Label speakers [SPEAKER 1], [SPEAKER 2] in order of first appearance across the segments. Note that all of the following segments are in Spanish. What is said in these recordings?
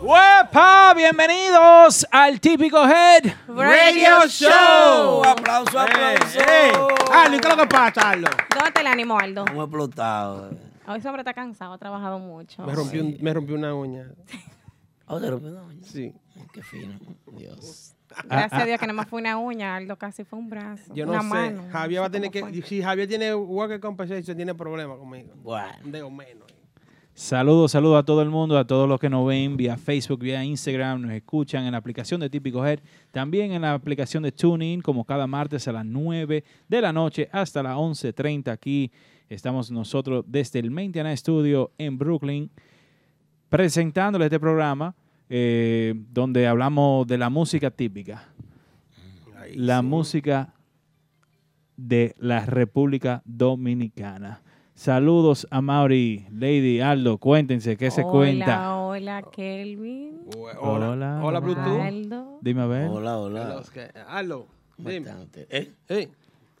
[SPEAKER 1] ¡Wepa! Bienvenidos al típico Head
[SPEAKER 2] Radio Show.
[SPEAKER 3] Aplauso, aplauso.
[SPEAKER 4] Ah,
[SPEAKER 1] Aldo, ¿qué es lo que pasa, Aldo?
[SPEAKER 2] ¿Dónde te la animó, Aldo?
[SPEAKER 3] Estamos explotados. eh.
[SPEAKER 2] Hoy ese hombre está cansado, ha trabajado mucho.
[SPEAKER 4] Me rompió, un- me rompió una uña.
[SPEAKER 3] Ah, te rompí una uña.
[SPEAKER 4] Sí.
[SPEAKER 3] Qué fino. Dios.
[SPEAKER 2] Gracias a Dios que nada más fue una uña, Aldo casi fue un brazo.
[SPEAKER 4] Ah, Yo no
[SPEAKER 2] una
[SPEAKER 4] sé.
[SPEAKER 2] mano.
[SPEAKER 4] Javier va a tener
[SPEAKER 2] cómo
[SPEAKER 4] que. Si Javier tiene worker compensation, tiene problemas conmigo.
[SPEAKER 3] Bueno.
[SPEAKER 4] De o menos.
[SPEAKER 1] Saludos, saludos a todo el mundo, a todos los que nos ven vía Facebook, vía Instagram, nos escuchan en la aplicación de Típico Head, también en la aplicación de TuneIn, como cada martes a las 9 de la noche hasta las 11.30 aquí. Estamos nosotros desde el Maintenance Studio en Brooklyn, presentándoles este programa eh, donde hablamos de la música típica, la música de la República Dominicana. Saludos a Mauri, Lady, Aldo, cuéntense, ¿qué se
[SPEAKER 2] fue.
[SPEAKER 1] cuenta?
[SPEAKER 2] Hola, hola, Kelvin.
[SPEAKER 4] Hola. Hola,
[SPEAKER 1] Hola,
[SPEAKER 4] Bluetooth.
[SPEAKER 2] Aldo.
[SPEAKER 1] Dime a ver.
[SPEAKER 3] Hola, hola.
[SPEAKER 4] Aló.
[SPEAKER 3] ¿Cómo
[SPEAKER 4] Dime.
[SPEAKER 3] están ustedes? ¿Eh?
[SPEAKER 4] Hey.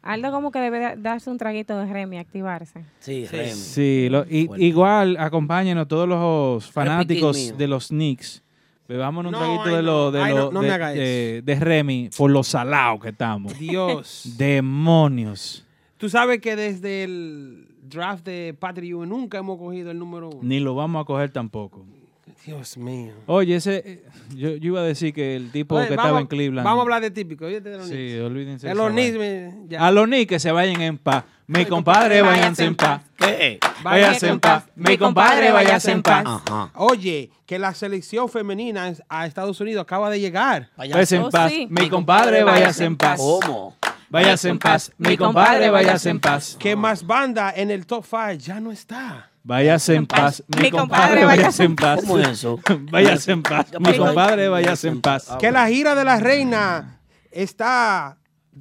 [SPEAKER 2] Aldo como que debe da- darse un traguito de Remy, activarse.
[SPEAKER 3] Sí, Remy.
[SPEAKER 1] Sí, lo- y-
[SPEAKER 3] Fuerte.
[SPEAKER 1] igual acompáñenos todos los fanáticos
[SPEAKER 3] mío.
[SPEAKER 1] de los Knicks. Bebámonos un
[SPEAKER 4] No,
[SPEAKER 1] traguito
[SPEAKER 4] ay,
[SPEAKER 1] de, lo,
[SPEAKER 4] no.
[SPEAKER 1] de,
[SPEAKER 4] Ay,
[SPEAKER 1] lo-
[SPEAKER 4] no, no
[SPEAKER 1] de,
[SPEAKER 4] me haga
[SPEAKER 1] de- de Remy por lo salado que estamos.
[SPEAKER 4] Dios.
[SPEAKER 1] Demonios.
[SPEAKER 4] Tú sabes que desde el draft de Patrick Ewing nunca hemos cogido el número uno.
[SPEAKER 1] Ni lo vamos a coger tampoco.
[SPEAKER 4] Dios mío.
[SPEAKER 1] Oye, ese eh, yo, yo iba a decir que el tipo
[SPEAKER 4] Oye,
[SPEAKER 1] que
[SPEAKER 4] vamos-
[SPEAKER 1] estaba en Cleveland.
[SPEAKER 4] Vamos a hablar de típico. oíste, de los
[SPEAKER 1] Sí,
[SPEAKER 4] Knicks.
[SPEAKER 1] olvídense.
[SPEAKER 4] De
[SPEAKER 1] esa
[SPEAKER 4] los
[SPEAKER 1] vaina.
[SPEAKER 4] Knicks. me- ya.
[SPEAKER 1] A los Knicks que se vayan en paz. Mi
[SPEAKER 4] Ay,
[SPEAKER 1] compadre,
[SPEAKER 4] compadre,
[SPEAKER 1] váyanse en paz. Eh,
[SPEAKER 3] ¿Qué?
[SPEAKER 1] Váyanse en paz. Mi compadre, váyanse en paz.
[SPEAKER 3] Ajá.
[SPEAKER 4] Oye, que la selección femenina es- a Estados Unidos acaba de llegar.
[SPEAKER 1] Váyanse en
[SPEAKER 2] Oh,
[SPEAKER 1] paz.
[SPEAKER 2] sí.
[SPEAKER 1] Mi compadre, váyanse en paz.
[SPEAKER 3] ¿Cómo?
[SPEAKER 1] Váyase en paz, mi compadre, váyase en paz.
[SPEAKER 4] Que más banda en el top 5 ya no está.
[SPEAKER 1] Váyase en paz, mi
[SPEAKER 2] Mi
[SPEAKER 1] compadre,
[SPEAKER 2] compadre,
[SPEAKER 1] váyase en paz.
[SPEAKER 3] ¿Cómo es eso?
[SPEAKER 1] Váyase en paz, mi
[SPEAKER 3] Mi
[SPEAKER 1] compadre,
[SPEAKER 3] compadre,
[SPEAKER 1] váyase en paz.
[SPEAKER 4] Que la gira de la reina está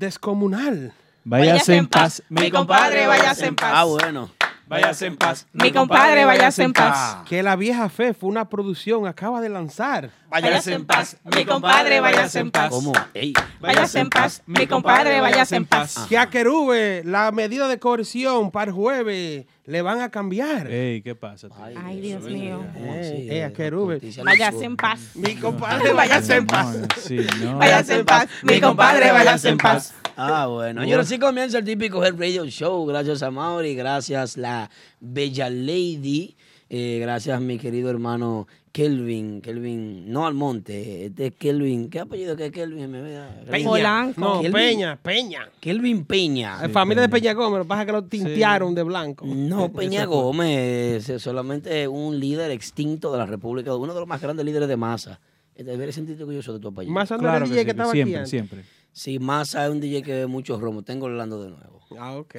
[SPEAKER 4] descomunal.
[SPEAKER 1] Váyase en paz, mi compadre, váyase
[SPEAKER 2] váyase
[SPEAKER 1] en
[SPEAKER 2] en
[SPEAKER 1] paz.
[SPEAKER 3] Ah, bueno.
[SPEAKER 1] Váyase en paz,
[SPEAKER 2] Mi compadre, váyase en paz.
[SPEAKER 4] Que la vieja fe fue una producción acaba de lanzar.
[SPEAKER 2] Váyase en paz, mi compadre, váyase en paz.
[SPEAKER 3] ¿Cómo? Ey.
[SPEAKER 2] Váyase en paz, mi compadre, váyase en paz.
[SPEAKER 4] Que a Querube la medida de coerción para el jueves le van a cambiar.
[SPEAKER 1] Ey, ¿qué pasa? tío?
[SPEAKER 2] Ay, Dios mío.
[SPEAKER 3] ¿Cómo
[SPEAKER 4] Eh,
[SPEAKER 3] así?
[SPEAKER 4] eh, a Querube.
[SPEAKER 3] Justicia lo
[SPEAKER 2] Váyase
[SPEAKER 3] hizo.
[SPEAKER 2] en paz.
[SPEAKER 4] Mi compadre, váyase en paz.
[SPEAKER 1] Sí, no.
[SPEAKER 2] Váyase en paz, mi compadre, váyase en paz.
[SPEAKER 3] Ah, bueno. Y ahora sí comienza el típico Head Radio Show. Gracias a Mauri, gracias la bella lady. eh, gracias mi querido hermano Kelvin. Kelvin, no Almonte, este es Kelvin. ¿Qué apellido que es Kelvin? Me voy a-
[SPEAKER 2] Polanco.
[SPEAKER 4] No,
[SPEAKER 3] Kelvin.
[SPEAKER 4] Peña, Peña.
[SPEAKER 3] Kelvin Peña.
[SPEAKER 4] Eh, familia de Peña Gómez, lo que pasa es que lo tintearon de blanco.
[SPEAKER 3] No, Peña Gómez es solamente un líder extinto de la República, uno de los más grandes líderes de masa. Debería sentirte orgulloso de tu apellido.
[SPEAKER 4] Más Sandra
[SPEAKER 1] Claro
[SPEAKER 4] el
[SPEAKER 1] que
[SPEAKER 4] DJ
[SPEAKER 1] sí,
[SPEAKER 4] que estaba aquí
[SPEAKER 1] siempre,
[SPEAKER 4] antes.
[SPEAKER 1] siempre.
[SPEAKER 3] Sí, masa es un DJ que ve muchos romos. Tengo Orlando de nuevo.
[SPEAKER 4] Ah, ok.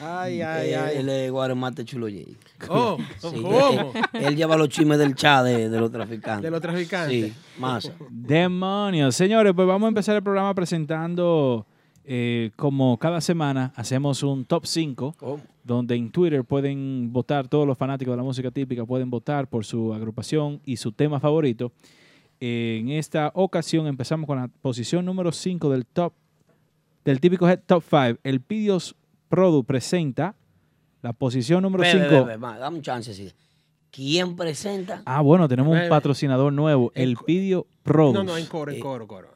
[SPEAKER 4] ay, ay,
[SPEAKER 3] Eh,
[SPEAKER 4] ay.
[SPEAKER 3] Él es Guaremate Chulo J.
[SPEAKER 4] Oh,
[SPEAKER 3] Sí,
[SPEAKER 4] ¿cómo?
[SPEAKER 3] Él, él lleva los chismes del chat de, de los traficantes.
[SPEAKER 4] De los traficantes.
[SPEAKER 3] Sí, masa.
[SPEAKER 1] Demonios, señores, pues vamos a empezar el programa presentando, eh, como cada semana, hacemos un top 5,
[SPEAKER 4] Oh.
[SPEAKER 3] ¿Cómo?
[SPEAKER 1] donde en Twitter pueden votar, todos los fanáticos de la música típica pueden votar por su agrupación y su tema favorito. En esta ocasión empezamos con la posición número 5 del top, del típico Head Top 5. El Pidios Produ presenta la posición número
[SPEAKER 3] Ve, ve, ve,
[SPEAKER 1] 5.
[SPEAKER 3] ve, ma, dame un chance. sí. ¿Quién presenta?
[SPEAKER 1] Ah, bueno, tenemos
[SPEAKER 4] Ve,
[SPEAKER 1] un
[SPEAKER 4] ve.
[SPEAKER 1] patrocinador nuevo, el Pidio Produ.
[SPEAKER 4] No, no, en coro, en coro, coro.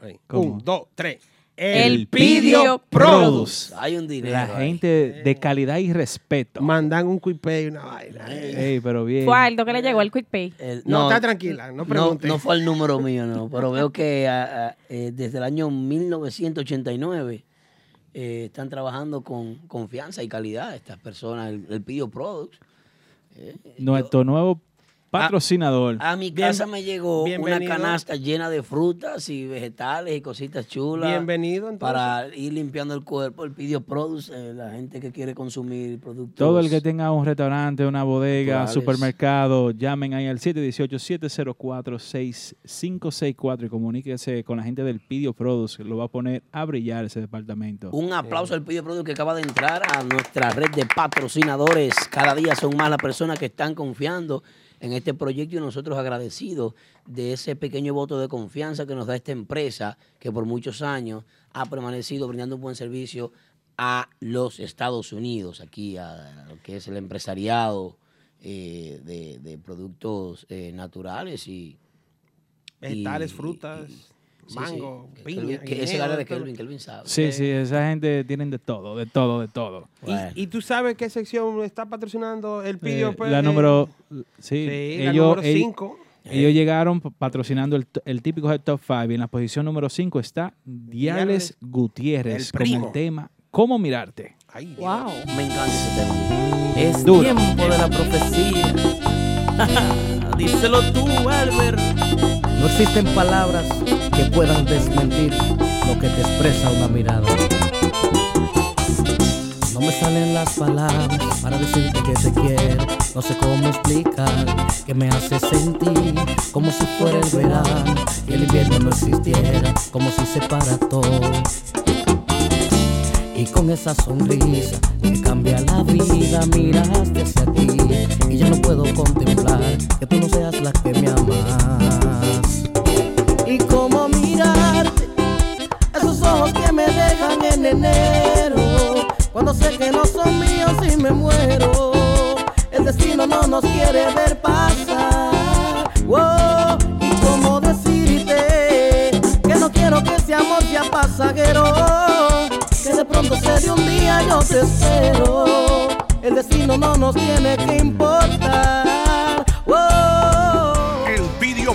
[SPEAKER 4] Ahí.
[SPEAKER 1] ¿Cómo?
[SPEAKER 4] Un, dos, tres.
[SPEAKER 2] El Pidio
[SPEAKER 1] Produce.
[SPEAKER 3] Hay un dinero.
[SPEAKER 1] La
[SPEAKER 3] ahí.
[SPEAKER 1] gente de calidad y respeto.
[SPEAKER 4] Eh. Mandan un cuipé y una vaina. eh.
[SPEAKER 1] Ey, pero bien.
[SPEAKER 2] Fue a Aldo que le llegó el Quick Pay.
[SPEAKER 3] El-
[SPEAKER 4] No, está tranquila, no pregunte.
[SPEAKER 3] Eh, No, fue el número mío, no. Pero veo que ah, ah, eh, desde el año 1989 eh, están trabajando con confianza y calidad estas personas, el, el Pidio Products.
[SPEAKER 1] Nuestro nuevo Patrocinador.
[SPEAKER 3] eh. A mi
[SPEAKER 4] Bien-
[SPEAKER 3] casa me llegó una
[SPEAKER 4] bienvenido.
[SPEAKER 3] canasta llena de frutas y vegetales y cositas chulas.
[SPEAKER 4] Bienvenido, entonces.
[SPEAKER 3] Para ir limpiando el cuerpo, el video produce, eh, la gente que quiere consumir productos.
[SPEAKER 1] Todo el que tenga un restaurante, una bodega,
[SPEAKER 3] Naturales.
[SPEAKER 1] supermercado, llamen ahí al 718-704-6564 y comuníquese con la gente del Pidio Produce. Lo va a poner a brillar ese departamento.
[SPEAKER 3] Un aplauso al Pidio Produce que acaba de entrar a nuestra red de patrocinadores. Cada día son más las personas que están confiando en este proyecto y nosotros agradecidos de ese pequeño voto de confianza que nos da esta empresa que por muchos años ha permanecido brindando un buen servicio a los Estados Unidos, aquí a lo que es el empresariado eh, de, de productos eh, naturales y
[SPEAKER 4] Vegetales,
[SPEAKER 3] y-
[SPEAKER 4] frutas,
[SPEAKER 3] sí, sí,
[SPEAKER 4] mango,
[SPEAKER 3] que
[SPEAKER 4] piña.
[SPEAKER 3] Kelvin- que ese
[SPEAKER 4] guineo,
[SPEAKER 3] área de
[SPEAKER 4] todo.
[SPEAKER 3] Kelvin, Kelvin sabe.
[SPEAKER 1] Sí, sí, esa gente tienen de todo, de todo, de todo.
[SPEAKER 4] Y-
[SPEAKER 3] Bueno.
[SPEAKER 4] Y, tú sabes qué sección está patrocinando el pidio.
[SPEAKER 1] Eh,
[SPEAKER 4] pues,
[SPEAKER 1] la
[SPEAKER 4] eh,
[SPEAKER 1] número... Sí,
[SPEAKER 4] sí, la
[SPEAKER 1] ellos,
[SPEAKER 4] número
[SPEAKER 1] ell-
[SPEAKER 4] 5.
[SPEAKER 1] ellos llegaron p- patrocinando el, t- el típico Head Top 5 y en la posición número 5 está Diales
[SPEAKER 4] Diales
[SPEAKER 1] Gutiérrez
[SPEAKER 4] el
[SPEAKER 1] con
[SPEAKER 4] primo.
[SPEAKER 1] el tema ¿Cómo mirarte?
[SPEAKER 2] Wow.
[SPEAKER 3] Me encanta ese tema.
[SPEAKER 5] Es
[SPEAKER 1] Duro.
[SPEAKER 5] tiempo de la profecía. Díselo tú, Albert. No existen palabras que puedan desmentir lo que te expresa una mirada. No me salen las palabras para decirte que te quiero. No sé cómo explicar que me hace sentir como si fuera el verano y el invierno no existiera, como si se para todo. Y con esa sonrisa que cambia la vida, miraste hacia ti. Y ya no puedo contemplar que tú no seas la que me amas. Y cómo mirarte, esos ojos que me dejan en enero. Cuando sé que no son míos y me muero. El destino no nos quiere ver pasar. Wow, y cómo decirte que no quiero que ese amor sea pasajero. Que de pronto se de un día yo te espero. El destino no nos tiene que importar. Wow.
[SPEAKER 6] El Video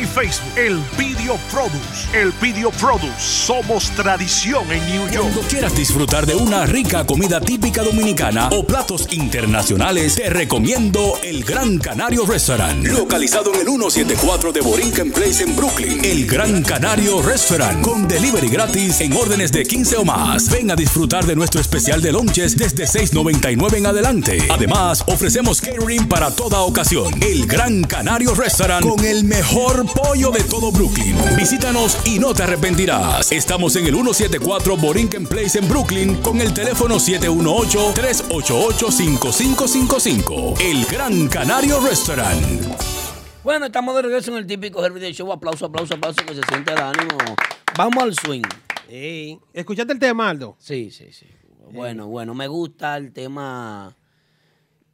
[SPEAKER 6] y Facebook. El Video Produce. El Video Produce. Somos tradición en New York.
[SPEAKER 7] Cuando quieras disfrutar de una rica comida típica dominicana o platos internacionales, te recomiendo el Gran Canario Restaurant. Localizado en el 174 de Borinquen Place en Brooklyn. El Gran Canario Restaurant. Con delivery gratis en órdenes de 15 o más. Ven a disfrutar de nuestro especial de lonches desde 6.99 en adelante. Además, ofrecemos catering para toda ocasión. El Gran Canario Restaurant con el mejor pollo de todo Brooklyn. Visítanos y no te arrepentirás. Estamos en el 174 Borinquen Place en Brooklyn con el teléfono 718-388-5555. El Gran Canario Restaurant.
[SPEAKER 3] Bueno, estamos de regreso en el típico Herbie Day Show. Aplauso, aplauso, aplauso, que se siente el ánimo. Vamos al swing.
[SPEAKER 4] Ey, ¿Escuchaste el tema, Aldo?
[SPEAKER 3] Sí, sí, sí. Bueno, bueno, me gusta el tema.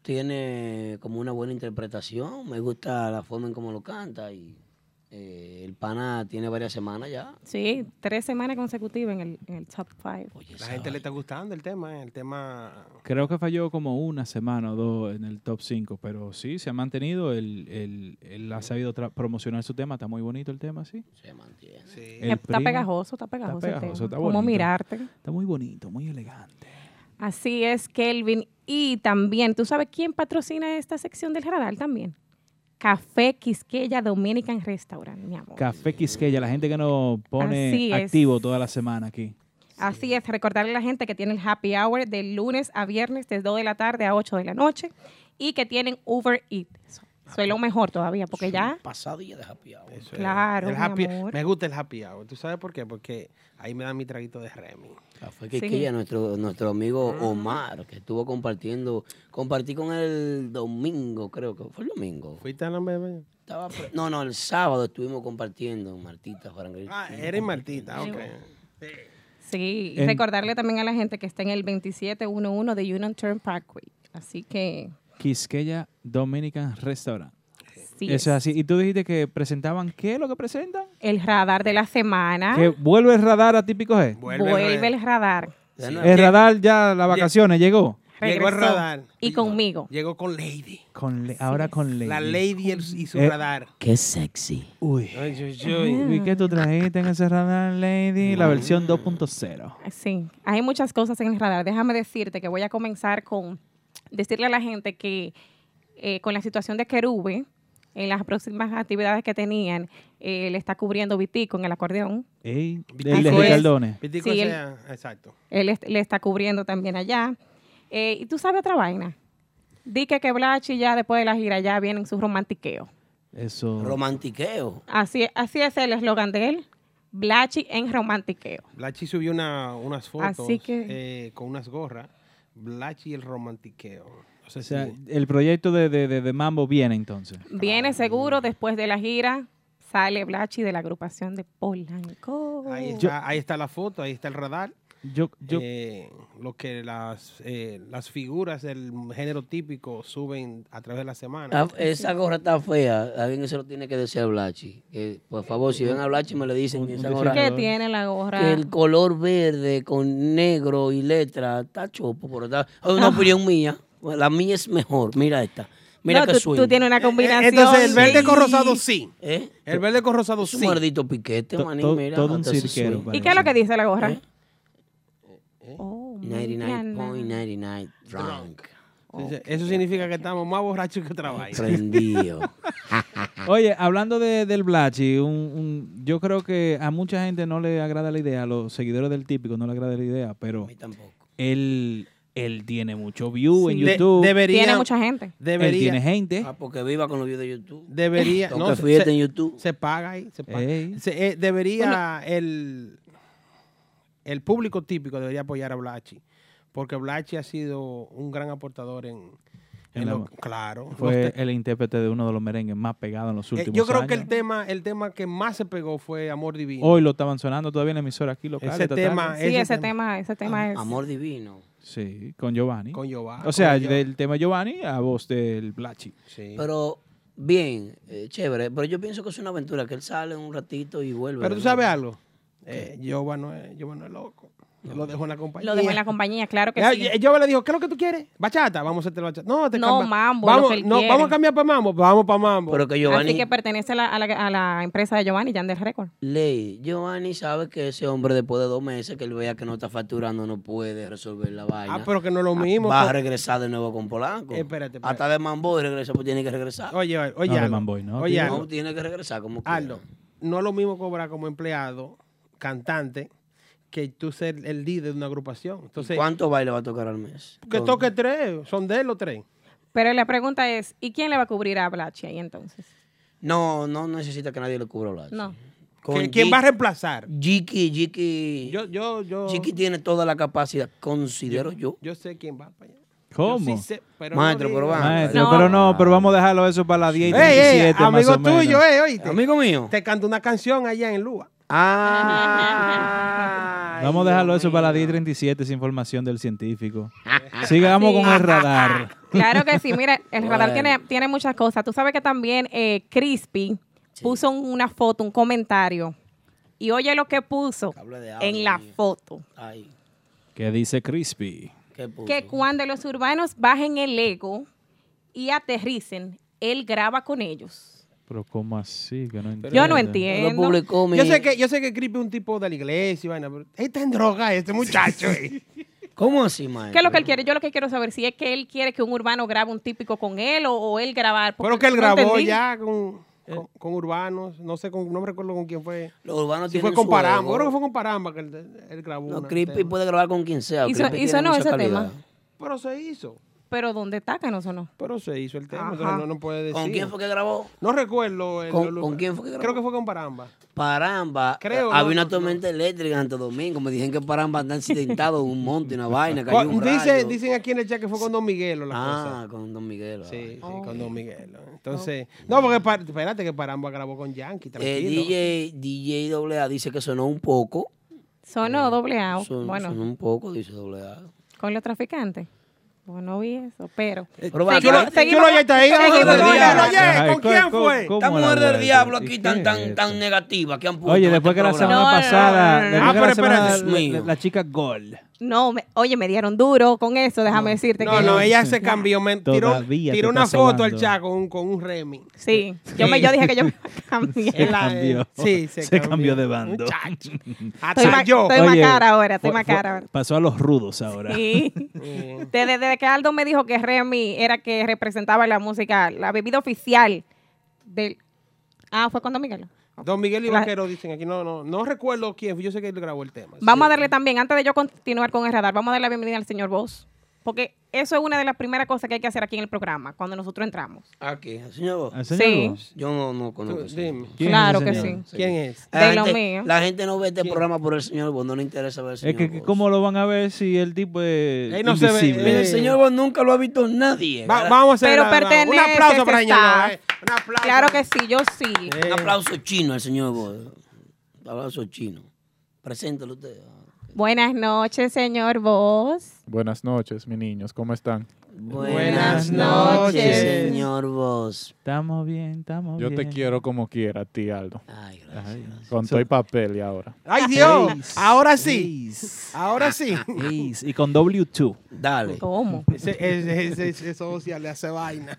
[SPEAKER 3] Tiene como una buena interpretación. Me gusta la forma en cómo lo canta. Y eh, el pana tiene varias semanas ya.
[SPEAKER 2] Sí, tres semanas consecutivas en el, en el top 5.
[SPEAKER 3] Oye,
[SPEAKER 4] La
[SPEAKER 3] esa
[SPEAKER 4] gente le
[SPEAKER 3] vaina.
[SPEAKER 4] está gustando el tema, eh, el tema...
[SPEAKER 1] Creo que falló como una semana o dos en el top 5, pero sí, se ha mantenido, él, él- él ha sabido tra- promocionar su tema, está muy bonito el tema, sí.
[SPEAKER 3] se mantiene.
[SPEAKER 4] Sí.
[SPEAKER 1] El
[SPEAKER 2] está
[SPEAKER 1] primo.
[SPEAKER 2] pegajoso, está pegajoso. el
[SPEAKER 1] pegajoso,
[SPEAKER 2] tema.
[SPEAKER 1] está
[SPEAKER 2] Cómo
[SPEAKER 1] bonito.
[SPEAKER 2] mirarte.
[SPEAKER 1] Está muy bonito, muy elegante.
[SPEAKER 2] Así es, Kelvin. Y también, ¿tú sabes quién patrocina esta sección del radar también? Café Quisqueya Dominican Restaurant, mi amor.
[SPEAKER 1] Café Quisqueya, la gente que nos
[SPEAKER 2] Así
[SPEAKER 1] pone
[SPEAKER 2] es.
[SPEAKER 1] activo toda la semana aquí.
[SPEAKER 2] Así es, recordarle a la gente que tiene el happy hour de lunes a viernes de 2 de la tarde a 8 de la noche y que tienen Uber Eats. Soy lo mejor todavía, porque ya,
[SPEAKER 3] Pasado y ya de happy hour.
[SPEAKER 4] Eso es.
[SPEAKER 2] Claro,
[SPEAKER 4] El
[SPEAKER 2] mi
[SPEAKER 4] happy-
[SPEAKER 2] amor.
[SPEAKER 4] Me gusta el happy hour. ¿Tú sabes por qué? Porque ahí me dan mi traguito de Remy.
[SPEAKER 3] Café Quisqueya, nuestro, nuestro amigo
[SPEAKER 2] Ah.
[SPEAKER 3] Omar, que estuvo compartiendo. Compartí con él el domingo, creo que fue el domingo.
[SPEAKER 4] ¿Fuiste a la bebé?
[SPEAKER 3] Estaba pre- no, no, el sábado estuvimos compartiendo, Martita, Franklin.
[SPEAKER 4] Ah, eres Martita, ok.
[SPEAKER 2] sí. Y
[SPEAKER 1] En-
[SPEAKER 2] recordarle también a la gente que está en el 2711 de Union Turn Parkway. Así que,
[SPEAKER 1] Quisqueya Dominican Restaurant.
[SPEAKER 2] Así
[SPEAKER 1] Eso
[SPEAKER 2] es.
[SPEAKER 1] es así. Y tú dijiste que presentaban, ¿qué es lo que presentan?
[SPEAKER 2] El radar de la semana.
[SPEAKER 1] Que vuelve el radar a Típico G.
[SPEAKER 4] Vuelve,
[SPEAKER 2] Vuelve el radar.
[SPEAKER 3] Ya no-
[SPEAKER 1] El radar ya, las vacaciones, llegó.
[SPEAKER 4] Llegó el
[SPEAKER 2] Regresó.
[SPEAKER 4] radar.
[SPEAKER 2] Y conmigo.
[SPEAKER 4] Llegó con Lady.
[SPEAKER 1] Con le- ahora con ley.
[SPEAKER 4] La Lady y el- y su
[SPEAKER 1] Eh.
[SPEAKER 4] radar.
[SPEAKER 3] Qué sexy.
[SPEAKER 1] Uy.
[SPEAKER 2] Ah.
[SPEAKER 1] Uy, ¿qué tú trajiste en ese radar, Lady?
[SPEAKER 4] Mm.
[SPEAKER 1] La versión 2.0.
[SPEAKER 2] Sí, hay muchas cosas en el radar. Déjame decirte que voy a comenzar con decirle a la gente que eh, con la situación de Querube, en las próximas actividades que tenían, eh, le está cubriendo Vitico en el acordeón.
[SPEAKER 1] Ey,
[SPEAKER 4] Vitico
[SPEAKER 1] el de
[SPEAKER 2] es-
[SPEAKER 1] Ricardones.
[SPEAKER 4] Vitico
[SPEAKER 2] Sí,
[SPEAKER 4] sea- Exacto.
[SPEAKER 2] Él est- le está cubriendo también allá. Eh, y tú sabes otra vaina. Di que, que Blachi ya después de la gira ya vienen sus romantiqueos.
[SPEAKER 1] Eso.
[SPEAKER 3] Romantiqueo.
[SPEAKER 2] Así, así es el eslogan de él. Blachi en romantiqueo.
[SPEAKER 4] Blachi subió una, unas fotos
[SPEAKER 2] Así que-
[SPEAKER 4] eh, con unas gorras. Blachi y el romantiqueo. No sé
[SPEAKER 1] O sea,
[SPEAKER 4] si-
[SPEAKER 1] el proyecto de, de- de- de Mambo viene entonces.
[SPEAKER 2] Viene seguro después de la gira. Sale Blachi de la agrupación de Polanco.
[SPEAKER 4] ahí, está,
[SPEAKER 1] Yo-
[SPEAKER 4] ahí está la foto, ahí está el radar.
[SPEAKER 1] Yo, yo,
[SPEAKER 4] Eh, lo que las, eh, las figuras del género típico suben a través de la semana.
[SPEAKER 3] Ah, esa gorra está fea. Alguien se lo tiene que decir a Blachi. Que, por favor, si ven a Blachi, me le dicen que esa gorra-
[SPEAKER 2] ¿Qué tiene la gorra?
[SPEAKER 3] que el color verde con negro y letra está chopo. Por otra- Es
[SPEAKER 2] Ah.
[SPEAKER 3] una opinión mía. La mía es mejor. Mira esta. Mira
[SPEAKER 2] No,
[SPEAKER 3] que
[SPEAKER 2] tú,
[SPEAKER 3] swing.
[SPEAKER 2] tú tienes una combinación.
[SPEAKER 4] Eh, Entonces, el verde con
[SPEAKER 3] Sí.
[SPEAKER 4] rosado sí.
[SPEAKER 3] ¿Eh?
[SPEAKER 4] El verde con rosado
[SPEAKER 3] Es un
[SPEAKER 4] sí.
[SPEAKER 3] maldito piquete,
[SPEAKER 1] To-
[SPEAKER 3] manín.
[SPEAKER 1] to-
[SPEAKER 3] Mira,
[SPEAKER 1] todo un
[SPEAKER 3] hasta ese
[SPEAKER 1] cirquero,
[SPEAKER 3] swing.
[SPEAKER 1] vale.
[SPEAKER 2] ¿Y qué es lo que dice la gorra?
[SPEAKER 3] ¿Eh?
[SPEAKER 4] Eh,
[SPEAKER 2] Oh, Mariana.
[SPEAKER 3] 99.99 drunk.
[SPEAKER 4] Sí, sí. Eso significa que estamos más borrachos que trabajo.
[SPEAKER 3] Prendido.
[SPEAKER 1] Oye, hablando de- del Blachi, un- un- yo creo que a mucha gente no le agrada la idea, a los seguidores del típico no le agrada la idea, pero
[SPEAKER 3] tampoco.
[SPEAKER 1] él, él tiene mucho view en
[SPEAKER 2] Sí. De-
[SPEAKER 1] YouTube.
[SPEAKER 2] Tiene mucha gente.
[SPEAKER 1] él tiene
[SPEAKER 4] Debería.
[SPEAKER 1] gente.
[SPEAKER 3] Ah, porque Eh, viva con los videos de YouTube.
[SPEAKER 4] Debería.
[SPEAKER 3] Tengo
[SPEAKER 4] No,
[SPEAKER 3] que
[SPEAKER 4] se-
[SPEAKER 3] fíjate
[SPEAKER 4] se-
[SPEAKER 3] en YouTube.
[SPEAKER 4] Se paga ahí. se paga.
[SPEAKER 1] Ey.
[SPEAKER 4] Se- eh, debería el, el público típico debería apoyar a Blachi. Porque Blachi ha sido un gran aportador en,
[SPEAKER 1] En
[SPEAKER 4] en
[SPEAKER 1] la-
[SPEAKER 4] lo- claro. Los
[SPEAKER 1] Fue
[SPEAKER 4] te-
[SPEAKER 1] el intérprete de uno de los merengues más pegados en los
[SPEAKER 4] eh,
[SPEAKER 1] últimos años.
[SPEAKER 4] yo creo que el tema, el tema que más se pegó fue Amor Divino. Ah,
[SPEAKER 1] Hoy lo estaban sonando todavía en la emisora aquí local.
[SPEAKER 4] Ese
[SPEAKER 1] esta tarde.
[SPEAKER 4] tema,
[SPEAKER 2] Sí, ese tema, ese tema es.
[SPEAKER 3] Amor divino.
[SPEAKER 1] Sí, con Giovanni.
[SPEAKER 4] con Giovanni.
[SPEAKER 1] o sea,
[SPEAKER 4] con Giovanni.
[SPEAKER 1] del tema Giovanni a voz del Blachi.
[SPEAKER 4] Sí. Pero,
[SPEAKER 3] Pero bien, eh, chévere. Pero yo pienso que es una aventura, que él sale un ratito y vuelve.
[SPEAKER 4] tú
[SPEAKER 3] ¿no?
[SPEAKER 4] sabes algo. Eh, Giova no es, Giova no es loco. Lo dejó en la compañía.
[SPEAKER 2] Lo dejo en la compañía, claro que
[SPEAKER 4] Pues, Ya,
[SPEAKER 2] sí.
[SPEAKER 4] ya- Yo le dijo, ¿qué es lo que tú quieres? ¿Bachata? Vamos a hacerte bachata. No, te
[SPEAKER 2] No,
[SPEAKER 4] camba-
[SPEAKER 2] mambo, lo
[SPEAKER 4] Vamos,
[SPEAKER 2] que él
[SPEAKER 4] no,
[SPEAKER 2] quiere.
[SPEAKER 4] vamos a cambiar para mambo. Vamos para mambo.
[SPEAKER 3] Pero que
[SPEAKER 2] Así
[SPEAKER 3] Giovanni.
[SPEAKER 2] que pertenece a la, a la- a la empresa de Giovanni, Yandel Record.
[SPEAKER 3] Ley, Giovanni sabe que ese hombre después de dos meses que él vea que no está facturando no puede resolver la vaina.
[SPEAKER 4] ah, pero que no es lo mismo.
[SPEAKER 3] Va a
[SPEAKER 4] co-
[SPEAKER 3] regresar de nuevo con Polanco.
[SPEAKER 4] Espérate, espérate.
[SPEAKER 3] Hasta de Mambo y regresa, pues tiene que regresar.
[SPEAKER 4] Oye, oye, oye.
[SPEAKER 1] No, de
[SPEAKER 4] algo.
[SPEAKER 1] Mamboy, no,
[SPEAKER 4] Oye,
[SPEAKER 1] tío.
[SPEAKER 4] algo.
[SPEAKER 3] no, tiene que regresar como quiera.
[SPEAKER 4] Aldo, no es lo mismo cobrar como empleado, cantante, que tú ser el líder de una agrupación. Entonces,
[SPEAKER 3] ¿Cuánto baile va a tocar al mes?
[SPEAKER 4] que toque tres, son de él los tres.
[SPEAKER 2] Pero la pregunta es, ¿y quién le va a cubrir a Blachi ahí entonces?
[SPEAKER 3] No, no necesita que nadie le cubra hablar.
[SPEAKER 2] No.
[SPEAKER 4] ¿Que- ¿Quién va a reemplazar?
[SPEAKER 3] Jiki, Jiki.
[SPEAKER 4] Yo, yo, yo.
[SPEAKER 3] Jiki tiene toda la capacidad, considero yo.
[SPEAKER 4] Yo sé quién va para allá.
[SPEAKER 1] ¿Cómo?
[SPEAKER 4] Yo sí sé, pero
[SPEAKER 3] Maestro,
[SPEAKER 4] no
[SPEAKER 3] pero
[SPEAKER 4] digo.
[SPEAKER 3] va.
[SPEAKER 1] Maestro,
[SPEAKER 2] No.
[SPEAKER 1] pero no, pero vamos a dejarlo eso para las 10 y
[SPEAKER 4] Ey, ey,
[SPEAKER 1] 37 más
[SPEAKER 4] amigo
[SPEAKER 1] o menos.
[SPEAKER 4] tuyo, eh, oíste.
[SPEAKER 3] Amigo mío.
[SPEAKER 4] Te canto una canción allá en Lua.
[SPEAKER 3] Ah.
[SPEAKER 1] Vamos a dejarlo eso para las 10 y 37, esa información del científico. Sigamos
[SPEAKER 2] Sí.
[SPEAKER 1] con el radar.
[SPEAKER 2] Claro que sí, mira, el radar
[SPEAKER 3] Bueno.
[SPEAKER 2] tiene, tiene muchas cosas. Tú sabes que también eh, Crispy puso un- una foto, un comentario. Y oye lo que puso
[SPEAKER 3] Cable de audio,
[SPEAKER 2] en la
[SPEAKER 3] mío.
[SPEAKER 2] foto.
[SPEAKER 3] Ay,
[SPEAKER 1] ¿Qué dice Crispy?
[SPEAKER 3] qué puto.
[SPEAKER 2] Que cuando los urbanos bajen el ego y aterricen, él graba con ellos.
[SPEAKER 1] Pero ¿cómo así? Que no entiendo.
[SPEAKER 2] Yo no
[SPEAKER 3] Lo
[SPEAKER 2] entiendo.
[SPEAKER 3] publicó mi...
[SPEAKER 4] Yo sé que, yo sé que Creepy es un tipo de la iglesia y vaina, pero él está en droga este muchacho. eh.
[SPEAKER 3] ¿Cómo así, maestro?
[SPEAKER 2] ¿Qué es lo que él quiere? Yo lo que quiero saber si es que él quiere que un urbano grabe un típico con él o, o él grabar. porque
[SPEAKER 4] pero que él
[SPEAKER 2] no
[SPEAKER 4] grabó
[SPEAKER 2] entendí.
[SPEAKER 4] ya con, Eh, con, con urbanos, no sé, con, no me recuerdo con quién fue.
[SPEAKER 3] Los urbanos
[SPEAKER 4] Si
[SPEAKER 3] tienen
[SPEAKER 4] fue con
[SPEAKER 3] su
[SPEAKER 4] Paramba,
[SPEAKER 3] ego.
[SPEAKER 4] creo que fue con Paramba que él, él grabó.
[SPEAKER 3] No,
[SPEAKER 4] una
[SPEAKER 3] Creepy
[SPEAKER 4] tema.
[SPEAKER 3] puede grabar con quien sea.
[SPEAKER 2] Hizo-
[SPEAKER 3] Creepy
[SPEAKER 2] hizo
[SPEAKER 3] tiene
[SPEAKER 2] no
[SPEAKER 3] mucha
[SPEAKER 2] ese
[SPEAKER 3] calidad.
[SPEAKER 2] tema.
[SPEAKER 4] Pero se hizo,
[SPEAKER 2] Pero ¿dónde está que no sonó?
[SPEAKER 4] pero se hizo el tema,
[SPEAKER 2] Ajá.
[SPEAKER 4] entonces no, no puede decir.
[SPEAKER 3] ¿Con quién fue que grabó?
[SPEAKER 4] No recuerdo. el-
[SPEAKER 3] ¿Con-
[SPEAKER 4] el-
[SPEAKER 3] con quién fue que grabó?
[SPEAKER 4] Creo que fue con Paramba.
[SPEAKER 3] Paramba.
[SPEAKER 4] Creo,
[SPEAKER 3] eh,
[SPEAKER 4] no,
[SPEAKER 3] había una
[SPEAKER 4] no,
[SPEAKER 3] tormenta eléctrica en Santo Domingo. Me dijeron que Paramba anda accidentado en un monte, una vaina, cayó un
[SPEAKER 4] Dice,
[SPEAKER 3] rayo. Eh,
[SPEAKER 4] dicen aquí en el chat que fue con Don Miguel o la cosa.
[SPEAKER 3] Ah, con Don Miguel.
[SPEAKER 4] Sí,
[SPEAKER 3] ay.
[SPEAKER 4] sí, con Don Miguel. Entonces, no, porque pa- espérate que Paramba grabó con Yankee,
[SPEAKER 3] Eh,
[SPEAKER 4] tranquilo.
[SPEAKER 3] DJ, DJ AA dice que sonó un poco.
[SPEAKER 4] Eh,
[SPEAKER 2] Sonó doble A.
[SPEAKER 3] Son-
[SPEAKER 2] Ah, bueno,
[SPEAKER 3] Sonó un poco, dice AA.
[SPEAKER 2] con los traficantes. Bueno, no vi eso, pero.
[SPEAKER 3] Pero va,
[SPEAKER 2] Seguimos-
[SPEAKER 3] tú lo-
[SPEAKER 2] seguimos-
[SPEAKER 4] tú lo oyes ahí, ¿no?
[SPEAKER 2] seguimos
[SPEAKER 4] Tú lo
[SPEAKER 2] con
[SPEAKER 4] oyes,
[SPEAKER 2] la-
[SPEAKER 4] lo oyes.
[SPEAKER 1] Ay,
[SPEAKER 4] ¿con
[SPEAKER 1] co-
[SPEAKER 4] quién
[SPEAKER 1] co-
[SPEAKER 4] fue?
[SPEAKER 1] cómo
[SPEAKER 3] Esta
[SPEAKER 1] la
[SPEAKER 3] mujer
[SPEAKER 1] guarda?
[SPEAKER 3] del diablo
[SPEAKER 1] ¿Y
[SPEAKER 3] aquí
[SPEAKER 1] qué
[SPEAKER 3] tan,
[SPEAKER 1] es
[SPEAKER 3] tan,
[SPEAKER 1] esto?
[SPEAKER 3] tan negativa que han puesto.
[SPEAKER 1] Oye,
[SPEAKER 3] en
[SPEAKER 1] después que
[SPEAKER 3] este
[SPEAKER 1] la
[SPEAKER 3] programa.
[SPEAKER 1] semana
[SPEAKER 2] No, no,
[SPEAKER 1] pasada,
[SPEAKER 2] no, no,
[SPEAKER 1] después
[SPEAKER 4] no.
[SPEAKER 1] que
[SPEAKER 4] Ah,
[SPEAKER 1] la,
[SPEAKER 4] pero espérate,
[SPEAKER 1] semana,
[SPEAKER 3] Dios
[SPEAKER 1] la-
[SPEAKER 3] mío.
[SPEAKER 1] la chica Gol.
[SPEAKER 2] No, me- oye, me dieron duro con eso, déjame decirte
[SPEAKER 4] No,
[SPEAKER 2] que.
[SPEAKER 4] no, ella se cambió. me tiró
[SPEAKER 1] Todavía te
[SPEAKER 4] tiró una
[SPEAKER 1] está
[SPEAKER 4] foto al
[SPEAKER 1] sobando.
[SPEAKER 4] chat con un, con un remi.
[SPEAKER 2] Sí, yo, me, yo dije que yo me iba a
[SPEAKER 1] Se
[SPEAKER 2] cambiar.
[SPEAKER 4] la-
[SPEAKER 1] cambió.
[SPEAKER 4] sí, se
[SPEAKER 1] Se
[SPEAKER 4] cambió.
[SPEAKER 1] cambió de bando.
[SPEAKER 4] Muchacho.
[SPEAKER 2] Estoy,
[SPEAKER 4] Hasta
[SPEAKER 2] ma-
[SPEAKER 4] yo.
[SPEAKER 2] estoy
[SPEAKER 1] Oye,
[SPEAKER 2] macara ahora, estoy
[SPEAKER 1] Fue-
[SPEAKER 2] macara
[SPEAKER 1] fue-
[SPEAKER 2] ahora.
[SPEAKER 1] Pasó a los rudos ahora.
[SPEAKER 2] Sí.
[SPEAKER 4] Eh,
[SPEAKER 2] Desde, desde que Aldo me dijo que Remy era que representaba la música, la bebida oficial del. Ah, fue cuando Miguel.
[SPEAKER 4] Don Miguel y
[SPEAKER 2] La-
[SPEAKER 4] Vaquero dicen aquí, no, no, no recuerdo quién, fue, yo sé que él grabó el tema.
[SPEAKER 2] Vamos a darle también, antes de yo continuar con el radar, vamos a darle la bienvenida al señor Vos. Porque eso es una de las primeras cosas que hay que hacer aquí en el programa, cuando nosotros entramos.
[SPEAKER 3] ¿A qué? Señor, Bo?
[SPEAKER 1] ¿Al señor
[SPEAKER 2] Sí.
[SPEAKER 1] Gol?
[SPEAKER 3] yo no, no
[SPEAKER 4] Tú,
[SPEAKER 3] conozco. eso.
[SPEAKER 4] dime,
[SPEAKER 1] ¿Quién es
[SPEAKER 2] Claro
[SPEAKER 1] ese
[SPEAKER 2] que
[SPEAKER 1] señor?
[SPEAKER 2] sí.
[SPEAKER 4] ¿quién es?
[SPEAKER 3] La
[SPEAKER 2] De lo
[SPEAKER 3] gente-
[SPEAKER 2] mío.
[SPEAKER 3] La gente no ve este
[SPEAKER 4] ¿Quién?
[SPEAKER 3] programa por el señor Bo, no le interesa ver el
[SPEAKER 1] Es
[SPEAKER 3] señor
[SPEAKER 1] que, que
[SPEAKER 3] Bo.
[SPEAKER 1] ¿cómo lo van a ver si el tipo es
[SPEAKER 4] Ahí no se ve,
[SPEAKER 1] invisible?
[SPEAKER 3] Mira,
[SPEAKER 4] eh,
[SPEAKER 3] el señor Bo nunca lo ha visto nadie.
[SPEAKER 4] Va-
[SPEAKER 3] ¿verdad?
[SPEAKER 4] vamos a hacer
[SPEAKER 2] Pero
[SPEAKER 4] la- la- Ah, un
[SPEAKER 2] pertenece
[SPEAKER 4] aplauso
[SPEAKER 2] ese
[SPEAKER 4] para
[SPEAKER 2] staff.
[SPEAKER 4] ella. Un aplauso.
[SPEAKER 2] Claro que sí, yo sí.
[SPEAKER 4] Eh,
[SPEAKER 3] Un aplauso chino al señor Bo. Un aplauso chino. Preséntalo usted.
[SPEAKER 2] Buenas noches, señor Vos.
[SPEAKER 8] Buenas noches, mis niños, ¿cómo están?
[SPEAKER 4] Buenas noches.
[SPEAKER 3] señor Vos.
[SPEAKER 1] Estamos bien, estamos
[SPEAKER 8] Yo
[SPEAKER 1] bien.
[SPEAKER 8] te quiero como quiera, a ti, Aldo.
[SPEAKER 3] Ay, gracias.
[SPEAKER 8] Con todo y papel y ahora.
[SPEAKER 4] Ay, Dios. Ahora sí. Ahora sí.
[SPEAKER 3] Ah,
[SPEAKER 1] Ace, Y con W2.
[SPEAKER 3] Dale.
[SPEAKER 2] ¿Cómo?
[SPEAKER 4] Ese, ese, ese, ese socio le hace vaina.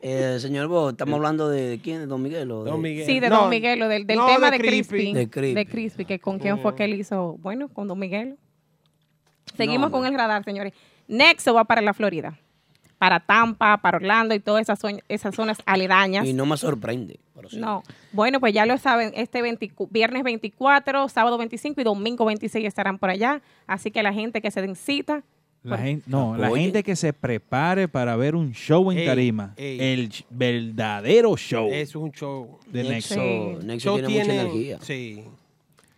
[SPEAKER 3] Eh, señor Bo, estamos hablando de quién, de Don Miguel. o de-
[SPEAKER 4] Don Miguel.
[SPEAKER 2] Sí, de
[SPEAKER 4] No,
[SPEAKER 2] Don Miguel, lo del, del
[SPEAKER 4] no,
[SPEAKER 2] tema
[SPEAKER 4] de
[SPEAKER 2] de Crispy.
[SPEAKER 4] Crispy. Mm.
[SPEAKER 3] De Crispy.
[SPEAKER 2] que con quién fue que él hizo. Bueno, con Don Miguel. Seguimos con el radar, señores. Nexo va para la Florida. Para Tampa, para Orlando y todas esas, zonas- esas zonas aledañas.
[SPEAKER 3] Y no me sorprende. pero sí.
[SPEAKER 2] No. Bueno, pues ya lo saben, este 20 viernes 24, sábado 25 y domingo 26 estarán por allá. Así que la gente que se den cita,
[SPEAKER 1] La gente, no, la
[SPEAKER 3] Oye.
[SPEAKER 1] gente que se prepare para ver un show en
[SPEAKER 4] Ey,
[SPEAKER 1] tarima.
[SPEAKER 4] ey.
[SPEAKER 1] El ch- verdadero show
[SPEAKER 4] Es un show.
[SPEAKER 1] de Nexo.
[SPEAKER 3] Nexo,
[SPEAKER 2] Sí.
[SPEAKER 3] Nexo
[SPEAKER 4] Show
[SPEAKER 3] tiene, mucha energía.
[SPEAKER 4] Sí.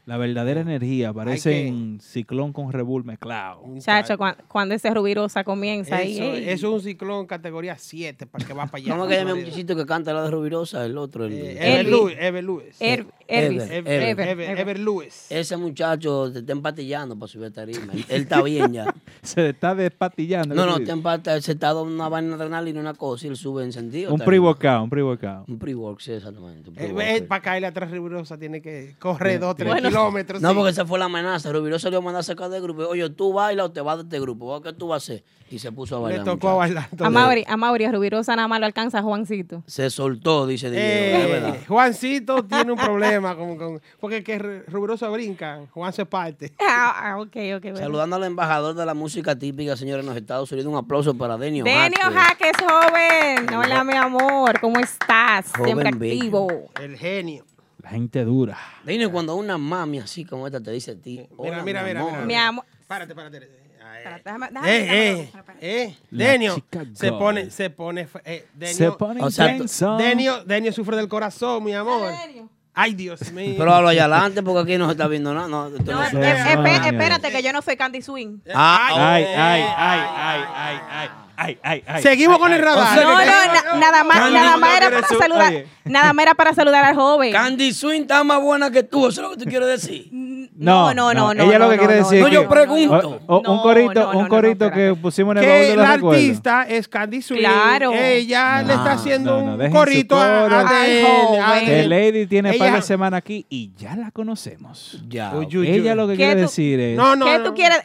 [SPEAKER 1] La verdadera energía. Parece
[SPEAKER 4] que-
[SPEAKER 1] un ciclón con Rebul mezclado.
[SPEAKER 2] chacho, cuan- cuando ese rubirosa comienza ahí.
[SPEAKER 4] Eso,
[SPEAKER 2] ey.
[SPEAKER 4] eso es un ciclón categoría 7 Este, para que va para allá.
[SPEAKER 3] ¿Cómo que llame un muchachito que canta la de Rubirosa? El otro, el.
[SPEAKER 4] Eh,
[SPEAKER 3] el-
[SPEAKER 4] Ever
[SPEAKER 2] Elvis.
[SPEAKER 4] Lewis. Ever Lewis.
[SPEAKER 2] Er-
[SPEAKER 3] Ever,
[SPEAKER 2] Elvis,
[SPEAKER 4] Ever,
[SPEAKER 3] Ever,
[SPEAKER 4] Ever, Ever Lewis.
[SPEAKER 3] ese muchacho te está empatillando para subir a tarima. Él él está bien ya.
[SPEAKER 1] Se está despatillando.
[SPEAKER 3] No, no,
[SPEAKER 1] ¿qué tú
[SPEAKER 3] te
[SPEAKER 1] dices?
[SPEAKER 3] empata, se está dando una vaina adrenalina y una cosa y él sube encendido.
[SPEAKER 1] Un
[SPEAKER 3] tarima.
[SPEAKER 1] pre-workout, un pre-workout.
[SPEAKER 3] Un pre-work, sí, exactamente.
[SPEAKER 4] Eh,
[SPEAKER 3] un pre-work.
[SPEAKER 4] para caerle atrás Riburosa tiene que correr dos, tres
[SPEAKER 2] Bueno.
[SPEAKER 4] kilómetros.
[SPEAKER 3] No,
[SPEAKER 4] sí.
[SPEAKER 3] porque esa fue la amenaza. Rubirosa le mandó a sacar del grupo. Oye, tú bailas o te vas de este grupo. ¿Qué tú vas a hacer? Y se puso a
[SPEAKER 4] le
[SPEAKER 3] bailar.
[SPEAKER 4] tocó
[SPEAKER 3] muchacho.
[SPEAKER 4] bailar. todo.
[SPEAKER 2] A Mauri, a Mauri, a Rubirosa nada más lo alcanza a Juancito.
[SPEAKER 3] Se soltó, dice Diego.
[SPEAKER 4] Eh,
[SPEAKER 3] es verdad.
[SPEAKER 4] Juancito tiene un problema con, con- porque que Ru- Rubirosa brinca, Juan se parte.
[SPEAKER 2] Ah, ah, ok, ok. bueno.
[SPEAKER 3] Saludando al embajador de la música típica, señores, en los Estados Unidos. Un aplauso para Denio
[SPEAKER 2] Denio
[SPEAKER 3] Hackett.
[SPEAKER 2] Jaques, joven. Hola, mi amor. ¿Cómo estás?
[SPEAKER 3] Joven
[SPEAKER 2] Siempre
[SPEAKER 3] bello.
[SPEAKER 2] activo.
[SPEAKER 4] El genio.
[SPEAKER 1] La gente dura.
[SPEAKER 3] Denio, cuando una mami así como esta te dice a ti.
[SPEAKER 4] Mira,
[SPEAKER 3] "Hola,
[SPEAKER 4] mira,
[SPEAKER 3] mi
[SPEAKER 4] mira,
[SPEAKER 3] amor".
[SPEAKER 4] mira.
[SPEAKER 2] Mi amor.
[SPEAKER 4] Párate, párate.
[SPEAKER 2] Espera, déjame- déjame quitarme los
[SPEAKER 4] Eh, eh,
[SPEAKER 2] audífonos, espera.
[SPEAKER 4] eh,
[SPEAKER 1] La
[SPEAKER 4] Denio
[SPEAKER 1] chica
[SPEAKER 4] se
[SPEAKER 1] Gold.
[SPEAKER 4] pone, se pone, eh, Denio,
[SPEAKER 1] Se pone
[SPEAKER 3] o sea,
[SPEAKER 1] intenso.
[SPEAKER 4] Denio, Denio sufre del corazón, mi amor.
[SPEAKER 2] Dale, Denio.
[SPEAKER 4] Ay, Dios mío.
[SPEAKER 3] Pero hablo allá adelante porque aquí no se está viendo nada. No, esto
[SPEAKER 2] No,
[SPEAKER 3] no se-
[SPEAKER 2] eh, eh,
[SPEAKER 1] Denio.
[SPEAKER 2] espé- espérate, que yo no soy Candy Swing.
[SPEAKER 3] Ah,
[SPEAKER 1] Ay, Eh, ay, ay, ay, ay, ay, ay, ay, ay.
[SPEAKER 4] Seguimos con el radar.
[SPEAKER 2] No, no, na- nada más,
[SPEAKER 3] Candy,
[SPEAKER 2] nada
[SPEAKER 3] tú
[SPEAKER 2] más
[SPEAKER 3] no
[SPEAKER 2] era
[SPEAKER 3] quieres
[SPEAKER 2] para
[SPEAKER 3] su-
[SPEAKER 2] saludar.
[SPEAKER 1] Oye.
[SPEAKER 2] Nada más era para saludar al joven.
[SPEAKER 3] Candy Swing está más buena que tú, eso es lo que tú quieres decir.
[SPEAKER 1] No, no, ella lo que quiere decir
[SPEAKER 3] No,
[SPEAKER 1] es
[SPEAKER 3] yo
[SPEAKER 1] que-
[SPEAKER 3] pregunto.
[SPEAKER 1] O- o- un
[SPEAKER 2] No,
[SPEAKER 1] corito,
[SPEAKER 2] no, no,
[SPEAKER 1] un
[SPEAKER 2] no,
[SPEAKER 1] corito
[SPEAKER 2] no,
[SPEAKER 1] que
[SPEAKER 2] espérate.
[SPEAKER 1] pusimos en el baúl
[SPEAKER 4] que
[SPEAKER 1] de
[SPEAKER 4] la
[SPEAKER 1] los recuerdos. Ah,
[SPEAKER 4] artista es Candy Swing.
[SPEAKER 2] Claro.
[SPEAKER 4] Ella le está
[SPEAKER 3] No,
[SPEAKER 4] haciendo
[SPEAKER 1] no, no,
[SPEAKER 4] un
[SPEAKER 1] dejen su
[SPEAKER 4] corito a,
[SPEAKER 1] coro.
[SPEAKER 4] a
[SPEAKER 2] Ay,
[SPEAKER 4] Denio, a
[SPEAKER 2] joven.
[SPEAKER 1] Que
[SPEAKER 4] Denio.
[SPEAKER 1] Lady tiene
[SPEAKER 4] Ella-
[SPEAKER 1] par de semanas aquí y ya la conocemos.
[SPEAKER 3] Ya.
[SPEAKER 4] Uy, uy,
[SPEAKER 1] Ella
[SPEAKER 4] uy.
[SPEAKER 1] lo que
[SPEAKER 2] ¿Qué
[SPEAKER 1] quiere
[SPEAKER 2] tú-
[SPEAKER 1] decir es
[SPEAKER 4] No, no,
[SPEAKER 2] ¿Qué
[SPEAKER 4] no.
[SPEAKER 2] tú quieres?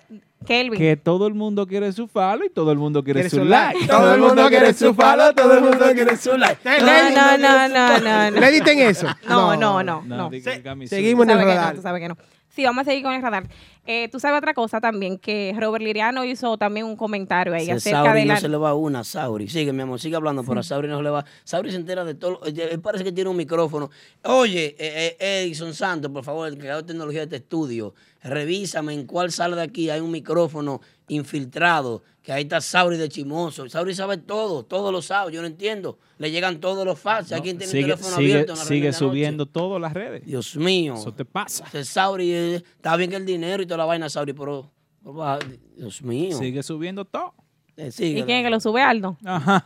[SPEAKER 2] Kelvin.
[SPEAKER 1] que todo el mundo quiere su falo y todo el mundo quiere
[SPEAKER 4] Quiere
[SPEAKER 1] su
[SPEAKER 4] su
[SPEAKER 1] like.
[SPEAKER 4] like. Todo el mundo quiere su palo, todo el mundo quiere
[SPEAKER 3] su like.
[SPEAKER 4] Eh,
[SPEAKER 2] No,
[SPEAKER 4] Lady,
[SPEAKER 2] no, no, no, no.
[SPEAKER 4] Le
[SPEAKER 2] no.
[SPEAKER 4] editen eso.
[SPEAKER 2] No, no, no.
[SPEAKER 1] No,
[SPEAKER 2] no.
[SPEAKER 1] diga,
[SPEAKER 4] Se-
[SPEAKER 1] diga mi
[SPEAKER 4] seguimos.
[SPEAKER 1] suegra.
[SPEAKER 4] en el
[SPEAKER 2] Tú sabes que no, tú
[SPEAKER 4] radar.
[SPEAKER 2] sabes que no. Sí, vamos a seguir con el radar. Eh, tú sabes otra cosa también, que Robert Liriano hizo también un comentario ahí
[SPEAKER 3] Se-
[SPEAKER 2] acerca
[SPEAKER 3] Sauri
[SPEAKER 2] Pues, de
[SPEAKER 3] no
[SPEAKER 2] la...
[SPEAKER 3] se le va una, Sauri. Sigue, mi amor, sigue hablando, pero a Sauri no se le va. Sauri se entera de todo. lo- oye, Él parece que tiene un micrófono. Oye, eh, eh, Edison Santos, por favor, el creador de tecnología de este estudio, revísame en cuál sala de aquí hay un micrófono infiltrado, que ahí está Sauri de chimoso. Sauri sabe todo, todo lo sabe, yo no entiendo. Le llegan todos los fax. ¿A quién tiene el
[SPEAKER 1] Sigue,
[SPEAKER 3] teléfono
[SPEAKER 1] sigue-
[SPEAKER 3] abierto? en la
[SPEAKER 1] sigue
[SPEAKER 3] reunión de anoche?
[SPEAKER 1] subiendo todas las redes.
[SPEAKER 3] Dios mío.
[SPEAKER 1] Eso te pasa.
[SPEAKER 3] Ese Sauri, eh, está bien que el dinero y toda la vaina, Sauri, pero... pero va- Dios mío.
[SPEAKER 1] Sigue subiendo todo.
[SPEAKER 3] Eh,
[SPEAKER 2] ¿Y
[SPEAKER 3] síguelo.
[SPEAKER 2] quién es que lo sube, Aldo?
[SPEAKER 1] Ajá.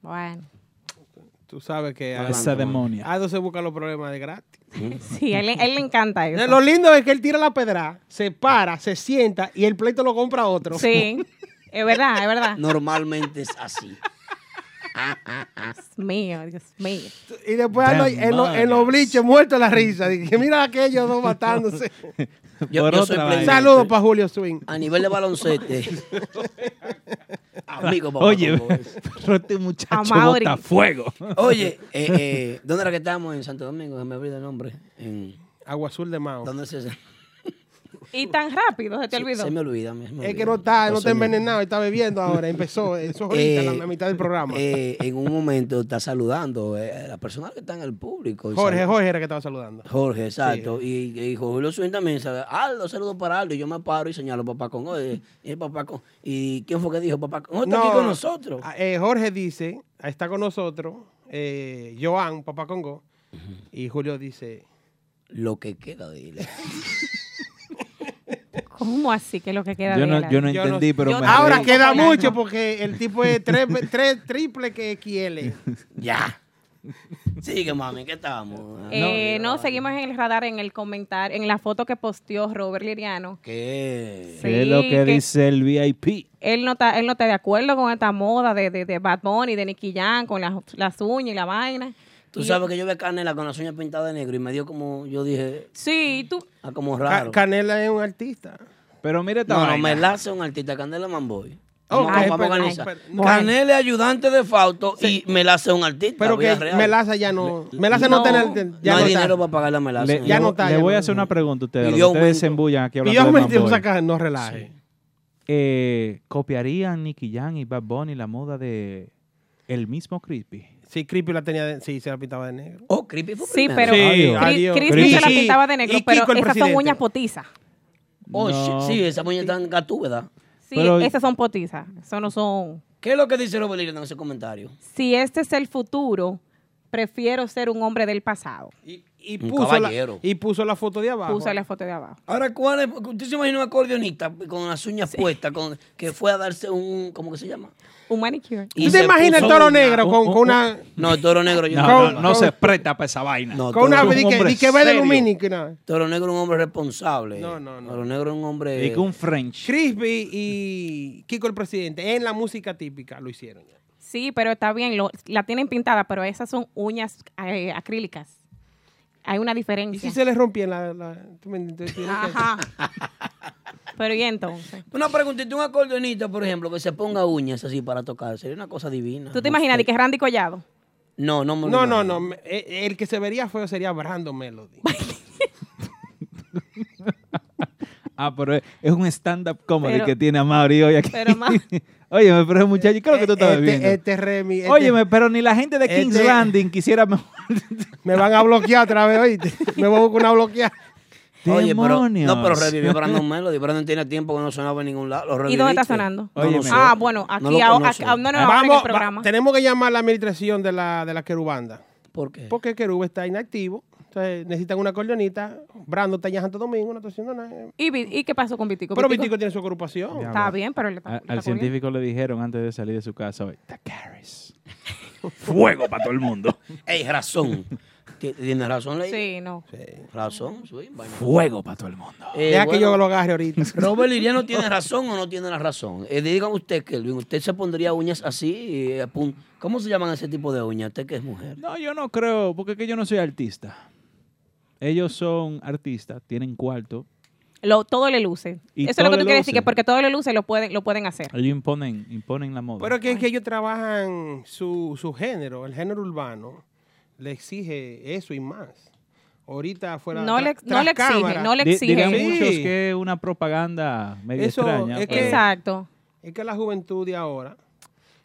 [SPEAKER 2] Bueno,
[SPEAKER 4] Tú sabes que a-
[SPEAKER 1] Esa demonia.
[SPEAKER 4] Aldo Ah, se busca los problemas de gratis.
[SPEAKER 2] sí, a él, a él le encanta eso.
[SPEAKER 4] Lo lindo es que él tira la pedra, se para, se sienta y el pleito lo compra otro.
[SPEAKER 2] Sí, Es verdad, es verdad.
[SPEAKER 3] Normalmente es así.
[SPEAKER 2] Dios mío, Dios mío.
[SPEAKER 4] Y después ando
[SPEAKER 1] Damn,
[SPEAKER 4] en, lo- en los
[SPEAKER 1] madres.
[SPEAKER 4] bliches, muerto la risa. Dije, mira aquellos dos matándose.
[SPEAKER 3] Yo,
[SPEAKER 1] Por
[SPEAKER 3] yo soy
[SPEAKER 1] otra
[SPEAKER 3] play-
[SPEAKER 1] vaina.
[SPEAKER 4] Saludos para Julio Swing.
[SPEAKER 3] A nivel de baloncete. Amigo, papá,
[SPEAKER 1] Oye,
[SPEAKER 3] como es.
[SPEAKER 1] pero este muchacho
[SPEAKER 2] Amaury.
[SPEAKER 1] bota fuego.
[SPEAKER 3] Oye, eh, eh, ¿dónde era que estábamos? En Santo Domingo, se me olvidó el nombre. En-
[SPEAKER 4] Agua Azul de Mao.
[SPEAKER 3] ¿Dónde se, se,
[SPEAKER 2] Y tan rápido, se te olvidó.
[SPEAKER 3] se me olvida? me- me
[SPEAKER 4] Es que
[SPEAKER 3] olvida.
[SPEAKER 4] no está, no
[SPEAKER 3] soy
[SPEAKER 4] está
[SPEAKER 3] yo.
[SPEAKER 4] envenenado, está bebiendo ahora. Empezó, eso es ahorita,
[SPEAKER 3] Eh,
[SPEAKER 4] la, la mitad del programa.
[SPEAKER 3] eh, en un momento está saludando eh, a la persona que está en el público. Y
[SPEAKER 4] Jorge,
[SPEAKER 3] sal-
[SPEAKER 4] Jorge era que estaba saludando.
[SPEAKER 3] Jorge, exacto. Y, y Jorge lo suena también. ¿sabe? Aldo, saludos para Aldo. Y yo me paro y señalo papá con oye, y el papá con. ¿Y quién fue que dijo papá con? está aquí con nosotros.
[SPEAKER 4] a- eh, Jorge dice, está con nosotros, eh, Joan, papá Congo, y Julio dice,
[SPEAKER 3] Lo que queda de él.
[SPEAKER 2] ¿Cómo así que lo que queda
[SPEAKER 1] Yo
[SPEAKER 2] de
[SPEAKER 1] no,
[SPEAKER 2] la-
[SPEAKER 1] yo no
[SPEAKER 4] Yo no-
[SPEAKER 1] entendí, pero
[SPEAKER 2] yo
[SPEAKER 1] me
[SPEAKER 2] Madre.
[SPEAKER 4] ahora
[SPEAKER 1] reí.
[SPEAKER 2] que-
[SPEAKER 4] queda
[SPEAKER 2] Ojalá,
[SPEAKER 4] mucho
[SPEAKER 2] no.
[SPEAKER 4] porque el tipo es tres, tres triple que XL.
[SPEAKER 3] ya. Sigue, mami, ¿qué estábamos?
[SPEAKER 2] Eh, no,
[SPEAKER 3] ya.
[SPEAKER 2] seguimos en el radar en el comentario, en la foto que posteó Robert Liriano.
[SPEAKER 3] ¿Qué?
[SPEAKER 1] ¿Qué es lo
[SPEAKER 2] Sí,
[SPEAKER 1] que dice el VIP?
[SPEAKER 2] Él no, está, él no está de acuerdo con esta moda de, de, de Bad Bunny, de Nicky Jam, con las, las uñas y la vaina.
[SPEAKER 3] Tú
[SPEAKER 2] Y-
[SPEAKER 3] sabes que yo ve Canela con las uñas pintadas de negro y me dio como, yo dije,
[SPEAKER 2] Sí, tú.
[SPEAKER 3] ah, como
[SPEAKER 4] Ca-
[SPEAKER 3] raro.
[SPEAKER 4] Canela es un artista.
[SPEAKER 1] Pero mire esta
[SPEAKER 3] no, no,
[SPEAKER 1] vaina.
[SPEAKER 3] me lazo un artista, Canela Mamboy.
[SPEAKER 4] Oh,
[SPEAKER 3] Vamos-
[SPEAKER 4] ay,
[SPEAKER 3] vamos a
[SPEAKER 4] perdón,
[SPEAKER 3] organizar.
[SPEAKER 4] perdón.
[SPEAKER 3] Canela es ayudante de Fausto y Melaza es un artista.
[SPEAKER 4] Pero que
[SPEAKER 3] vida real.
[SPEAKER 4] Melaza ya no, Melaza no,
[SPEAKER 2] no,
[SPEAKER 4] está en el- ya
[SPEAKER 3] no hay
[SPEAKER 4] no está.
[SPEAKER 3] dinero para pagar la Melaza.
[SPEAKER 1] Le,
[SPEAKER 3] señor.
[SPEAKER 4] ya
[SPEAKER 1] le-
[SPEAKER 4] no está,
[SPEAKER 1] le
[SPEAKER 4] ya
[SPEAKER 1] voy
[SPEAKER 4] no-
[SPEAKER 1] a hacer una pregunta a ustedes.
[SPEAKER 3] Pidió
[SPEAKER 1] lo que Ustedes
[SPEAKER 3] aumento.
[SPEAKER 1] se embullan aquí
[SPEAKER 4] Y yo
[SPEAKER 1] hablando
[SPEAKER 4] me
[SPEAKER 1] de
[SPEAKER 4] entiendo,
[SPEAKER 1] Mamboy.
[SPEAKER 4] saca- no relaje.
[SPEAKER 1] Eh, ¿Copiarían Nicky Jam y Bad Bunny la moda de el mismo Crispy?
[SPEAKER 4] Sí, Creepy la tenía, de- sí, se la pintaba de negro.
[SPEAKER 3] Oh, creepy fue
[SPEAKER 2] Sí,
[SPEAKER 3] primero.
[SPEAKER 2] pero
[SPEAKER 1] Sí,
[SPEAKER 2] Cri-
[SPEAKER 4] adiós.
[SPEAKER 2] Crispy se la
[SPEAKER 4] Y-
[SPEAKER 2] pintaba de negro,
[SPEAKER 4] y
[SPEAKER 2] pero
[SPEAKER 4] Kiko el
[SPEAKER 2] esas son
[SPEAKER 4] presidente.
[SPEAKER 2] uñas potizas.
[SPEAKER 3] Oh,
[SPEAKER 1] No.
[SPEAKER 3] shit, sí, esa muñeca está en gatúbeda.
[SPEAKER 2] Sí,
[SPEAKER 1] Pero-
[SPEAKER 2] esas son potizas. Eso no son.
[SPEAKER 3] ¿Qué es lo que dice Robert Liriano en ese comentario?
[SPEAKER 2] Si este es el futuro, prefiero ser un hombre del pasado.
[SPEAKER 4] Y, y
[SPEAKER 3] Un
[SPEAKER 4] puso la,
[SPEAKER 3] caballero.
[SPEAKER 4] y puso la foto de abajo.
[SPEAKER 2] Puse la foto de abajo.
[SPEAKER 3] Ahora, ¿cuál es? Porque ¿Usted se imagina un acordeonista con las uñas puestas, con, que fue a darse un, ¿cómo que se llama?
[SPEAKER 2] Un manicure.
[SPEAKER 4] ¿Tú
[SPEAKER 3] se
[SPEAKER 4] te imaginas el
[SPEAKER 3] puso
[SPEAKER 4] toro
[SPEAKER 3] una-
[SPEAKER 4] negro con,
[SPEAKER 1] un-
[SPEAKER 4] con una...
[SPEAKER 3] No, el toro negro yo
[SPEAKER 1] No,
[SPEAKER 3] no.
[SPEAKER 1] no,
[SPEAKER 4] Con-
[SPEAKER 1] no
[SPEAKER 4] con-
[SPEAKER 1] se presta para esa vaina.
[SPEAKER 3] No,
[SPEAKER 4] Con
[SPEAKER 3] Toro
[SPEAKER 4] una...
[SPEAKER 3] Negro
[SPEAKER 1] es
[SPEAKER 4] di
[SPEAKER 1] un
[SPEAKER 4] que-
[SPEAKER 1] hombre
[SPEAKER 4] di que ve de
[SPEAKER 1] serio.
[SPEAKER 4] aluminio. que nada.
[SPEAKER 3] Toro Negro es un hombre responsable.
[SPEAKER 4] No, no, no.
[SPEAKER 3] Toro Negro es un hombre.
[SPEAKER 1] Y que un French.
[SPEAKER 4] Crispy y Kiko el presidente en la música típica lo hicieron.
[SPEAKER 2] Sí, pero está bien, lo- la tienen pintada, pero esas son uñas eh, acrílicas. Hay una
[SPEAKER 4] Y
[SPEAKER 2] diferencia.
[SPEAKER 4] si se les rompían la, la- tú me entiendes, tú tienes que-
[SPEAKER 2] Ajá. pero y entonces,
[SPEAKER 3] Una preguntita, un acordeonista, por ejemplo, que se ponga uñas así para tocar, sería una cosa divina.
[SPEAKER 2] ¿tú te imaginas de que es Randy Collado?
[SPEAKER 3] No, no, me lo
[SPEAKER 4] No, no,
[SPEAKER 3] imagino.
[SPEAKER 4] no. me- eh, El que se vería feo sería Brandon Melody.
[SPEAKER 1] Ah, pero es, es un stand-up comedy
[SPEAKER 2] Pero-
[SPEAKER 1] que tiene a Mauri hoy aquí.
[SPEAKER 2] Pero, ma-
[SPEAKER 1] Óyeme, pero muchacho, ¿qué es lo que tú estás
[SPEAKER 4] este,
[SPEAKER 1] bebiendo?
[SPEAKER 4] Este Remy. este-
[SPEAKER 1] Óyeme, pero ni la gente de King's
[SPEAKER 4] este-
[SPEAKER 1] Landing quisiera mejor.
[SPEAKER 4] Me van a bloquear otra vez, oíste. Me voy a buscar una bloqueada.
[SPEAKER 3] Oye, pero,
[SPEAKER 1] Demonios.
[SPEAKER 3] no, pero revivió Brandon Melody. Brandon tiene tiempo que no sonaba en ningún lado. Lo
[SPEAKER 2] ¿Y dónde
[SPEAKER 3] reviviste.
[SPEAKER 2] está sonando?
[SPEAKER 3] No lo
[SPEAKER 1] Óyeme.
[SPEAKER 3] sé.
[SPEAKER 2] Ah, bueno, aquí
[SPEAKER 3] No lo
[SPEAKER 2] ahora,
[SPEAKER 3] conoce.
[SPEAKER 2] no, no, ahora en el
[SPEAKER 4] Ah, Vamos,
[SPEAKER 2] programa.
[SPEAKER 4] va- tenemos que llamar a la administración de la, de la querubanda.
[SPEAKER 3] ¿Por qué?
[SPEAKER 4] Porque Querub está inactivo. Entonces necesitan una acordeonita. Brandon está allá en Santo Domingo, no está haciendo nada.
[SPEAKER 2] ¿Y, Vi- y qué pasó con Vitico?
[SPEAKER 4] Pero Vitico tiene su agrupación.
[SPEAKER 1] Ya.
[SPEAKER 2] Está bien, pero él está-
[SPEAKER 1] A-
[SPEAKER 2] Ah, está
[SPEAKER 1] Ah, al
[SPEAKER 2] bien.
[SPEAKER 1] científico le dijeron antes de salir de su casa hoy, Tacaris. Fuego para todo el mundo.
[SPEAKER 3] Ey, razón. Ti- Tiene razón, Ley.
[SPEAKER 2] Sí, no.
[SPEAKER 3] Razón, sí. vaya.
[SPEAKER 1] Fuego para todo el mundo.
[SPEAKER 3] Eh,
[SPEAKER 4] Deja que
[SPEAKER 3] bueno,
[SPEAKER 4] yo lo agarre ahorita.
[SPEAKER 3] Robert Liriano tiene razón o no tiene la razón. Eh, digan usted, Kelvin, ¿usted se pondría uñas así? eh, pun- ¿Cómo se llaman ese tipo de uñas? Usted que es mujer.
[SPEAKER 1] No, yo no creo, porque es que yo no soy artista. Ellos son artistas, tienen cuarto,
[SPEAKER 2] Lo, todo le luce.
[SPEAKER 1] Y
[SPEAKER 2] Eso es lo que
[SPEAKER 1] todo
[SPEAKER 2] tú
[SPEAKER 1] le
[SPEAKER 2] quieres decir,
[SPEAKER 1] luce.
[SPEAKER 2] que porque todo le luce lo pueden, lo pueden hacer.
[SPEAKER 1] ellos imponen, imponen la moda.
[SPEAKER 4] Pero que es que ellos trabajan su, su género, el género urbano, le exige eso y más. Ahorita fuera
[SPEAKER 2] No
[SPEAKER 4] tra-
[SPEAKER 2] le, no
[SPEAKER 4] tras
[SPEAKER 2] le exige,
[SPEAKER 4] cámara,
[SPEAKER 2] no le
[SPEAKER 1] Ah, Di-
[SPEAKER 2] exige.
[SPEAKER 1] Dirán
[SPEAKER 4] Sí.
[SPEAKER 1] muchos que es una propaganda medio
[SPEAKER 4] Eso
[SPEAKER 1] extraña. pues.
[SPEAKER 4] es que-
[SPEAKER 1] pero
[SPEAKER 2] Exacto.
[SPEAKER 4] Es que la juventud de ahora,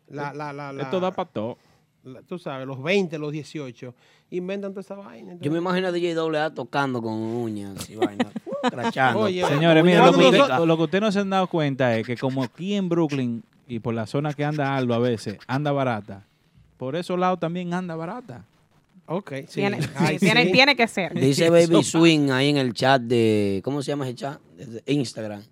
[SPEAKER 4] la, la, la, la-
[SPEAKER 1] Eh, Esto da para todo.
[SPEAKER 4] la- tú sabes, los 20, los 18, inventan toda esa vaina.
[SPEAKER 3] Yo me imagino a DJ AA tocando con uñas y vaina, crachando.
[SPEAKER 4] Oye,
[SPEAKER 1] Señores, miren, lo
[SPEAKER 4] Cuando
[SPEAKER 1] que, usted-
[SPEAKER 4] nosotros-
[SPEAKER 1] lo que ustedes no se han dado cuenta es que como aquí en Brooklyn y por la zona que anda Aldo a veces, anda barata. Por esos lados también anda barata.
[SPEAKER 4] Ok, sí.
[SPEAKER 2] Tiene,
[SPEAKER 4] Ay, sí.
[SPEAKER 2] tiene, tiene que ser.
[SPEAKER 3] Dice Baby Swing ahí en el chat de. ¿Cómo se llama ese chat? De Instagram.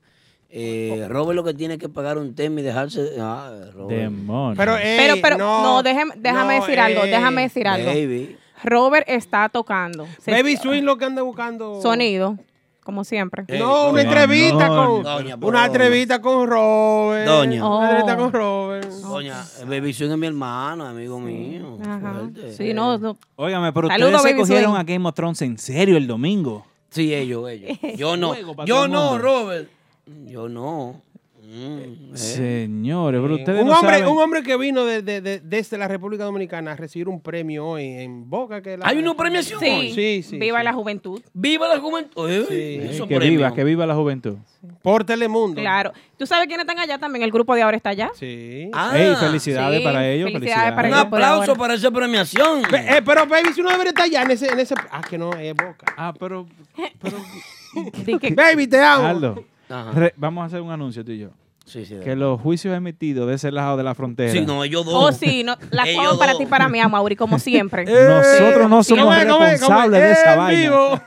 [SPEAKER 3] Eh, Robert lo que tiene es que pagar un tema y dejarse. Ah, Robert.
[SPEAKER 1] Demonios.
[SPEAKER 4] Pero, eh,
[SPEAKER 2] Pero, pero,
[SPEAKER 4] no,
[SPEAKER 2] no, déjame, déjame
[SPEAKER 4] no,
[SPEAKER 2] decir algo,
[SPEAKER 4] eh,
[SPEAKER 2] déjame decir algo.
[SPEAKER 3] Baby.
[SPEAKER 2] Robert está tocando. Se-
[SPEAKER 4] Baby Swing lo que anda buscando.
[SPEAKER 2] Sonido. como siempre.
[SPEAKER 3] Eh,
[SPEAKER 4] no,
[SPEAKER 3] doña-
[SPEAKER 4] una entrevista con.
[SPEAKER 3] Doña, por
[SPEAKER 4] una
[SPEAKER 3] favor.
[SPEAKER 4] entrevista con Robert.
[SPEAKER 3] Doña.
[SPEAKER 4] Una
[SPEAKER 2] Oh.
[SPEAKER 4] entrevista con Robert.
[SPEAKER 3] Doña, eh, Baby Swing es mi hermano, amigo mío.
[SPEAKER 2] Ajá.
[SPEAKER 3] Fuerte.
[SPEAKER 2] Sí, no, no.
[SPEAKER 1] Óigame, pero
[SPEAKER 2] Saludos,
[SPEAKER 1] ustedes se
[SPEAKER 2] Baby
[SPEAKER 1] cogieron
[SPEAKER 2] Swing.
[SPEAKER 1] a Game of Thrones en serio el domingo.
[SPEAKER 3] Sí, ellos, ellos. Yo no.
[SPEAKER 1] Fuego pa' todo
[SPEAKER 3] Yo
[SPEAKER 1] el
[SPEAKER 3] no,
[SPEAKER 1] mundo.
[SPEAKER 3] Robert. Yo no. Mm, eh.
[SPEAKER 1] Señores, pero ustedes
[SPEAKER 4] un,
[SPEAKER 1] no
[SPEAKER 4] hombre,
[SPEAKER 1] saben.
[SPEAKER 4] un hombre que vino de- de- de- desde la República Dominicana a recibir un premio hoy en Boca. Que la-
[SPEAKER 3] Hay una premiación.
[SPEAKER 2] Sí,
[SPEAKER 4] Sí, sí,
[SPEAKER 2] viva
[SPEAKER 4] sí.
[SPEAKER 2] la juventud.
[SPEAKER 3] Viva la juventud. Eh,
[SPEAKER 4] Sí.
[SPEAKER 1] Eh,
[SPEAKER 3] esos
[SPEAKER 1] que
[SPEAKER 3] premios.
[SPEAKER 1] viva, que viva la juventud.
[SPEAKER 4] Por Telemundo.
[SPEAKER 2] Claro. ¿Tú sabes quiénes están allá también? El grupo de ahora está allá.
[SPEAKER 4] Sí.
[SPEAKER 3] Ah,
[SPEAKER 1] Ey, felicidades
[SPEAKER 2] Sí,
[SPEAKER 1] para ellos.
[SPEAKER 2] felicidades para
[SPEAKER 3] un
[SPEAKER 2] ellos. por
[SPEAKER 3] aplauso
[SPEAKER 2] ahora.
[SPEAKER 3] para esa premiación.
[SPEAKER 4] Pe- eh, pero Baby, si uno debería estar allá en ese, en ese. Ah, que no, es Boca.
[SPEAKER 1] Ah, pero.
[SPEAKER 2] Di que-
[SPEAKER 4] Baby, te amo.
[SPEAKER 1] Aldo,
[SPEAKER 3] Ajá.
[SPEAKER 1] re- vamos a hacer un anuncio tú y yo.
[SPEAKER 3] Sí, sí.
[SPEAKER 1] Que los juicios emitidos de ese lado de la frontera.
[SPEAKER 3] Sí, no, ellos dos.
[SPEAKER 2] Oh, sí, no, la
[SPEAKER 3] Ellos
[SPEAKER 2] cojo para
[SPEAKER 3] dos.
[SPEAKER 2] ti y para mí, Amaury, como siempre.
[SPEAKER 1] Nosotros no
[SPEAKER 2] Sí,
[SPEAKER 1] somos
[SPEAKER 4] Come, come, come.
[SPEAKER 1] responsables de esa
[SPEAKER 4] En
[SPEAKER 1] vaina.
[SPEAKER 4] vivo.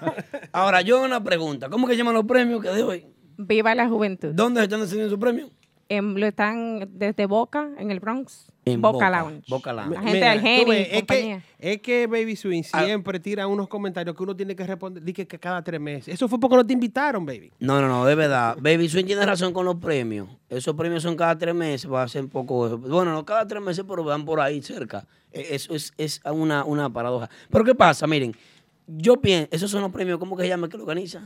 [SPEAKER 3] Ahora, yo hago una pregunta. ¿Cómo que llaman los premios que de hoy?
[SPEAKER 2] Viva la juventud.
[SPEAKER 3] ¿Dónde se están recibiendo sus premios?
[SPEAKER 2] Em, lo están desde Boca, en el Bronx.
[SPEAKER 3] En
[SPEAKER 2] Boca,
[SPEAKER 3] Boca,
[SPEAKER 2] Lounge.
[SPEAKER 3] Boca Lounge.
[SPEAKER 2] La gente
[SPEAKER 4] Mira,
[SPEAKER 2] del
[SPEAKER 4] tú
[SPEAKER 2] genio.
[SPEAKER 4] ves, es, que,
[SPEAKER 2] compañía.
[SPEAKER 4] es que Baby Swing
[SPEAKER 3] Ah.
[SPEAKER 4] siempre tira unos comentarios que uno tiene que responder di que, que cada tres meses. Eso fue porque no te invitaron, Baby.
[SPEAKER 3] No, no, no, de verdad. Baby Swing tiene razón con los premios. Esos premios son cada tres meses, va a ser un poco. Bueno, no cada tres meses, pero van por ahí cerca. E- Eso es, es una, una paradoja. Pero ¿qué pasa? Miren, yo pienso, esos son los premios, ¿cómo que se llama el que lo organiza?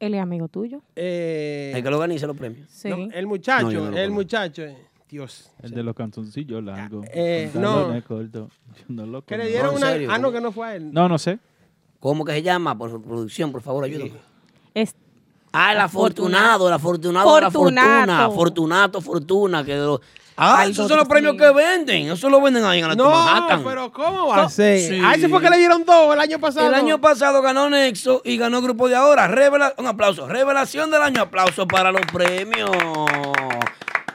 [SPEAKER 2] Él es amigo tuyo.
[SPEAKER 4] Eh,
[SPEAKER 3] El que lo organiza los premios.
[SPEAKER 2] Sí.
[SPEAKER 4] no, el muchacho,
[SPEAKER 3] No, yo no lo
[SPEAKER 4] el
[SPEAKER 3] conozco.
[SPEAKER 4] muchacho. eh, Dios.
[SPEAKER 1] El de los cantoncillos largos.
[SPEAKER 4] eh,
[SPEAKER 1] con
[SPEAKER 4] no.
[SPEAKER 1] talones cortos. Yo no lo
[SPEAKER 4] Que le
[SPEAKER 1] conozco.
[SPEAKER 4] dieron
[SPEAKER 3] en
[SPEAKER 4] una.
[SPEAKER 3] serio.
[SPEAKER 4] Ah, no, que no fue a él.
[SPEAKER 1] No, no sé.
[SPEAKER 3] ¿Cómo que se llama? Por producción, por favor, ayúdame.
[SPEAKER 2] Es-
[SPEAKER 3] Ah, el afortunado, el afortunado, de la fortuna.
[SPEAKER 2] Fortunato.
[SPEAKER 3] Fortunato, fortuna. Que lo- Ah,
[SPEAKER 2] Algo
[SPEAKER 3] esos son los
[SPEAKER 2] así.
[SPEAKER 3] premios que venden. Eso lo venden ahí en la
[SPEAKER 4] No,
[SPEAKER 3] Manhattan.
[SPEAKER 4] pero ¿cómo va a
[SPEAKER 3] No,
[SPEAKER 4] ser?
[SPEAKER 3] sí.
[SPEAKER 4] Ah, ese fue que le dieron dos el año pasado.
[SPEAKER 3] El año pasado ganó Nexo y ganó Grupo de Ahora. Revela- un aplauso. Revelación del año. Aplauso para los premios.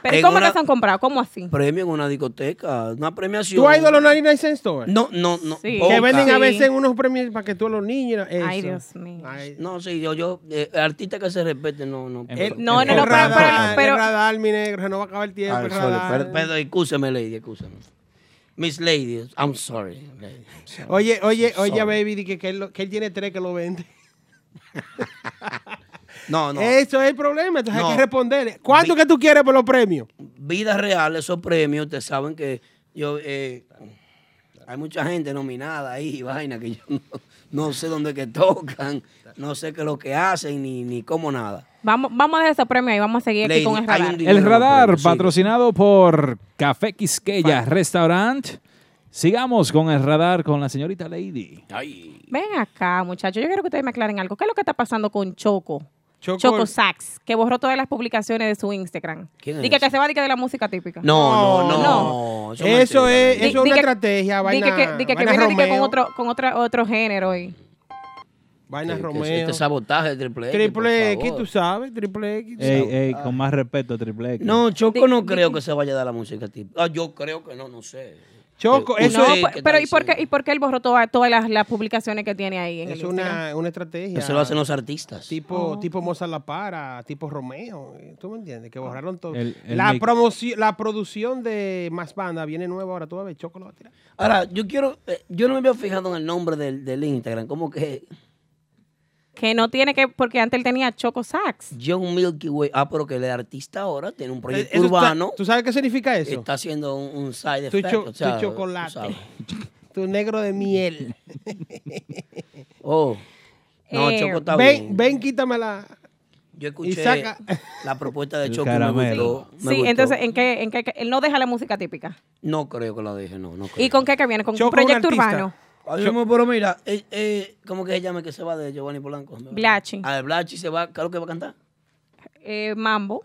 [SPEAKER 2] Pero
[SPEAKER 3] En
[SPEAKER 2] ¿cómo
[SPEAKER 3] una-
[SPEAKER 2] que se han comprado? ¿Cómo así?
[SPEAKER 3] Premio en una discoteca. Una premiación.
[SPEAKER 4] ¿Tú has ido a los 99 Cent Store?
[SPEAKER 3] No, no, no.
[SPEAKER 2] Sí.
[SPEAKER 3] poca.
[SPEAKER 4] Que venden a
[SPEAKER 2] Sí.
[SPEAKER 4] veces unos premios para que tú a los niños. eso.
[SPEAKER 2] Ay, Dios mío.
[SPEAKER 4] Ay.
[SPEAKER 3] No, sí, yo, yo, eh, artistas que se respeten, no, no.
[SPEAKER 1] En-
[SPEAKER 4] El-
[SPEAKER 2] Eh, No,
[SPEAKER 4] el
[SPEAKER 2] no, no, pero-
[SPEAKER 4] radar,
[SPEAKER 2] pero- pero-
[SPEAKER 4] el radar, mi negro, no va a acabar el tiempo.
[SPEAKER 3] Ah,
[SPEAKER 4] el
[SPEAKER 3] sorry,
[SPEAKER 4] radar.
[SPEAKER 3] per- perdón, excúseme, lady, excúseme. Miss Lady, I'm sorry. lady.
[SPEAKER 4] Oye, oye, oye, baby, di que, que él, lo- que él tiene tres que lo vende.
[SPEAKER 3] No, no.
[SPEAKER 4] Eso es el problema, entonces
[SPEAKER 3] No.
[SPEAKER 4] hay que responderle. ¿Cuánto que tú quieres por los premios?
[SPEAKER 3] vida real, esos premios, ustedes saben que yo eh, hay mucha gente nominada ahí, y vaina, que yo no, no sé dónde que tocan, no sé qué es lo que hacen, ni, ni cómo nada.
[SPEAKER 2] Vamos, vamos a dejar ese premio y vamos a seguir aquí
[SPEAKER 3] Lady,
[SPEAKER 2] con el
[SPEAKER 3] hay un
[SPEAKER 2] radar.
[SPEAKER 3] dinero
[SPEAKER 1] El
[SPEAKER 3] en los
[SPEAKER 1] radar,
[SPEAKER 3] premios, sí.
[SPEAKER 1] patrocinado por Café Quisqueya Restaurant. Sigamos con el radar con la señorita Lady.
[SPEAKER 3] Ay,
[SPEAKER 2] Ven acá, muchachos. Yo quiero que ustedes me aclaren algo. ¿Qué es lo que está pasando con Choco?
[SPEAKER 4] Choco-
[SPEAKER 2] Choco, Sax, que borró todas las publicaciones de su Instagram.
[SPEAKER 3] ¿Quién es
[SPEAKER 2] Dice que
[SPEAKER 3] esa?
[SPEAKER 2] se va a de la música típica.
[SPEAKER 3] No, no, no.
[SPEAKER 2] No.
[SPEAKER 3] es
[SPEAKER 4] Eso
[SPEAKER 3] mentira,
[SPEAKER 4] es,
[SPEAKER 3] lady.
[SPEAKER 4] eso es
[SPEAKER 2] Di- di
[SPEAKER 4] una
[SPEAKER 2] que-
[SPEAKER 4] estrategia,
[SPEAKER 2] Dice
[SPEAKER 4] vaina.
[SPEAKER 2] que, di que, que
[SPEAKER 4] vaina
[SPEAKER 2] viene di que con
[SPEAKER 4] Romeo,
[SPEAKER 2] otro, con otra, otro género y
[SPEAKER 4] Vaina
[SPEAKER 3] Que- que
[SPEAKER 4] Romeo.
[SPEAKER 3] Este sabotaje de Triple X.
[SPEAKER 4] triple
[SPEAKER 3] por
[SPEAKER 4] X,
[SPEAKER 3] favor. Eh,
[SPEAKER 4] tú sabes, triple X. tú
[SPEAKER 1] Ey,
[SPEAKER 4] sabes.
[SPEAKER 1] ey, con más respeto, triple X.
[SPEAKER 3] No, Choco
[SPEAKER 2] Di-
[SPEAKER 3] no
[SPEAKER 2] di-
[SPEAKER 3] creo que se vaya a dar la música tipo. Ah, yo creo que no, no sé.
[SPEAKER 4] Choco,
[SPEAKER 3] Eh,
[SPEAKER 4] eso
[SPEAKER 2] no,
[SPEAKER 3] no
[SPEAKER 4] es,
[SPEAKER 3] sé
[SPEAKER 2] pe-
[SPEAKER 3] qué
[SPEAKER 2] pero
[SPEAKER 3] tal
[SPEAKER 2] ¿y por, qué,
[SPEAKER 3] sea.
[SPEAKER 2] ¿y por qué él borró toda- todas las, las publicaciones que tiene ahí en
[SPEAKER 4] es
[SPEAKER 2] el Instagram? Oh,
[SPEAKER 4] una, una estrategia.
[SPEAKER 3] Eso lo hacen los artistas.
[SPEAKER 4] Tipo, tipo Mozart La Para, tipo Romeo, eh, ¿tú me entiendes? Que
[SPEAKER 2] Oh.
[SPEAKER 4] borraron todo.
[SPEAKER 1] El- el
[SPEAKER 4] la,
[SPEAKER 1] make-
[SPEAKER 4] promoci- la producción de Más Banda viene nueva ahora, tú vas a ver, Choco lo va a tirar.
[SPEAKER 3] Ahora, yo quiero, eh, yo no me había fijado en el nombre del, del Instagram, como que
[SPEAKER 2] Que no tiene que, porque antes él tenía Choco Sax.
[SPEAKER 3] John Milky Way. Ah, pero que el artista ahora tiene un
[SPEAKER 4] Eh, Eso
[SPEAKER 3] proyecto
[SPEAKER 4] está-
[SPEAKER 3] urbano.
[SPEAKER 4] ¿Tú sabes qué significa eso?
[SPEAKER 3] Está haciendo un, un side
[SPEAKER 4] Tu,
[SPEAKER 3] effect.
[SPEAKER 4] cho-
[SPEAKER 3] o sea,
[SPEAKER 4] tu chocolate.
[SPEAKER 3] tú sabes.
[SPEAKER 4] tu negro de miel.
[SPEAKER 3] Oh. No,
[SPEAKER 2] Eh,
[SPEAKER 3] Choco está
[SPEAKER 4] ven,
[SPEAKER 3] bien.
[SPEAKER 4] ven, quítame la.
[SPEAKER 3] Yo escuché
[SPEAKER 4] y saca-
[SPEAKER 3] la propuesta de
[SPEAKER 1] El
[SPEAKER 3] Choco. y Me
[SPEAKER 1] caramelo.
[SPEAKER 3] gustó, me
[SPEAKER 2] Sí,
[SPEAKER 3] gustó.
[SPEAKER 2] entonces, ¿en qué, en qué, qué- él no deja la música típica?
[SPEAKER 3] No creo que la deje, no. no creo.
[SPEAKER 2] ¿Y con qué que viene? ¿Con
[SPEAKER 4] Choco,
[SPEAKER 2] un
[SPEAKER 4] un
[SPEAKER 2] proyecto
[SPEAKER 4] artista.
[SPEAKER 2] urbano?
[SPEAKER 3] Ay, mismo, pero mira, eh, eh, ¿cómo que se llama el que se va de Giovanni Polanco?
[SPEAKER 2] Blachi.
[SPEAKER 3] A ver, Blachi se va, claro que va a cantar.
[SPEAKER 2] Eh, mambo.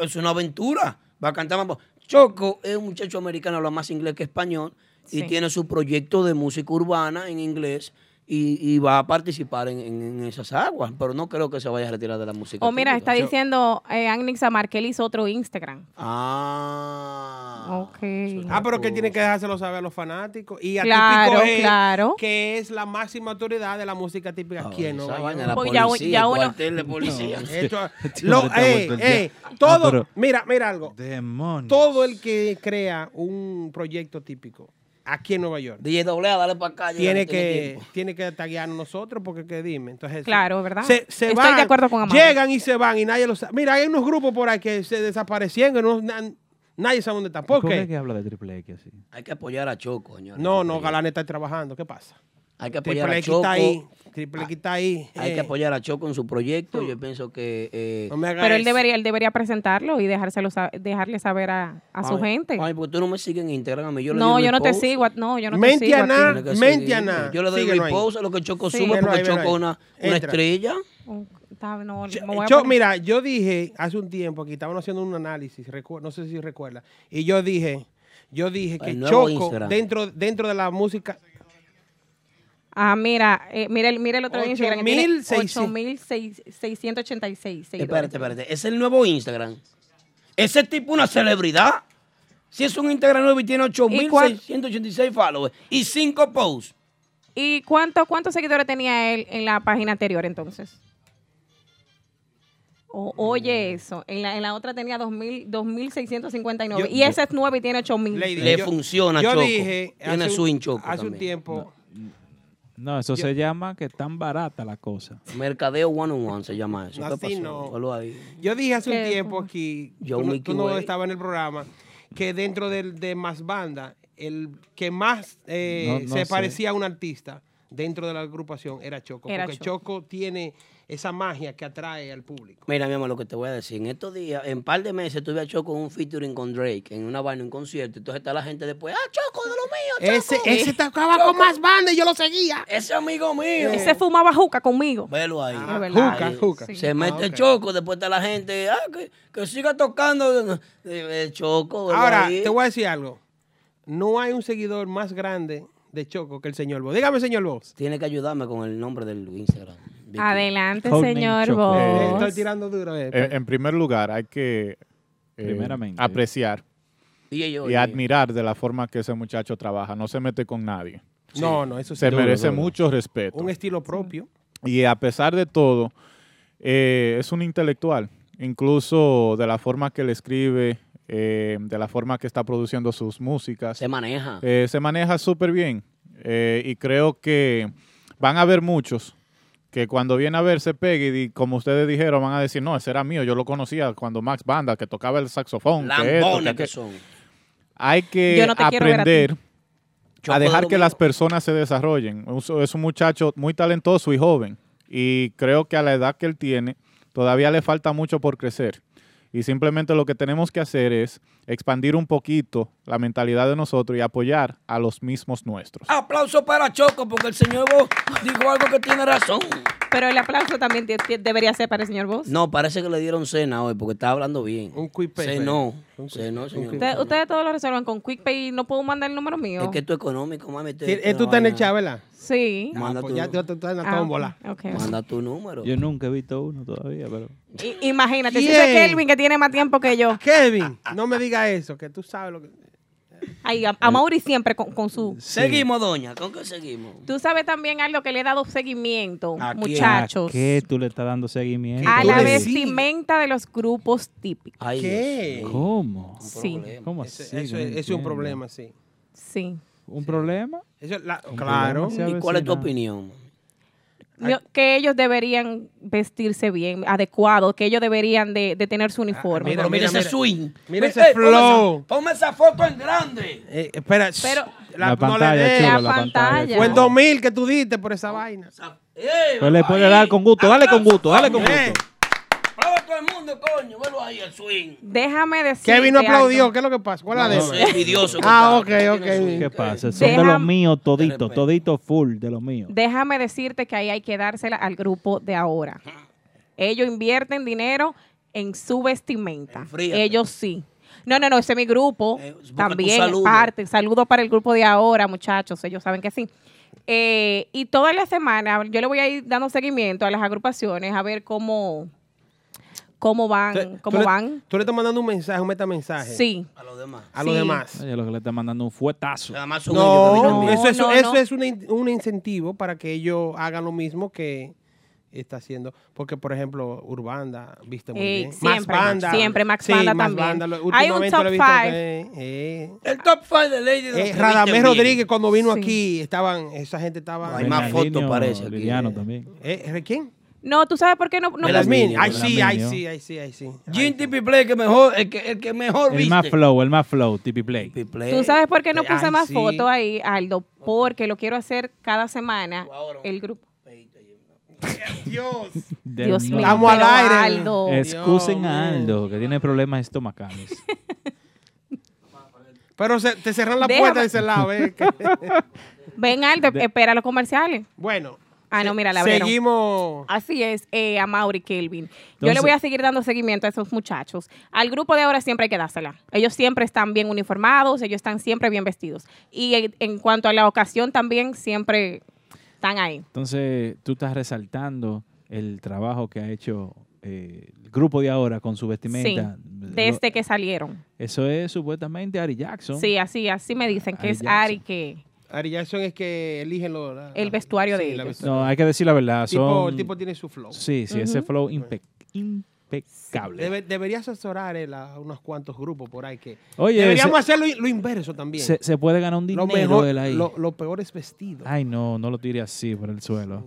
[SPEAKER 3] Es una aventura. Va a cantar mambo. Choco es un muchacho americano, habla más inglés que español y
[SPEAKER 2] Sí.
[SPEAKER 3] tiene su proyecto de música urbana en inglés y, y va a participar en, en- en esas aguas, pero no creo que se vaya a retirar de la música.
[SPEAKER 2] O Oh, mira, está
[SPEAKER 3] típica.
[SPEAKER 2] diciendo eh, Agnic Samar que él hizo otro Instagram.
[SPEAKER 3] Ah.
[SPEAKER 2] Ok.
[SPEAKER 3] Eso es
[SPEAKER 4] Ah, pero que
[SPEAKER 3] otra
[SPEAKER 4] tiene que
[SPEAKER 3] cosa.
[SPEAKER 4] dejárselo saber a los fanáticos. Y a
[SPEAKER 2] Claro,
[SPEAKER 4] Típico G,
[SPEAKER 2] claro.
[SPEAKER 4] que es la máxima autoridad de la música típica
[SPEAKER 3] Ah,
[SPEAKER 4] aquí en
[SPEAKER 3] esa
[SPEAKER 4] Nueva
[SPEAKER 3] vaina,
[SPEAKER 4] York.
[SPEAKER 3] la
[SPEAKER 2] Pues
[SPEAKER 3] policía,
[SPEAKER 2] ya u- ya
[SPEAKER 3] el
[SPEAKER 2] uno-
[SPEAKER 3] cuartel de policía.
[SPEAKER 4] Esto-
[SPEAKER 1] Este
[SPEAKER 4] lo-
[SPEAKER 1] hombre está
[SPEAKER 4] ey,
[SPEAKER 1] vuelto el
[SPEAKER 4] ey,
[SPEAKER 1] día. Ah,
[SPEAKER 4] todo,
[SPEAKER 1] pero-
[SPEAKER 4] mira, mira algo.
[SPEAKER 1] Demonios.
[SPEAKER 4] Todo el que crea un proyecto típico aquí en Nueva York.
[SPEAKER 3] DJ Doblea, dale para acá. ya
[SPEAKER 4] Tiene
[SPEAKER 3] no
[SPEAKER 4] que,
[SPEAKER 3] tiempo.
[SPEAKER 4] tiene que taguearnos nosotros porque qué dime. Entonces,
[SPEAKER 2] Claro, ¿verdad?
[SPEAKER 4] Se, se
[SPEAKER 2] Estoy
[SPEAKER 4] van,
[SPEAKER 2] de acuerdo con Amado.
[SPEAKER 4] Llegan y se van y nadie lo sabe. Mira, hay unos grupos por ahí que se desaparecieron, no- na- nadie sabe dónde están. ¿Por
[SPEAKER 1] ¿Cómo es
[SPEAKER 4] qué?
[SPEAKER 1] que habla de triple X así?
[SPEAKER 3] Hay que apoyar a Choco, señor.
[SPEAKER 4] No, no, Galán está trabajando. ¿Qué pasa?
[SPEAKER 3] Hay que apoyar
[SPEAKER 4] Triple
[SPEAKER 3] a
[SPEAKER 4] X está
[SPEAKER 3] Choco. Ah,
[SPEAKER 4] ahí. Triple X está ahí.
[SPEAKER 3] Hay que
[SPEAKER 4] eh.
[SPEAKER 3] apoyar a Choco en su proyecto. Yo pienso que. eh,
[SPEAKER 4] No me hagas
[SPEAKER 2] Pero él
[SPEAKER 4] eso.
[SPEAKER 2] debería, él debería presentarlo y dejárselo sa- dejarle saber a, a su
[SPEAKER 3] ay,
[SPEAKER 2] gente.
[SPEAKER 3] Ay, porque tú no me sigues en Instagram. Yo le
[SPEAKER 2] no,
[SPEAKER 3] doy
[SPEAKER 2] yo no te
[SPEAKER 3] repost.
[SPEAKER 2] sigo. a- No, yo no te
[SPEAKER 4] Mente
[SPEAKER 2] sigo.
[SPEAKER 4] a
[SPEAKER 2] a ti.
[SPEAKER 4] nada.
[SPEAKER 3] Tiene que
[SPEAKER 4] Mente
[SPEAKER 3] seguir.
[SPEAKER 4] a nada.
[SPEAKER 3] Yo le doy
[SPEAKER 4] Síguelo ahí.
[SPEAKER 3] repost a lo que Choco
[SPEAKER 2] Sí.
[SPEAKER 3] sube
[SPEAKER 4] Velo
[SPEAKER 3] porque
[SPEAKER 4] ahí, velo
[SPEAKER 3] Choco es
[SPEAKER 4] ahí.
[SPEAKER 3] una, una
[SPEAKER 4] Entra.
[SPEAKER 3] estrella.
[SPEAKER 2] Un- está- no, me
[SPEAKER 4] Yo-
[SPEAKER 2] voy a
[SPEAKER 4] yo-
[SPEAKER 2] poner-
[SPEAKER 4] mira, yo dije hace un tiempo que estábamos haciendo un análisis, recu- no sé si recuerda, y yo dije, yo dije que
[SPEAKER 3] El nuevo
[SPEAKER 4] Choco
[SPEAKER 3] Instagram.
[SPEAKER 4] dentro dentro de la música
[SPEAKER 2] Ah, mira, eh, mira, el- mira el otro
[SPEAKER 4] Ocho
[SPEAKER 2] Instagram.
[SPEAKER 4] mil seis-
[SPEAKER 2] 8686.
[SPEAKER 3] Espérate, espérate. Es el nuevo Instagram. Ese tipo una celebridad. Si es un Instagram nuevo y tiene
[SPEAKER 2] ¿Y cuál?
[SPEAKER 3] 8.686 followers y 5 posts.
[SPEAKER 2] ¿Y cuántos cuántos seguidores tenía él en la página anterior entonces? O-
[SPEAKER 3] Mm.
[SPEAKER 2] oye eso, en la, en la otra tenía 2000 2.659
[SPEAKER 4] Yo-
[SPEAKER 2] y ese es nuevo y tiene 8.000.
[SPEAKER 4] Lady,
[SPEAKER 3] Le funciona,
[SPEAKER 4] yo
[SPEAKER 3] Choco.
[SPEAKER 4] dije
[SPEAKER 3] Tiene
[SPEAKER 4] hace un-
[SPEAKER 3] swing, Choco,
[SPEAKER 4] Hace un
[SPEAKER 3] también.
[SPEAKER 4] tiempo
[SPEAKER 1] No, eso se llama que tan barata la cosa.
[SPEAKER 3] Mercadeo one on one se llama eso. ¿Qué
[SPEAKER 4] Así
[SPEAKER 3] pasó?
[SPEAKER 4] no.
[SPEAKER 3] Ponlo ahí.
[SPEAKER 4] Yo dije hace un
[SPEAKER 2] Eh,
[SPEAKER 4] tiempo aquí,
[SPEAKER 3] Yo,
[SPEAKER 4] tú, no-
[SPEAKER 3] Mickey
[SPEAKER 4] tú no
[SPEAKER 3] Way.
[SPEAKER 4] estabas en el programa, que dentro del, de Más Banda, el que más eh,
[SPEAKER 1] No- no
[SPEAKER 4] se
[SPEAKER 1] sé.
[SPEAKER 4] parecía a un artista dentro de la agrupación era Choco.
[SPEAKER 2] Era
[SPEAKER 4] porque
[SPEAKER 2] Choco.
[SPEAKER 4] Choco. tiene esa magia que atrae al público.
[SPEAKER 3] Mira, mi amor, lo que te voy a decir. En estos días, en par de meses, tuve a Choco en un featuring con Drake, en una vaina, en un concierto. Entonces está la gente después, ¡ah, Choco, de lo mío, Choco!
[SPEAKER 4] Ese, ese tocaba con Más Banda y yo lo seguía.
[SPEAKER 3] Ese amigo mío.
[SPEAKER 2] Ese fumaba juca conmigo.
[SPEAKER 3] Velo ahí.
[SPEAKER 2] Es verdad.
[SPEAKER 4] Ah, Juca,
[SPEAKER 3] Ahí.
[SPEAKER 4] Juca.
[SPEAKER 2] Sí.
[SPEAKER 3] Se mete
[SPEAKER 4] Ah, ok.
[SPEAKER 3] Choco, después está la gente, ah, que, que siga tocando eh, eh, Choco. velo
[SPEAKER 4] Ahora,
[SPEAKER 3] ahí.
[SPEAKER 4] te voy a decir algo. No hay un seguidor más grande de Choco que el señor Bo. Dígame, señor Bo.
[SPEAKER 3] Tiene que ayudarme con el nombre del Instagram. Vicky.
[SPEAKER 4] Este
[SPEAKER 2] Adelante,
[SPEAKER 1] Codename
[SPEAKER 2] señor
[SPEAKER 1] Choco.
[SPEAKER 4] Eh,
[SPEAKER 8] Vos.
[SPEAKER 4] estoy
[SPEAKER 2] Vos.
[SPEAKER 4] tirando duro. eh.
[SPEAKER 8] En, en primer lugar, hay que eh,
[SPEAKER 1] Primeramente.
[SPEAKER 8] apreciar
[SPEAKER 3] Y yo,
[SPEAKER 8] y admirar de la forma que ese muchacho trabaja. No se mete con nadie.
[SPEAKER 4] No, no, eso sí.
[SPEAKER 8] Se
[SPEAKER 1] Duro,
[SPEAKER 8] merece
[SPEAKER 1] duro.
[SPEAKER 8] mucho respeto.
[SPEAKER 4] Un estilo propio.
[SPEAKER 8] Y a pesar de todo, eh, es un intelectual. Incluso de la forma que le escribe, eh, de la forma que está produciendo sus músicas.
[SPEAKER 3] Se maneja.
[SPEAKER 8] Eh, se maneja súper bien eh, y creo que van a haber muchos que cuando viene a ver se pegue y di- como ustedes dijeron van a decir, no, ese era mío, yo lo conocía cuando Max Banda, que tocaba el saxofón. que esto, que
[SPEAKER 3] Lambones que
[SPEAKER 8] aquello".
[SPEAKER 3] son.
[SPEAKER 8] Hay que
[SPEAKER 2] Yo no te quiero ver a ti.
[SPEAKER 8] aprender a,
[SPEAKER 3] Choco de
[SPEAKER 8] dejar
[SPEAKER 3] lo
[SPEAKER 8] que
[SPEAKER 3] mío.
[SPEAKER 8] las personas se desarrollen. Es es un muchacho muy talentoso y joven y creo que a la edad que él tiene todavía le falta mucho por crecer. Y simplemente lo que tenemos que hacer es expandir un poquito la mentalidad de nosotros y apoyar a los mismos nuestros.
[SPEAKER 3] Aplauso para Choco, porque el señor Bo dijo algo que tiene razón.
[SPEAKER 2] Pero el aplauso también te- te- debería ser para el señor Vos.
[SPEAKER 3] No, parece que le dieron cena hoy, porque estaba hablando bien.
[SPEAKER 4] Un quick pay,
[SPEAKER 3] Se
[SPEAKER 4] Fede.
[SPEAKER 3] no.
[SPEAKER 4] Un
[SPEAKER 3] Se no, señor.
[SPEAKER 2] Ustedes, ustedes todos lo resuelven con QuickPay y no puedo mandar el número mío.
[SPEAKER 3] Es que esto es económico, mami. esto-
[SPEAKER 4] Sí, eh,
[SPEAKER 3] esto
[SPEAKER 4] tú estás en
[SPEAKER 3] vaina.
[SPEAKER 4] el chat, ¿verdad?
[SPEAKER 2] Sí.
[SPEAKER 3] No, Manda
[SPEAKER 4] Ah, pues
[SPEAKER 3] tu-
[SPEAKER 4] ya tú, tú estás en la
[SPEAKER 2] Ah,
[SPEAKER 4] tómbola.
[SPEAKER 2] ok, ok.
[SPEAKER 3] Manda tu número.
[SPEAKER 1] Yo nunca he visto uno todavía, pero...
[SPEAKER 2] I- Imagínate, si
[SPEAKER 4] ¿Quién?
[SPEAKER 2] dice Kelvin que tiene más tiempo que yo.
[SPEAKER 4] Kevin, no me diga eso, que tú sabes lo que...
[SPEAKER 2] Ay, a, a Mauri siempre con, con su.
[SPEAKER 3] Seguimos, doña. ¿Con qué seguimos?
[SPEAKER 2] Tú sabes también algo que le he dado seguimiento,
[SPEAKER 3] ¿A quién?
[SPEAKER 2] muchachos.
[SPEAKER 1] ¿A qué tú le estás dando seguimiento?
[SPEAKER 2] A
[SPEAKER 4] ¿Qué
[SPEAKER 2] la
[SPEAKER 4] tú le sigues?
[SPEAKER 2] vestimenta de los grupos típicos.
[SPEAKER 3] Ay,
[SPEAKER 4] ¿Qué?
[SPEAKER 3] Dios mío.
[SPEAKER 1] ¿Cómo?
[SPEAKER 2] Sí,
[SPEAKER 1] ¿Cómo
[SPEAKER 4] Eso,
[SPEAKER 1] así?
[SPEAKER 4] eso
[SPEAKER 1] No
[SPEAKER 4] es, es un
[SPEAKER 1] entiendo.
[SPEAKER 4] problema, sí.
[SPEAKER 2] sí.
[SPEAKER 1] ¿Un problema?
[SPEAKER 4] Eso es la- claro.
[SPEAKER 1] problema,
[SPEAKER 3] ¿Y cuál es tu
[SPEAKER 1] Avecina.
[SPEAKER 3] opinión?
[SPEAKER 2] Yo- que ellos deberían vestirse bien, adecuado, que ellos deberían de, de tener su uniforme.
[SPEAKER 4] mira,
[SPEAKER 3] Pero Ah, mira, ese
[SPEAKER 4] mira.
[SPEAKER 3] swing.
[SPEAKER 4] Mira
[SPEAKER 3] Ey,
[SPEAKER 4] ese
[SPEAKER 3] ey, ponme
[SPEAKER 4] flow.
[SPEAKER 3] esa- Ponme esa foto en grande.
[SPEAKER 4] Eh, espera,
[SPEAKER 2] Pero-
[SPEAKER 4] shh,
[SPEAKER 1] La,
[SPEAKER 4] no le
[SPEAKER 1] pantalla,
[SPEAKER 4] des.
[SPEAKER 1] chulo,
[SPEAKER 2] La
[SPEAKER 1] la pantalla.
[SPEAKER 2] pantalla.
[SPEAKER 4] Fue el 2000 que tú diste por esa vaina.
[SPEAKER 3] Esa- ey,
[SPEAKER 1] Pues le
[SPEAKER 3] ahí.
[SPEAKER 1] puede dar con gusto, dale con gusto, dale con
[SPEAKER 4] Eh,
[SPEAKER 1] gusto.
[SPEAKER 3] Aplauda a todo el mundo, coño. Velo ahí, el swing.
[SPEAKER 2] Déjame decir.
[SPEAKER 4] Kevin no aplaudió, ¿qué es lo que pasa? ¿Cuál es la de
[SPEAKER 3] No sé, envidioso. que está.
[SPEAKER 4] Ah, ok,
[SPEAKER 3] Tiene
[SPEAKER 4] ok.
[SPEAKER 3] swing.
[SPEAKER 1] ¿Qué pasa? Son de los
[SPEAKER 2] Déjame-
[SPEAKER 1] míos toditos,
[SPEAKER 3] Espera,
[SPEAKER 1] toditos full de los míos.
[SPEAKER 2] Déjame decirte que ahí hay que dársela al grupo de ahora. Ellos invierten dinero en su vestimenta.
[SPEAKER 3] Enfríate.
[SPEAKER 2] Ellos sí. No, no, no, ese es mi grupo.
[SPEAKER 3] Eh, busca tu
[SPEAKER 2] También es
[SPEAKER 3] saludo.
[SPEAKER 2] parte. Saludo para el grupo de ahora, muchachos. Ellos saben que sí. Eh, y toda la semana yo le voy a ir dando seguimiento a las agrupaciones a ver cómo, cómo van,
[SPEAKER 4] Tú-
[SPEAKER 2] cómo
[SPEAKER 4] tú le-
[SPEAKER 2] van.
[SPEAKER 4] Tú le estás mandando un mensaje, un metamensaje.
[SPEAKER 2] Sí.
[SPEAKER 3] A los demás.
[SPEAKER 4] A los
[SPEAKER 2] Sí.
[SPEAKER 4] demás.
[SPEAKER 1] Oye, lo que le está mandando un fuetazo.
[SPEAKER 3] Nada más son ellos que
[SPEAKER 4] No,
[SPEAKER 3] vienen bien.
[SPEAKER 4] eso, es-
[SPEAKER 2] No, no,
[SPEAKER 4] eso
[SPEAKER 2] no.
[SPEAKER 4] es un, in- un incentivo para que ellos hagan lo mismo que, está haciendo. Porque, por ejemplo, Urbanda, viste muy
[SPEAKER 2] Eh,
[SPEAKER 4] bien.
[SPEAKER 2] siempre, siempre, Max Banda también.
[SPEAKER 4] lo-
[SPEAKER 2] Hay un
[SPEAKER 4] últimamente lo
[SPEAKER 2] top
[SPEAKER 4] he visto
[SPEAKER 2] five.
[SPEAKER 4] que- eh,
[SPEAKER 3] El top 5 de Lady
[SPEAKER 4] eh, Radamés Rodríguez, cuando vino aquí, estaban, esa gente
[SPEAKER 3] No,
[SPEAKER 4] estaba.
[SPEAKER 3] hay más
[SPEAKER 1] Bernardino
[SPEAKER 3] fotos, parece, aquí,
[SPEAKER 1] Liriano
[SPEAKER 3] eh.
[SPEAKER 1] también.
[SPEAKER 4] Eh, ¿Quién?
[SPEAKER 2] No, tú sabes por qué no. no
[SPEAKER 3] Las
[SPEAKER 4] Belarmin.
[SPEAKER 3] Belarmin,
[SPEAKER 4] Ay, sí, ay,
[SPEAKER 1] Belarmin,
[SPEAKER 4] sí, ay, sí, ay, sí. Ay,
[SPEAKER 3] Jim Tipi Play, que mejor, el que, el que mejor
[SPEAKER 1] El
[SPEAKER 3] viste.
[SPEAKER 1] más flow, el más flow, Tipi Play.
[SPEAKER 3] Tipi Play.
[SPEAKER 2] Tú sabes por qué no
[SPEAKER 4] Ay,
[SPEAKER 2] puse más
[SPEAKER 4] sí.
[SPEAKER 2] fotos ahí, Aldo, porque lo quiero hacer cada semana
[SPEAKER 3] Ahora,
[SPEAKER 2] el grupo.
[SPEAKER 4] Dios.
[SPEAKER 1] Del
[SPEAKER 2] Dios mío,
[SPEAKER 1] norte.
[SPEAKER 4] Vamos al
[SPEAKER 2] pero
[SPEAKER 4] aire.
[SPEAKER 2] Aldo.
[SPEAKER 1] Excusen
[SPEAKER 4] Dios
[SPEAKER 1] a
[SPEAKER 4] mío.
[SPEAKER 1] Aldo, que tiene problemas estomacales.
[SPEAKER 4] Pero se- te cerran la
[SPEAKER 2] Déjame-
[SPEAKER 4] puerta de ese lado, eh, que-
[SPEAKER 2] Ven, Aldo, espera los comerciales.
[SPEAKER 4] Bueno.
[SPEAKER 2] Ah, no, mira, la abrieron.
[SPEAKER 4] Seguimos.
[SPEAKER 2] Así es, eh, a Mauri Kelvin. Yo le
[SPEAKER 1] Entonces-
[SPEAKER 2] voy a seguir dando seguimiento a esos muchachos. Al grupo de ahora siempre hay que dársela. Ellos siempre están bien uniformados, ellos están siempre bien vestidos. Y en, en cuanto a la ocasión también, siempre están ahí.
[SPEAKER 1] Entonces, tú estás resaltando el trabajo que ha hecho eh, el grupo de ahora con su vestimenta. Lo-
[SPEAKER 2] Desde que salieron.
[SPEAKER 1] Eso es supuestamente Ari Jackson.
[SPEAKER 2] este Sí, así, así me dicen que
[SPEAKER 1] Ari
[SPEAKER 2] es
[SPEAKER 1] Jackson.
[SPEAKER 2] Ari que
[SPEAKER 4] Ari Jackson es que eligen lo- la-
[SPEAKER 2] El vestuario de
[SPEAKER 4] la
[SPEAKER 2] ellos.
[SPEAKER 4] vestuario.
[SPEAKER 1] No, hay que decir la verdad.
[SPEAKER 4] Tipo-
[SPEAKER 1] Son,
[SPEAKER 4] el tipo tiene su flow.
[SPEAKER 1] Sí, sí, ese
[SPEAKER 2] Ujú.
[SPEAKER 1] flow impec- impecable.
[SPEAKER 4] Debe- debería asesorar él a unos cuantos grupos por ahí que
[SPEAKER 1] Oye,
[SPEAKER 4] deberíamos
[SPEAKER 1] se-
[SPEAKER 4] hacer lo, lo inverso también.
[SPEAKER 1] se, se puede ganar un dinero
[SPEAKER 4] lo mejor,
[SPEAKER 1] él ahí.
[SPEAKER 4] lo, lo peor es vestido.
[SPEAKER 1] Ay, no, no lo tire así por el suelo.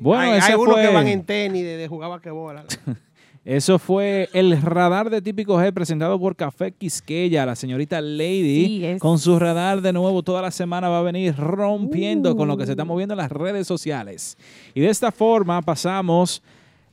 [SPEAKER 1] Bueno,
[SPEAKER 4] hay, hay
[SPEAKER 1] ese
[SPEAKER 4] unos
[SPEAKER 1] fue-
[SPEAKER 4] que van en tenis de, de jugar basquetbol.
[SPEAKER 1] Eso fue el radar de Típico G presentado por Café Quisqueya, la señorita Lady.
[SPEAKER 2] Sí, es.
[SPEAKER 1] Con su radar de nuevo toda la semana va a venir rompiendo con lo que se
[SPEAKER 2] Uh.
[SPEAKER 1] está moviendo en las redes sociales. Y de esta forma pasamos,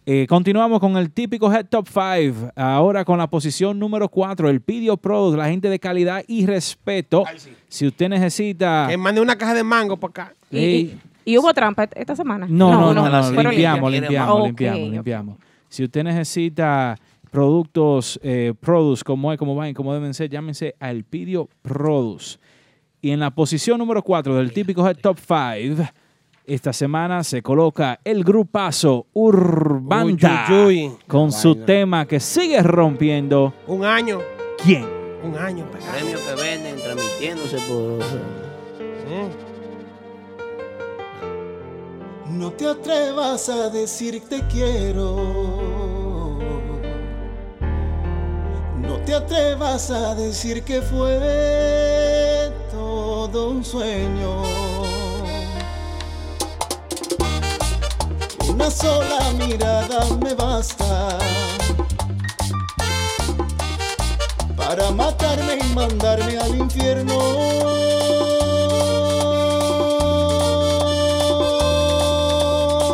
[SPEAKER 1] eh, continuamos con el Típico G Top 5. Ahora con la posición número 4, el Pidio Product, la gente de calidad y respeto. Si usted necesita...
[SPEAKER 4] Que mande una caja de mango para acá.
[SPEAKER 2] Y,
[SPEAKER 1] Ey.
[SPEAKER 2] y- y hubo trampa et- esta semana.
[SPEAKER 1] No, no, no, no,
[SPEAKER 2] fueron
[SPEAKER 1] limpiamos,
[SPEAKER 2] limpias.
[SPEAKER 1] limpiamos,
[SPEAKER 2] Ok,
[SPEAKER 1] limpiamos,
[SPEAKER 2] ok.
[SPEAKER 1] limpiamos. Si usted necesita productos, eh, produce, como es, como van y como deben ser, llámense a Elpidio Produce. Y en la posición número 4 del típico Head Top 5, esta semana se coloca el grupazo Urbanda
[SPEAKER 4] Uyuyuy.
[SPEAKER 1] con su tema que sigue rompiendo.
[SPEAKER 4] Un año,
[SPEAKER 1] ¿Quién?
[SPEAKER 4] un año. pues.
[SPEAKER 3] Premios que venden transmitiéndose por.
[SPEAKER 4] Sí.
[SPEAKER 9] No te atrevas a decir te quiero. No te atrevas a decir que fue todo un sueño. Una sola mirada me basta para matarme y mandarme al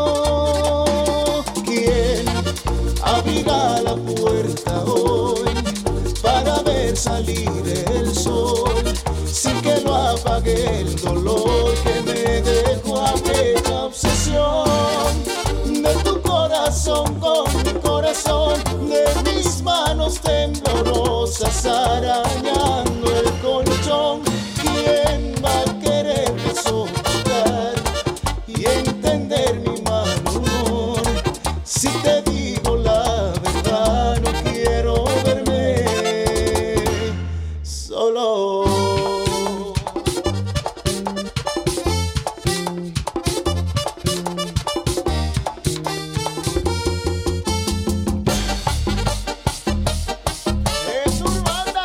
[SPEAKER 9] infierno. ¿Quién abrirá la puerta hoy para ver salir el sol sin que lo apague el dolor que me dejó aquella obsesión de tu corazón con mi corazón de mis manos temblorosas arañando el colchón quién va a quererme soportar y entender mi mal humor si te digo la verdad no quiero verme solo es Urbanda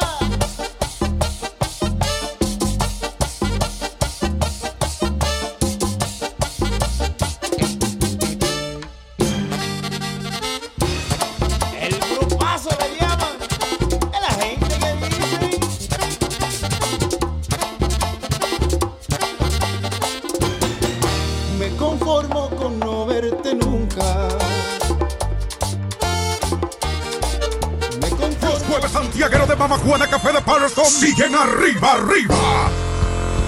[SPEAKER 9] El grupazo le llaman. Es la gente que dice. Me conformo con no verte nunca. Me
[SPEAKER 6] Los
[SPEAKER 9] conformo.
[SPEAKER 6] jueves santiagueros de Mamajuana Café de Patterson siguen arriba, arriba.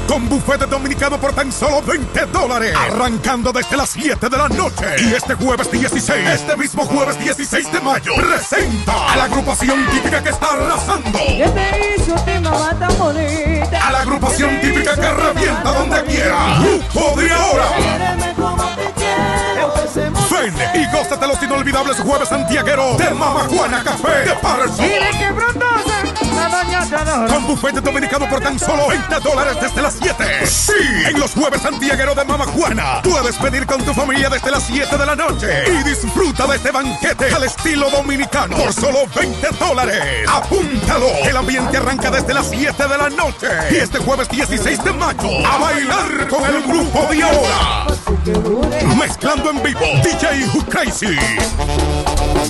[SPEAKER 6] Con bufete dominicano por tan solo 20 dólares. Arrancando desde las 7 de la noche. Y este jueves 16, este mismo jueves 16 de mayo, presenta a la agrupación típica que está arrasando. A la agrupación típica que revienta donde quiera. Grupo de ahora. Ven y gózate los inolvidables jueves santiagueros de Mamajuana Café de Patterson.
[SPEAKER 10] Mire qué frondosa, Con bufete dominicano por tan solo 20 dólares desde las 7. Sí, en los jueves santiaguero de Mamajuana. Puedes pedir con tu familia desde las 7 de la noche y disfruta de este banquete al estilo dominicano por solo 20 dólares. Apúntalo. El ambiente arranca desde las 7 de la noche. Y este jueves 16 de mayo, a bailar con el grupo de ahora. Mezclando en vivo, DJ Who Crazy.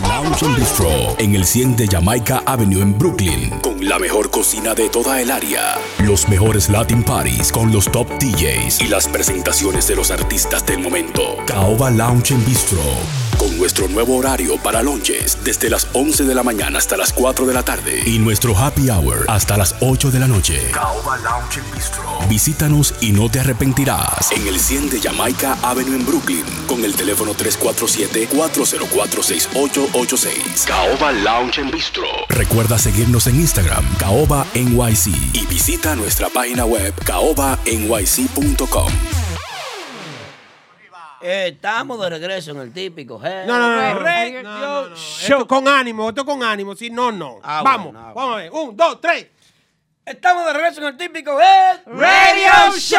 [SPEAKER 7] Lounge and Bistro en el 100 de Jamaica Avenue en Brooklyn con la mejor cocina de toda el área, los mejores Latin parties con los top DJs y las presentaciones de los artistas del momento. Caoba Lounge and Bistro con nuestro nuevo horario para lunches desde las 11 de la mañana hasta las 4 de la tarde y nuestro happy hour hasta las 8 de la noche.
[SPEAKER 6] Caoba Lounge Bistro.
[SPEAKER 7] Visítanos y no te arrepentirás en el 100 de Jamaica Avenue en Brooklyn con el teléfono 347-404-6886. Caoba Lounge en Bistro. Recuerda seguirnos en Instagram, Caoba NYC, y visita nuestra página web, caobanyc.com.
[SPEAKER 3] Eh, estamos de regreso en el típico. Hey.
[SPEAKER 4] No, no, no. no.
[SPEAKER 3] Radio
[SPEAKER 4] No,
[SPEAKER 3] Show.
[SPEAKER 4] no, no. Esto con ánimo, esto con ánimo. Sí, no, no.
[SPEAKER 3] Ah,
[SPEAKER 4] vamos,
[SPEAKER 3] bueno, ah,
[SPEAKER 4] vamos a ver. Un, dos, tres.
[SPEAKER 3] Estamos de regreso en el típico. Hey.
[SPEAKER 1] Radio Show.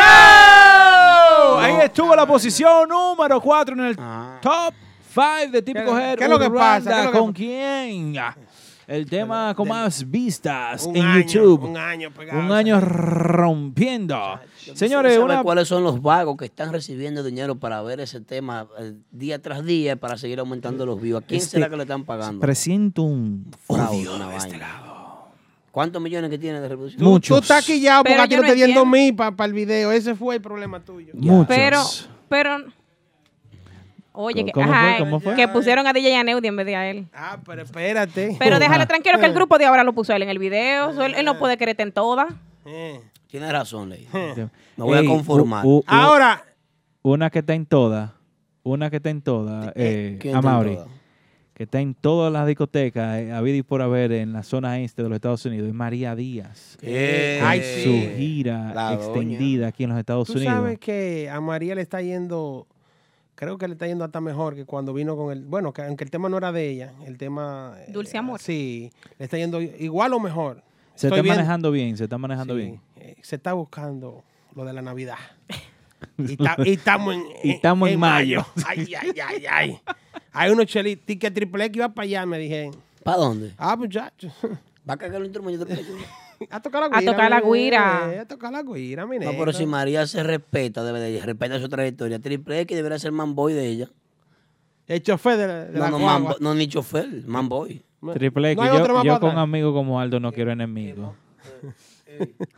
[SPEAKER 1] Ahí estuvo la posición número 4 en el top 5 de Típico
[SPEAKER 4] Ah. ¿Qué-
[SPEAKER 1] Head.
[SPEAKER 4] qué es lo que
[SPEAKER 1] Uranda.
[SPEAKER 4] pasa? ¿Qué es lo que
[SPEAKER 1] ¿Con
[SPEAKER 4] pa-
[SPEAKER 1] quién? Ah, El tema con más vistas
[SPEAKER 4] Un
[SPEAKER 1] en
[SPEAKER 4] año,
[SPEAKER 1] YouTube.
[SPEAKER 4] un año pegado.
[SPEAKER 1] Un año rompiendo. Señores,
[SPEAKER 3] ¿Sabe
[SPEAKER 1] una...
[SPEAKER 3] cuáles son los vagos que están recibiendo dinero para ver ese tema eh, día tras día para seguir aumentando los views? ¿A quién
[SPEAKER 1] Este-
[SPEAKER 3] será que le están pagando?
[SPEAKER 1] presiento un
[SPEAKER 3] Fraude,
[SPEAKER 1] odio
[SPEAKER 3] una
[SPEAKER 1] de este
[SPEAKER 3] vaina.
[SPEAKER 1] lado.
[SPEAKER 3] ¿Cuántos millones que tiene de reproducción?
[SPEAKER 1] Muchos.
[SPEAKER 4] Tú estás quillado porque
[SPEAKER 2] Pero
[SPEAKER 4] a ti
[SPEAKER 2] yo
[SPEAKER 4] no
[SPEAKER 2] no
[SPEAKER 4] te dieron
[SPEAKER 2] entiendo.
[SPEAKER 4] mil para el video. Ese fue el problema tuyo.
[SPEAKER 1] Muchos.
[SPEAKER 2] Pero, pero. Oye, que,
[SPEAKER 1] ¿Cómo fue?
[SPEAKER 2] ajá,
[SPEAKER 1] ¿Cómo fue?
[SPEAKER 2] que pusieron a DJ Aneudi en vez de a él.
[SPEAKER 4] Ah, pero Eh. espérate.
[SPEAKER 2] Pero déjalo tranquilo que el grupo de ahora lo puso a él en el video. so él, él no puede quererte en todas.
[SPEAKER 4] Eh.
[SPEAKER 3] Tienes razón, Ley.
[SPEAKER 1] Me
[SPEAKER 3] voy a conformar.
[SPEAKER 4] Ahora,
[SPEAKER 1] Una que está en toda, una que está en toda, eh,
[SPEAKER 3] ¿Quién está en
[SPEAKER 1] Amaury,
[SPEAKER 3] todas?
[SPEAKER 1] que está en todas las discotecas, eh, habida y por haber en la zona este de los Estados Unidos, es María Díaz.
[SPEAKER 3] Eh,
[SPEAKER 4] Ay,
[SPEAKER 1] con
[SPEAKER 4] sí.
[SPEAKER 1] Su gira
[SPEAKER 3] La doña.
[SPEAKER 1] extendida aquí en los Estados
[SPEAKER 4] tú
[SPEAKER 1] Unidos.
[SPEAKER 4] sabes que a María le está yendo, creo que le está yendo hasta mejor que cuando vino con el, bueno, que aunque el tema no era de ella, el tema... eh,
[SPEAKER 2] Dulce Amor.
[SPEAKER 4] Sí, le está yendo igual o mejor.
[SPEAKER 1] se está
[SPEAKER 4] Estoy viendo-
[SPEAKER 1] manejando bien, se está manejando
[SPEAKER 4] Sí,
[SPEAKER 1] bien.
[SPEAKER 4] eh, se está buscando lo de la Navidad. Y ta- y estamos en,
[SPEAKER 1] Y estamos en mayo.
[SPEAKER 4] Ay, ay, ay, ay. Hay unos chelitos. Ticket triple X iba para allá, me dije.
[SPEAKER 3] ¿Para dónde?
[SPEAKER 4] Ah, muchachos.
[SPEAKER 3] ¿Va a cagar el instrumento?
[SPEAKER 4] A tocar la
[SPEAKER 2] A tocar la
[SPEAKER 4] mi
[SPEAKER 2] guira.
[SPEAKER 4] nene, A tocar la guira, mi
[SPEAKER 3] No,
[SPEAKER 4] nene.
[SPEAKER 3] pero si María se respeta, debe de respeta su trayectoria. Triple X debería ser manboy de ella.
[SPEAKER 4] El chofer de la, de la
[SPEAKER 3] No, no,
[SPEAKER 4] guagua.
[SPEAKER 3] man, no ni chofer, manboy.
[SPEAKER 1] Triple X,
[SPEAKER 4] No hay
[SPEAKER 1] yo-
[SPEAKER 4] otro más
[SPEAKER 1] yo,
[SPEAKER 4] para
[SPEAKER 1] con
[SPEAKER 4] atrás.
[SPEAKER 1] amigos como Aldo no quiero enemigos.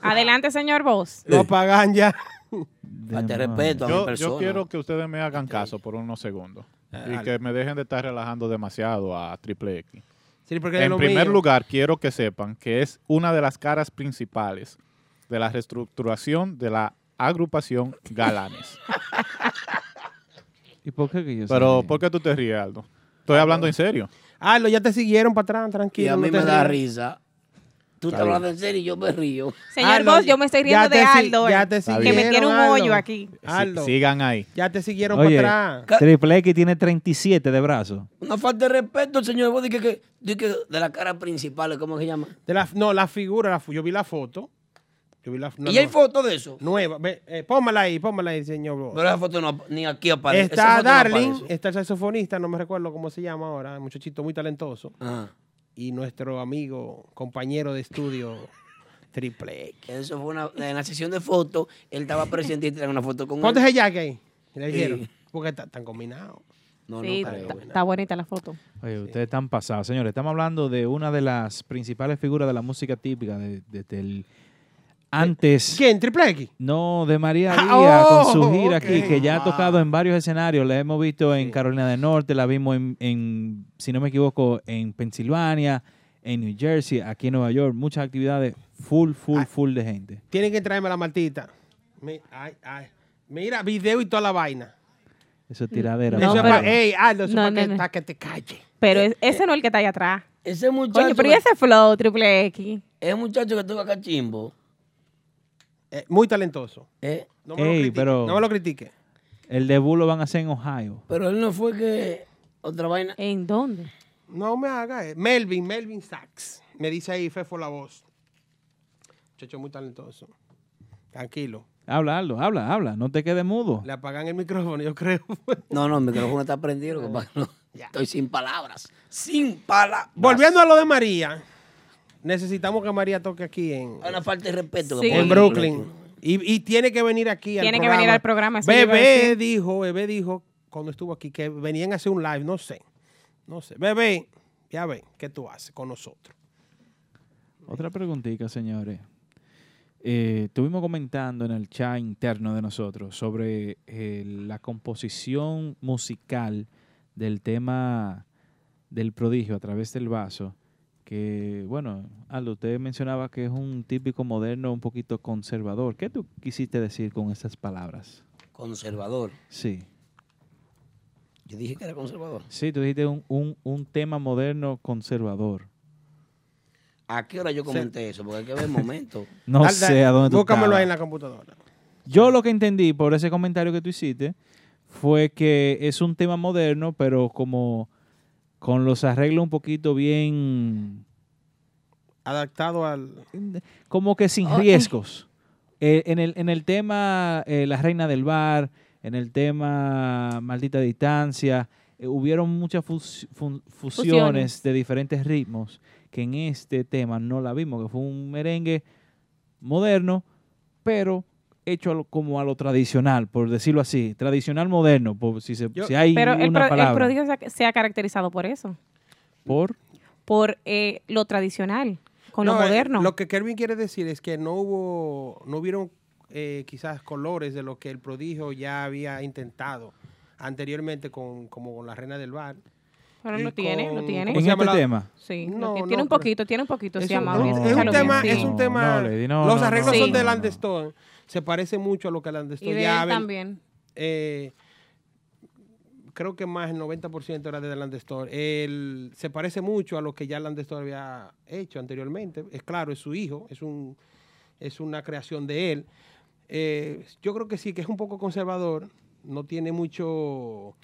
[SPEAKER 2] Adelante, señor Vos.
[SPEAKER 4] Ah. Lo pagan ya.
[SPEAKER 3] Te
[SPEAKER 1] Demonios.
[SPEAKER 3] respeto a mi
[SPEAKER 8] Yo,
[SPEAKER 3] persona. Ah,
[SPEAKER 8] yo quiero que ustedes me hagan caso por unos segundos y que me dejen de estar relajando demasiado a Triple X.
[SPEAKER 4] Sí, porque es
[SPEAKER 8] En
[SPEAKER 4] lo
[SPEAKER 8] primer
[SPEAKER 4] mío.
[SPEAKER 8] lugar, quiero que sepan que es una de las caras principales de la reestructuración de la agrupación Galanes.
[SPEAKER 1] ¿Y por qué que yo
[SPEAKER 8] Pero,
[SPEAKER 1] soy-
[SPEAKER 8] ¿por qué tú te ríes, Aldo? Estoy hablando en serio.
[SPEAKER 4] Ah, lo- ya te siguieron para atrás, tranquilo.
[SPEAKER 3] Y a mí
[SPEAKER 4] no
[SPEAKER 3] me
[SPEAKER 4] te
[SPEAKER 3] da
[SPEAKER 4] rías.
[SPEAKER 3] risa. Tú te hablas en serio y yo me río.
[SPEAKER 2] Señor
[SPEAKER 4] Aldo,
[SPEAKER 2] Vos, yo me estoy
[SPEAKER 4] ya
[SPEAKER 2] riendo de
[SPEAKER 4] te si-
[SPEAKER 2] Aldo.
[SPEAKER 4] ya
[SPEAKER 2] eh,
[SPEAKER 4] te
[SPEAKER 2] que
[SPEAKER 4] siguieron,
[SPEAKER 2] me tiene un
[SPEAKER 4] Aldo.
[SPEAKER 2] hoyo aquí.
[SPEAKER 8] Si-
[SPEAKER 4] Aldo,
[SPEAKER 8] sigan ahí.
[SPEAKER 4] ya te siguieron
[SPEAKER 1] Oye,
[SPEAKER 4] para atrás.
[SPEAKER 3] Ca-
[SPEAKER 1] Triple X tiene 37 de brazos.
[SPEAKER 3] Una falta de respeto, señor. Vos dije que, dije que de la cara principal, ¿cómo se llama?
[SPEAKER 4] De la, no, la figura, la fu- yo vi la foto. Yo vi la no,
[SPEAKER 3] y
[SPEAKER 4] no.
[SPEAKER 3] hay fotos de eso.
[SPEAKER 4] Nueva. Ve, eh, pónmala ahí, pónmala ahí, señor. Bo.
[SPEAKER 3] Pero esa foto no, ap- ni aquí aparece. Esa
[SPEAKER 4] Pues. está
[SPEAKER 3] foto no
[SPEAKER 4] Darling,
[SPEAKER 3] aparece.
[SPEAKER 4] está el saxofonista, no me recuerdo cómo se llama ahora, muchachito muy talentoso.
[SPEAKER 3] Ajá.
[SPEAKER 4] Y nuestro amigo, compañero de estudio, Triple X.
[SPEAKER 3] Eso fue una, en la sesión de fotos, él estaba presente y traía una foto con
[SPEAKER 4] ¿Cuánto es
[SPEAKER 3] él.
[SPEAKER 4] el jacket ahí? Le dijeron.
[SPEAKER 3] Sí.
[SPEAKER 4] Porque está- están combinados.
[SPEAKER 3] No,
[SPEAKER 2] sí,
[SPEAKER 3] no creo.
[SPEAKER 2] está- está bonita la foto.
[SPEAKER 1] Oye, ustedes están pasados, señores. Estamos hablando de una de las principales figuras de la música típica de- desde el antes.
[SPEAKER 4] ¿Quién? ¿Triple X?
[SPEAKER 1] No, de María
[SPEAKER 4] Ah,
[SPEAKER 1] Díaz
[SPEAKER 4] oh,
[SPEAKER 1] con su gira
[SPEAKER 4] ok.
[SPEAKER 1] aquí, que ya ha
[SPEAKER 4] Ah.
[SPEAKER 1] tocado en varios escenarios. La hemos visto en Carolina del Norte, la vimos en, en, si no me equivoco, en Pensilvania, en New Jersey, aquí en Nueva York. Muchas actividades full, full,
[SPEAKER 4] Ah.
[SPEAKER 1] full de gente.
[SPEAKER 4] Tienen que traerme la martita. Mi- ay, ay. Mira, video y toda la vaina.
[SPEAKER 1] Eso es tiradera.
[SPEAKER 4] eso
[SPEAKER 2] No,
[SPEAKER 4] es
[SPEAKER 1] papá.
[SPEAKER 4] para, ey, Aldo, eso
[SPEAKER 2] No,
[SPEAKER 4] para
[SPEAKER 2] no,
[SPEAKER 4] que,
[SPEAKER 2] no.
[SPEAKER 4] pa' que te calle.
[SPEAKER 2] Pero es- ese no es el que está ahí atrás.
[SPEAKER 3] Ese muchacho,
[SPEAKER 2] Coño, pero ¿y ese flow, Triple X?
[SPEAKER 3] es un muchacho que toca cachimbo.
[SPEAKER 4] Eh, muy talentoso.
[SPEAKER 3] ¿eh?
[SPEAKER 4] No me,
[SPEAKER 1] Ey,
[SPEAKER 4] lo critique,
[SPEAKER 1] pero-
[SPEAKER 4] no me lo critique.
[SPEAKER 1] El debut lo van a hacer en Ohio.
[SPEAKER 3] Pero él no fue que otra vaina.
[SPEAKER 2] ¿En dónde?
[SPEAKER 4] No me haga. eh. Melvin, Melvin Sachs. Me dice ahí Fefo la voz. Muchacho muy talentoso. Tranquilo.
[SPEAKER 1] Habla, Aldo, habla, habla. No te quedes mudo.
[SPEAKER 4] Le apagan el micrófono, yo creo.
[SPEAKER 3] No, no, el micrófono está prendido. lo que pasa es que no- Estoy sin palabras. Sin palabras.
[SPEAKER 4] Volviendo a lo de María, necesitamos que María toque aquí en,
[SPEAKER 3] Una falta de respeto. que
[SPEAKER 2] Sí.
[SPEAKER 3] pone
[SPEAKER 4] en Brooklyn. Y, y tiene que venir aquí al
[SPEAKER 2] Tiene que
[SPEAKER 4] programa.
[SPEAKER 2] venir al programa, eso yo iba a
[SPEAKER 4] Bebé
[SPEAKER 2] decir.
[SPEAKER 4] dijo, Bebé dijo, cuando estuvo aquí, que venían a hacer un live, no sé. No sé. Bebé, ya ve, ¿qué tú haces con nosotros?
[SPEAKER 1] Otra preguntita, señores. Eh, estuvimos comentando en el chat interno de nosotros sobre eh, la composición musical del tema del prodigio a través del vaso. Que, bueno, Aldo, usted mencionaba que es un típico moderno un poquito conservador. ¿Qué tú quisiste decir con esas palabras?
[SPEAKER 3] Conservador.
[SPEAKER 1] Sí.
[SPEAKER 3] Yo dije que era conservador.
[SPEAKER 1] Sí, tú dijiste un, un- un tema moderno conservador.
[SPEAKER 3] ¿A qué hora yo comenté eso? Porque hay que ver el momento.
[SPEAKER 1] No
[SPEAKER 4] Dale,
[SPEAKER 1] sé
[SPEAKER 4] dale,
[SPEAKER 1] a dónde tú
[SPEAKER 4] Búscamelo
[SPEAKER 1] estabas.
[SPEAKER 4] ahí en la computadora.
[SPEAKER 1] Yo lo que entendí por ese comentario que tú hiciste fue que es un tema moderno, pero como con los arreglos un poquito bien,
[SPEAKER 4] Adaptado al... Ah,
[SPEAKER 1] como que sin
[SPEAKER 2] Oh, eh.
[SPEAKER 1] riesgos. Eh, en, el, en el tema eh, La Reina del Bar, en el tema Maldita Distancia, eh, hubieron muchas fus- fun- fusiones,
[SPEAKER 2] Fusiones.
[SPEAKER 1] de diferentes ritmos que en este tema no la vimos, que fue un merengue moderno, pero hecho a lo- como a lo tradicional, por decirlo así, tradicional moderno, por, si, se,
[SPEAKER 4] Yo-
[SPEAKER 1] si hay
[SPEAKER 2] Pero el,
[SPEAKER 1] una
[SPEAKER 2] pro- el
[SPEAKER 1] palabra.
[SPEAKER 2] prodigio se ha, se ha caracterizado por eso,
[SPEAKER 1] por,
[SPEAKER 2] por eh, lo tradicional, con
[SPEAKER 4] No,
[SPEAKER 2] lo
[SPEAKER 4] eh,
[SPEAKER 2] moderno.
[SPEAKER 4] Lo que Kelvin quiere decir es que no hubo, no hubieron eh, quizás colores de lo que el prodigio ya había intentado anteriormente con, como con la reina del bar.
[SPEAKER 2] Pero
[SPEAKER 4] y
[SPEAKER 2] lo tiene, lo
[SPEAKER 4] con-
[SPEAKER 2] tiene.
[SPEAKER 4] ¿Cómo
[SPEAKER 1] en
[SPEAKER 4] se llama
[SPEAKER 1] este
[SPEAKER 4] la-
[SPEAKER 1] tema.
[SPEAKER 2] Sí,
[SPEAKER 4] No,
[SPEAKER 2] lo tiene,
[SPEAKER 4] no,
[SPEAKER 2] tiene un
[SPEAKER 4] pero-
[SPEAKER 2] poquito, tiene un poquito,
[SPEAKER 4] Es
[SPEAKER 2] sí,
[SPEAKER 4] un-
[SPEAKER 2] Amaury,
[SPEAKER 4] es- es
[SPEAKER 2] escúchalo
[SPEAKER 4] un
[SPEAKER 2] bien,
[SPEAKER 4] tema,
[SPEAKER 2] sí.
[SPEAKER 4] es un tema.
[SPEAKER 1] No, Lady, no,
[SPEAKER 4] los
[SPEAKER 1] no,
[SPEAKER 4] arreglos
[SPEAKER 2] no,
[SPEAKER 4] son
[SPEAKER 2] no,
[SPEAKER 4] de
[SPEAKER 2] no.
[SPEAKER 4] Landestone. Se parece mucho a lo que
[SPEAKER 2] Y
[SPEAKER 4] Landestone
[SPEAKER 2] de
[SPEAKER 4] ya
[SPEAKER 2] él
[SPEAKER 4] ven-
[SPEAKER 2] también.
[SPEAKER 4] eh, creo que más del 90% era de Landestor. Él se parece mucho a lo que ya Landestor había hecho anteriormente. Es claro, es su hijo, es, un, es una creación de él. Eh, yo creo que sí, que es un poco conservador. No tiene mucho.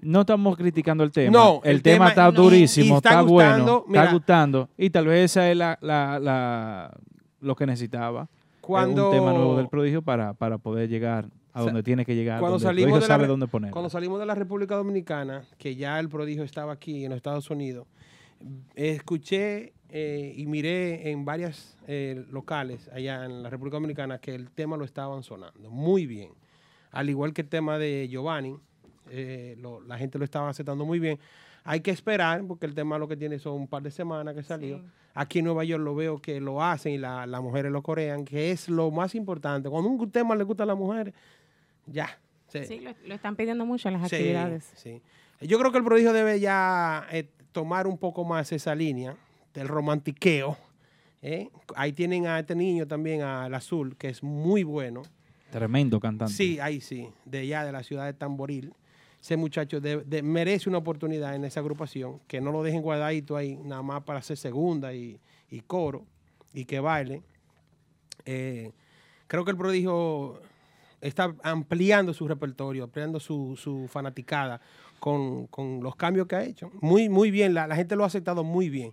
[SPEAKER 1] No estamos criticando el tema.
[SPEAKER 4] No,
[SPEAKER 1] el,
[SPEAKER 4] el
[SPEAKER 1] tema,
[SPEAKER 4] tema-
[SPEAKER 1] está
[SPEAKER 4] y-
[SPEAKER 1] durísimo,
[SPEAKER 4] y
[SPEAKER 1] está,
[SPEAKER 4] está
[SPEAKER 1] bueno,
[SPEAKER 4] gustando,
[SPEAKER 1] está
[SPEAKER 4] mira.
[SPEAKER 1] gustando. Y tal vez esa es la, la- la- lo que necesitaba. eh,
[SPEAKER 4] Cuando,
[SPEAKER 1] Un tema nuevo del prodigio para, para poder llegar a
[SPEAKER 4] Sa-
[SPEAKER 1] donde tiene que llegar.
[SPEAKER 4] cuando
[SPEAKER 1] donde el
[SPEAKER 4] salimos
[SPEAKER 1] prodigio
[SPEAKER 4] de la
[SPEAKER 1] sabe
[SPEAKER 4] re-
[SPEAKER 1] dónde poner.
[SPEAKER 4] Cuando salimos de la República Dominicana, que ya el prodigio estaba aquí en los Estados Unidos, escuché eh, y miré en varias eh, locales allá en la República Dominicana que el tema lo estaban sonando muy bien. Al igual que el tema de Giovanni, eh, lo- la gente lo estaba aceptando muy bien. Hay que esperar, porque el tema lo que tiene son un par de semanas que salió. Aquí en Nueva York lo veo que lo hacen y la- las mujeres lo corean, que es lo más importante. Cuando un tema le gusta a las mujeres, ya. se-
[SPEAKER 2] Sí, lo, lo están pidiendo mucho en las
[SPEAKER 4] Sí,
[SPEAKER 2] actividades.
[SPEAKER 4] sí. Yo creo que el prodigio debe ya eh, tomar un poco más esa línea del romantiqueo. ¿eh? Ahí tienen a este niño también, al azul, que es muy bueno.
[SPEAKER 1] Tremendo cantante.
[SPEAKER 4] Sí, ahí sí, de allá, de la ciudad de Tamboril. Ese muchacho de- de- merece una oportunidad en esa agrupación, que no lo dejen guardadito ahí, nada más para hacer segunda y, y coro, y que baile. Eh, creo que el prodigio está ampliando su repertorio, ampliando su, su fanaticada con, con los cambios que ha hecho. Muy, muy bien, la, la gente lo ha aceptado muy bien.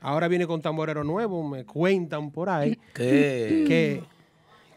[SPEAKER 4] Ahora viene con Tamborero Nuevo, me cuentan por ahí
[SPEAKER 3] ¿Qué?
[SPEAKER 4] que,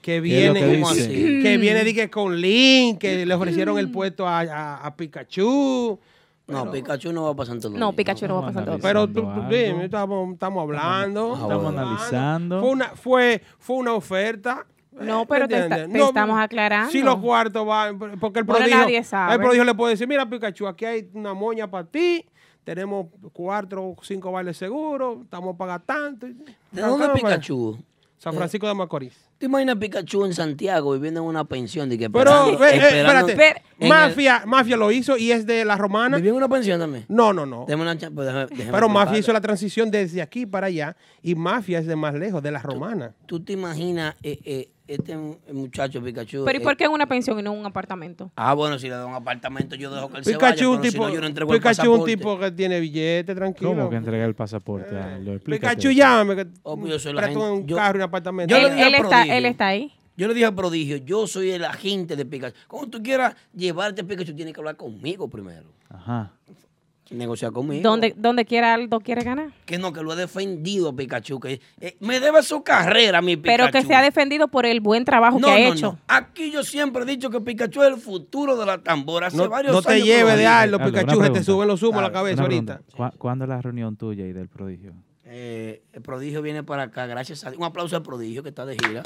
[SPEAKER 4] que
[SPEAKER 1] ¿Qué es lo
[SPEAKER 4] viene
[SPEAKER 1] que
[SPEAKER 4] como
[SPEAKER 1] dice?
[SPEAKER 4] así, que viene dije, con Link, que le ofrecieron el puesto a, a- a Pikachu.
[SPEAKER 3] Mm. No, Pikachu no va para Santo Domingo.
[SPEAKER 2] No, Pikachu no va a pasar todo.
[SPEAKER 1] Analizando
[SPEAKER 4] Pero tú- tú-
[SPEAKER 1] algo.
[SPEAKER 4] dime, estamos, estamos hablando.
[SPEAKER 3] Estamos
[SPEAKER 1] Estamos
[SPEAKER 3] Bueno.
[SPEAKER 1] analizando.
[SPEAKER 4] Fue una, fue, fue una oferta. eh,
[SPEAKER 2] No,
[SPEAKER 4] ¿me
[SPEAKER 2] pero te está-
[SPEAKER 4] entiendes?
[SPEAKER 2] te estamos aclarando.
[SPEAKER 4] Si los cuartos van, porque el
[SPEAKER 2] Bueno,
[SPEAKER 4] prodigio,
[SPEAKER 2] nadie sabe.
[SPEAKER 4] el prodigio le puede decir, mira Pikachu, aquí hay una moña para ti, tenemos cuatro o cinco bailes seguros, estamos a pagar tanto.
[SPEAKER 3] ¿De dónde es Pikachu?
[SPEAKER 4] pues,
[SPEAKER 3] Eh,
[SPEAKER 4] San Francisco de Macorís.
[SPEAKER 3] ¿Te imaginas Pikachu en Santiago viviendo en una pensión? De que
[SPEAKER 4] Pero,
[SPEAKER 3] esperando,
[SPEAKER 4] ve- eh,
[SPEAKER 3] esperando-
[SPEAKER 4] espérate.
[SPEAKER 3] en el-
[SPEAKER 4] mafia, mafia lo hizo y es de la romana.
[SPEAKER 3] ¿Vivía en una pensión también?
[SPEAKER 4] No, no, no.
[SPEAKER 3] Deme una cha- pues, déjame- déjame
[SPEAKER 4] Pero mafia
[SPEAKER 3] explicarle.
[SPEAKER 4] hizo la transición desde aquí para allá y mafia es de más lejos, de la romana.
[SPEAKER 3] ¿Tú te imaginas eh, eh, este mu- muchacho Pikachu?
[SPEAKER 2] Pero ¿y
[SPEAKER 3] eh,
[SPEAKER 2] por qué en una pensión y no en un apartamento?
[SPEAKER 3] Ah, bueno, si le doy un apartamento, yo dejo que él se vaya.
[SPEAKER 4] Pikachu un
[SPEAKER 3] pero si
[SPEAKER 4] tipo,
[SPEAKER 3] no, yo no entrego el
[SPEAKER 4] Pikachu un
[SPEAKER 3] pasaporte.
[SPEAKER 4] tipo que tiene billete, tranquilo. Eh,
[SPEAKER 1] ¿Cómo que entrega el pasaporte? Aldo? Explícate.
[SPEAKER 4] Pikachu llámame que
[SPEAKER 3] Oh, pues yo soy la
[SPEAKER 4] presta
[SPEAKER 3] gente-
[SPEAKER 4] un
[SPEAKER 3] yo-
[SPEAKER 4] carro y un apartamento.
[SPEAKER 3] Yo le
[SPEAKER 2] él,
[SPEAKER 3] dije
[SPEAKER 2] él
[SPEAKER 3] al
[SPEAKER 2] está,
[SPEAKER 3] prodigio.
[SPEAKER 2] él está ahí.
[SPEAKER 3] Yo le dije al prodigio, yo soy el agente de Pikachu. Como tú quieras llevarte a Pikachu, tienes que hablar conmigo primero.
[SPEAKER 1] Ajá.
[SPEAKER 3] Negociar conmigo.
[SPEAKER 2] Donde, donde quiera Aldo quiere ganar.
[SPEAKER 3] Que no, que lo he defendido, Pikachu. Que, eh, me debe su carrera, mi Pikachu.
[SPEAKER 2] Pero que sea defendido por el buen trabajo
[SPEAKER 3] No,
[SPEAKER 2] que ha
[SPEAKER 3] no,
[SPEAKER 2] Ah, hecho.
[SPEAKER 3] no. Aquí yo siempre he dicho que Pikachu es el futuro de la tambora. Hace
[SPEAKER 4] No,
[SPEAKER 3] varios
[SPEAKER 4] no te
[SPEAKER 3] años que lo
[SPEAKER 4] lleves de
[SPEAKER 3] digo.
[SPEAKER 4] algo,
[SPEAKER 1] Carlos, una
[SPEAKER 4] Pikachu, que te
[SPEAKER 1] pregunta.
[SPEAKER 4] suben los humos a la
[SPEAKER 3] Claro,
[SPEAKER 4] cabeza
[SPEAKER 1] Una
[SPEAKER 4] ahorita.
[SPEAKER 1] pregunta. ¿Cuá- ¿Cuándo es la reunión tuya y del prodigio?
[SPEAKER 3] Eh, el prodigio viene para acá, gracias a Un aplauso al prodigio que está de gira.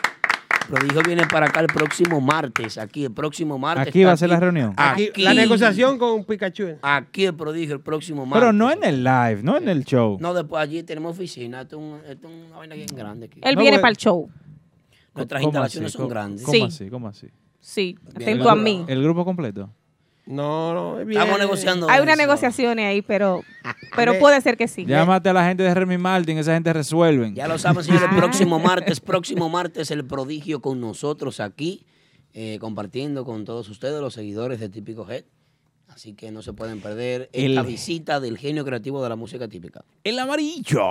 [SPEAKER 3] El prodigio viene para acá el próximo martes, aquí, el próximo martes.
[SPEAKER 1] Aquí
[SPEAKER 3] está
[SPEAKER 1] va a ser la reunión.
[SPEAKER 4] Aquí, la
[SPEAKER 3] Aquí.
[SPEAKER 4] negociación con Pikachu.
[SPEAKER 3] Aquí el prodigio el próximo martes.
[SPEAKER 1] Pero no en el live, no en el show.
[SPEAKER 3] No, después allí tenemos oficina. Esto es, un- esto es una vaina bien grande aquí.
[SPEAKER 2] Él
[SPEAKER 1] No,
[SPEAKER 2] viene
[SPEAKER 1] porque-
[SPEAKER 2] para el show.
[SPEAKER 3] Nuestras
[SPEAKER 1] ¿Cómo
[SPEAKER 3] instalaciones
[SPEAKER 1] así?
[SPEAKER 3] son
[SPEAKER 1] ¿Cómo-
[SPEAKER 3] grandes.
[SPEAKER 1] ¿Cómo
[SPEAKER 2] Sí.
[SPEAKER 1] así? ¿Cómo así?
[SPEAKER 2] Sí,
[SPEAKER 3] Bien.
[SPEAKER 2] atento a mí.
[SPEAKER 1] ¿El grupo completo?
[SPEAKER 4] No, no, es bien.
[SPEAKER 3] Estamos negociando.
[SPEAKER 2] Hay unas
[SPEAKER 3] eso.
[SPEAKER 2] negociaciones ahí, pero, pero
[SPEAKER 4] Ve-
[SPEAKER 2] puede ser que sí.
[SPEAKER 1] Llámate a la gente de Remy Martin, esa gente resuelven.
[SPEAKER 3] Ya lo saben, señores,
[SPEAKER 2] Ah.
[SPEAKER 3] el próximo martes, próximo martes, el prodigio con nosotros aquí, eh, compartiendo con todos ustedes, los seguidores de Típico Head. Así que no se pueden perder esta
[SPEAKER 1] El-
[SPEAKER 3] visita del genio creativo de la música típica.
[SPEAKER 1] El amarillo.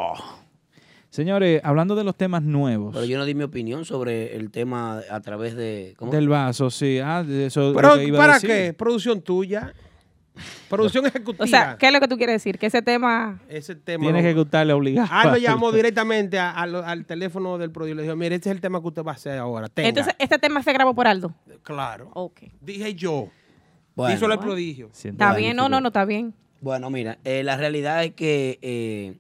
[SPEAKER 1] Señores, hablando de los temas nuevos.
[SPEAKER 3] Pero yo no di mi opinión sobre el tema a través de... ¿cómo?
[SPEAKER 1] Del vaso, sí. Ah, de eso es lo que
[SPEAKER 4] Pero,
[SPEAKER 1] iba a
[SPEAKER 4] ¿para
[SPEAKER 1] decir.
[SPEAKER 4] qué? Eh, Producción tuya. Producción ejecutiva.
[SPEAKER 2] O sea, ¿qué es lo que tú quieres decir? Que ese tema...
[SPEAKER 4] Ese tema.
[SPEAKER 1] Tienes que
[SPEAKER 4] lo-
[SPEAKER 1] gustarle obligado.
[SPEAKER 4] Ah, lo llamó directamente a- a lo- al teléfono del prodigio. Le dijo, mire, este es el tema que usted va a hacer ahora. Tenga.
[SPEAKER 2] Entonces, este tema se grabó por Aldo.
[SPEAKER 4] claro.
[SPEAKER 2] Ok.
[SPEAKER 4] Dije yo.
[SPEAKER 3] Bueno.
[SPEAKER 4] Díselo al prodigio.
[SPEAKER 1] Siento-
[SPEAKER 2] Está bien, no, no, no, está bien.
[SPEAKER 3] Bueno, mira, eh, la realidad es que eh,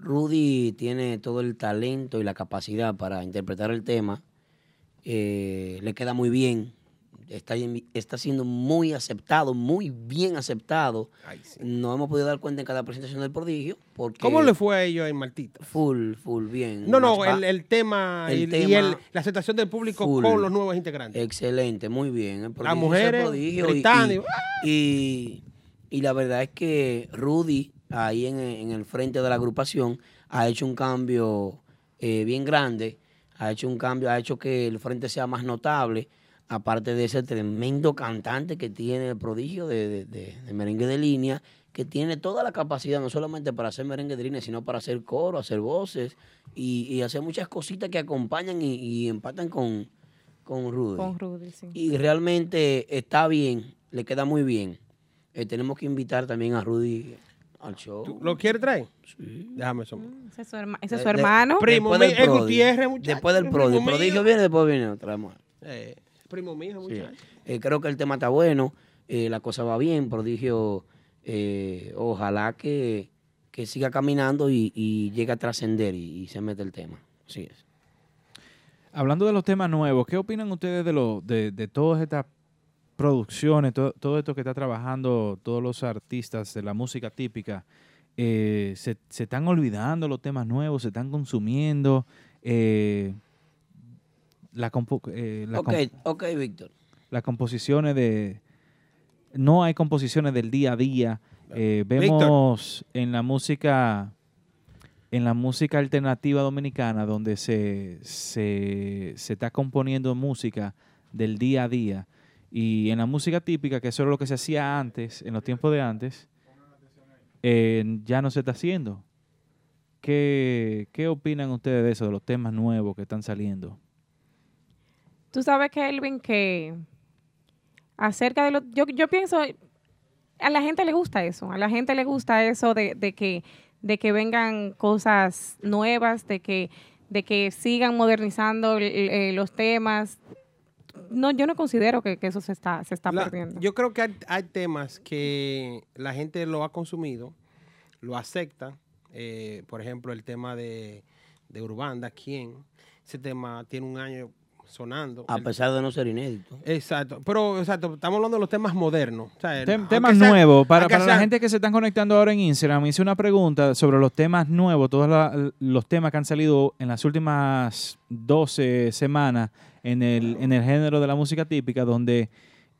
[SPEAKER 3] Rudy tiene todo el talento y la capacidad para interpretar el tema. Eh, le queda muy bien. Está, en- está siendo muy aceptado, muy bien aceptado.
[SPEAKER 4] Ay, sí.
[SPEAKER 3] No hemos podido dar cuenta en cada presentación del prodigio. Porque
[SPEAKER 4] ¿Cómo le fue a ellos en Maltita?
[SPEAKER 3] Full, full, bien.
[SPEAKER 4] No, no,
[SPEAKER 3] Más va-
[SPEAKER 4] el, el tema
[SPEAKER 3] El
[SPEAKER 4] y, y
[SPEAKER 3] tema-
[SPEAKER 4] el- la aceptación del público
[SPEAKER 3] Full.
[SPEAKER 4] con los nuevos integrantes.
[SPEAKER 3] Excelente, muy bien. El prodigio es el
[SPEAKER 4] mujeres
[SPEAKER 3] prodigio y-
[SPEAKER 4] gritando,
[SPEAKER 3] y, y- y la verdad es que Rudy, ahí en, en el frente de la agrupación, ha hecho un cambio eh, bien grande. Ha hecho un cambio, ha hecho que el frente sea más notable. Aparte de ese tremendo cantante que tiene el prodigio de, de- de- de merengue de línea, que tiene toda la capacidad, no solamente para hacer merengue de línea, sino para hacer coro, hacer voces y, y hacer muchas cositas que acompañan y, y empatan con, con Rudy.
[SPEAKER 2] Con Rudy, sí.
[SPEAKER 3] Y realmente está bien, le queda muy bien. Eh, tenemos que invitar también a Rudy al show.
[SPEAKER 4] ¿Tú ¿Lo quieres traer? Déjame eso.
[SPEAKER 2] Ese es su, herma- ese es su
[SPEAKER 3] De- de-
[SPEAKER 2] hermano.
[SPEAKER 4] Pri- Primo
[SPEAKER 3] después
[SPEAKER 4] mío,
[SPEAKER 3] del
[SPEAKER 4] es
[SPEAKER 3] Prodi.
[SPEAKER 4] Gutiérrez, muchacho,
[SPEAKER 3] Después del
[SPEAKER 4] es
[SPEAKER 3] Prodi. El
[SPEAKER 4] primo
[SPEAKER 3] prodigio
[SPEAKER 4] mío.
[SPEAKER 3] viene, después viene otra mujer.
[SPEAKER 4] Eh, primo mío,
[SPEAKER 3] Sí.
[SPEAKER 4] muchacho.
[SPEAKER 3] Eh, creo que el tema está bueno, eh, la cosa va bien, prodigio. eh, ojalá que, que siga caminando y, y llegue a trascender y, y se mete el tema. Así es.
[SPEAKER 1] Hablando de los temas nuevos, ¿qué opinan ustedes de, lo, de, de todas estas producciones, to- todo esto que está trabajando todos los artistas de la música típica? Eh, se, se están olvidando los temas nuevos, se están consumiendo. eh, la compo- eh, la
[SPEAKER 3] Ok,
[SPEAKER 1] comp-
[SPEAKER 3] ok, Víctor.
[SPEAKER 1] las composiciones de... No hay composiciones del día a día. Eh,
[SPEAKER 4] Víctor.
[SPEAKER 1] vemos en la música en la música alternativa dominicana donde se, se, se está componiendo música del día a día. Y en la música típica, que eso era lo que se hacía antes, en los tiempos de antes, eh, ya no se está haciendo. ¿Qué, ¿Qué opinan ustedes de eso, de los temas nuevos que están saliendo?
[SPEAKER 2] Tú sabes, Kelvin, que acerca de lo... Yo, yo pienso, a la gente le gusta eso, a la gente le gusta eso de, de que, de que vengan cosas nuevas, de que, de que sigan modernizando eh, los temas. No, yo no considero que, que eso se está, se está
[SPEAKER 4] La-
[SPEAKER 2] perdiendo.
[SPEAKER 4] Yo creo que hay, hay temas que la gente lo ha consumido, lo acepta. eh, por ejemplo, el tema de, de Urbanda, ¿quién? Ese tema tiene un año sonando.
[SPEAKER 3] A
[SPEAKER 4] El-
[SPEAKER 3] pesar de no ser inédito.
[SPEAKER 4] Exacto, pero exacto, estamos hablando de los temas modernos. o sea, el-
[SPEAKER 1] Tem-
[SPEAKER 4] aunque
[SPEAKER 1] temas
[SPEAKER 4] sea-
[SPEAKER 1] nuevos. Para,
[SPEAKER 4] aunque
[SPEAKER 1] para la
[SPEAKER 4] sea-
[SPEAKER 1] gente que se están conectando ahora en Instagram, hice una pregunta sobre los temas nuevos, todos la- los temas que han salido en las últimas 12 semanas en el, en el género de la música típica, donde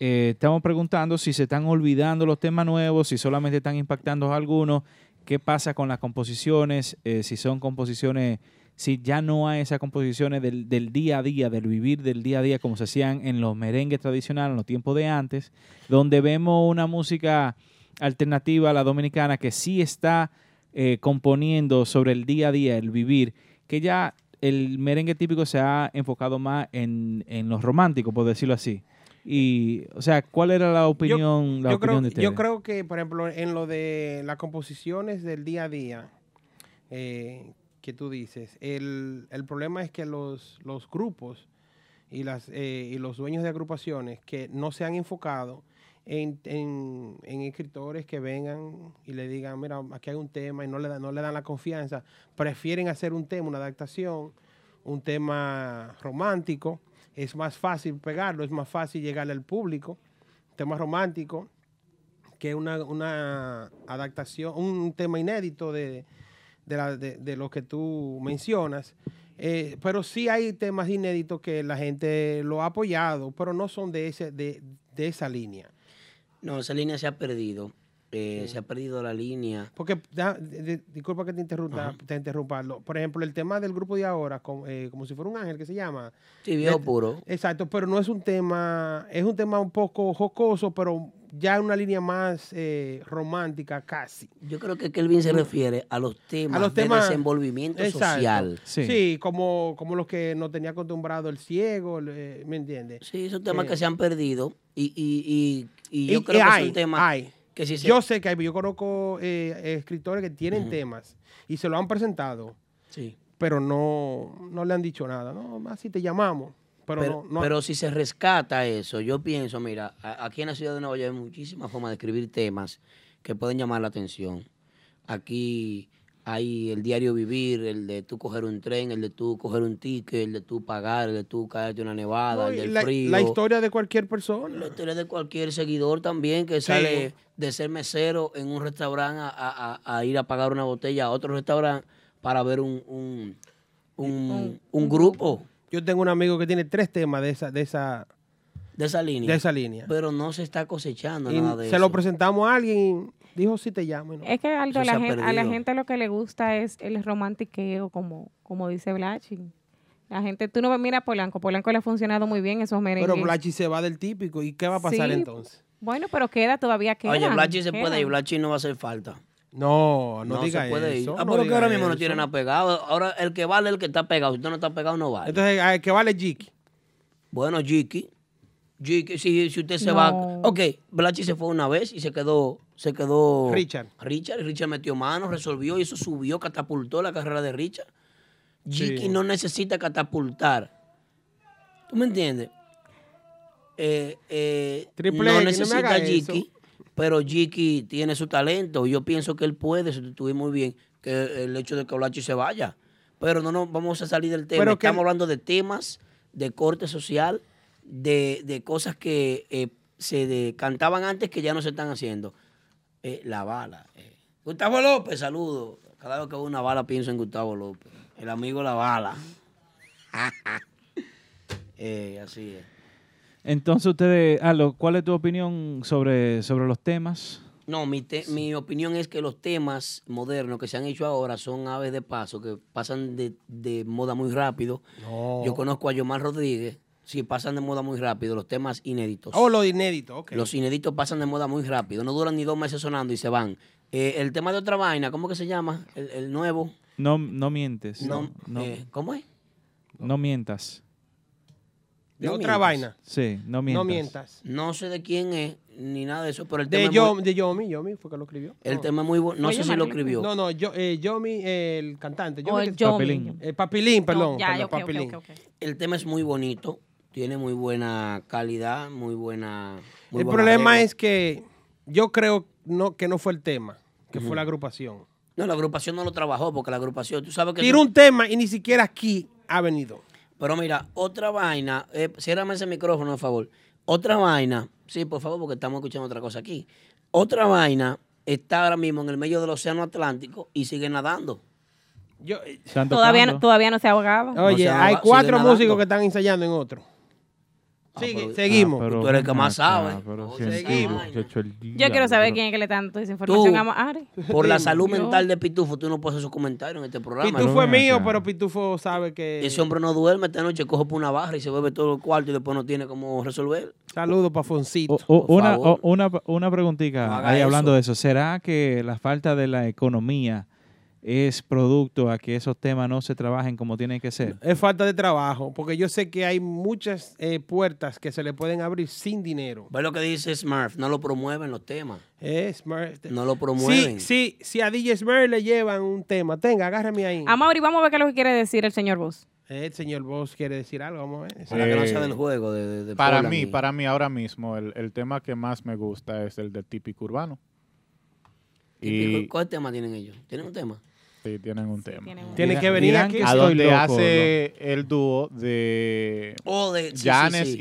[SPEAKER 1] eh, estamos preguntando si se están olvidando los temas nuevos, si solamente están impactando a algunos, qué pasa con las composiciones, eh, si son composiciones, si ya no hay esas composiciones del, del día a día, del vivir del día a día, como se hacían en los merengues tradicionales, en los tiempos de antes, donde vemos una música alternativa a la dominicana que sí está eh, componiendo sobre el día a día, el vivir, que ya el merengue típico se ha enfocado más en, en los románticos, por decirlo así. Y, o sea, ¿cuál era la opinión, la
[SPEAKER 4] yo
[SPEAKER 1] opinión
[SPEAKER 4] creo,
[SPEAKER 1] de ustedes?
[SPEAKER 4] yo creo que, por ejemplo, en lo de las composiciones del día a día, eh, que tú dices, el, el problema es que los, los grupos y, las, eh, y los dueños de agrupaciones que no se han enfocado en, en- en escritores que vengan y le digan, mira, aquí hay un tema y no le, dan- no le dan la confianza, prefieren hacer un tema, una adaptación, un tema romántico, es más fácil pegarlo, es más fácil llegarle al público, tema romántico, que una, una adaptación, un tema inédito de, de, la- de- de lo que tú mencionas. Eh, pero sí hay temas inéditos que la gente lo ha apoyado, pero no son de, ese, de, de esa línea.
[SPEAKER 3] No, esa línea se ha perdido. Eh, Se ha perdido la línea.
[SPEAKER 4] Porque, da- de- de- disculpa que te interrumpa, te interrumpa. lo- Por ejemplo, el tema del grupo de ahora, com- eh, como si fuera un ángel que se llama.
[SPEAKER 3] Sí, viejo
[SPEAKER 4] Eh,
[SPEAKER 3] puro.
[SPEAKER 4] Exacto, pero no es un tema, es un tema un poco jocoso, pero ya una línea más eh, romántica casi.
[SPEAKER 3] Yo creo que Kelvin
[SPEAKER 4] Mm.
[SPEAKER 3] se refiere a los temas, de desenvolvimiento
[SPEAKER 4] Exacto.
[SPEAKER 3] social.
[SPEAKER 4] Sí, como, como los que no tenía acostumbrado el ciego, el, eh, ¿me entiendes?
[SPEAKER 3] Sí, son temas
[SPEAKER 4] Eh,
[SPEAKER 3] que se han perdido y, y, y, y
[SPEAKER 4] y-
[SPEAKER 3] yo creo
[SPEAKER 4] y
[SPEAKER 3] que
[SPEAKER 4] hay,
[SPEAKER 3] son temas
[SPEAKER 4] hay.
[SPEAKER 3] que sí se...
[SPEAKER 4] Yo sé que hay, yo conozco eh, escritores que tienen
[SPEAKER 3] Ujú.
[SPEAKER 4] temas y se lo han presentado,
[SPEAKER 3] Sí.
[SPEAKER 4] pero no, no le han dicho nada. No, así te llamamos. Pero, no, no-
[SPEAKER 3] pero si se rescata eso, yo pienso, mira, a- aquí en la ciudad de Nueva York hay muchísimas formas de escribir temas que pueden llamar la atención. Aquí hay el diario vivir, el de tú coger un tren, el de tú coger un ticket, el de tú pagar, el de tú caerte una nevada,
[SPEAKER 4] no,
[SPEAKER 3] el
[SPEAKER 4] y
[SPEAKER 3] del
[SPEAKER 4] la,
[SPEAKER 3] frío.
[SPEAKER 4] la historia de cualquier persona.
[SPEAKER 3] La historia de cualquier seguidor también que sale de ser mesero en un restaurante a, a- a- a ir a pagar una botella a otro restaurante para ver un, un, un- un grupo
[SPEAKER 4] Yo tengo un amigo que tiene tres temas de esa, de esa,
[SPEAKER 3] de esa línea.
[SPEAKER 4] de esa línea.
[SPEAKER 3] Pero no se está cosechando
[SPEAKER 4] Y
[SPEAKER 3] nada de
[SPEAKER 4] se
[SPEAKER 3] eso.
[SPEAKER 4] lo presentamos a alguien y dijo, sí te llamo. y no.
[SPEAKER 2] Es que Aldo,
[SPEAKER 3] Eso
[SPEAKER 2] la
[SPEAKER 3] se ha
[SPEAKER 2] gen- a la
[SPEAKER 3] perdido.
[SPEAKER 2] gente lo que le gusta es el romantiqueo, como, como dice Blachi. La gente, tú no ves, mira a Polanco, Polanco le ha funcionado muy bien esos merengues.
[SPEAKER 4] Pero Blachi se va del típico. ¿Y qué va a pasar
[SPEAKER 2] Sí.
[SPEAKER 4] entonces?
[SPEAKER 2] Bueno, pero queda, todavía queda.
[SPEAKER 3] Oye, Blachi se puede ir, Blachi no va a hacer falta.
[SPEAKER 4] No, no,
[SPEAKER 3] No,
[SPEAKER 4] diga
[SPEAKER 3] se puede
[SPEAKER 4] eso.
[SPEAKER 3] ir. Ah,
[SPEAKER 4] no
[SPEAKER 3] pero que
[SPEAKER 4] diga
[SPEAKER 3] ahora mismo no
[SPEAKER 4] eso.
[SPEAKER 3] tiene nada pegado. Ahora el que vale es el que está pegado. Si usted no está pegado, no vale.
[SPEAKER 4] Entonces, ¿a ¿qué vale Jiki?
[SPEAKER 3] Bueno, Jiki. Jiki, si, si usted se va.
[SPEAKER 2] No.
[SPEAKER 3] Ok, Blachi se fue una vez y se quedó. Se quedó.
[SPEAKER 4] Richard.
[SPEAKER 3] Richard. Richard metió mano, resolvió y eso subió, catapultó la carrera de Richard.
[SPEAKER 4] Sí.
[SPEAKER 3] Jiki no necesita catapultar. ¿Tú me entiendes? Eh, eh,
[SPEAKER 4] Triple
[SPEAKER 3] no
[SPEAKER 4] X, no me
[SPEAKER 3] necesita
[SPEAKER 4] haga eso.
[SPEAKER 3] Jiki, pero Jiki tiene su talento. Yo pienso que él puede sustituir muy bien que el hecho de que Blachi se vaya. Pero no nos vamos a salir del tema.
[SPEAKER 4] Pero que-
[SPEAKER 3] Estamos hablando de temas de corte social, de, de cosas que eh, se de- cantaban antes que ya no se están haciendo. Eh, la bala. eh. Gustavo López, saludo. Cada vez que veo una bala pienso en Gustavo López. El amigo La Bala. Eh, así es.
[SPEAKER 1] Entonces, ustedes, Aldo, ¿cuál es tu opinión sobre, sobre los temas?
[SPEAKER 3] No, mi, te- mi opinión es que los temas modernos que se han hecho ahora son aves de paso, que pasan de, de moda muy rápido.
[SPEAKER 4] No.
[SPEAKER 3] Yo conozco a Yomar Rodríguez, sí, pasan de moda muy rápido los temas inéditos.
[SPEAKER 4] Oh, lo inédito, ok.
[SPEAKER 3] Los inéditos pasan de moda muy rápido, no duran ni dos meses sonando y se van. Eh, el tema de otra vaina, ¿cómo que se llama? El, el nuevo.
[SPEAKER 1] No, no mientes.
[SPEAKER 3] No,
[SPEAKER 1] No, no,
[SPEAKER 3] eh, ¿Cómo es?
[SPEAKER 1] no mientas.
[SPEAKER 4] de
[SPEAKER 3] no mientas.
[SPEAKER 4] otra vaina.
[SPEAKER 1] Sí, no mientas.
[SPEAKER 4] No mientas.
[SPEAKER 3] No sé de quién es ni nada de eso, pero el tema
[SPEAKER 4] De,
[SPEAKER 3] es
[SPEAKER 4] Yo-
[SPEAKER 3] muy-
[SPEAKER 4] de Yomi, Yomi fue que lo escribió.
[SPEAKER 3] el
[SPEAKER 4] No.
[SPEAKER 3] tema es muy bueno. No
[SPEAKER 2] Oye,
[SPEAKER 3] sé si lo
[SPEAKER 2] Manuel.
[SPEAKER 3] escribió.
[SPEAKER 4] No, no, yo, eh, Yomi, eh, el cantante.
[SPEAKER 2] O
[SPEAKER 4] Yomi,
[SPEAKER 2] el
[SPEAKER 4] que-
[SPEAKER 2] Yomi.
[SPEAKER 1] Papelín.
[SPEAKER 4] Eh, papilín, perdón.
[SPEAKER 2] No, ya,
[SPEAKER 4] perdón,
[SPEAKER 2] ok, ok,
[SPEAKER 4] papilín.
[SPEAKER 2] ok, ok.
[SPEAKER 3] El tema es muy bonito, tiene muy buena calidad, muy buena. muy
[SPEAKER 4] El
[SPEAKER 3] buen
[SPEAKER 4] problema
[SPEAKER 3] arreglo.
[SPEAKER 4] es que yo creo no, que no fue el tema, que fue la agrupación.
[SPEAKER 3] No, la agrupación no lo trabajó porque la agrupación, tú sabes que.
[SPEAKER 4] Tiró
[SPEAKER 3] tú-
[SPEAKER 4] un tema y ni siquiera aquí ha venido.
[SPEAKER 3] Pero mira, otra vaina, eh, ciérrame ese micrófono, por favor. Otra vaina, sí, por favor, porque estamos escuchando otra cosa aquí. Otra vaina está ahora mismo en el medio del Océano Atlántico y sigue nadando.
[SPEAKER 4] Yo, eh,
[SPEAKER 1] Están
[SPEAKER 2] Todavía no,
[SPEAKER 1] tocando.
[SPEAKER 2] todavía no se ahogaba.
[SPEAKER 3] No
[SPEAKER 4] oye,
[SPEAKER 3] se ahoga,
[SPEAKER 4] hay
[SPEAKER 3] sigue
[SPEAKER 4] cuatro
[SPEAKER 3] nadando.
[SPEAKER 4] músicos que están ensayando en otro.
[SPEAKER 3] Ah,
[SPEAKER 4] Sigue,
[SPEAKER 3] pero-
[SPEAKER 4] seguimos.
[SPEAKER 1] Ah, pero
[SPEAKER 3] Tú eres el
[SPEAKER 1] ven
[SPEAKER 3] que más
[SPEAKER 1] acá,
[SPEAKER 3] sabe.
[SPEAKER 1] pero
[SPEAKER 3] Oye,
[SPEAKER 1] si el
[SPEAKER 3] seguimos.
[SPEAKER 1] tipo, chacho, el
[SPEAKER 2] Yo
[SPEAKER 1] diablo,
[SPEAKER 2] quiero saber
[SPEAKER 1] pero-
[SPEAKER 2] quién es que le tanto desinformación
[SPEAKER 3] Tú.
[SPEAKER 2] a Ari.
[SPEAKER 3] Por la salud
[SPEAKER 2] Yo-
[SPEAKER 3] mental de Pitufo, tú no puedes hacer su comentario en este programa.
[SPEAKER 4] Pitufo es
[SPEAKER 1] ven
[SPEAKER 4] mío,
[SPEAKER 1] acá.
[SPEAKER 4] pero Pitufo sabe que.
[SPEAKER 3] Ese hombre no duerme esta noche, coge por una barra y se bebe todo el cuarto y después no tiene cómo resolver.
[SPEAKER 4] Saludos para Foncito.
[SPEAKER 3] Oh,
[SPEAKER 1] O- o-
[SPEAKER 3] Por
[SPEAKER 1] una,
[SPEAKER 3] favor.
[SPEAKER 1] o- una, una preguntita
[SPEAKER 3] No haga
[SPEAKER 1] ahí hablando
[SPEAKER 3] eso.
[SPEAKER 1] de eso. ¿Será que la falta de la economía es producto a que esos temas no se trabajen como tienen que ser.
[SPEAKER 4] Es falta de trabajo, porque yo sé que hay muchas eh, puertas que se le pueden abrir sin dinero.
[SPEAKER 3] Ve lo que dice Smurf, no lo promueven los temas.
[SPEAKER 4] Eh, Smurf-
[SPEAKER 3] No lo promueven.
[SPEAKER 4] Sí, sí, si a DJ Smurf le llevan un tema, tenga, agárrame ahí.
[SPEAKER 2] A Mauri, vamos a ver qué es lo que quiere decir el señor Bus.
[SPEAKER 4] Eh, el señor Boss quiere decir algo, vamos a ver.
[SPEAKER 3] Para que no sea
[SPEAKER 8] Eh,
[SPEAKER 3] del juego. De, de- de
[SPEAKER 8] Para
[SPEAKER 3] Polanyi.
[SPEAKER 8] mí, para mí ahora mismo, el, el tema que más me gusta es el de típico urbano.
[SPEAKER 3] Típico,
[SPEAKER 8] Y
[SPEAKER 3] ¿Cuál tema tienen ellos? ¿Tienen un tema?
[SPEAKER 8] sí, tienen un tema.
[SPEAKER 2] tienen un-
[SPEAKER 4] Tiene
[SPEAKER 1] Dirán-
[SPEAKER 4] que venir
[SPEAKER 1] dirán
[SPEAKER 4] aquí.
[SPEAKER 1] que
[SPEAKER 8] A
[SPEAKER 1] Estoy
[SPEAKER 8] donde
[SPEAKER 1] loco,
[SPEAKER 8] hace el dúo de
[SPEAKER 3] O Oh, de. sí, sí,
[SPEAKER 8] Janes
[SPEAKER 3] sí.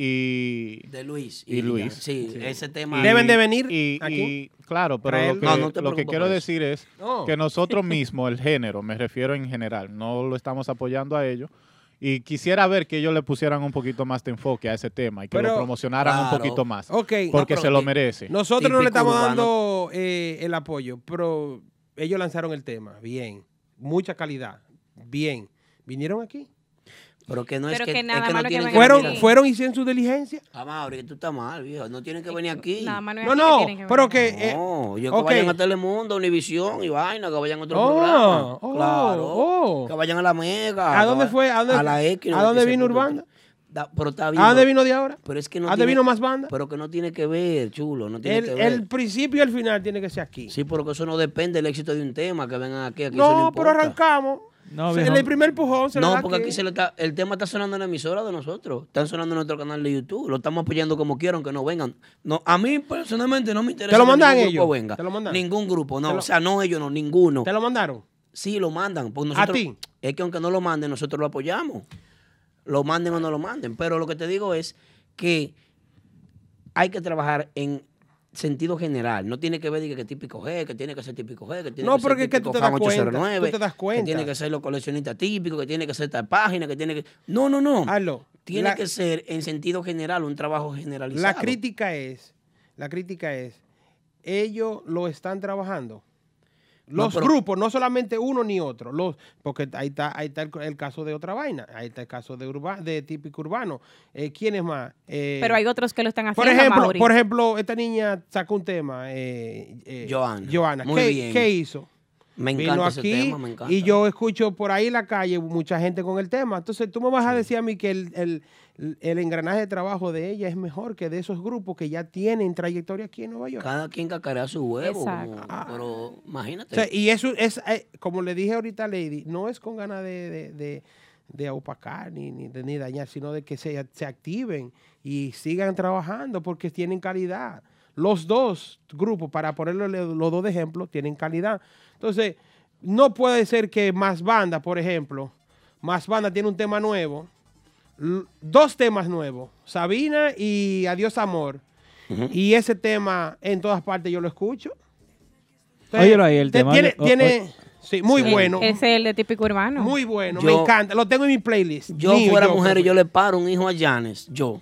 [SPEAKER 8] y...
[SPEAKER 3] De Luis.
[SPEAKER 8] y Luis.
[SPEAKER 3] Sí, ese tema.
[SPEAKER 8] y-
[SPEAKER 4] Deben de venir
[SPEAKER 8] y-
[SPEAKER 4] aquí.
[SPEAKER 8] y, claro, pero
[SPEAKER 4] Traer-
[SPEAKER 8] lo que,
[SPEAKER 3] No, no te
[SPEAKER 8] lo que
[SPEAKER 3] preocupes
[SPEAKER 8] quiero
[SPEAKER 3] por eso.
[SPEAKER 8] decir es
[SPEAKER 4] No.
[SPEAKER 8] que nosotros mismos, el género, me refiero en general, no lo estamos apoyando a ellos. Y quisiera ver que ellos le pusieran un poquito más de enfoque a ese tema y que
[SPEAKER 4] Pero-
[SPEAKER 8] lo promocionaran un
[SPEAKER 3] Claro.
[SPEAKER 8] poquito más.
[SPEAKER 4] Ok.
[SPEAKER 8] Porque
[SPEAKER 3] No, pero
[SPEAKER 8] se lo
[SPEAKER 3] que-
[SPEAKER 8] merece.
[SPEAKER 4] Nosotros no le
[SPEAKER 3] Típico
[SPEAKER 4] estamos
[SPEAKER 3] urbano.
[SPEAKER 4] dando eh, el apoyo, pero ellos lanzaron el tema, bien, mucha calidad, bien. Vinieron aquí.
[SPEAKER 3] Pero que no es
[SPEAKER 2] Pero
[SPEAKER 3] que,
[SPEAKER 2] que
[SPEAKER 3] es
[SPEAKER 2] nada
[SPEAKER 3] que no
[SPEAKER 2] malo que
[SPEAKER 3] tienen
[SPEAKER 2] vengan
[SPEAKER 4] Fueron,
[SPEAKER 2] aquí.
[SPEAKER 3] venir.
[SPEAKER 4] fueron hicieron su diligencia.
[SPEAKER 3] Ah, Mauri, que tú estás mal, viejo. No tienen que venir aquí.
[SPEAKER 2] Nada más
[SPEAKER 4] No,
[SPEAKER 2] es
[SPEAKER 4] no,
[SPEAKER 2] que tienen que
[SPEAKER 4] pero
[SPEAKER 2] venir.
[SPEAKER 4] que eh,
[SPEAKER 3] No, yo que
[SPEAKER 4] ok.
[SPEAKER 3] vayan a Telemundo, Univisión y vaina, que vayan a otro
[SPEAKER 4] Oh,
[SPEAKER 3] programa.
[SPEAKER 4] oh,
[SPEAKER 3] claro.
[SPEAKER 4] oh.
[SPEAKER 3] Que vayan a la Mega.
[SPEAKER 4] ¿A dónde
[SPEAKER 3] que-
[SPEAKER 4] fue? ¿A dónde-
[SPEAKER 3] la X,
[SPEAKER 4] a dónde
[SPEAKER 3] 96.3.
[SPEAKER 4] vino Urbanda?
[SPEAKER 3] Da- pero está bien.
[SPEAKER 4] ¿a dónde
[SPEAKER 3] pero-
[SPEAKER 4] vino de ahora?
[SPEAKER 3] Pero es que no
[SPEAKER 4] ¿A dónde
[SPEAKER 3] tiene-
[SPEAKER 4] vino más banda?
[SPEAKER 3] Pero que no tiene que ver, chulo. No tiene
[SPEAKER 4] El,
[SPEAKER 3] que ver.
[SPEAKER 4] el principio y el final tiene que ser aquí.
[SPEAKER 3] Sí, porque eso no depende del éxito de un tema que vengan aquí. aquí eso
[SPEAKER 4] no, pero
[SPEAKER 3] importa.
[SPEAKER 4] arrancamos.
[SPEAKER 1] No,
[SPEAKER 4] Se-
[SPEAKER 1] viejo.
[SPEAKER 4] el primer empujón se le
[SPEAKER 3] No,
[SPEAKER 4] da
[SPEAKER 3] porque aquí se le está, el tema está sonando en la emisora de nosotros. Están sonando en nuestro canal de YouTube. Lo estamos apoyando como quieran, que no vengan. No, a mí personalmente no me interesa.
[SPEAKER 4] ¿Te lo
[SPEAKER 3] que
[SPEAKER 4] mandan
[SPEAKER 3] ningún
[SPEAKER 4] ellos?
[SPEAKER 3] Grupo venga.
[SPEAKER 4] ¿Te lo mandan?
[SPEAKER 3] Ningún grupo, no.
[SPEAKER 4] ¿Te lo-
[SPEAKER 3] O sea, no ellos, no, ninguno.
[SPEAKER 4] ¿Te lo mandaron?
[SPEAKER 3] Sí, lo mandan. porque nosotros-
[SPEAKER 4] ¿A ti?
[SPEAKER 3] Es que aunque no lo manden, nosotros lo apoyamos. Lo manden o no lo manden. Pero lo que te digo es que hay que trabajar en sentido general. No tiene que ver diga, que típico G, que tiene que ser típico G, que tiene
[SPEAKER 4] No,
[SPEAKER 3] que ser
[SPEAKER 4] porque es que
[SPEAKER 3] típico
[SPEAKER 4] tú te das
[SPEAKER 3] Fan
[SPEAKER 4] cuenta,
[SPEAKER 3] 809,
[SPEAKER 4] tú te das
[SPEAKER 3] Que
[SPEAKER 4] cuenta.
[SPEAKER 3] tiene que ser los coleccionistas típicos, que tiene que ser esta página, que tiene que... No, no, no.
[SPEAKER 4] Hazlo.
[SPEAKER 3] Tiene
[SPEAKER 4] La-
[SPEAKER 3] que ser en sentido general, un trabajo generalizado.
[SPEAKER 4] La crítica es, la crítica es, ellos lo están trabajando.
[SPEAKER 3] No,
[SPEAKER 4] Los
[SPEAKER 3] pero-
[SPEAKER 4] grupos, no solamente uno ni otro, los, porque ahí está, ahí está el, el caso de otra vaina, ahí está el caso de urba, de típico urbano. Eh, ¿Quién es más? Eh,
[SPEAKER 2] Pero hay otros que lo están
[SPEAKER 4] por
[SPEAKER 2] haciendo,
[SPEAKER 4] ejemplo,
[SPEAKER 2] Mauri.
[SPEAKER 4] por ejemplo, esta niña sacó un tema, eh, eh,
[SPEAKER 3] Johanna. Muy
[SPEAKER 4] ¿Qué,
[SPEAKER 3] bien.
[SPEAKER 4] qué hizo?
[SPEAKER 3] Me
[SPEAKER 4] Vino
[SPEAKER 3] encanta ese
[SPEAKER 4] aquí
[SPEAKER 3] tema, me encanta.
[SPEAKER 4] y yo escucho por ahí en la calle mucha gente con el tema. Entonces tú me vas a decir a mí que el, el- el engranaje de trabajo de ella es mejor que de esos grupos que ya tienen trayectoria aquí en Nueva York.
[SPEAKER 3] Cada quien cacarea su huevo.
[SPEAKER 2] Exacto.
[SPEAKER 3] como- pero imagínate.
[SPEAKER 4] O sea, y eso es, eh, como le dije ahorita a Lady, no es con ganas de, de, de- de opacar ni, ni, de- ni dañar, sino de que se, se activen y sigan trabajando porque tienen calidad. Los dos grupos, para ponerlo le- los dos de ejemplo, tienen calidad. Entonces, no puede ser que Más Banda, por ejemplo, Más Banda tiene un tema nuevo, l- dos temas nuevos, Sabina y Adiós Amor. Y ese tema en todas partes yo lo escucho.
[SPEAKER 1] Óyelo ahí, el
[SPEAKER 4] te-
[SPEAKER 1] tema,
[SPEAKER 4] Tiene,
[SPEAKER 1] o-
[SPEAKER 4] tiene- sí, muy bueno.
[SPEAKER 2] Eh, Ese es el de típico urbano.
[SPEAKER 4] muy bueno, me
[SPEAKER 3] Yo-
[SPEAKER 4] encanta. Lo tengo en mi playlist.
[SPEAKER 3] Yo
[SPEAKER 4] Mío,
[SPEAKER 3] fuera mujer y yo le paro un hijo a Janes, yo.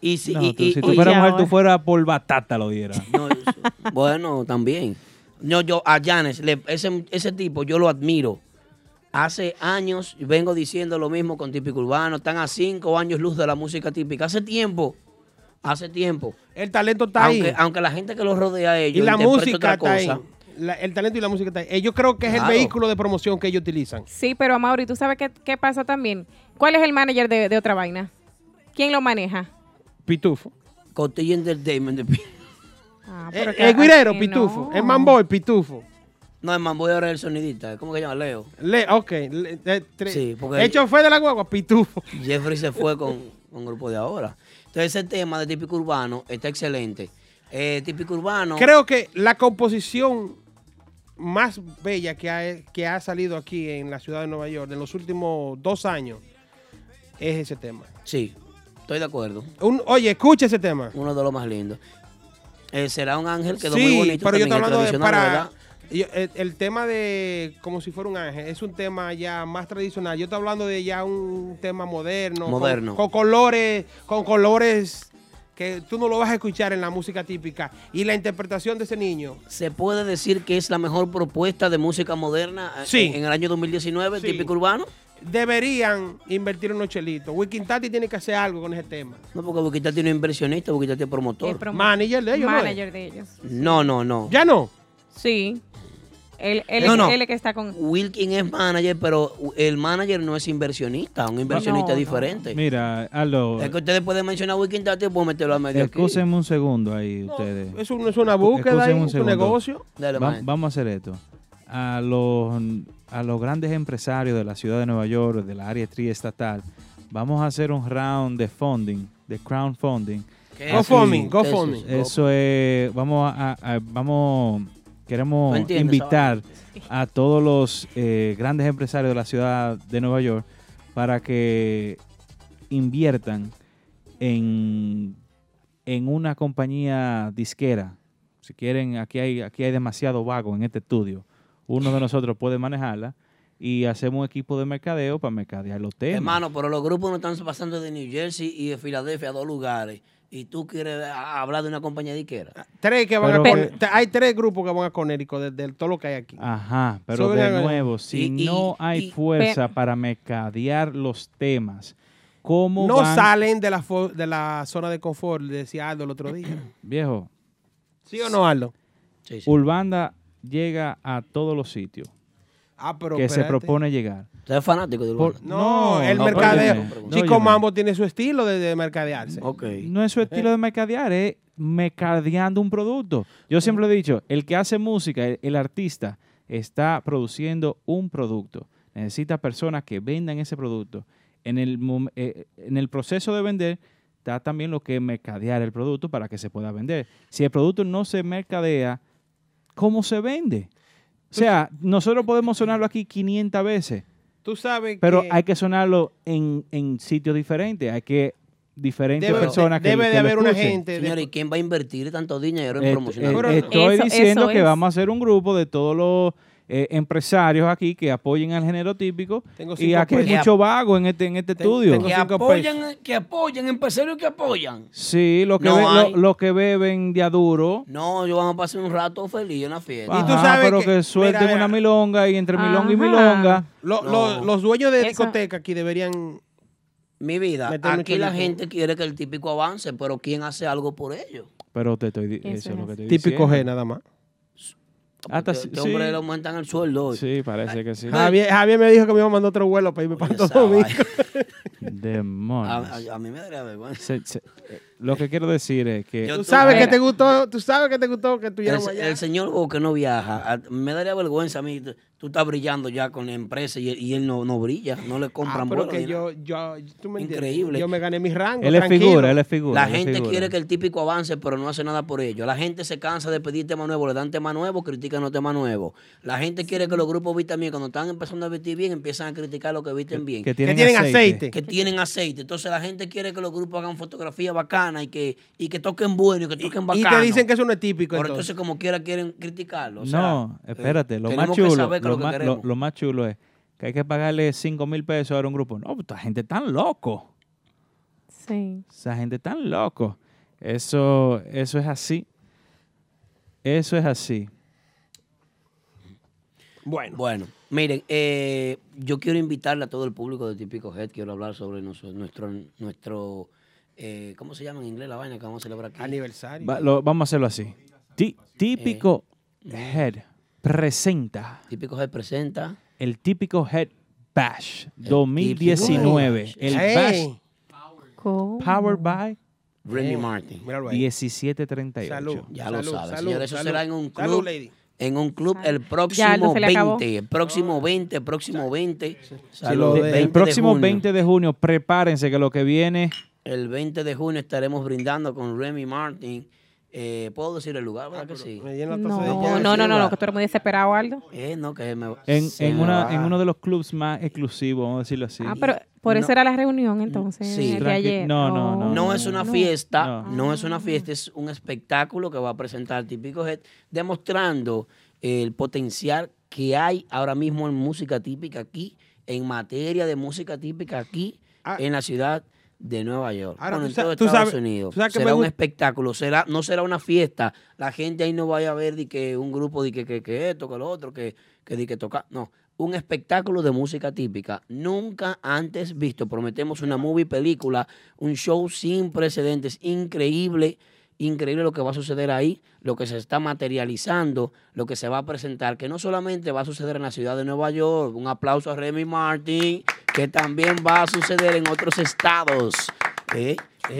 [SPEAKER 3] Y si,
[SPEAKER 1] No,
[SPEAKER 3] y-
[SPEAKER 1] tú,
[SPEAKER 3] y-
[SPEAKER 1] si tú
[SPEAKER 3] y-
[SPEAKER 1] fueras mujer,
[SPEAKER 2] ahora.
[SPEAKER 1] tú fueras por batata lo diera.
[SPEAKER 3] No, yo soy- bueno, también. No, yo a Janes, le- ese, ese tipo yo lo admiro. Hace años vengo diciendo lo mismo con Típico Urbano. Están a cinco años luz de la música típica. Hace tiempo, hace tiempo.
[SPEAKER 4] El talento está
[SPEAKER 3] aunque,
[SPEAKER 4] ahí.
[SPEAKER 3] aunque la gente que los rodea a ellos
[SPEAKER 4] y la
[SPEAKER 3] interpreta
[SPEAKER 4] música
[SPEAKER 3] otra
[SPEAKER 4] está ahí.
[SPEAKER 3] cosa.
[SPEAKER 4] La- el talento y la música está ahí. Eh, Yo creo que es
[SPEAKER 3] Claro.
[SPEAKER 4] el vehículo de promoción que ellos utilizan.
[SPEAKER 2] Sí, pero Mauri, ¿tú sabes qué, qué pasa también? ¿Cuál es el manager de, de otra vaina? ¿Quién lo maneja?
[SPEAKER 4] Pitufo.
[SPEAKER 3] Cotilla Entertainment. de-
[SPEAKER 2] Ah,
[SPEAKER 4] Eh,
[SPEAKER 2] pero
[SPEAKER 4] El,
[SPEAKER 2] que-
[SPEAKER 4] guirero,
[SPEAKER 2] ah, que
[SPEAKER 4] pitufo.
[SPEAKER 2] no.
[SPEAKER 4] El mamboy, pitufo.
[SPEAKER 3] No, hermano, voy a ver el sonidista. ¿Cómo que se llama? Leo.
[SPEAKER 4] Le, ok. le- eh, tre-
[SPEAKER 3] Sí, porque-
[SPEAKER 4] El chofer de la guagua, pitufo.
[SPEAKER 3] Jeffrey se fue con, con grupo de ahora. Entonces ese tema de típico urbano está excelente. Eh, típico urbano.
[SPEAKER 4] Creo que la composición más bella que ha, que ha salido aquí en la ciudad de Nueva York en los últimos dos años es ese tema.
[SPEAKER 3] Sí, estoy de acuerdo.
[SPEAKER 4] Un- oye, escucha ese tema.
[SPEAKER 3] Uno de los más lindos. Eh, será un ángel quedó muy
[SPEAKER 4] Sí,
[SPEAKER 3] bonito.
[SPEAKER 4] pero yo
[SPEAKER 3] también,
[SPEAKER 4] estoy
[SPEAKER 3] el
[SPEAKER 4] hablando de
[SPEAKER 3] tradicional,
[SPEAKER 4] para...
[SPEAKER 3] ¿verdad?
[SPEAKER 4] yo- el, el tema de como si fuera un ángel es un tema ya más tradicional. Yo estoy hablando de ya un tema moderno, con-
[SPEAKER 3] Moderno.
[SPEAKER 4] con, colores, con colores que tú no lo vas a escuchar en la música típica y la interpretación de ese niño.
[SPEAKER 3] Se puede decir que es la mejor propuesta de música moderna eh,
[SPEAKER 4] Sí.
[SPEAKER 3] en, el año 2019,
[SPEAKER 4] Sí.
[SPEAKER 3] típico urbano.
[SPEAKER 4] deberían invertir unos chelitos. Wiking Tati tiene que hacer algo con ese tema.
[SPEAKER 3] No, porque Boquita tiene un inversionista, Boquita tiene
[SPEAKER 2] El
[SPEAKER 3] promotor.
[SPEAKER 2] promo-
[SPEAKER 4] Manager de ellos, ¿no es?
[SPEAKER 2] manager de ellos.
[SPEAKER 3] No, no, no.
[SPEAKER 4] Ya no.
[SPEAKER 2] Sí. Él, él
[SPEAKER 3] No,
[SPEAKER 2] es
[SPEAKER 3] no.
[SPEAKER 2] él es que está con...
[SPEAKER 3] Wilkin es manager, pero el manager no es inversionista, un inversionista
[SPEAKER 2] No, no.
[SPEAKER 3] diferente.
[SPEAKER 1] Mira, hazlo.
[SPEAKER 3] Es que ustedes pueden mencionar a Wilkin Tati y puedo meterlo a medio Eh, aquí.
[SPEAKER 1] Excúsenme un segundo ahí ustedes.
[SPEAKER 4] Eso no es una búsqueda,
[SPEAKER 1] Escúchame
[SPEAKER 4] ahí,
[SPEAKER 1] un
[SPEAKER 4] es un
[SPEAKER 1] segundo.
[SPEAKER 4] negocio.
[SPEAKER 3] Dale,
[SPEAKER 1] Va-
[SPEAKER 3] maestro.
[SPEAKER 1] vamos a hacer esto. A los, a los grandes empresarios de la ciudad de Nueva York, de la área triestatal, vamos a hacer un round de funding, de crowdfunding.
[SPEAKER 3] ¿Qué?
[SPEAKER 4] Go for me, go
[SPEAKER 3] Eso
[SPEAKER 4] for
[SPEAKER 3] es.
[SPEAKER 4] me.
[SPEAKER 1] Eso es, vamos a, a- vamos, queremos
[SPEAKER 3] No entiendo
[SPEAKER 1] invitar a todos los eh, grandes empresarios de la ciudad de Nueva York para que inviertan en, en una compañía disquera. Si quieren, aquí hay, aquí hay demasiado vago en este estudio. Uno de nosotros puede manejarla y hacemos un equipo de mercadeo para mercadear los temas.
[SPEAKER 3] Hermano, pero los grupos no están pasando de New Jersey y de Filadelfia a dos lugares. Y tú quieres eh, a- hablar de una compañía diquera.
[SPEAKER 4] Ah, Tres que van
[SPEAKER 1] Pero
[SPEAKER 4] a
[SPEAKER 1] que-
[SPEAKER 4] Conne- te- Hay tres grupos que van a Conérico de, de todo lo que hay aquí.
[SPEAKER 1] Ajá, pero
[SPEAKER 4] Sobre
[SPEAKER 1] de
[SPEAKER 4] la-
[SPEAKER 1] nuevo, si
[SPEAKER 3] Y- y-
[SPEAKER 1] no hay
[SPEAKER 3] y-
[SPEAKER 1] fuerza para mercadear los temas, ¿cómo
[SPEAKER 4] no
[SPEAKER 1] van?
[SPEAKER 4] salen de la, fo- de la zona de confort, le decía Aldo el otro día.
[SPEAKER 1] Viejo,
[SPEAKER 4] ¿Sí o no, Aldo?
[SPEAKER 3] Sí, sí.
[SPEAKER 1] Urbanda llega a todos los sitios
[SPEAKER 4] Ah, pero
[SPEAKER 1] que se
[SPEAKER 4] espérate.
[SPEAKER 1] propone llegar.
[SPEAKER 3] ¿Usted es fanático de Urbana?
[SPEAKER 1] Por-
[SPEAKER 4] No, el
[SPEAKER 3] no,
[SPEAKER 4] mercadeo.
[SPEAKER 3] no,
[SPEAKER 1] óyeme,
[SPEAKER 3] no,
[SPEAKER 4] Chico
[SPEAKER 1] óyeme.
[SPEAKER 4] Mambo tiene su estilo de, de mercadearse.
[SPEAKER 3] Ok.
[SPEAKER 1] No es su estilo de mercadear, es mercadeando un producto. Yo siempre lo he dicho, el que hace música, el, el artista, está produciendo un producto. Necesita personas que vendan ese producto. En el, mom- eh, en el proceso de vender está también lo que es mercadear el producto para que se pueda vender. Si el producto no se mercadea, ¿cómo se vende?
[SPEAKER 4] Pues
[SPEAKER 1] O sea, nosotros podemos sonarlo aquí 500 veces.
[SPEAKER 4] Tú sabes
[SPEAKER 1] Pero
[SPEAKER 4] que
[SPEAKER 1] hay que sonarlo en, en sitios diferentes. Hay que diferentes
[SPEAKER 4] debe,
[SPEAKER 1] personas que
[SPEAKER 4] debe
[SPEAKER 1] que
[SPEAKER 4] de
[SPEAKER 1] lo
[SPEAKER 4] haber una
[SPEAKER 1] escuchen.
[SPEAKER 4] gente. de-
[SPEAKER 3] Señor, ¿y quién va a invertir tanto dinero en
[SPEAKER 1] Et-
[SPEAKER 3] promocionar?
[SPEAKER 1] et-
[SPEAKER 4] Pero-
[SPEAKER 1] eh, estoy
[SPEAKER 2] Eso-
[SPEAKER 1] diciendo
[SPEAKER 2] eso
[SPEAKER 1] que
[SPEAKER 2] es.
[SPEAKER 1] vamos a hacer un grupo de todos los eh, empresarios aquí que apoyen al género típico.
[SPEAKER 4] Tengo
[SPEAKER 1] Y
[SPEAKER 4] cinco
[SPEAKER 1] aquí hay
[SPEAKER 4] pesos.
[SPEAKER 1] mucho vago en este, en este
[SPEAKER 4] Tengo-
[SPEAKER 1] estudio.
[SPEAKER 4] tengo-
[SPEAKER 3] que
[SPEAKER 4] cinco eh,
[SPEAKER 3] apoyan, que apoyan, empresarios que apoyan.
[SPEAKER 1] Sí, los que,
[SPEAKER 3] No
[SPEAKER 1] ven- lo-
[SPEAKER 3] hay.
[SPEAKER 1] los que beben de aduro.
[SPEAKER 3] No, yo vamos a pasar un rato feliz en la fiesta.
[SPEAKER 4] Y tú
[SPEAKER 1] Ajá,
[SPEAKER 4] sabes
[SPEAKER 1] pero
[SPEAKER 4] que-
[SPEAKER 1] que, suelten
[SPEAKER 4] mira, mira.
[SPEAKER 1] una milonga y entre milonga y
[SPEAKER 2] Ajá.
[SPEAKER 1] milonga.
[SPEAKER 4] lo-
[SPEAKER 3] No.
[SPEAKER 4] lo- los dueños de
[SPEAKER 2] Esa-
[SPEAKER 4] discoteca aquí deberían.
[SPEAKER 3] Mi vida,
[SPEAKER 4] Meter mucho
[SPEAKER 3] aquí la
[SPEAKER 4] YouTube.
[SPEAKER 3] gente quiere que el típico avance, pero ¿quién hace algo por ello?
[SPEAKER 1] Pero te estoy, di-
[SPEAKER 2] Eso
[SPEAKER 1] eso es
[SPEAKER 2] es
[SPEAKER 1] lo que te
[SPEAKER 4] Típico G, nada más.
[SPEAKER 1] Hasta
[SPEAKER 3] Porque
[SPEAKER 1] si-
[SPEAKER 3] este
[SPEAKER 1] sí.
[SPEAKER 3] hombre le aumentan el sueldo hoy.
[SPEAKER 1] Sí, parece que sí.
[SPEAKER 4] Javier, Javier me dijo que me iba a mandar otro vuelo para irme para
[SPEAKER 3] Esa
[SPEAKER 4] todo
[SPEAKER 3] vaina.
[SPEAKER 1] Demonios.
[SPEAKER 3] A, a- a mí me daría vergüenza.
[SPEAKER 1] Se- se- eh, lo que quiero decir es que
[SPEAKER 3] Yo-
[SPEAKER 4] Tú sabes que
[SPEAKER 3] Mira.
[SPEAKER 4] te gustó, tú sabes que te gustó que
[SPEAKER 3] El,
[SPEAKER 4] tuviéramos
[SPEAKER 3] el señor o que no viaja, a- me daría vergüenza a mí. Tú, tú estás brillando ya con la empresa y, él- y él no, no brilla, no le compran
[SPEAKER 4] Ah, pero
[SPEAKER 3] bolas
[SPEAKER 4] que
[SPEAKER 3] ni nada.
[SPEAKER 4] yo, yo, tú me entiendes.
[SPEAKER 3] Increíble.
[SPEAKER 4] Yo me gané mis rangos.
[SPEAKER 1] él es
[SPEAKER 4] tranquilo.
[SPEAKER 1] figura, él es figura.
[SPEAKER 3] La
[SPEAKER 1] él es
[SPEAKER 3] gente
[SPEAKER 1] figura.
[SPEAKER 3] quiere que el típico avance, pero no hace nada por ello. La gente se cansa de pedir tema nuevo, le dan tema nuevo, critican los temas nuevos. La gente quiere que los grupos vistan bien. Cuando están empezando a vestir bien, empiezan a criticar lo que visten bien.
[SPEAKER 1] que
[SPEAKER 3] Que,
[SPEAKER 1] tienen,
[SPEAKER 4] tienen
[SPEAKER 1] aceite.
[SPEAKER 4] aceite.
[SPEAKER 3] tienen aceite. Entonces la gente quiere que los grupos hagan fotografía bacana y que, y que toquen bueno y que toquen
[SPEAKER 4] Y
[SPEAKER 3] bacano.
[SPEAKER 4] te dicen que eso no es típico.
[SPEAKER 3] Pero
[SPEAKER 4] entonces.
[SPEAKER 3] entonces, como quiera, quieren criticarlo. O sea,
[SPEAKER 1] no,
[SPEAKER 3] eh,
[SPEAKER 1] espérate, lo más
[SPEAKER 3] tenemos que
[SPEAKER 1] chulo,
[SPEAKER 3] saber qué es
[SPEAKER 1] lo,
[SPEAKER 3] que
[SPEAKER 1] más, lo-
[SPEAKER 3] queremos.
[SPEAKER 1] lo más chulo es que hay que pagarle 5 mil pesos ahora a un grupo. No, pues, esta gente tan loco.
[SPEAKER 2] Sí.
[SPEAKER 1] Esa gente tan loco. Eso, eso es así. Eso es así.
[SPEAKER 4] Bueno,
[SPEAKER 3] Bueno, miren, eh, yo quiero invitarle a todo el público de Típico Head, quiero hablar sobre noso- nuestro, nuestro eh, ¿cómo se llama en inglés la vaina que vamos a celebrar aquí?
[SPEAKER 4] aniversario.
[SPEAKER 1] Va- lo- vamos a hacerlo así. Ti- típico Head presenta
[SPEAKER 3] Eh. Típico Head presenta.
[SPEAKER 1] el típico Head Bash
[SPEAKER 3] Típico
[SPEAKER 1] 2019.
[SPEAKER 3] Bash.
[SPEAKER 1] El
[SPEAKER 4] Ey,
[SPEAKER 1] Bash
[SPEAKER 2] ¿Cómo?
[SPEAKER 1] Powered by
[SPEAKER 3] Remy Martin.
[SPEAKER 4] míralo ahí.
[SPEAKER 1] 1738.
[SPEAKER 4] Salud.
[SPEAKER 3] Ya
[SPEAKER 4] salud,
[SPEAKER 3] lo saben,
[SPEAKER 4] salud,
[SPEAKER 3] señores. Eso
[SPEAKER 4] salud.
[SPEAKER 3] será en un club.
[SPEAKER 4] Salud, lady.
[SPEAKER 3] En un club el
[SPEAKER 2] Ya, Aldo,
[SPEAKER 3] próximo
[SPEAKER 2] se le acabó.
[SPEAKER 3] 20, el próximo 20, el próximo 20.
[SPEAKER 4] lo
[SPEAKER 3] Salud,
[SPEAKER 4] de- el
[SPEAKER 3] 20 de
[SPEAKER 1] El próximo
[SPEAKER 3] junio.
[SPEAKER 1] 20 de junio, prepárense que lo que viene.
[SPEAKER 3] El 20 de junio estaremos brindando con Remy Martin. Eh, ¿Puedo decir el lugar? ¿Verdad que sí?
[SPEAKER 4] Ah, Me llena
[SPEAKER 2] No,
[SPEAKER 4] la taza de
[SPEAKER 2] no,
[SPEAKER 4] jazz.
[SPEAKER 2] no, no, no,
[SPEAKER 3] va.
[SPEAKER 2] que tú eres muy desesperado, Aldo.
[SPEAKER 3] Eh, no, que me
[SPEAKER 1] En,
[SPEAKER 3] se
[SPEAKER 1] en
[SPEAKER 3] me
[SPEAKER 1] una,
[SPEAKER 3] va.
[SPEAKER 1] en uno de los clubs más exclusivos, vamos a decirlo así.
[SPEAKER 2] Ah, pero por eso
[SPEAKER 3] No.
[SPEAKER 2] era la reunión entonces
[SPEAKER 3] Sí.
[SPEAKER 2] de
[SPEAKER 1] Tranqui-
[SPEAKER 2] ayer.
[SPEAKER 1] no, no,
[SPEAKER 2] Oh.
[SPEAKER 3] No es una fiesta,
[SPEAKER 1] no.
[SPEAKER 3] no. es una fiesta, es un espectáculo que va a presentar Típico Head, demostrando el potencial que hay ahora mismo en música típica aquí, en materia de música típica aquí,
[SPEAKER 4] Ah.
[SPEAKER 3] en la ciudad de Nueva York,
[SPEAKER 4] Ahora,
[SPEAKER 3] bueno, en
[SPEAKER 4] tú sa-
[SPEAKER 3] todo
[SPEAKER 4] tú
[SPEAKER 3] Estados
[SPEAKER 4] sabes-
[SPEAKER 3] Unidos.
[SPEAKER 4] tú sabes que
[SPEAKER 3] será
[SPEAKER 4] me
[SPEAKER 3] un
[SPEAKER 4] gust-
[SPEAKER 3] espectáculo, será, no será una fiesta. La gente ahí no vaya a ver de que un grupo de que, que, que esto, que lo otro, que, que di que toca. No, un espectáculo de música típica nunca antes visto. Prometemos una movie película, un show sin precedentes, increíble. increíble lo que va a suceder ahí, lo que se está materializando, lo que se va a presentar, que no solamente va a suceder en la ciudad de Nueva York, un aplauso a Remy Martin, que también va a suceder en otros estados. ¿eh?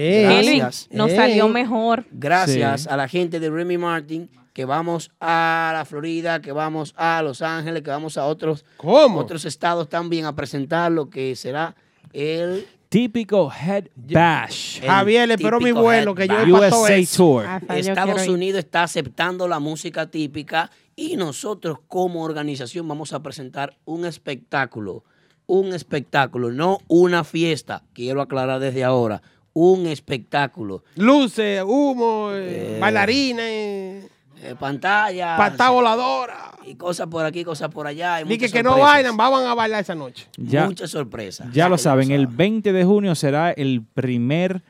[SPEAKER 3] Gracias.
[SPEAKER 2] Kelvin, nos salió mejor.
[SPEAKER 3] Gracias
[SPEAKER 2] Eh. Sí.
[SPEAKER 3] a la gente de Remy Martin que vamos a la Florida, que vamos a Los Ángeles, que vamos a otros, otros estados también a presentar lo que será el
[SPEAKER 1] Típico Head Bash.
[SPEAKER 3] el
[SPEAKER 4] Javier, espero mi
[SPEAKER 3] típico
[SPEAKER 4] vuelo, que yo
[SPEAKER 3] headband.
[SPEAKER 1] empató USA eso. Tour.
[SPEAKER 2] Hasta yo
[SPEAKER 3] Estados
[SPEAKER 2] quiero ir.
[SPEAKER 3] Unidos está aceptando la música típica y nosotros como organización vamos a presentar un espectáculo, un espectáculo, no una fiesta, quiero aclarar desde ahora, un espectáculo.
[SPEAKER 4] Luces, humo, eh, bailarines.
[SPEAKER 3] eh, pantalla.
[SPEAKER 4] Pata voladora.
[SPEAKER 3] Y cosas por aquí, cosas por allá. y
[SPEAKER 4] Ni que,
[SPEAKER 3] muchas
[SPEAKER 4] que no
[SPEAKER 3] sorpresas.
[SPEAKER 4] bailan, van a bailar esa noche.
[SPEAKER 1] Ya.
[SPEAKER 3] Muchas sorpresas.
[SPEAKER 1] Ya lo saben, el 20 de junio será el primer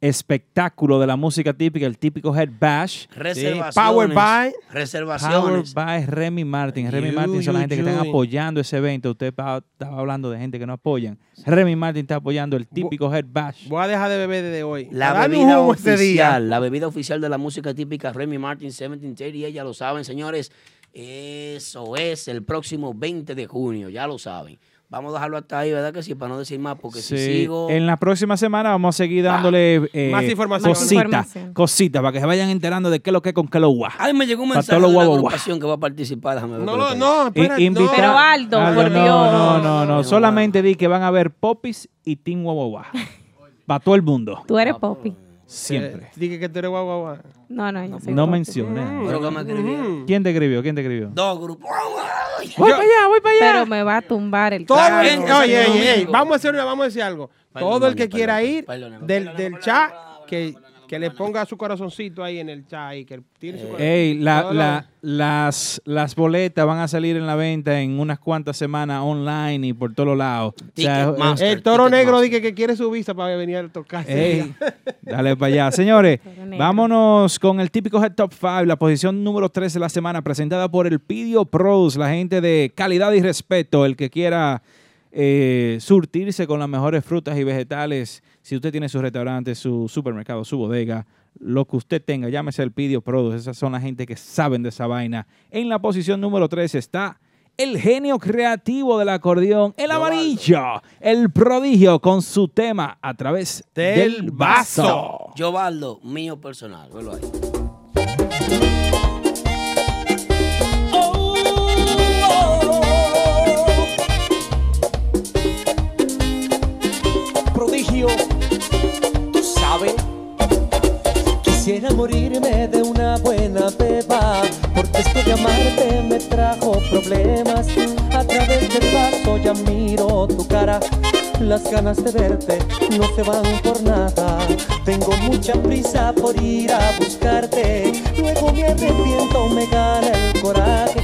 [SPEAKER 1] espectáculo de la música típica, el típico Head Bash.
[SPEAKER 3] Reservaciones.
[SPEAKER 1] Power by
[SPEAKER 3] Reservaciones.
[SPEAKER 1] Power by Remy Martin. Remy
[SPEAKER 3] You,
[SPEAKER 1] Martin son la
[SPEAKER 3] you,
[SPEAKER 1] gente que están
[SPEAKER 3] you.
[SPEAKER 1] apoyando ese evento. Usted pa- estaba hablando de gente que no apoyan. Remy Martin está apoyando el típico Head Bash.
[SPEAKER 4] Voy a dejar de beber desde hoy.
[SPEAKER 3] La
[SPEAKER 4] A darme un
[SPEAKER 3] bebida
[SPEAKER 4] humo ese día.
[SPEAKER 3] oficial, la bebida oficial de la música típica Remy Martin 1730, ya lo saben, señores. Eso es el próximo 20 de junio, ya lo saben. Vamos a dejarlo hasta ahí, ¿verdad que sí? Para no decir más, porque si
[SPEAKER 1] Sí.
[SPEAKER 3] sigo... Ah.
[SPEAKER 1] En la próxima semana vamos a seguir dándole eh,
[SPEAKER 3] Más información. Más
[SPEAKER 1] cositas,
[SPEAKER 3] información.
[SPEAKER 1] cositas, para que se vayan enterando de qué es lo que es con qué es lo guá.
[SPEAKER 3] Ay, me llegó un
[SPEAKER 1] Para
[SPEAKER 3] mensaje
[SPEAKER 1] todos
[SPEAKER 3] de la
[SPEAKER 1] los guau, guau, guau.
[SPEAKER 3] agrupación que va a participar. déjame ver
[SPEAKER 4] No,
[SPEAKER 3] por
[SPEAKER 4] no,
[SPEAKER 3] qué.
[SPEAKER 4] no, espera,
[SPEAKER 1] I- invita-
[SPEAKER 4] no.
[SPEAKER 2] Pero Aldo, por
[SPEAKER 1] no,
[SPEAKER 2] Dios.
[SPEAKER 1] No, no, no. Solamente di que van a ver Popis y Team Guaguaguá. Para todo el mundo.
[SPEAKER 2] Tú
[SPEAKER 3] Ah,
[SPEAKER 2] eres Poppy.
[SPEAKER 3] pues.
[SPEAKER 1] Siempre.
[SPEAKER 4] Eh, Dije que tú eres guau, guau, guau.
[SPEAKER 2] No, no, yo soy
[SPEAKER 1] No
[SPEAKER 2] Poppy.
[SPEAKER 1] mencioné.
[SPEAKER 3] Pero que me escribieron.
[SPEAKER 1] ¿Quién te escribió? ¿Quién te escribió?
[SPEAKER 3] Dos grupos.
[SPEAKER 1] Voy para allá, voy para allá.
[SPEAKER 2] Pero me va a tumbar el
[SPEAKER 4] Todo
[SPEAKER 2] carro.
[SPEAKER 4] el- oye, oye, oye, vamos a hacer una, vamos a decir algo. Todo el que quiera ir del, del chat, que, que le ponga su corazoncito ahí en el chat y que tire su corazoncito.
[SPEAKER 1] Ey, la-
[SPEAKER 4] Todo
[SPEAKER 1] la- las, las boletas van a salir en la venta en unas cuantas semanas online y por todos lados. O sea,
[SPEAKER 4] lo- el toro negro dice que quiere su visa para venir a tocar.
[SPEAKER 1] Ey, dale para allá. Señores, vámonos con el típico Head Top 5, la posición número 3 de la semana, presentada por el Pidio Pros, la gente de calidad y respeto, el que quiera eh, surtirse con las mejores frutas y vegetales. Si usted tiene su restaurante, su supermercado, su bodega, lo que usted tenga, llámese el Pidio Produce. Esas son la gente que saben de esa vaina. En la posición número 3 está el genio creativo del acordeón, el amarillo, el prodigio con su tema a través del, vaso.
[SPEAKER 3] Yobaldo, mío personal. velo ahí.
[SPEAKER 11] prodigio, tú sabes.
[SPEAKER 5] Quisiera morirme de una buena beba, porque esto de amarte me trajo problemas. A través del vaso ya miro tu cara, las ganas de verte no se van por nada. Tengo mucha prisa por ir a buscarte, luego me arrepiento, me gana el coraje.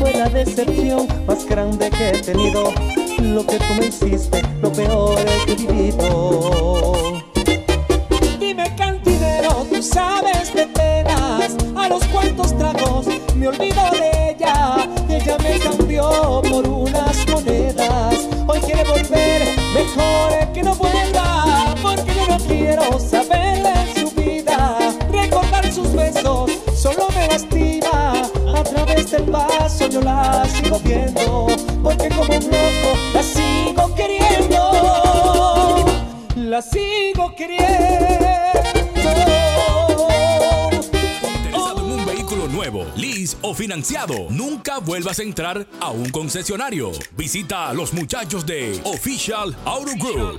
[SPEAKER 5] Fue la decepción más grande que he tenido, lo que tú me hiciste, lo peor que he vivido.
[SPEAKER 11] Dime cantinero, tú sabes de penas. A los cuantos tragos me olvido de ella. Ella me cambió por unas monedas. Hoy quiere volver, mejor que no vuelva. Porque yo no quiero saber de su vida. Recordar sus besos solo me lastima. A través del vaso yo la sigo viendo. Porque como un loco la sigo queriendo. La sigo queriendo.
[SPEAKER 7] interesado en un vehículo nuevo, lease o financiado, nunca vuelvas a entrar a un concesionario. Visita a los muchachos de Official Auto Group.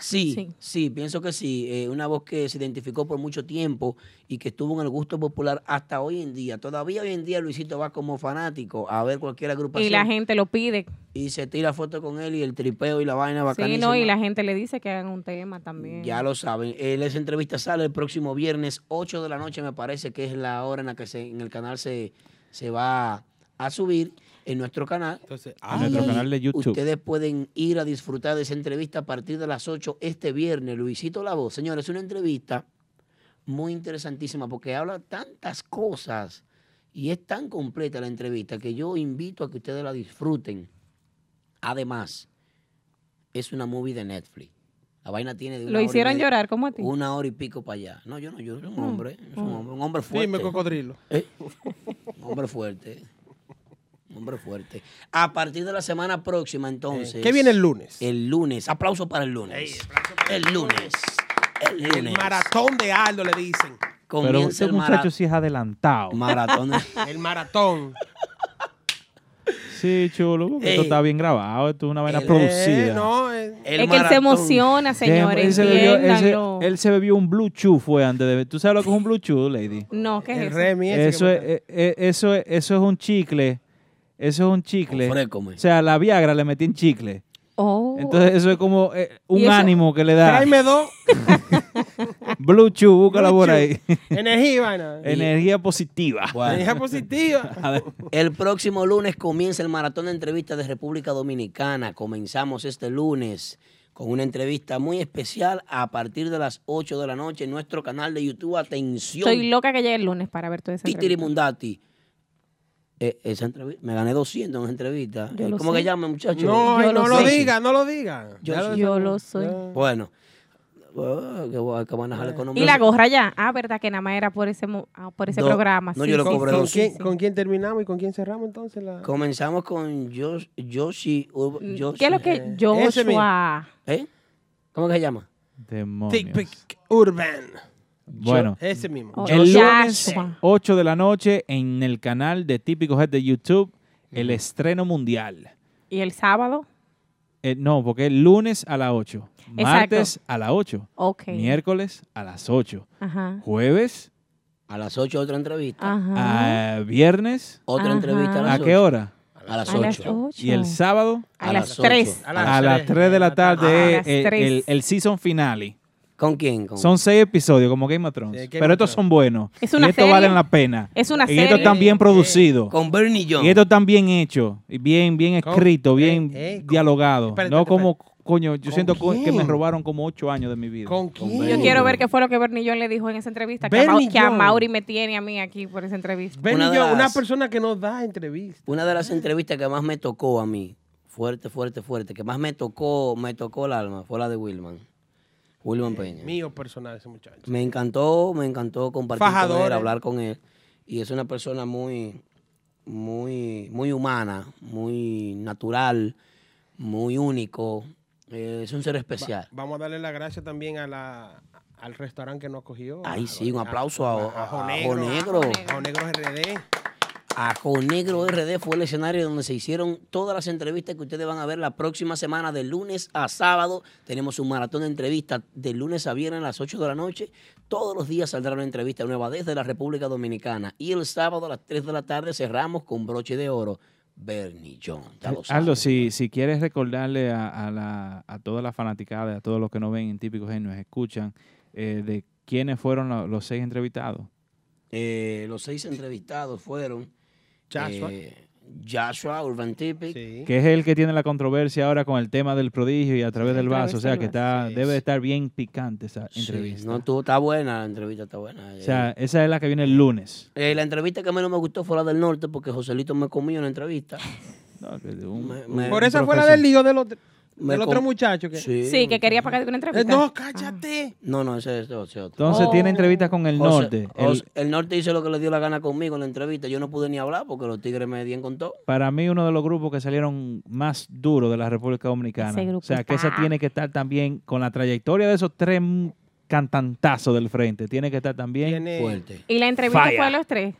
[SPEAKER 3] Sí, sí, pienso que sí. Eh, una voz que se identificó por mucho tiempo y que estuvo en el gusto popular hasta hoy en día. Todavía hoy en día Luisito va como fanático a ver cualquier agrupación.
[SPEAKER 2] Y la gente lo pide.
[SPEAKER 3] y se tira foto con él y el tripeo y la vaina
[SPEAKER 2] Sí,
[SPEAKER 3] bacanísima.
[SPEAKER 2] no, y la gente le dice que hagan un tema también.
[SPEAKER 3] Ya lo saben. Eh, esa entrevista sale el próximo viernes, 8 de la noche, me parece que es la hora en la que se- en el canal se, se va a subir en nuestro canal.
[SPEAKER 1] ah, En nuestro canal de YouTube.
[SPEAKER 3] Ustedes pueden ir a disfrutar de esa entrevista a partir de las 8 este viernes. Luisito La Voz. Señores, es una entrevista muy interesantísima porque habla tantas cosas y es tan completa la entrevista que yo invito a que ustedes la disfruten. Además, es una movie de Netflix. La vaina tiene de una
[SPEAKER 2] Lo
[SPEAKER 3] hora y
[SPEAKER 2] hicieron
[SPEAKER 3] media-
[SPEAKER 2] llorar como a ti.
[SPEAKER 3] Una hora y pico para allá. No, yo no lloro, soy un
[SPEAKER 2] Mm,
[SPEAKER 3] hombre, soy un
[SPEAKER 2] mm.
[SPEAKER 3] hombre, un hombre
[SPEAKER 4] Dime,
[SPEAKER 3] fuerte.
[SPEAKER 4] cocodrilo.
[SPEAKER 3] ¿Eh? Un hombre fuerte. Un hombre fuerte. A partir de la semana próxima, entonces.
[SPEAKER 4] ¿Qué viene el lunes?
[SPEAKER 3] El lunes. Aplauso para el lunes. el lunes. El
[SPEAKER 4] El
[SPEAKER 3] lunes.
[SPEAKER 4] maratón de Aldo le dicen.
[SPEAKER 1] Pero este muchacho sí es adelantado.
[SPEAKER 4] el maratón.
[SPEAKER 1] Sí, chulo, porque esto
[SPEAKER 4] Ey.
[SPEAKER 1] está bien grabado, esto es una vaina
[SPEAKER 4] El-
[SPEAKER 1] producida.
[SPEAKER 4] Eh, no, el-
[SPEAKER 2] Es que él se emociona, señores.
[SPEAKER 1] él, se bebió, él se-
[SPEAKER 2] entiéndanlo.
[SPEAKER 1] él se bebió un Blue Chew fue antes de... ¿Tú sabes lo que es un Blue Chew, lady?
[SPEAKER 2] No, ¿qué es eso?
[SPEAKER 1] Eso es, eh, eh, eso, es, eso es un chicle. Eso es un chicle. O sea, la Viagra le metí en chicle.
[SPEAKER 2] Oh.
[SPEAKER 1] Entonces eso es como eh,
[SPEAKER 4] ¿Y
[SPEAKER 1] un
[SPEAKER 4] eso?
[SPEAKER 1] ánimo que le da.
[SPEAKER 4] Tráeme dos.
[SPEAKER 1] Blue Chew, búscala por ahí.
[SPEAKER 4] Energía, vaina.
[SPEAKER 1] Energía positiva.
[SPEAKER 4] Energía positiva.
[SPEAKER 3] El próximo lunes comienza el maratón de entrevistas de República Dominicana. Comenzamos este lunes con una entrevista muy especial a partir de las 8 de la noche en nuestro canal de YouTube. Atención.
[SPEAKER 2] Estoy loca que llegue el lunes para ver todo ese
[SPEAKER 3] Titiri Mundati. Eh, esa entrevista, me gané 200 en esa entrevista.
[SPEAKER 4] Yo
[SPEAKER 3] Eh,
[SPEAKER 4] lo
[SPEAKER 3] ¿Cómo
[SPEAKER 4] sé.
[SPEAKER 3] que llama, muchacho?
[SPEAKER 4] No, eh,
[SPEAKER 3] Yo
[SPEAKER 4] no lo,
[SPEAKER 3] sé.
[SPEAKER 4] diga, no lo diga.
[SPEAKER 3] Yo
[SPEAKER 4] Ya
[SPEAKER 3] sí.
[SPEAKER 2] Yo lo soy.
[SPEAKER 3] Bueno, Ah, que, voy a- que van a dejar la economía.
[SPEAKER 2] Y la gorra ya. Ah, verdad que nada más era por ese, mo- ah, por ese
[SPEAKER 3] No,
[SPEAKER 2] programa.
[SPEAKER 3] no,
[SPEAKER 2] sí,
[SPEAKER 3] yo lo
[SPEAKER 2] sí,
[SPEAKER 3] cobré
[SPEAKER 2] sí,
[SPEAKER 4] ¿Con,
[SPEAKER 2] sí,
[SPEAKER 4] quién,
[SPEAKER 2] sí.
[SPEAKER 4] con quién terminamos y con quién cerramos entonces la.
[SPEAKER 3] Comenzamos con Yosh- Yoshi. Ur- Yoshi.
[SPEAKER 2] ¿Qué es lo que Joshua?
[SPEAKER 3] oh, ¿Eh? ¿Cómo que se llama?
[SPEAKER 1] Demonios.
[SPEAKER 4] Urban.
[SPEAKER 1] Bueno,
[SPEAKER 4] Yo- ese mismo.
[SPEAKER 2] Oh,
[SPEAKER 1] el lunes
[SPEAKER 2] Joshua.
[SPEAKER 1] 8 de la noche en el canal de Típico Head de YouTube, el estreno mundial.
[SPEAKER 2] ¿Y el sábado?
[SPEAKER 1] Eh, no, porque es lunes a las 8,
[SPEAKER 2] Exacto.
[SPEAKER 1] martes a las 8,
[SPEAKER 2] Ok.
[SPEAKER 1] miércoles a las 8,
[SPEAKER 2] Ajá.
[SPEAKER 1] jueves,
[SPEAKER 3] A las 8 otra entrevista.
[SPEAKER 2] Ajá.
[SPEAKER 1] ah, viernes.
[SPEAKER 3] Otra
[SPEAKER 2] Ajá.
[SPEAKER 3] entrevista a las
[SPEAKER 1] qué
[SPEAKER 3] 8?
[SPEAKER 1] hora?
[SPEAKER 3] A las
[SPEAKER 2] A las
[SPEAKER 3] 8.
[SPEAKER 1] Y el sábado
[SPEAKER 2] A A las las 3. 8.
[SPEAKER 1] A las 3 de la tarde es el, el- el season finale.
[SPEAKER 3] ¿Con quién? Con-
[SPEAKER 1] Son seis episodios como Game of Thrones.
[SPEAKER 3] Game
[SPEAKER 1] pero
[SPEAKER 3] of
[SPEAKER 1] estos son buenos.
[SPEAKER 2] Es una
[SPEAKER 1] y estos
[SPEAKER 2] serie.
[SPEAKER 1] valen la pena.
[SPEAKER 2] Es una
[SPEAKER 1] y estos
[SPEAKER 2] serie.
[SPEAKER 1] están bien producidos.
[SPEAKER 3] Eh, Con Bernie eh, John.
[SPEAKER 1] Y estos están bien hechos. Y bien, bien escritos, bien dialogados. no como, coño, yo siento co- que me
[SPEAKER 4] quién?
[SPEAKER 1] robaron como ocho años de mi vida.
[SPEAKER 4] ¿Con quién?
[SPEAKER 2] Yo quiero ver qué fue lo que Bernillón le dijo en esa entrevista. Que a,
[SPEAKER 4] Bernie
[SPEAKER 2] Mau- que a
[SPEAKER 4] John.
[SPEAKER 2] Mauri me tiene a mí aquí por esa entrevista.
[SPEAKER 4] Ven y
[SPEAKER 3] Una de
[SPEAKER 4] yo, una
[SPEAKER 3] las-
[SPEAKER 4] persona que nos da entrevistas.
[SPEAKER 3] Una de las entrevistas que más me tocó a mí, fuerte, fuerte, fuerte, que más me tocó, me tocó el alma, fue la de Wilman. Wilman Peña.
[SPEAKER 4] Mío personal, ese muchacho.
[SPEAKER 3] Me encantó, me encantó compartir con
[SPEAKER 4] Fajadores.
[SPEAKER 3] él, hablar con él. Y es una persona muy, muy, muy humana, muy natural, muy único. Eh, es un ser especial.
[SPEAKER 4] Va- vamos a darle la gracia también a la, al restaurante que nos acogió.
[SPEAKER 3] Ahí
[SPEAKER 4] a-
[SPEAKER 3] sí, un aplauso
[SPEAKER 4] a,
[SPEAKER 3] a, a,
[SPEAKER 4] Jo
[SPEAKER 3] a
[SPEAKER 4] Negro.
[SPEAKER 3] Jonegro.
[SPEAKER 4] A Jo Negro RD.
[SPEAKER 3] A Jonegro RD fue el escenario donde se hicieron todas las entrevistas que ustedes van a ver la próxima semana, de lunes a sábado. Tenemos un maratón de entrevistas de lunes a viernes a las 8 de la noche. Todos los días saldrá una entrevista nueva desde la República Dominicana. Y el sábado a las 3 de la tarde cerramos con broche de oro. Bernie John. ya lo saben.
[SPEAKER 1] Aldo, si, si quieres recordarle a, a, la, a toda la fanaticada, a todos los que nos ven en Típicos Genios, escuchan, eh, de quiénes fueron lo- los seis entrevistados.
[SPEAKER 3] Eh, los seis entrevistados fueron
[SPEAKER 4] Joshua.
[SPEAKER 3] eh, Joshua Urban Tipic.
[SPEAKER 1] Que es el que tiene la controversia ahora con el tema del prodigio y a través del vaso. O sea,
[SPEAKER 3] del
[SPEAKER 1] que
[SPEAKER 3] vaso.
[SPEAKER 1] está
[SPEAKER 3] Sí,
[SPEAKER 1] debe
[SPEAKER 3] sí.
[SPEAKER 1] de estar bien picante esa
[SPEAKER 3] Sí,
[SPEAKER 1] entrevista.
[SPEAKER 3] no, estuvo- está buena la entrevista, está buena.
[SPEAKER 1] O sea, esa es la que viene el lunes.
[SPEAKER 3] Eh, la entrevista que menos me gustó fue la del norte porque Joselito me comió en la entrevista. Me- me-
[SPEAKER 4] Por esa fue la del lío del otro,
[SPEAKER 3] Me
[SPEAKER 4] del otro
[SPEAKER 3] com-
[SPEAKER 4] muchacho. Que...
[SPEAKER 3] Sí.
[SPEAKER 2] Sí, que quería pagar una
[SPEAKER 4] Eh,
[SPEAKER 2] entrevista.
[SPEAKER 4] no, cállate.
[SPEAKER 3] No, no, ese es otro.
[SPEAKER 4] Oh.
[SPEAKER 1] Entonces tiene entrevistas con el norte.
[SPEAKER 3] El...
[SPEAKER 1] El-
[SPEAKER 3] el norte hizo lo que le dio la gana conmigo en la entrevista. Yo no pude ni hablar porque los tigres me dieron con todo.
[SPEAKER 1] para mí, uno de los grupos que salieron más duros de la República Dominicana.
[SPEAKER 3] Ese grupo
[SPEAKER 1] O sea, que esa
[SPEAKER 3] está-
[SPEAKER 1] tiene que estar también con la trayectoria de esos tres mm, cantantazos del frente. Tiene que estar también
[SPEAKER 4] Tiene-
[SPEAKER 1] fuerte.
[SPEAKER 2] Y la entrevista
[SPEAKER 1] Falla.
[SPEAKER 2] fue a los tres.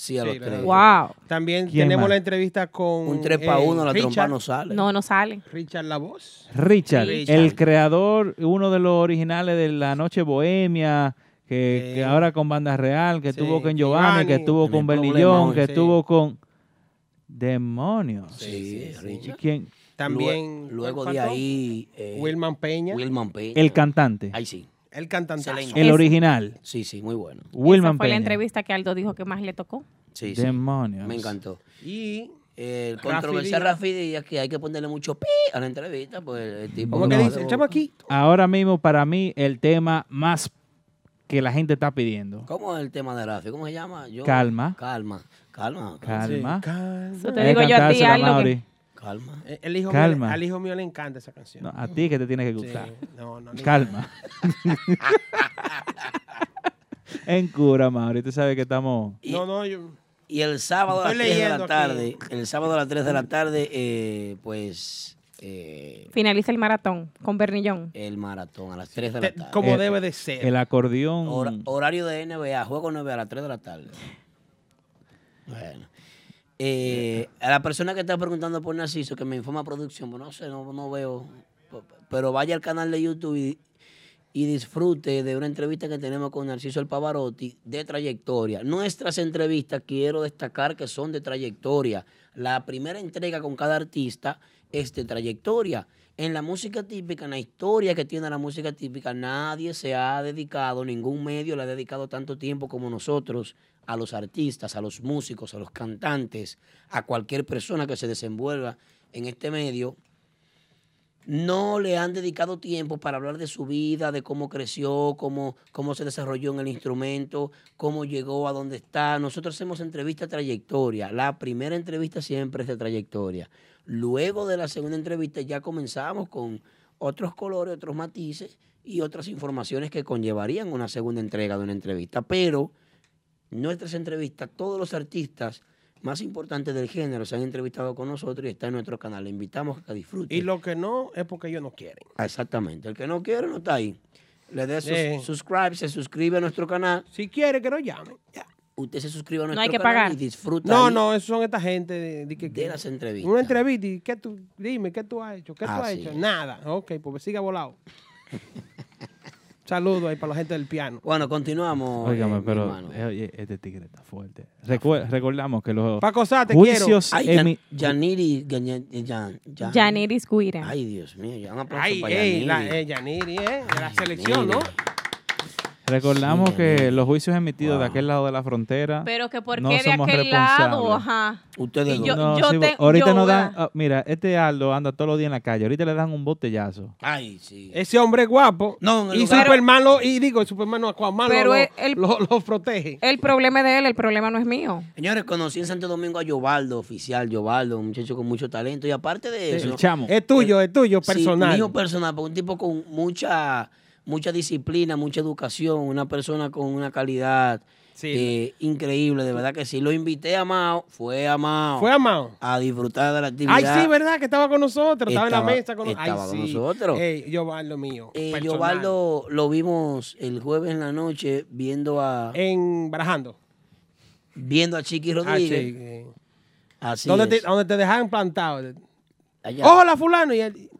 [SPEAKER 3] Sí, a
[SPEAKER 4] Sí,
[SPEAKER 3] los
[SPEAKER 4] la
[SPEAKER 3] tres.
[SPEAKER 2] Wow.
[SPEAKER 4] También
[SPEAKER 1] ¿Quién
[SPEAKER 4] tenemos
[SPEAKER 1] más?
[SPEAKER 4] la entrevista con. eh,
[SPEAKER 3] Un tres pa' uno, la trompa
[SPEAKER 4] Richard.
[SPEAKER 3] no sale.
[SPEAKER 2] No, no sale.
[SPEAKER 4] Richard La Voz.
[SPEAKER 1] Richard,
[SPEAKER 4] Richard.
[SPEAKER 1] el creador, uno de los originales de La Noche Bohemia, que, que ahora con Banda Real, que estuvo con Giovanni, que
[SPEAKER 4] Giovanni.
[SPEAKER 1] estuvo con
[SPEAKER 3] Tiene problemas
[SPEAKER 1] Bernillón,
[SPEAKER 3] hoy,
[SPEAKER 1] que
[SPEAKER 3] sí.
[SPEAKER 1] estuvo con Demonios.
[SPEAKER 3] Sí, Richard.
[SPEAKER 1] ¿Quién?
[SPEAKER 4] También.
[SPEAKER 3] Luego
[SPEAKER 4] ¿cuál
[SPEAKER 3] de
[SPEAKER 4] faltó?
[SPEAKER 3] ahí. eh,
[SPEAKER 4] Wilman Peña.
[SPEAKER 3] Wilman Peña.
[SPEAKER 1] El cantante,
[SPEAKER 3] Ahí sí.
[SPEAKER 4] El cantante.
[SPEAKER 3] Excelente.
[SPEAKER 1] el original,
[SPEAKER 3] Sí, sí, muy bueno.
[SPEAKER 1] Wilman
[SPEAKER 2] Esa fue la
[SPEAKER 1] Peña.
[SPEAKER 2] entrevista que Aldo dijo que más le tocó.
[SPEAKER 3] Sí, sí.
[SPEAKER 1] Demonios.
[SPEAKER 3] Me encantó.
[SPEAKER 4] Y.
[SPEAKER 3] El
[SPEAKER 4] Rafi
[SPEAKER 3] controversial
[SPEAKER 4] Díaz.
[SPEAKER 3] Rafi Díaz que hay que ponerle mucho pi a la entrevista, pues el tipo.
[SPEAKER 4] ¿Cómo que
[SPEAKER 1] No.
[SPEAKER 4] dice? El chamaquito.
[SPEAKER 1] Ahora mismo, para mí, el tema más que la gente está pidiendo.
[SPEAKER 3] ¿Cómo es el tema de Rafi? ¿Cómo se llama? Yo-
[SPEAKER 1] Calma.
[SPEAKER 3] Calma. Calma.
[SPEAKER 1] Calma.
[SPEAKER 2] Eso te
[SPEAKER 1] Hay
[SPEAKER 2] digo
[SPEAKER 1] que
[SPEAKER 2] yo a ti,
[SPEAKER 1] cantársela,
[SPEAKER 2] Aldo. que-
[SPEAKER 1] Mauri.
[SPEAKER 3] Calma.
[SPEAKER 4] Eh, El hijo
[SPEAKER 1] Calma.
[SPEAKER 4] mío- al hijo mío le encanta esa canción.
[SPEAKER 1] No, a ti que te tiene que
[SPEAKER 4] Sí,
[SPEAKER 1] gustar.
[SPEAKER 4] no, no, le-
[SPEAKER 1] Calma. en cura, Mauri. Tú sabes que estamos.
[SPEAKER 4] No, no, yo.
[SPEAKER 3] Y el sábado a las
[SPEAKER 4] Estoy
[SPEAKER 3] 3 de la
[SPEAKER 4] leyendo aquí.
[SPEAKER 3] tarde, el sábado a las 3 de la tarde, eh, pues eh,
[SPEAKER 2] Finaliza el maratón con Bernillón.
[SPEAKER 3] el maratón a las 3 de la
[SPEAKER 4] te-
[SPEAKER 3] tarde.
[SPEAKER 4] como
[SPEAKER 1] Eh,
[SPEAKER 4] debe de ser.
[SPEAKER 1] El acordeón.
[SPEAKER 3] Hora- horario de NBA, juego 9 a las 3 de la tarde. Bueno. Eh, a la persona que está preguntando por Narciso, que me informa producción, pues no sé, no, no veo. P- Pero vaya al canal de YouTube y, y disfrute de una entrevista que tenemos con Narciso el Pavarotti de trayectoria. Nuestras entrevistas quiero destacar que son de trayectoria. La primera entrega con cada artista es de trayectoria. En la música típica, en la historia que tiene la música típica, nadie se ha dedicado, ningún medio le ha dedicado tanto tiempo como nosotros a los artistas, a los músicos, a los cantantes, a cualquier persona que se desenvuelva en este medio no le han dedicado tiempo para hablar de su vida, de cómo creció, cómo, cómo se desarrolló en el instrumento, cómo llegó a donde está. Nosotros hacemos entrevista trayectoria. La primera entrevista siempre es de trayectoria. Luego de la segunda entrevista ya comenzamos con otros colores, otros matices y otras informaciones que conllevarían una segunda entrega de una entrevista. Pero nuestras entrevistas, todos los artistas más importantes del género se han entrevistado con nosotros y está en nuestro canal. Le invitamos a que disfruten.
[SPEAKER 4] Y lo que no es porque ellos no quieren.
[SPEAKER 3] Ah, Exactamente. El que no quiere no está ahí. Le dé sus-
[SPEAKER 4] Eh.
[SPEAKER 3] subscribe, se suscribe a nuestro canal.
[SPEAKER 4] Si quiere que no llamen. ya.
[SPEAKER 3] Usted se suscribe a
[SPEAKER 2] No
[SPEAKER 3] nuestro
[SPEAKER 2] hay que
[SPEAKER 3] canal
[SPEAKER 2] pagar.
[SPEAKER 3] y disfruta
[SPEAKER 4] No,
[SPEAKER 3] ahí
[SPEAKER 4] no, esos son esta gente de, de que,
[SPEAKER 3] de las entrevistas. Ah,
[SPEAKER 4] Una entrevista y ¿qué tú, dime, ¿qué tú has hecho? ¿Qué tú has
[SPEAKER 3] Así
[SPEAKER 4] hecho?
[SPEAKER 3] es.
[SPEAKER 4] Nada. Ok, pues siga volado. Saludo ahí para la gente del piano.
[SPEAKER 3] Bueno, continuamos. eh,
[SPEAKER 1] Óigame,
[SPEAKER 3] mi
[SPEAKER 1] pero
[SPEAKER 3] hermano.
[SPEAKER 1] eh, oye, este tigre está fuerte. Recuer- recordamos que los
[SPEAKER 4] Ah, Paco Sá, te quiero.
[SPEAKER 1] juicios
[SPEAKER 3] Ay, Jan-
[SPEAKER 1] emi-
[SPEAKER 3] Yaniri, Gan- Yan- Yan- Yan-
[SPEAKER 2] Janiris Guira.
[SPEAKER 3] Ay, Dios mío. ya Un aplauso
[SPEAKER 4] Ay,
[SPEAKER 3] para
[SPEAKER 4] ey,
[SPEAKER 3] Yaniri.
[SPEAKER 4] la, eh, Yaniri, eh, de la selección,
[SPEAKER 3] Yaniri.
[SPEAKER 4] ¿no?
[SPEAKER 1] recordamos
[SPEAKER 3] Sí,
[SPEAKER 1] que
[SPEAKER 3] amigo.
[SPEAKER 1] los juicios emitidos de
[SPEAKER 3] Wow.
[SPEAKER 1] aquel lado de la frontera.
[SPEAKER 2] Pero que por
[SPEAKER 1] Ah, No
[SPEAKER 2] qué de
[SPEAKER 1] somos
[SPEAKER 2] aquel lado,
[SPEAKER 1] responsables.
[SPEAKER 2] ajá.
[SPEAKER 3] Ustedes
[SPEAKER 2] Y
[SPEAKER 3] dos.
[SPEAKER 2] yo- te-
[SPEAKER 1] ahorita
[SPEAKER 2] yo,
[SPEAKER 1] no dan,
[SPEAKER 2] ¿verdad?
[SPEAKER 1] ah, mira, este Aldo anda todos los días en la calle, ahorita le dan un botellazo.
[SPEAKER 3] Ay, sí.
[SPEAKER 4] Ese Este hombre es guapo.
[SPEAKER 3] No, en el
[SPEAKER 4] y
[SPEAKER 3] lugar-
[SPEAKER 4] Superman lo, y digo, Superman no, Aquaman lo-
[SPEAKER 2] Pero
[SPEAKER 4] lo,
[SPEAKER 2] el- el-
[SPEAKER 4] lo- lo protege.
[SPEAKER 2] El problema es de él, el problema no es mío.
[SPEAKER 3] Señores, conocí en Santo Domingo a Yobaldo, oficial Yobaldo, un muchacho con mucho talento. Y aparte de eso,
[SPEAKER 1] El chamo.
[SPEAKER 4] Es tuyo, es tuyo,
[SPEAKER 3] Sí,
[SPEAKER 4] personal.
[SPEAKER 3] mío personal, porque un tipo con mucha, mucha disciplina, mucha educación, una persona con una calidad
[SPEAKER 4] Sí.
[SPEAKER 3] eh, increíble, de verdad que sí. Lo invité a Mao, fue a Mao
[SPEAKER 4] Fue amado.
[SPEAKER 3] a disfrutar de la
[SPEAKER 4] Ay,
[SPEAKER 3] actividad.
[SPEAKER 4] sí, ¿verdad? Que estaba con nosotros. Estaba, en la
[SPEAKER 3] Estaba-
[SPEAKER 4] mesa con, nosotros.
[SPEAKER 3] estaba
[SPEAKER 4] Ay,
[SPEAKER 3] con
[SPEAKER 4] sí.
[SPEAKER 3] nosotros.
[SPEAKER 4] Ey, Yobaldo mío.
[SPEAKER 3] Eh,
[SPEAKER 4] personal.
[SPEAKER 3] Yobaldo lo vimos el jueves en la noche viendo a,
[SPEAKER 4] En Barajando.
[SPEAKER 3] viendo a Chiqui
[SPEAKER 4] Eh. Ah, sí,
[SPEAKER 3] Rodríguez.
[SPEAKER 4] eh.
[SPEAKER 3] Así
[SPEAKER 4] donde,
[SPEAKER 3] es.
[SPEAKER 4] te, donde te dejaban plantado.
[SPEAKER 3] Allá.
[SPEAKER 4] ¡Hola, fulano! Y él,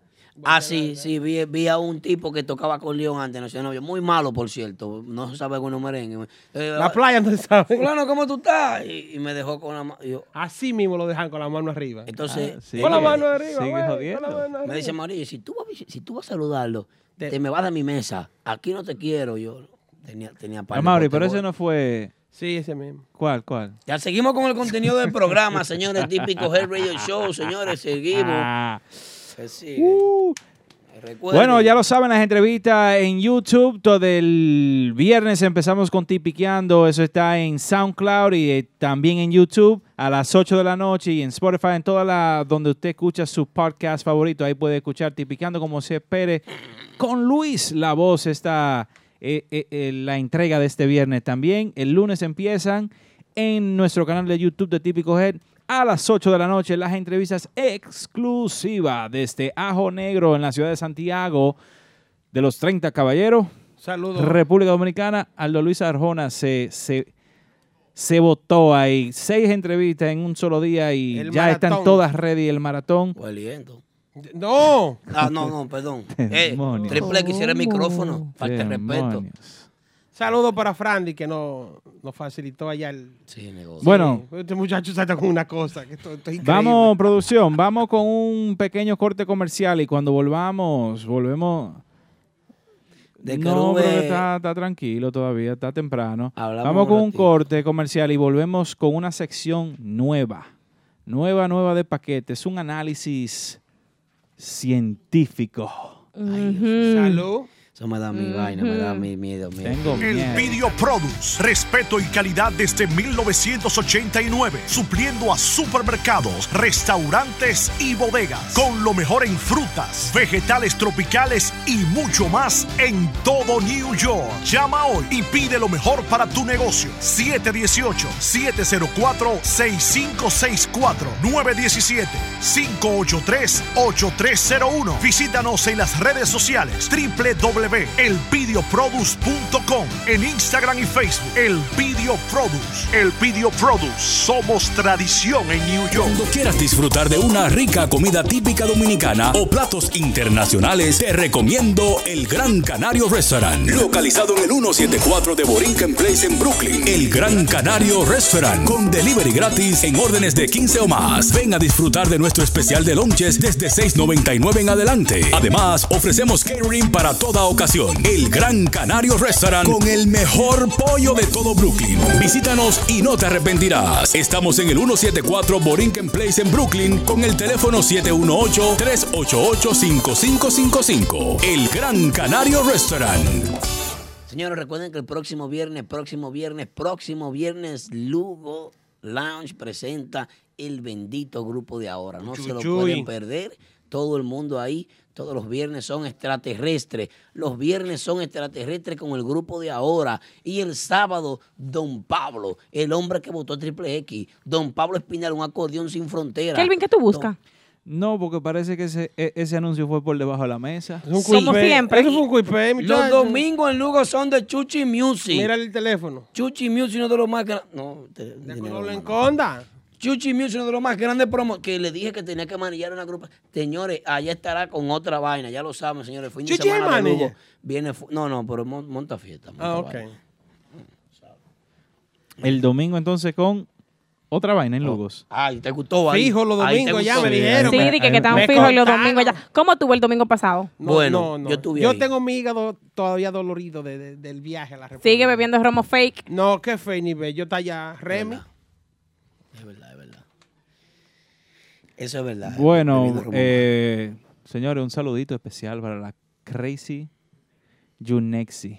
[SPEAKER 3] Ah, sí, sí, vi, vi a un tipo que tocaba con León antes, no sé, no, muy malo, por cierto, no se sabe algunos merengues. Eh,
[SPEAKER 4] la playa no se sabe.
[SPEAKER 3] Fulano, ¿cómo tú estás? Y, y me dejó con la mano. Yo,
[SPEAKER 4] Así mismo lo dejan con la mano arriba.
[SPEAKER 3] entonces,
[SPEAKER 1] Ah, sí.
[SPEAKER 4] con la
[SPEAKER 1] sigue-
[SPEAKER 4] mano arriba,
[SPEAKER 1] sigue
[SPEAKER 4] güey,
[SPEAKER 1] jodiendo.
[SPEAKER 4] con la mano
[SPEAKER 3] me
[SPEAKER 4] arriba.
[SPEAKER 3] dice Mauricio, si tú, vas a vis- si tú vas a saludarlo,
[SPEAKER 4] Te-
[SPEAKER 3] te, me vas de mi mesa. Aquí no te quiero. Yo tenía, tenía
[SPEAKER 1] Ah,
[SPEAKER 3] par de
[SPEAKER 1] Mauri,
[SPEAKER 3] potes
[SPEAKER 1] pero
[SPEAKER 3] gordos.
[SPEAKER 1] ese no fue.
[SPEAKER 4] Sí, ese mismo.
[SPEAKER 1] ¿Cuál, cuál?
[SPEAKER 3] Ya seguimos con el contenido del programa, señores. Típico Hell Radio Show, señores. Seguimos.
[SPEAKER 1] Ah.
[SPEAKER 3] Se sigue.
[SPEAKER 1] Uh.
[SPEAKER 3] Recuerden,
[SPEAKER 1] Bueno, ya lo saben, las entrevistas en YouTube. Todo el viernes empezamos con Tipiqueando. Eso está en SoundCloud y eh, también en YouTube a las 8 de la noche y en Spotify, en toda la donde usted escucha su podcast favorito. Ahí puede escuchar Tipiqueando como se espere. Con Luis, la voz está eh, eh, eh, la entrega de este viernes también. El lunes empiezan en nuestro canal de YouTube de Típico Head a las 8 de la noche las entrevistas exclusivas desde Ajo Negro en la ciudad de Santiago de los 30 caballeros,
[SPEAKER 4] Saludos.
[SPEAKER 1] República Dominicana. Aldo Luis Arjona se, se, se votó ahí. Seis entrevistas en un solo día y
[SPEAKER 3] El
[SPEAKER 1] ya están
[SPEAKER 3] maratón.
[SPEAKER 1] todas ready el maratón.
[SPEAKER 3] Aliento.
[SPEAKER 4] No.
[SPEAKER 3] Ah, no, no, perdón. Eh,
[SPEAKER 1] Demonios.
[SPEAKER 3] triple que
[SPEAKER 2] Oh.
[SPEAKER 3] hiciera el micrófono. Falta de respeto.
[SPEAKER 4] Saludo para Frandy que nos nos facilitó allá el
[SPEAKER 3] negocio.
[SPEAKER 1] Bueno.
[SPEAKER 4] este muchacho salta con una cosa que esto, esto es increíble.
[SPEAKER 1] Vamos, producción, vamos con un pequeño corte comercial y cuando volvamos, volvemos.
[SPEAKER 3] De eh.
[SPEAKER 1] no,
[SPEAKER 3] Kerube-
[SPEAKER 1] pero que está, está tranquilo todavía, está temprano.
[SPEAKER 3] Hablamos
[SPEAKER 1] vamos
[SPEAKER 3] un
[SPEAKER 1] con un corte comercial y volvemos con una sección nueva, nueva, nueva de paquete. Es un análisis científico.
[SPEAKER 4] Salud.
[SPEAKER 3] Eso me da mi vaina, me da mi miedo. miedo.
[SPEAKER 1] Tengo
[SPEAKER 6] El Video Produce, respeto y calidad desde 1989, supliendo a supermercados, restaurantes y bodegas, con lo mejor en frutas, vegetales tropicales y mucho más en todo New York. Llama hoy y pide lo mejor para tu negocio. 718-704-6564, 917-583-8301. Visítanos en las redes sociales www.elvideoproduce.com en Instagram y Facebook. El Video Produce. El Video Produce. Somos tradición en New York.
[SPEAKER 7] Cuando quieras disfrutar de una rica comida típica dominicana o platos internacionales, te recomiendo el Gran Canario Restaurant, localizado en el 174 de Borinquen Place en Brooklyn. El Gran Canario Restaurant, con delivery gratis en órdenes de 15 o más. Ven a disfrutar de nuestro especial de lonches desde 6.99 en adelante. Además, ofrecemos catering para toda ocasión. El Gran Canario Restaurant, con el mejor pollo de todo Brooklyn. Visítanos y no te arrepentirás. Estamos en el 174 Borinquen Place en Brooklyn con el teléfono 718-388-5555. El Gran Canario Restaurant.
[SPEAKER 3] Señores, recuerden que el próximo viernes, próximo viernes, próximo viernes, Lugo Lounge presenta el bendito grupo de ahora. No se lo
[SPEAKER 4] Chuchuy.
[SPEAKER 3] pueden perder. Todo el mundo ahí. Todos los viernes son extraterrestres. Los viernes son extraterrestres con el grupo de ahora. Y el sábado, Don Pablo, el hombre que votó Triple X. Don Pablo Espinal, un acordeón sin frontera.
[SPEAKER 2] Kelvin, ¿qué tú buscas?
[SPEAKER 1] No, porque parece que ese, e- ese anuncio fue por debajo de la mesa.
[SPEAKER 4] Es un Como cuipé. siempre. Eso fue un cuipé,
[SPEAKER 3] Los
[SPEAKER 4] muchachos.
[SPEAKER 3] domingos en Lugo son de Chuchi Music.
[SPEAKER 4] Mira el teléfono.
[SPEAKER 3] Chuchi Music, uno de los más grandes. No, te, dinero, no. Chuchi Music, uno de los más grandes promos. Que le dije que tenía que manejar una grupa. Señores, allá estará con otra vaina. Ya lo saben, señores. Fin de
[SPEAKER 4] Chuchi es
[SPEAKER 3] semana de
[SPEAKER 4] manager.
[SPEAKER 3] Lugo. Viene fu- no, no, pero mon- monta fiesta. monta
[SPEAKER 4] Ah, ok.
[SPEAKER 3] vaina.
[SPEAKER 1] El domingo entonces con otra vaina
[SPEAKER 3] Oh.
[SPEAKER 1] en Lugos.
[SPEAKER 3] Ay, te gustó ahí.
[SPEAKER 1] Fijo los
[SPEAKER 3] Ahí te
[SPEAKER 1] domingos ya,
[SPEAKER 3] gustó.
[SPEAKER 1] me dijeron.
[SPEAKER 2] Sí,
[SPEAKER 1] Me-
[SPEAKER 2] di que, que
[SPEAKER 1] me
[SPEAKER 2] estaban fijos los
[SPEAKER 1] contaron.
[SPEAKER 2] domingos ya. ¿Cómo tuvo el domingo pasado?
[SPEAKER 4] No,
[SPEAKER 3] Bueno,
[SPEAKER 4] no, no.
[SPEAKER 3] yo estuve ahí.
[SPEAKER 4] tengo mi hígado todavía dolorido de- de- del viaje a la República.
[SPEAKER 2] Sigue bebiendo romo fake.
[SPEAKER 4] No, qué fake ni ve. Yo está allá, Remy.
[SPEAKER 3] Eso es verdad.
[SPEAKER 1] Bueno,
[SPEAKER 3] Debido rumor.
[SPEAKER 1] eh, señores, un saludito especial para la Crazy Junexi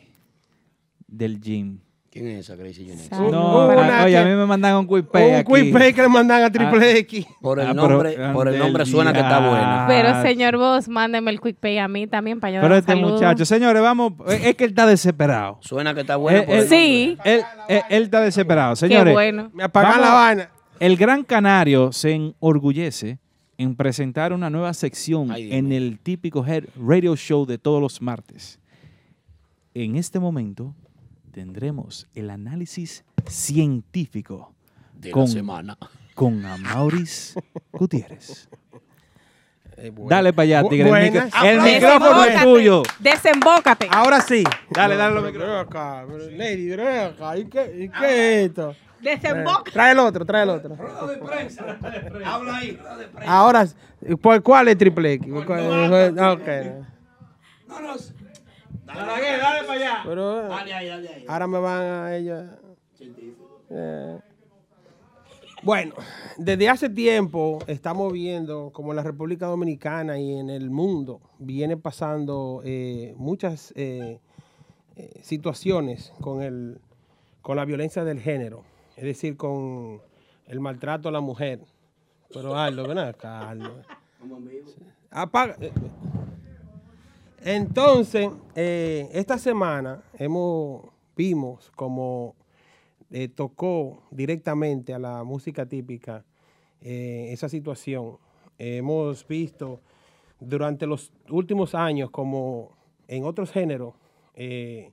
[SPEAKER 1] del gym.
[SPEAKER 3] ¿Quién es esa Crazy Junexi?
[SPEAKER 1] No,
[SPEAKER 4] Hubo una
[SPEAKER 1] a- oye, a
[SPEAKER 4] que-
[SPEAKER 1] mí me mandan un
[SPEAKER 4] Un
[SPEAKER 1] cuipé aquí.
[SPEAKER 4] cuipé que le mandan a Triple X.
[SPEAKER 3] Por el
[SPEAKER 1] Ah,
[SPEAKER 3] nombre,
[SPEAKER 1] pero-
[SPEAKER 3] por el nombre
[SPEAKER 1] del
[SPEAKER 3] suena que está bueno.
[SPEAKER 1] día.
[SPEAKER 2] Pero, señor vos, mándeme el quick pay a mí también para yo
[SPEAKER 1] Ah, Pero
[SPEAKER 2] dar
[SPEAKER 1] este
[SPEAKER 2] saludo.
[SPEAKER 1] muchacho, señores, vamos, es es que él está desesperado.
[SPEAKER 3] Suena que está bueno.
[SPEAKER 1] Él-
[SPEAKER 3] por el
[SPEAKER 1] él-
[SPEAKER 2] Sí.
[SPEAKER 1] Él, él- él está desesperado, Eh, señores.
[SPEAKER 2] bueno.
[SPEAKER 4] Me apagan la vaina.
[SPEAKER 1] El Gran Canario se enorgullece en presentar una nueva sección en el típico Head Radio Show de todos los martes. En este momento tendremos el análisis científico
[SPEAKER 3] De
[SPEAKER 4] la
[SPEAKER 3] semana.
[SPEAKER 1] con Amauris Gutiérrez. Dale para allá,
[SPEAKER 4] Bu-
[SPEAKER 1] Tigre. El,
[SPEAKER 4] buenas.
[SPEAKER 1] micro- el micrófono es
[SPEAKER 2] Desembócate.
[SPEAKER 1] tuyo.
[SPEAKER 2] Desembócate.
[SPEAKER 1] Ahora sí. Dale, dale los micrófonos.
[SPEAKER 4] Pero acá, pero, Lady, pero acá. ¿Y qué, y qué es esto?
[SPEAKER 2] Desemboca.
[SPEAKER 4] Eh, Trae el otro, trae el otro.
[SPEAKER 11] de prensa. Habla ahí.
[SPEAKER 4] Ahora, ¿por cuál es Triple X? ¿Por cuál? Ah, ok.
[SPEAKER 11] No, no. Dale, dale para allá.
[SPEAKER 4] Pero, eh,
[SPEAKER 11] Dale ahí, dale ahí.
[SPEAKER 4] Ahora me van a ellos. Eh, Bueno, desde hace tiempo estamos viendo como en la República Dominicana y en el mundo vienen pasando eh, muchas eh, eh, situaciones con, el, con la violencia del género, es decir, con el maltrato a la mujer. Pero Aldo, ven acá, Aldo. Apaga. eh, Entonces, eh, esta semana hemos vimos como eh, tocó directamente a la música típica eh, esa situación. hemos visto durante los últimos años como en otros géneros eh,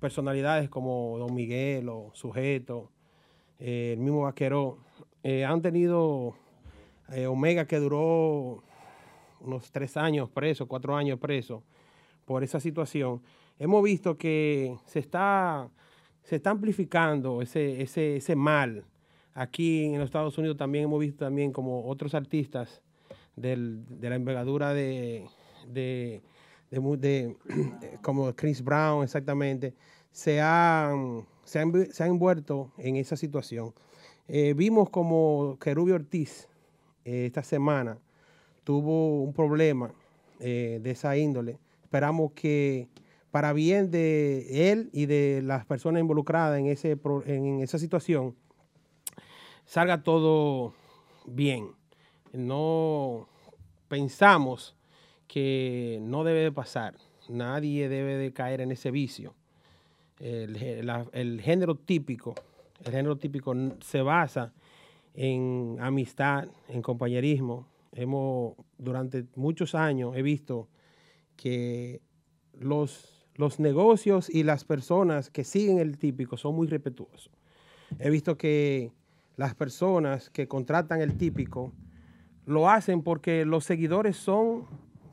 [SPEAKER 4] personalidades como Don Miguel o Sujeto eh, el mismo Vaqueró, eh, han tenido eh, Omega que duró unos tres años preso, cuatro años preso por esa situación. Hemos visto que se está, se está amplificando ese, ese, ese mal. Aquí en los Estados Unidos también hemos visto también como otros artistas del- de la envergadura de, de, de mu- de- como Chris Brown exactamente, se han, se han, vi- se han envuelto en esa situación. Eh, vimos como Kerubio Ortiz eh, esta semana tuvo un problema eh, de esa índole. Esperamos que para bien de él y de las personas involucradas en, ese, pro- en esa situación, salga todo bien. No pensamos que no debe de pasar. Nadie debe de caer en ese vicio. El, gé- la- el género típico, el género típico n- se basa en amistad, en compañerismo. Hemos, durante muchos años he visto que los, los negocios y las personas que siguen el típico son muy respetuosos. He visto que las personas que contratan el típico lo hacen porque los seguidores son,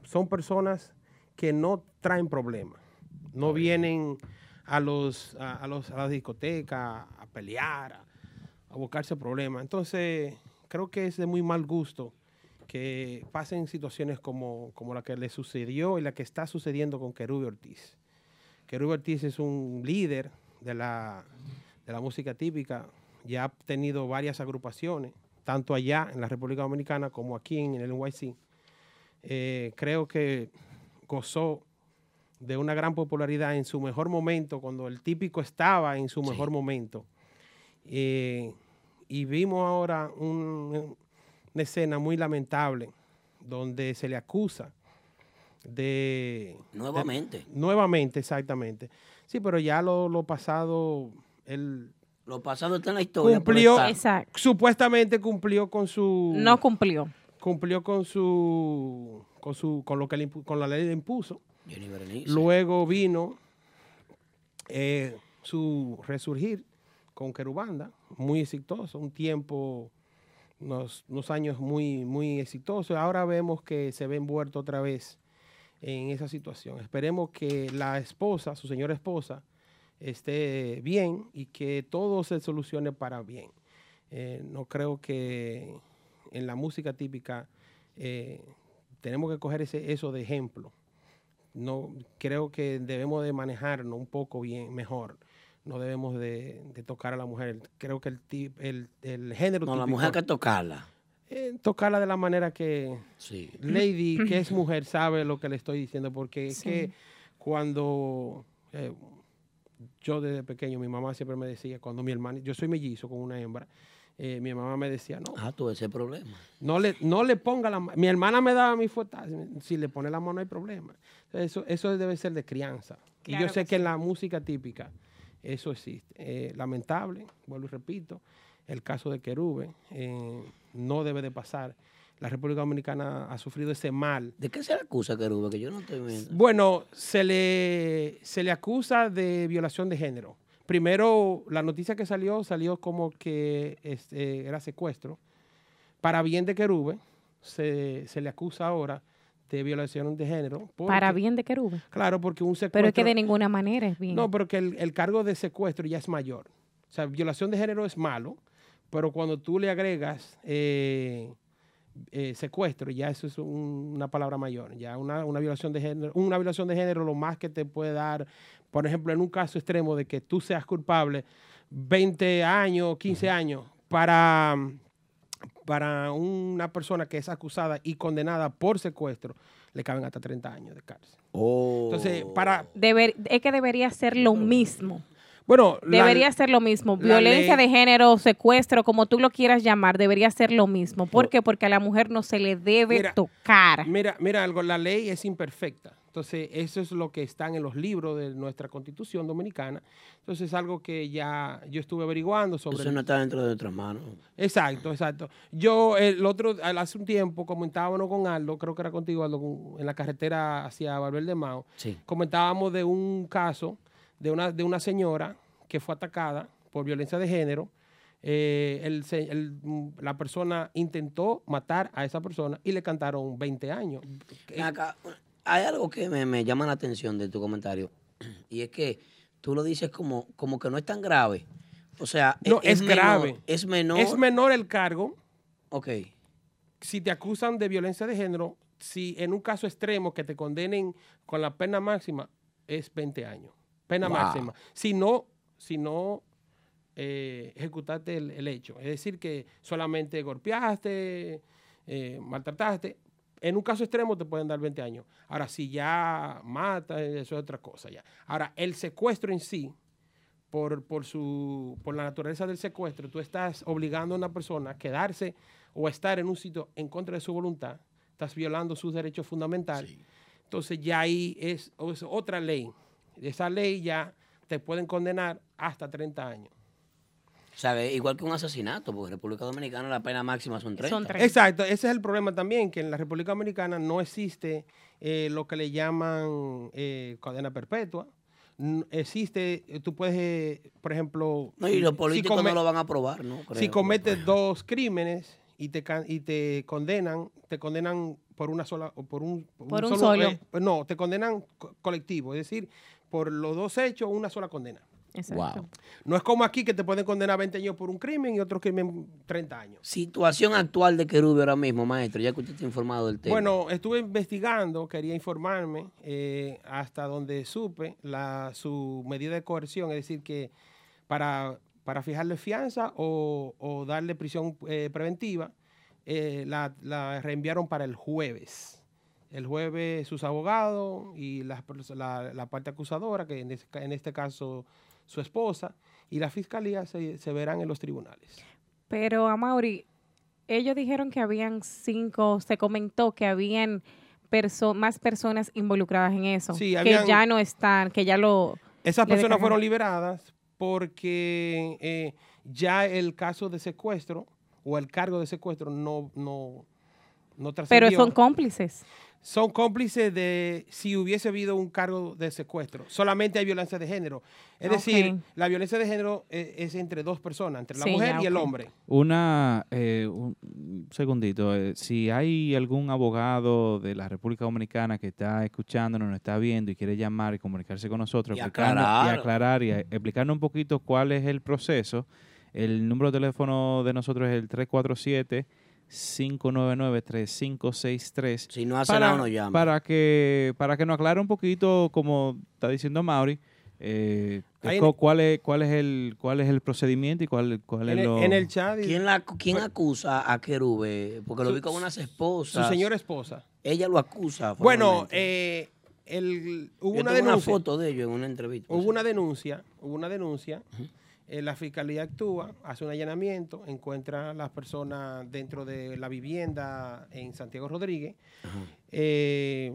[SPEAKER 4] son personas que no traen problemas. No vienen a, los, a, a los, a las discotecas a pelear, a, a buscarse problemas. Entonces, creo que es de muy mal gusto que pasen situaciones como, como la que le sucedió y la que está sucediendo con Kerube Ortiz. Kerube Ortiz es un líder de la, de la música típica, ya ha tenido varias agrupaciones, tanto allá en la República Dominicana como aquí en el NYC. Eh, creo que gozó de una gran popularidad en su mejor momento, cuando el típico estaba en su mejor momento. Eh, y vimos ahora un- una escena muy lamentable donde se le acusa de...
[SPEAKER 3] Nuevamente.
[SPEAKER 4] de- nuevamente, exactamente. Sí, pero ya lo, lo pasado, él
[SPEAKER 3] Lo pasado está en la historia. pero
[SPEAKER 4] cumplió,
[SPEAKER 3] está-
[SPEAKER 4] supuestamente cumplió con su...
[SPEAKER 2] No cumplió.
[SPEAKER 4] Cumplió con su... Con, su, con lo que le impu- con la ley le impuso.
[SPEAKER 3] Jenny Berenice.
[SPEAKER 4] Luego vino eh, su resurgir con Querubanda, muy exitoso, un tiempo, unos, unos años muy, muy exitosos. Ahora vemos que se ve envuelto otra vez en esa situación. Esperemos que la esposa, su señora esposa, esté bien y que todo se solucione para bien. Eh, no creo que en la música típica eh, tenemos que coger ese, eso de ejemplo no creo que debemos de manejarnos un poco bien mejor no debemos de, de tocar a la mujer creo que el tip- el, el género
[SPEAKER 3] No, la
[SPEAKER 4] típico-
[SPEAKER 3] mujer hay que tocarla.
[SPEAKER 4] eh, tocarla de la manera que
[SPEAKER 3] Sí.
[SPEAKER 1] Mm.
[SPEAKER 4] lady que es mujer sabe lo que le estoy diciendo porque es
[SPEAKER 3] Sí.
[SPEAKER 4] que cuando eh, yo desde pequeño mi mamá siempre me decía cuando mi hermana yo soy mellizo con una hembra eh, mi mamá me decía no
[SPEAKER 3] Ah, tú ese problema.
[SPEAKER 4] no le, no le ponga la mano. Mi hermana me daba mi fuerza. Si le pone la mano hay problema. Eso, eso debe ser de crianza. y
[SPEAKER 3] Claro
[SPEAKER 4] yo sé
[SPEAKER 3] que
[SPEAKER 4] que, en la música típica eso existe. Eh, lamentable, vuelvo y repito, el caso de Querube eh, no debe de pasar. La República Dominicana ha sufrido ese mal.
[SPEAKER 3] ¿De qué se le acusa, Querube? Que yo no estoy viendo.
[SPEAKER 4] Bueno, se le, se le acusa de violación de género. Primero, la noticia que salió, salió como que este, era secuestro. Para bien de Querube, se, se le acusa ahora de violación de género.
[SPEAKER 2] Para
[SPEAKER 4] porque-
[SPEAKER 2] bien de Querube.
[SPEAKER 4] Claro, porque un secuestro...
[SPEAKER 2] Pero es que de ninguna manera es bien.
[SPEAKER 4] No, pero que el, el cargo de secuestro ya es mayor. O sea, violación de género es malo, pero cuando tú le agregas eh, eh, secuestro, ya eso es un- una palabra mayor. Ya una, una violación de género, una violación de género lo más que te puede dar, por ejemplo, en un caso extremo de que tú seas culpable, 20 años, 15 años, para, para una persona que es acusada y condenada por secuestro, le caben hasta 30 años de cárcel.
[SPEAKER 3] Oh.
[SPEAKER 1] eh,
[SPEAKER 4] Entonces, para,
[SPEAKER 2] Deber- es que debería ser lo mismo.
[SPEAKER 4] bueno, la-
[SPEAKER 2] Debería ser lo mismo.
[SPEAKER 4] la
[SPEAKER 2] Violencia
[SPEAKER 4] ley-
[SPEAKER 2] de género, secuestro, como tú lo quieras llamar, debería ser lo mismo. ¿Por qué? Porque a la mujer no se le debe
[SPEAKER 4] Mira,
[SPEAKER 2] tocar.
[SPEAKER 4] Mira, mira algo, la ley es imperfecta. Entonces, eso es lo que está en los libros de nuestra Constitución Dominicana. Entonces, es algo que ya yo estuve averiguando sobre
[SPEAKER 3] Eso no está dentro de nuestras manos.
[SPEAKER 4] Exacto, exacto. Yo el otro, al- hace un tiempo, comentábamos con Aldo, creo que era contigo, Aldo, con- en la carretera hacia Valverde Mao,
[SPEAKER 3] Sí.
[SPEAKER 4] comentábamos de un caso de una, de una señora que fue atacada por violencia de género. eh, el se- el- mm, la persona intentó matar a esa persona y le cantaron 20 años.
[SPEAKER 3] Acá, hay algo que me, me llama la atención de tu comentario. Y es que tú lo dices como, como que no es tan grave. O sea,
[SPEAKER 4] No, es
[SPEAKER 3] menor,
[SPEAKER 4] grave.
[SPEAKER 3] Es menor.
[SPEAKER 4] Es menor el cargo.
[SPEAKER 3] Ok.
[SPEAKER 4] Si te acusan de violencia de género, si en un caso extremo que te condenen con la pena máxima, es 20 años. Pena
[SPEAKER 3] Wow.
[SPEAKER 4] máxima. Si no, si no eh, ejecutaste el, el hecho. Es decir, que solamente golpeaste, eh, maltrataste. En un caso extremo te pueden dar 20 años. Ahora, si ya mata, eso es otra cosa ya. Ahora, el secuestro en sí, por, por, su, por la naturaleza del secuestro, tú estás obligando a una persona a quedarse o a estar en un sitio en contra de su voluntad, estás violando sus derechos fundamentales. Entonces ya ahí es, o es otra ley. Esa ley ya te pueden condenar hasta 30 años.
[SPEAKER 3] ¿Sabe? Igual que un asesinato, porque en República Dominicana la pena máxima son 30.
[SPEAKER 4] Exacto, ese es el problema también, que en la República Dominicana no existe eh, lo que le llaman eh, cadena perpetua. N- Existe, eh, tú puedes, eh, por ejemplo...
[SPEAKER 3] No, y los políticos no
[SPEAKER 4] come-
[SPEAKER 3] lo van a aprobar, ¿no?
[SPEAKER 4] si
[SPEAKER 3] Creo.
[SPEAKER 4] cometes dos crímenes y te can- y te condenan, te condenan por una sola o por un
[SPEAKER 2] Por un solo.
[SPEAKER 4] eh, no, te condenan co- colectivo, es decir, por los dos hechos una sola condena.
[SPEAKER 3] Exacto. Wow.
[SPEAKER 4] No es como aquí que te pueden condenar 20 años por un crimen y otro crimen 30 años.
[SPEAKER 3] Situación actual de Querube ahora mismo, maestro, ya que usted está informado del tema.
[SPEAKER 4] Bueno, estuve investigando, quería informarme eh, hasta donde supe la, su medida de coerción, es decir, que para, para fijarle fianza o, o darle prisión eh, preventiva, eh, la, la reenviaron para el jueves. El jueves sus abogados y las pers- la, la parte acusadora, que en, es- en este caso su esposa, y la fiscalía se, se verán en los tribunales.
[SPEAKER 2] Pero a Mauri, ellos dijeron que habían cinco, se comentó que habían perso- más personas involucradas en eso,
[SPEAKER 4] Sí,
[SPEAKER 2] que
[SPEAKER 4] habían-
[SPEAKER 2] ya no están, que ya lo... le
[SPEAKER 4] Esas personas
[SPEAKER 2] declararon.
[SPEAKER 4] fueron liberadas porque eh, ya el caso de secuestro o el cargo de secuestro no, no, no
[SPEAKER 2] Pero
[SPEAKER 4] trascendió.
[SPEAKER 2] son cómplices.
[SPEAKER 4] Son cómplices de si hubiese habido un cargo de secuestro. Solamente hay violencia de género. Es
[SPEAKER 2] Ok.
[SPEAKER 4] decir, la violencia de género eh, es, entre dos personas, entre la
[SPEAKER 2] Sí,
[SPEAKER 4] mujer
[SPEAKER 2] ya,
[SPEAKER 4] y el
[SPEAKER 2] ok.
[SPEAKER 4] hombre.
[SPEAKER 1] Una, eh, un un segundito, eh, si hay algún abogado de la República Dominicana que está escuchándonos, nos está viendo y quiere llamar y comunicarse con nosotros,
[SPEAKER 3] Y
[SPEAKER 1] explicarnos-
[SPEAKER 3] aclarar.
[SPEAKER 1] y aclarar y a- explicarnos un poquito cuál es el proceso, el número de teléfono de nosotros es el 347. 599-3563.
[SPEAKER 3] Si no hace
[SPEAKER 1] para,
[SPEAKER 3] nada, no llama.
[SPEAKER 1] Para que, para que nos aclare un poquito, como está diciendo Mauri, eh,
[SPEAKER 4] Ahí
[SPEAKER 1] co-
[SPEAKER 4] en-
[SPEAKER 1] cuál, es, cuál, es el, cuál es el procedimiento y cuál, cuál es
[SPEAKER 4] En el-
[SPEAKER 1] lo...
[SPEAKER 4] en el chat dice-
[SPEAKER 3] ¿Quién, la, ¿Quién acusa a Querube? Porque lo
[SPEAKER 4] Su-
[SPEAKER 3] vi con unas esposas.
[SPEAKER 4] Su señora esposa.
[SPEAKER 3] Ella lo acusa.
[SPEAKER 4] Bueno,
[SPEAKER 3] formalmente.
[SPEAKER 4] eh, el, hubo
[SPEAKER 3] Yo
[SPEAKER 4] una
[SPEAKER 3] tengo
[SPEAKER 4] denuncia.
[SPEAKER 3] una foto de ellos en una entrevista.
[SPEAKER 4] Hubo una denuncia, hubo una denuncia. eh, la fiscalía actúa, hace un allanamiento, encuentra a las personas dentro de la vivienda en Santiago Rodríguez. Eh,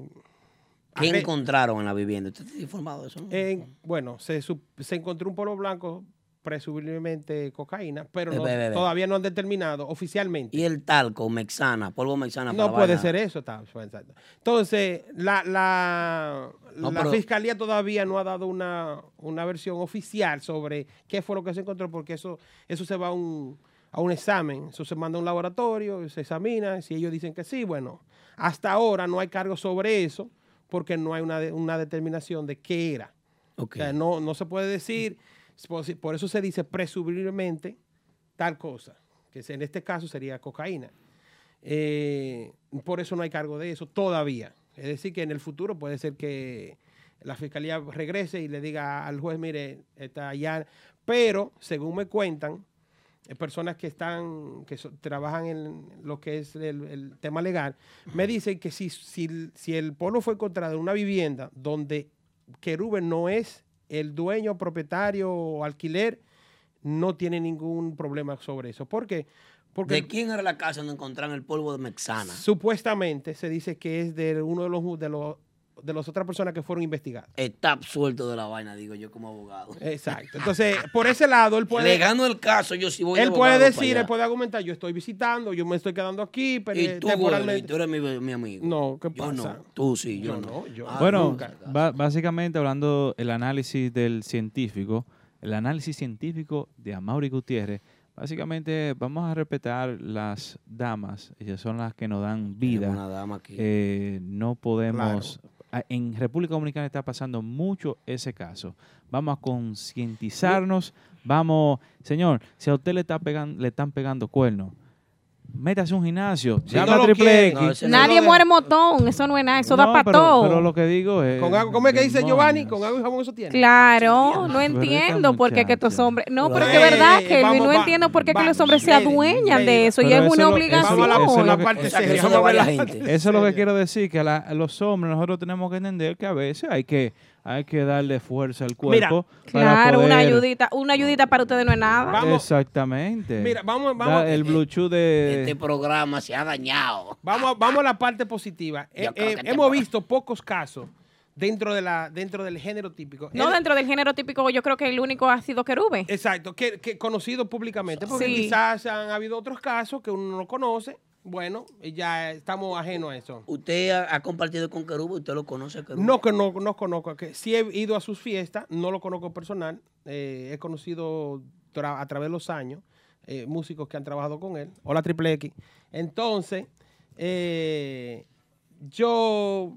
[SPEAKER 3] ¿Qué
[SPEAKER 4] arre-
[SPEAKER 3] encontraron en la vivienda? ¿Usted está informado de eso? no?
[SPEAKER 4] en- bueno, se, sup- se encontró un polvo blanco, presumiblemente cocaína, pero
[SPEAKER 3] Ve,
[SPEAKER 4] no-
[SPEAKER 3] ve, ve.
[SPEAKER 4] todavía no han determinado oficialmente.
[SPEAKER 3] Y el talco, mexana, polvo mexana. para
[SPEAKER 4] No
[SPEAKER 3] la
[SPEAKER 4] puede
[SPEAKER 3] vaina.
[SPEAKER 4] ser eso, está- exacto. Entonces, la, la,
[SPEAKER 3] No,
[SPEAKER 4] la
[SPEAKER 3] pero-
[SPEAKER 4] fiscalía todavía no ha dado una, una versión oficial sobre qué fue lo que se encontró, porque eso, eso se va a un, a un examen, eso se manda a un laboratorio, se examina, si ellos dicen que sí, bueno, hasta ahora no hay cargo sobre eso, porque no hay una, de- una determinación de qué era. O sea, no, no se puede decir, por si- por eso se dice presumiblemente tal cosa, que en este caso sería cocaína. Eh, por eso no hay cargo de eso todavía. Es decir, que en el futuro puede ser que la fiscalía regrese y le diga al juez, mire, está allá. Pero, según me cuentan, eh, personas que están, que so- trabajan en lo que es el, el tema legal, me dicen que si, si, si el polo fue encontrado en una vivienda donde Querube no es el dueño, propietario o alquiler, no tiene ningún problema sobre eso. ¿Por qué? Porque
[SPEAKER 3] ¿De quién era la casa donde encontraron el polvo de mexana?
[SPEAKER 4] Supuestamente se dice que es de uno de los de los de las otras personas que fueron investigadas.
[SPEAKER 3] Está absuelto de la vaina, digo yo como abogado.
[SPEAKER 4] Exacto. Entonces, por ese lado, él puede.
[SPEAKER 3] Le gano el caso, yo sí voy de
[SPEAKER 4] él puede
[SPEAKER 3] abogado pa'
[SPEAKER 4] decir,
[SPEAKER 3] allá.
[SPEAKER 4] él puede argumentar, yo estoy visitando, yo me estoy quedando aquí, pero
[SPEAKER 3] Y tú, güey,
[SPEAKER 4] eh, temporalmente.
[SPEAKER 3] tú eres mi, mi amigo.
[SPEAKER 4] No, ¿qué
[SPEAKER 3] Yo
[SPEAKER 4] pasa?
[SPEAKER 3] no, tú sí, yo,
[SPEAKER 4] Yo
[SPEAKER 3] no.
[SPEAKER 4] no, yo
[SPEAKER 3] Ah,
[SPEAKER 1] Bueno,
[SPEAKER 3] nunca.
[SPEAKER 1] ba- básicamente hablando el análisis del científico, el análisis científico de Amaury Gutiérrez Básicamente vamos a respetar las damas, ellas son las que nos dan vida.
[SPEAKER 3] una dama aquí.
[SPEAKER 1] Eh, no podemos... Ah, En República Dominicana está pasando mucho ese caso. Vamos a concientizarnos, vamos, señor, si a usted le, está pegan- le están pegando cuernos, métase a un gimnasio,
[SPEAKER 2] Sí,
[SPEAKER 1] llame
[SPEAKER 2] no
[SPEAKER 1] a
[SPEAKER 2] lo
[SPEAKER 1] triple
[SPEAKER 2] quiere. No,
[SPEAKER 1] X.
[SPEAKER 2] ese Nadie muere motón, eso no es nada, eso da
[SPEAKER 1] No,
[SPEAKER 2] para
[SPEAKER 1] pero-
[SPEAKER 2] todo.
[SPEAKER 1] Pero lo que digo es...
[SPEAKER 4] Con agua, ¿cómo es que dice
[SPEAKER 1] demonio.
[SPEAKER 4] Giovanni? Con agua y jabón eso tiene.
[SPEAKER 2] Claro, no
[SPEAKER 1] Pero esta
[SPEAKER 2] entiendo por qué que estos hombres... No, pero
[SPEAKER 4] Ey,
[SPEAKER 2] que es verdad,
[SPEAKER 4] ey,
[SPEAKER 2] que
[SPEAKER 4] vamos,
[SPEAKER 2] no
[SPEAKER 4] va-
[SPEAKER 2] entiendo por qué que los hombres se adueñan de eso y
[SPEAKER 1] Pero
[SPEAKER 2] es una
[SPEAKER 1] lo-
[SPEAKER 2] obligación.
[SPEAKER 1] eso- eso es lo que-
[SPEAKER 4] parte
[SPEAKER 3] seria, que son de vamos a hablar varias la gente. parte
[SPEAKER 1] Eso es lo que quiero decir, que a, la- a los hombres nosotros tenemos que entender que a veces hay que, hay que darle fuerza al cuerpo. para
[SPEAKER 2] Claro, una
[SPEAKER 1] poder-
[SPEAKER 2] ayudita, una ayudita para ustedes no es nada.
[SPEAKER 1] Exactamente.
[SPEAKER 4] Mira, vamos-
[SPEAKER 1] Da
[SPEAKER 4] vamos-
[SPEAKER 1] el Bluetooth de...
[SPEAKER 4] Este
[SPEAKER 3] programa se ha dañado.
[SPEAKER 4] Vamos a, vamos a la parte positiva. Eh,
[SPEAKER 3] creo
[SPEAKER 4] eh,
[SPEAKER 3] que te
[SPEAKER 4] hemos visto pocos casos dentro, de la, dentro del género típico.
[SPEAKER 2] No
[SPEAKER 4] El-
[SPEAKER 2] dentro del género típico, yo creo que el único ha sido Querube.
[SPEAKER 4] Exacto, que, que conocido públicamente, porque
[SPEAKER 2] Sí.
[SPEAKER 4] quizás han habido otros casos que uno no conoce. Bueno, ya estamos ajenos a eso.
[SPEAKER 3] Usted ha, ha compartido con Querub, usted lo conoce, Querub.
[SPEAKER 4] No, que no, no conozco. Que sí he ido a sus fiestas, no lo conozco personal. eh, he conocido tra- a través de los años eh, músicos que han trabajado con él. Hola, Triple X. Entonces, eh, yo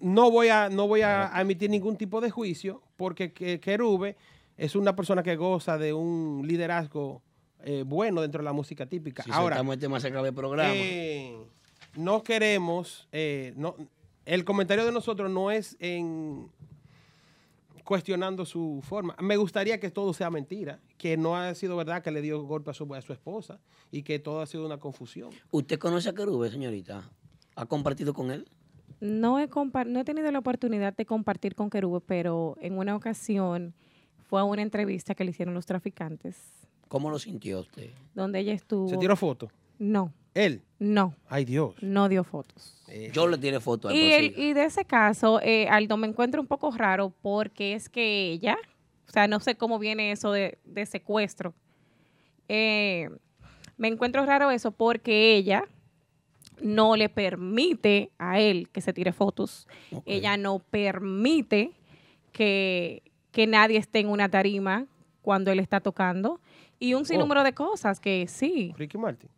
[SPEAKER 4] no voy a no voy a emitir ningún tipo de juicio porque que- Querube es una persona que goza de un liderazgo eh, bueno dentro de la música típica.
[SPEAKER 3] Si
[SPEAKER 4] Ahora,
[SPEAKER 3] soltamos este más se acaba el programa.
[SPEAKER 4] eh, no queremos, eh, no, el comentario de nosotros no es en cuestionando su forma. Me gustaría que todo sea mentira, que no ha sido verdad que le dio golpe a su, a su esposa y que todo ha sido una confusión.
[SPEAKER 3] ¿Usted conoce a Querube, señorita? ¿Ha compartido con él?
[SPEAKER 2] No he, compa- no he tenido la oportunidad de compartir con Querube, pero en una ocasión fue a una entrevista que le hicieron los traficantes,
[SPEAKER 3] ¿Cómo lo sintió usted?
[SPEAKER 2] donde ella estuvo.
[SPEAKER 3] ¿Se tiró foto?
[SPEAKER 2] No.
[SPEAKER 4] ¿Él? Eh.
[SPEAKER 2] No.
[SPEAKER 4] Ay, Dios.
[SPEAKER 2] No dio fotos.
[SPEAKER 3] Yo le tiré foto a pues,
[SPEAKER 2] Y, el- y de ese caso, eh, Aldo, me encuentro un poco raro porque es que ella, o sea, no sé cómo viene eso de, de secuestro. Eh, me encuentro raro eso porque ella no le permite a él que se tire fotos. Ella no permite que, que nadie esté en una tarima cuando él está tocando. Y un sinnúmero de cosas que sí,
[SPEAKER 4] Ricky Martin.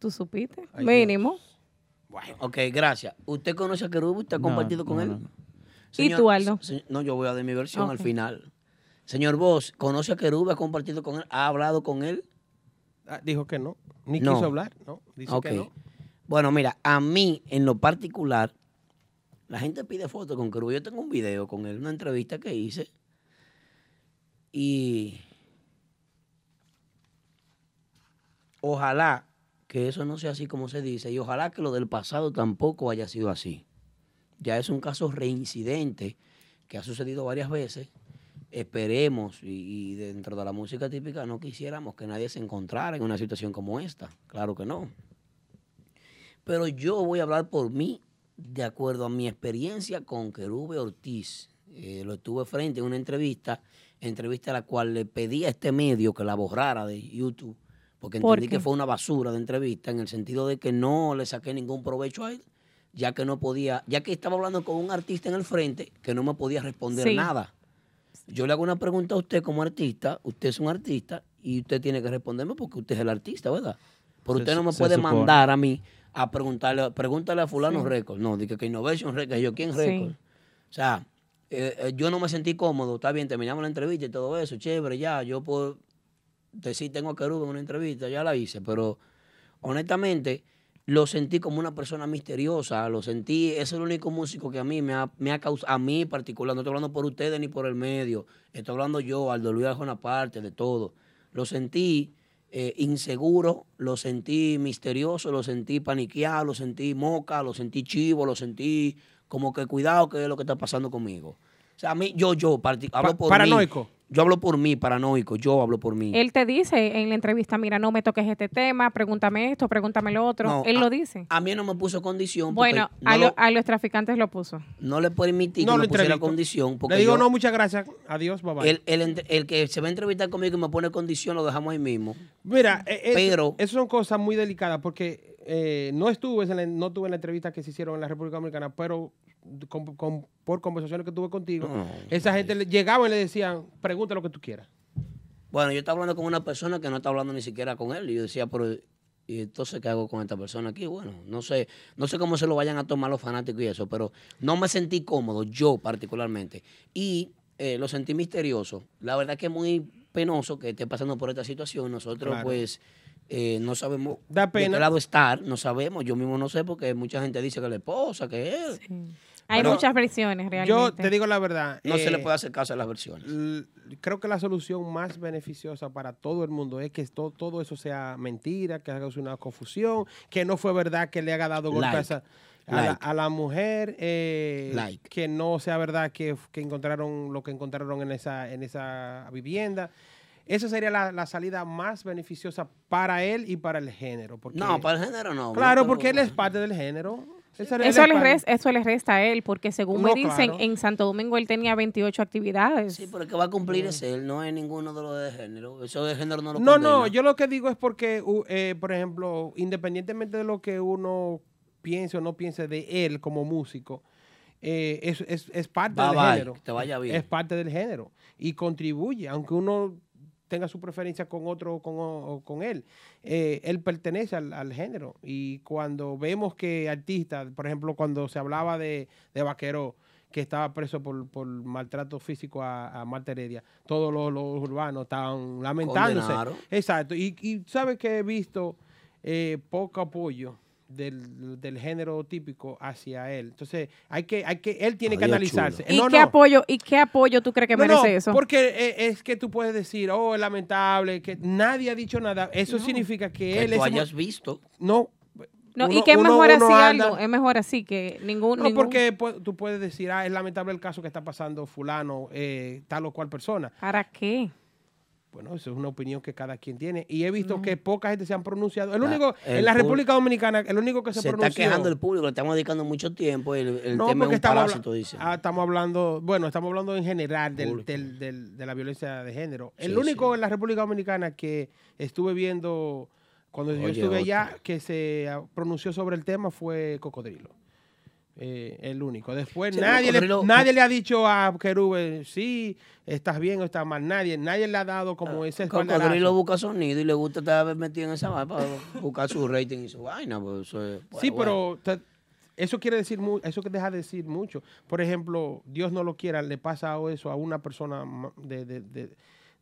[SPEAKER 2] tú supiste,
[SPEAKER 3] Ay,
[SPEAKER 2] mínimo.
[SPEAKER 3] Bueno, ok, gracias. ¿Usted conoce a Querub? ¿Usted ha
[SPEAKER 2] No,
[SPEAKER 3] compartido con
[SPEAKER 2] no,
[SPEAKER 3] él?
[SPEAKER 2] no, ¿Y tú, Aldo?
[SPEAKER 3] se- no, yo voy a dar mi versión al
[SPEAKER 2] Ok.
[SPEAKER 3] final. Señor Vos, ¿conoce a Querub? ¿Ha compartido con él? ¿Ha hablado con él?
[SPEAKER 4] Ah, dijo que no, ni
[SPEAKER 3] No.
[SPEAKER 4] quiso hablar, ¿no? Dice
[SPEAKER 3] Ok.
[SPEAKER 4] que no.
[SPEAKER 3] Bueno, mira, a mí en lo particular, la gente pide fotos con Querub. Yo tengo un video con él, una entrevista que hice. Y ojalá que eso no sea así como se dice y ojalá que lo del pasado tampoco haya sido así. Ya es un caso reincidente que ha sucedido varias veces. Esperemos y, y dentro de la música típica no quisiéramos que nadie se encontrara en una situación como esta. Claro que no. Pero yo voy a hablar por mí de acuerdo a mi experiencia con Querube Ortiz. Eh, lo estuve frente en una entrevista, entrevista a la cual le pedí a este medio que la borrara de YouTube, porque
[SPEAKER 12] ¿Por
[SPEAKER 3] entendí
[SPEAKER 12] qué?
[SPEAKER 3] que fue una basura de entrevista en el sentido de que no le saqué ningún provecho a él, ya que no podía, ya que estaba hablando con un artista en el frente que no me podía responder
[SPEAKER 12] Sí.
[SPEAKER 3] nada. Yo le hago una pregunta a usted como artista, usted es un artista y usted tiene que responderme porque usted es el artista, ¿verdad? Pero
[SPEAKER 12] Se-
[SPEAKER 3] usted no me
[SPEAKER 12] se
[SPEAKER 3] puede
[SPEAKER 12] supone.
[SPEAKER 3] mandar a mí a preguntarle, pregúntale a fulano
[SPEAKER 12] Sí.
[SPEAKER 3] Records. No, dije que Innovation Records, yo quién
[SPEAKER 12] Sí.
[SPEAKER 3] Records. O sea, eh, eh, yo no me sentí cómodo, está bien, terminamos la entrevista y todo eso, chévere, ya, yo puedo decir tengo a Querub en una entrevista, ya la hice, pero honestamente lo sentí como una persona misteriosa, lo sentí, es el único músico que a mí me ha, me ha causado, a mí en particular, no estoy hablando por ustedes ni por el medio, estoy hablando yo, Aldo Luis Arjona parte de todo, lo sentí eh, inseguro, lo sentí misterioso, lo sentí paniqueado, lo sentí moca, lo sentí chivo, lo sentí como que cuidado que es lo que está pasando conmigo. O sea, a mí, yo, yo, parti- hablo por mí.
[SPEAKER 4] paranoico.
[SPEAKER 3] Yo hablo por mí, paranoico, yo hablo por mí.
[SPEAKER 2] Él te dice en la entrevista, mira, no me toques este tema, pregúntame esto, pregúntame lo otro.
[SPEAKER 3] No,
[SPEAKER 2] Él
[SPEAKER 3] a-
[SPEAKER 4] ah,
[SPEAKER 2] lo dice.
[SPEAKER 3] A mí no me puso condición. porque
[SPEAKER 2] Bueno,
[SPEAKER 3] no
[SPEAKER 2] a, lo-
[SPEAKER 3] lo-
[SPEAKER 2] a los traficantes lo puso.
[SPEAKER 3] no le permití
[SPEAKER 4] No
[SPEAKER 3] que
[SPEAKER 4] lo
[SPEAKER 3] me pusiera
[SPEAKER 4] entrevisto.
[SPEAKER 3] condición. Porque
[SPEAKER 4] Le digo,
[SPEAKER 3] yo-
[SPEAKER 4] no, muchas gracias. Adiós, bye bye.
[SPEAKER 3] el, el ent- el que se va a entrevistar conmigo y me pone condición lo dejamos ahí mismo.
[SPEAKER 4] Mira, eh, eh,
[SPEAKER 3] Pero-
[SPEAKER 4] esas son cosas muy delicadas porque eh, no estuve en la, no tuve en la entrevista que se hicieron en la República Dominicana, pero con- con- por conversaciones que tuve contigo,
[SPEAKER 3] No,
[SPEAKER 4] esa gente le- llegaba y le decían, pregunta lo que tú quieras.
[SPEAKER 3] Bueno, yo estaba hablando con una persona que no estaba hablando ni siquiera con él. Y yo decía, pero ¿y entonces qué hago con esta persona aquí? Bueno, no sé, no sé cómo se lo vayan a tomar los fanáticos y eso, pero no me sentí cómodo, yo particularmente. Y eh, lo sentí misterioso. La verdad que es muy penoso que esté pasando por esta situación. Nosotros,
[SPEAKER 4] Claro.
[SPEAKER 3] pues, eh, no sabemos
[SPEAKER 4] Da
[SPEAKER 3] de
[SPEAKER 4] pena.
[SPEAKER 3] qué lado estar, no sabemos. Yo mismo no sé porque mucha gente dice que la esposa, que él.
[SPEAKER 2] Hay
[SPEAKER 3] Pero
[SPEAKER 2] muchas versiones realmente.
[SPEAKER 4] Yo te digo la verdad.
[SPEAKER 3] No se le
[SPEAKER 4] eh,
[SPEAKER 3] puede hacer caso a las versiones.
[SPEAKER 4] l- creo que la solución más beneficiosa para todo el mundo es que to- todo eso sea mentira, que haga una confusión, que no fue verdad que le haya dado golpe a,
[SPEAKER 3] Like.
[SPEAKER 4] esa- a la-
[SPEAKER 3] Like.
[SPEAKER 4] a la mujer, eh,
[SPEAKER 3] Like.
[SPEAKER 4] que no sea verdad que, que encontraron lo que encontraron en esa, en esa vivienda. Esa sería la, la salida más beneficiosa para él y para el género. porque-
[SPEAKER 3] No, para el género no.
[SPEAKER 4] Claro,
[SPEAKER 3] No,
[SPEAKER 4] porque él es parte del género. Esa- él
[SPEAKER 2] Eso
[SPEAKER 4] es
[SPEAKER 2] le,
[SPEAKER 4] parte-
[SPEAKER 2] resta, eso le resta a él, porque según me
[SPEAKER 4] No,
[SPEAKER 2] dicen,
[SPEAKER 4] claro.
[SPEAKER 2] en Santo Domingo él tenía 28 actividades.
[SPEAKER 3] Sí, pero el que va a cumplir es él, no es ninguno de los de género. Eso de género no lo
[SPEAKER 4] No, no,
[SPEAKER 3] condena.
[SPEAKER 4] yo lo que digo es porque, u- eh, por ejemplo, independientemente de lo que uno piense o no piense de él como músico, eh, es, es- es parte
[SPEAKER 3] Bye,
[SPEAKER 4] del
[SPEAKER 3] bye,
[SPEAKER 4] género.
[SPEAKER 3] que te vaya bien.
[SPEAKER 4] Es parte del género y contribuye, aunque uno tenga su preferencia con otro o con, o- o con él. eh, él pertenece al, al género y cuando vemos que artistas, por ejemplo, cuando se hablaba de, de Vaquero, que estaba preso por, por maltrato físico a, a Marta Heredia, todos los, los urbanos estaban lamentándose.
[SPEAKER 3] Condenaron.
[SPEAKER 4] Exacto, y, y sabes que he visto eh, poco apoyo. Del, del género típico hacia él. Entonces, hay que, hay que, él tiene que
[SPEAKER 3] Había
[SPEAKER 4] analizarse.
[SPEAKER 2] ¿Y,
[SPEAKER 4] No,
[SPEAKER 2] qué
[SPEAKER 4] no.
[SPEAKER 2] Apoyo, ¿Y qué apoyo tú crees que
[SPEAKER 4] No, no,
[SPEAKER 2] merece eso?
[SPEAKER 4] Porque eh, es que tú puedes decir, oh, es lamentable, que nadie ha dicho nada. Eso significa que,
[SPEAKER 3] Que
[SPEAKER 4] él
[SPEAKER 3] tú
[SPEAKER 4] es.
[SPEAKER 3] hayas visto.
[SPEAKER 4] No.
[SPEAKER 2] No,
[SPEAKER 4] uno-
[SPEAKER 2] ¿Y qué es
[SPEAKER 4] uno-
[SPEAKER 2] mejor
[SPEAKER 4] uno
[SPEAKER 2] así
[SPEAKER 4] anda-
[SPEAKER 2] algo? Es mejor así que ningún...
[SPEAKER 4] No,
[SPEAKER 2] ningún-
[SPEAKER 4] porque pu- tú puedes decir, ah, es lamentable el caso que está pasando fulano, eh, tal o cual persona.
[SPEAKER 2] ¿Para qué?
[SPEAKER 4] Bueno, eso es una opinión que cada quien tiene. Y he visto
[SPEAKER 2] No.
[SPEAKER 4] que poca gente se han pronunciado. El
[SPEAKER 3] La-
[SPEAKER 4] único,
[SPEAKER 3] el
[SPEAKER 4] en la
[SPEAKER 3] pub-
[SPEAKER 4] República Dominicana, el único que se,
[SPEAKER 3] Se está
[SPEAKER 4] pronunció-
[SPEAKER 3] quejando el público, le estamos dedicando mucho tiempo. El, el
[SPEAKER 4] No,
[SPEAKER 3] tema es
[SPEAKER 4] porque
[SPEAKER 3] un
[SPEAKER 4] estamos, habla-
[SPEAKER 3] parásito, dice.
[SPEAKER 4] ah, estamos hablando, bueno, estamos hablando en general del,
[SPEAKER 3] Público.
[SPEAKER 4] del- del- de la violencia de género.
[SPEAKER 3] Sí,
[SPEAKER 4] el único en la República Dominicana que estuve viendo cuando yo
[SPEAKER 3] Oye,
[SPEAKER 4] estuve allá
[SPEAKER 3] otra.
[SPEAKER 4] que se ah, pronunció sobre el tema fue Cocodrilo. Eh, el único. Después
[SPEAKER 3] Sí,
[SPEAKER 4] nadie, le,
[SPEAKER 3] Cocodrilo-
[SPEAKER 4] nadie le ha dicho a Kerube, sí, estás bien o estás mal. Nadie, nadie le ha dado como ese espaldarazo.
[SPEAKER 3] Ah, Cocodrilo busca sonido y le gusta estar metido en esa vaina para buscar su rating y su vaina. pues, eso es-
[SPEAKER 4] sí,
[SPEAKER 3] bueno,
[SPEAKER 4] pero ta- eso quiere decir mu- eso que deja de decir mucho. Por ejemplo, Dios no lo quiera, le pasa eso a una persona ma- de, de- de-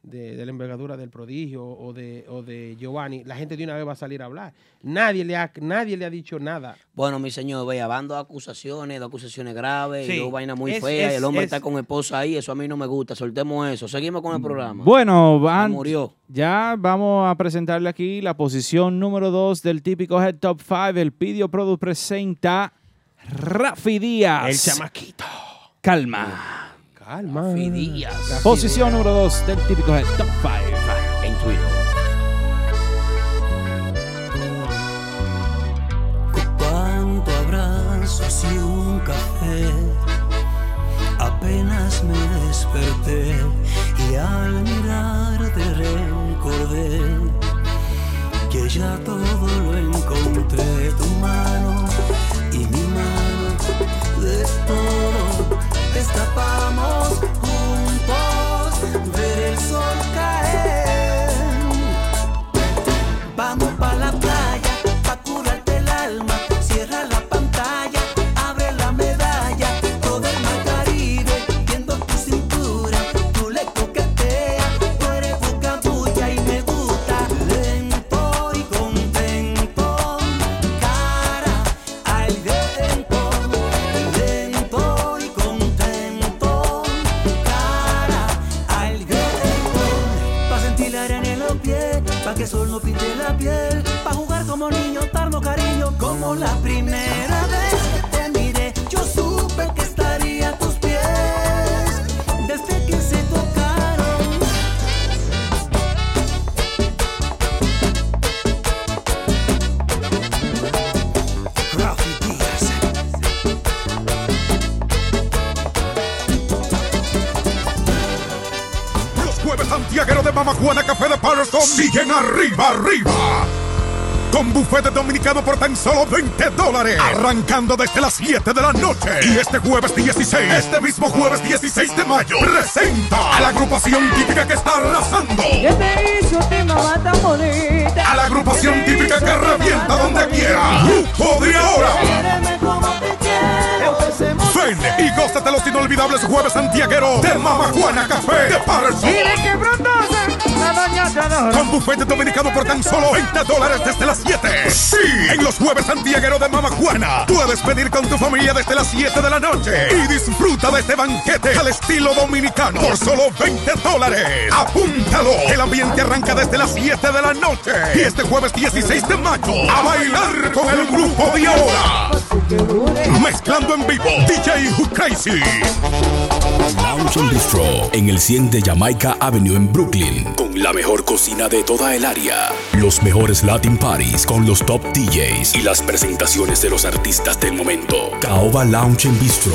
[SPEAKER 4] de- de la envergadura del prodigio o de, o de Giovanni, la gente de una vez va a salir a hablar. Nadie le ha, nadie le ha dicho nada.
[SPEAKER 3] Bueno, mi señor, vea, van dos acusaciones, dos acusaciones graves
[SPEAKER 4] Sí,
[SPEAKER 3] y dos vainas muy
[SPEAKER 4] es-
[SPEAKER 3] feas. y
[SPEAKER 4] es-
[SPEAKER 3] el hombre
[SPEAKER 4] es- Mm,
[SPEAKER 3] está con esposa ahí, eso a mí no me gusta. Soltemos eso. Seguimos con el programa.
[SPEAKER 1] Bueno, van,
[SPEAKER 3] murió.
[SPEAKER 1] ya vamos a presentarle aquí la posición número 2 del típico Head Top 5. El Pidio Product presenta Rafi Díaz.
[SPEAKER 4] El chamaquito.
[SPEAKER 1] Calma.
[SPEAKER 4] Calma.
[SPEAKER 3] Rafi Díaz. Rafi
[SPEAKER 1] Posición número 2 del típico Head Top 5.
[SPEAKER 3] En Twitter.
[SPEAKER 12] Cuánto abrazo y un café. Apenas me desperté y al mirarte recordé que ya todo lo encontré. Tu mano y mi mano de todo destapamos juntos. Ver el sol caer. Vamos pa' la playa, pa' curarte el alma. Cierra la pantalla, abre la medalla. Todo el mar Caribe, viendo tu cintura. Tú le coqueteas, tú eres boca bulla y me gusta. Lento y contento, cara al viento. Lento y contento, cara al viento. Pa' sentir la arena en los pies, pa' que el sol no pinte la piel, pa' jugar como niño, darnos cariño, como la primera vez que te miré, yo supe que estaría a tus pies, desde que se tocaron. Rafi Díaz.
[SPEAKER 10] Los jueves santiagueros de Mamajuana Café de Patterson siguen arriba, arriba. con bufete dominicano por tan solo 20 dólares. Arrancando desde las 7 de la noche. Y este jueves 16, este mismo jueves 16 de mayo, presenta a la agrupación típica que está arrasando.
[SPEAKER 11] ¿Qué te hizo ti, mamá tan bonita?
[SPEAKER 10] A la agrupación típica que revienta donde quiera. Grupo de ahora. Ven y gózate los inolvidables jueves santiagueros de Mama Juana Café de Patterson.
[SPEAKER 11] que frondosa, la doña te adora.
[SPEAKER 10] Con bufete dominicano por tan solo 20 dólares desde las 7. Sí, en los jueves santiagueros de Mama Juana. Puedes pedir con tu familia desde las 7 de la noche y disfruta de este banquete al estilo dominicano por solo 20 dólares. Apúntalo. El ambiente arranca desde las 7 de la noche. Y este jueves 16 de mayo, a bailar con el grupo de ahora. Mezclando en vivo, DJ Who Crazy.
[SPEAKER 7] Lounge Bistro en el 100 de Jamaica Avenue en Brooklyn, con la mejor cocina de toda el área, los mejores Latin parties con los top DJs y las presentaciones de los artistas del momento. Caoba Lounge and Bistro,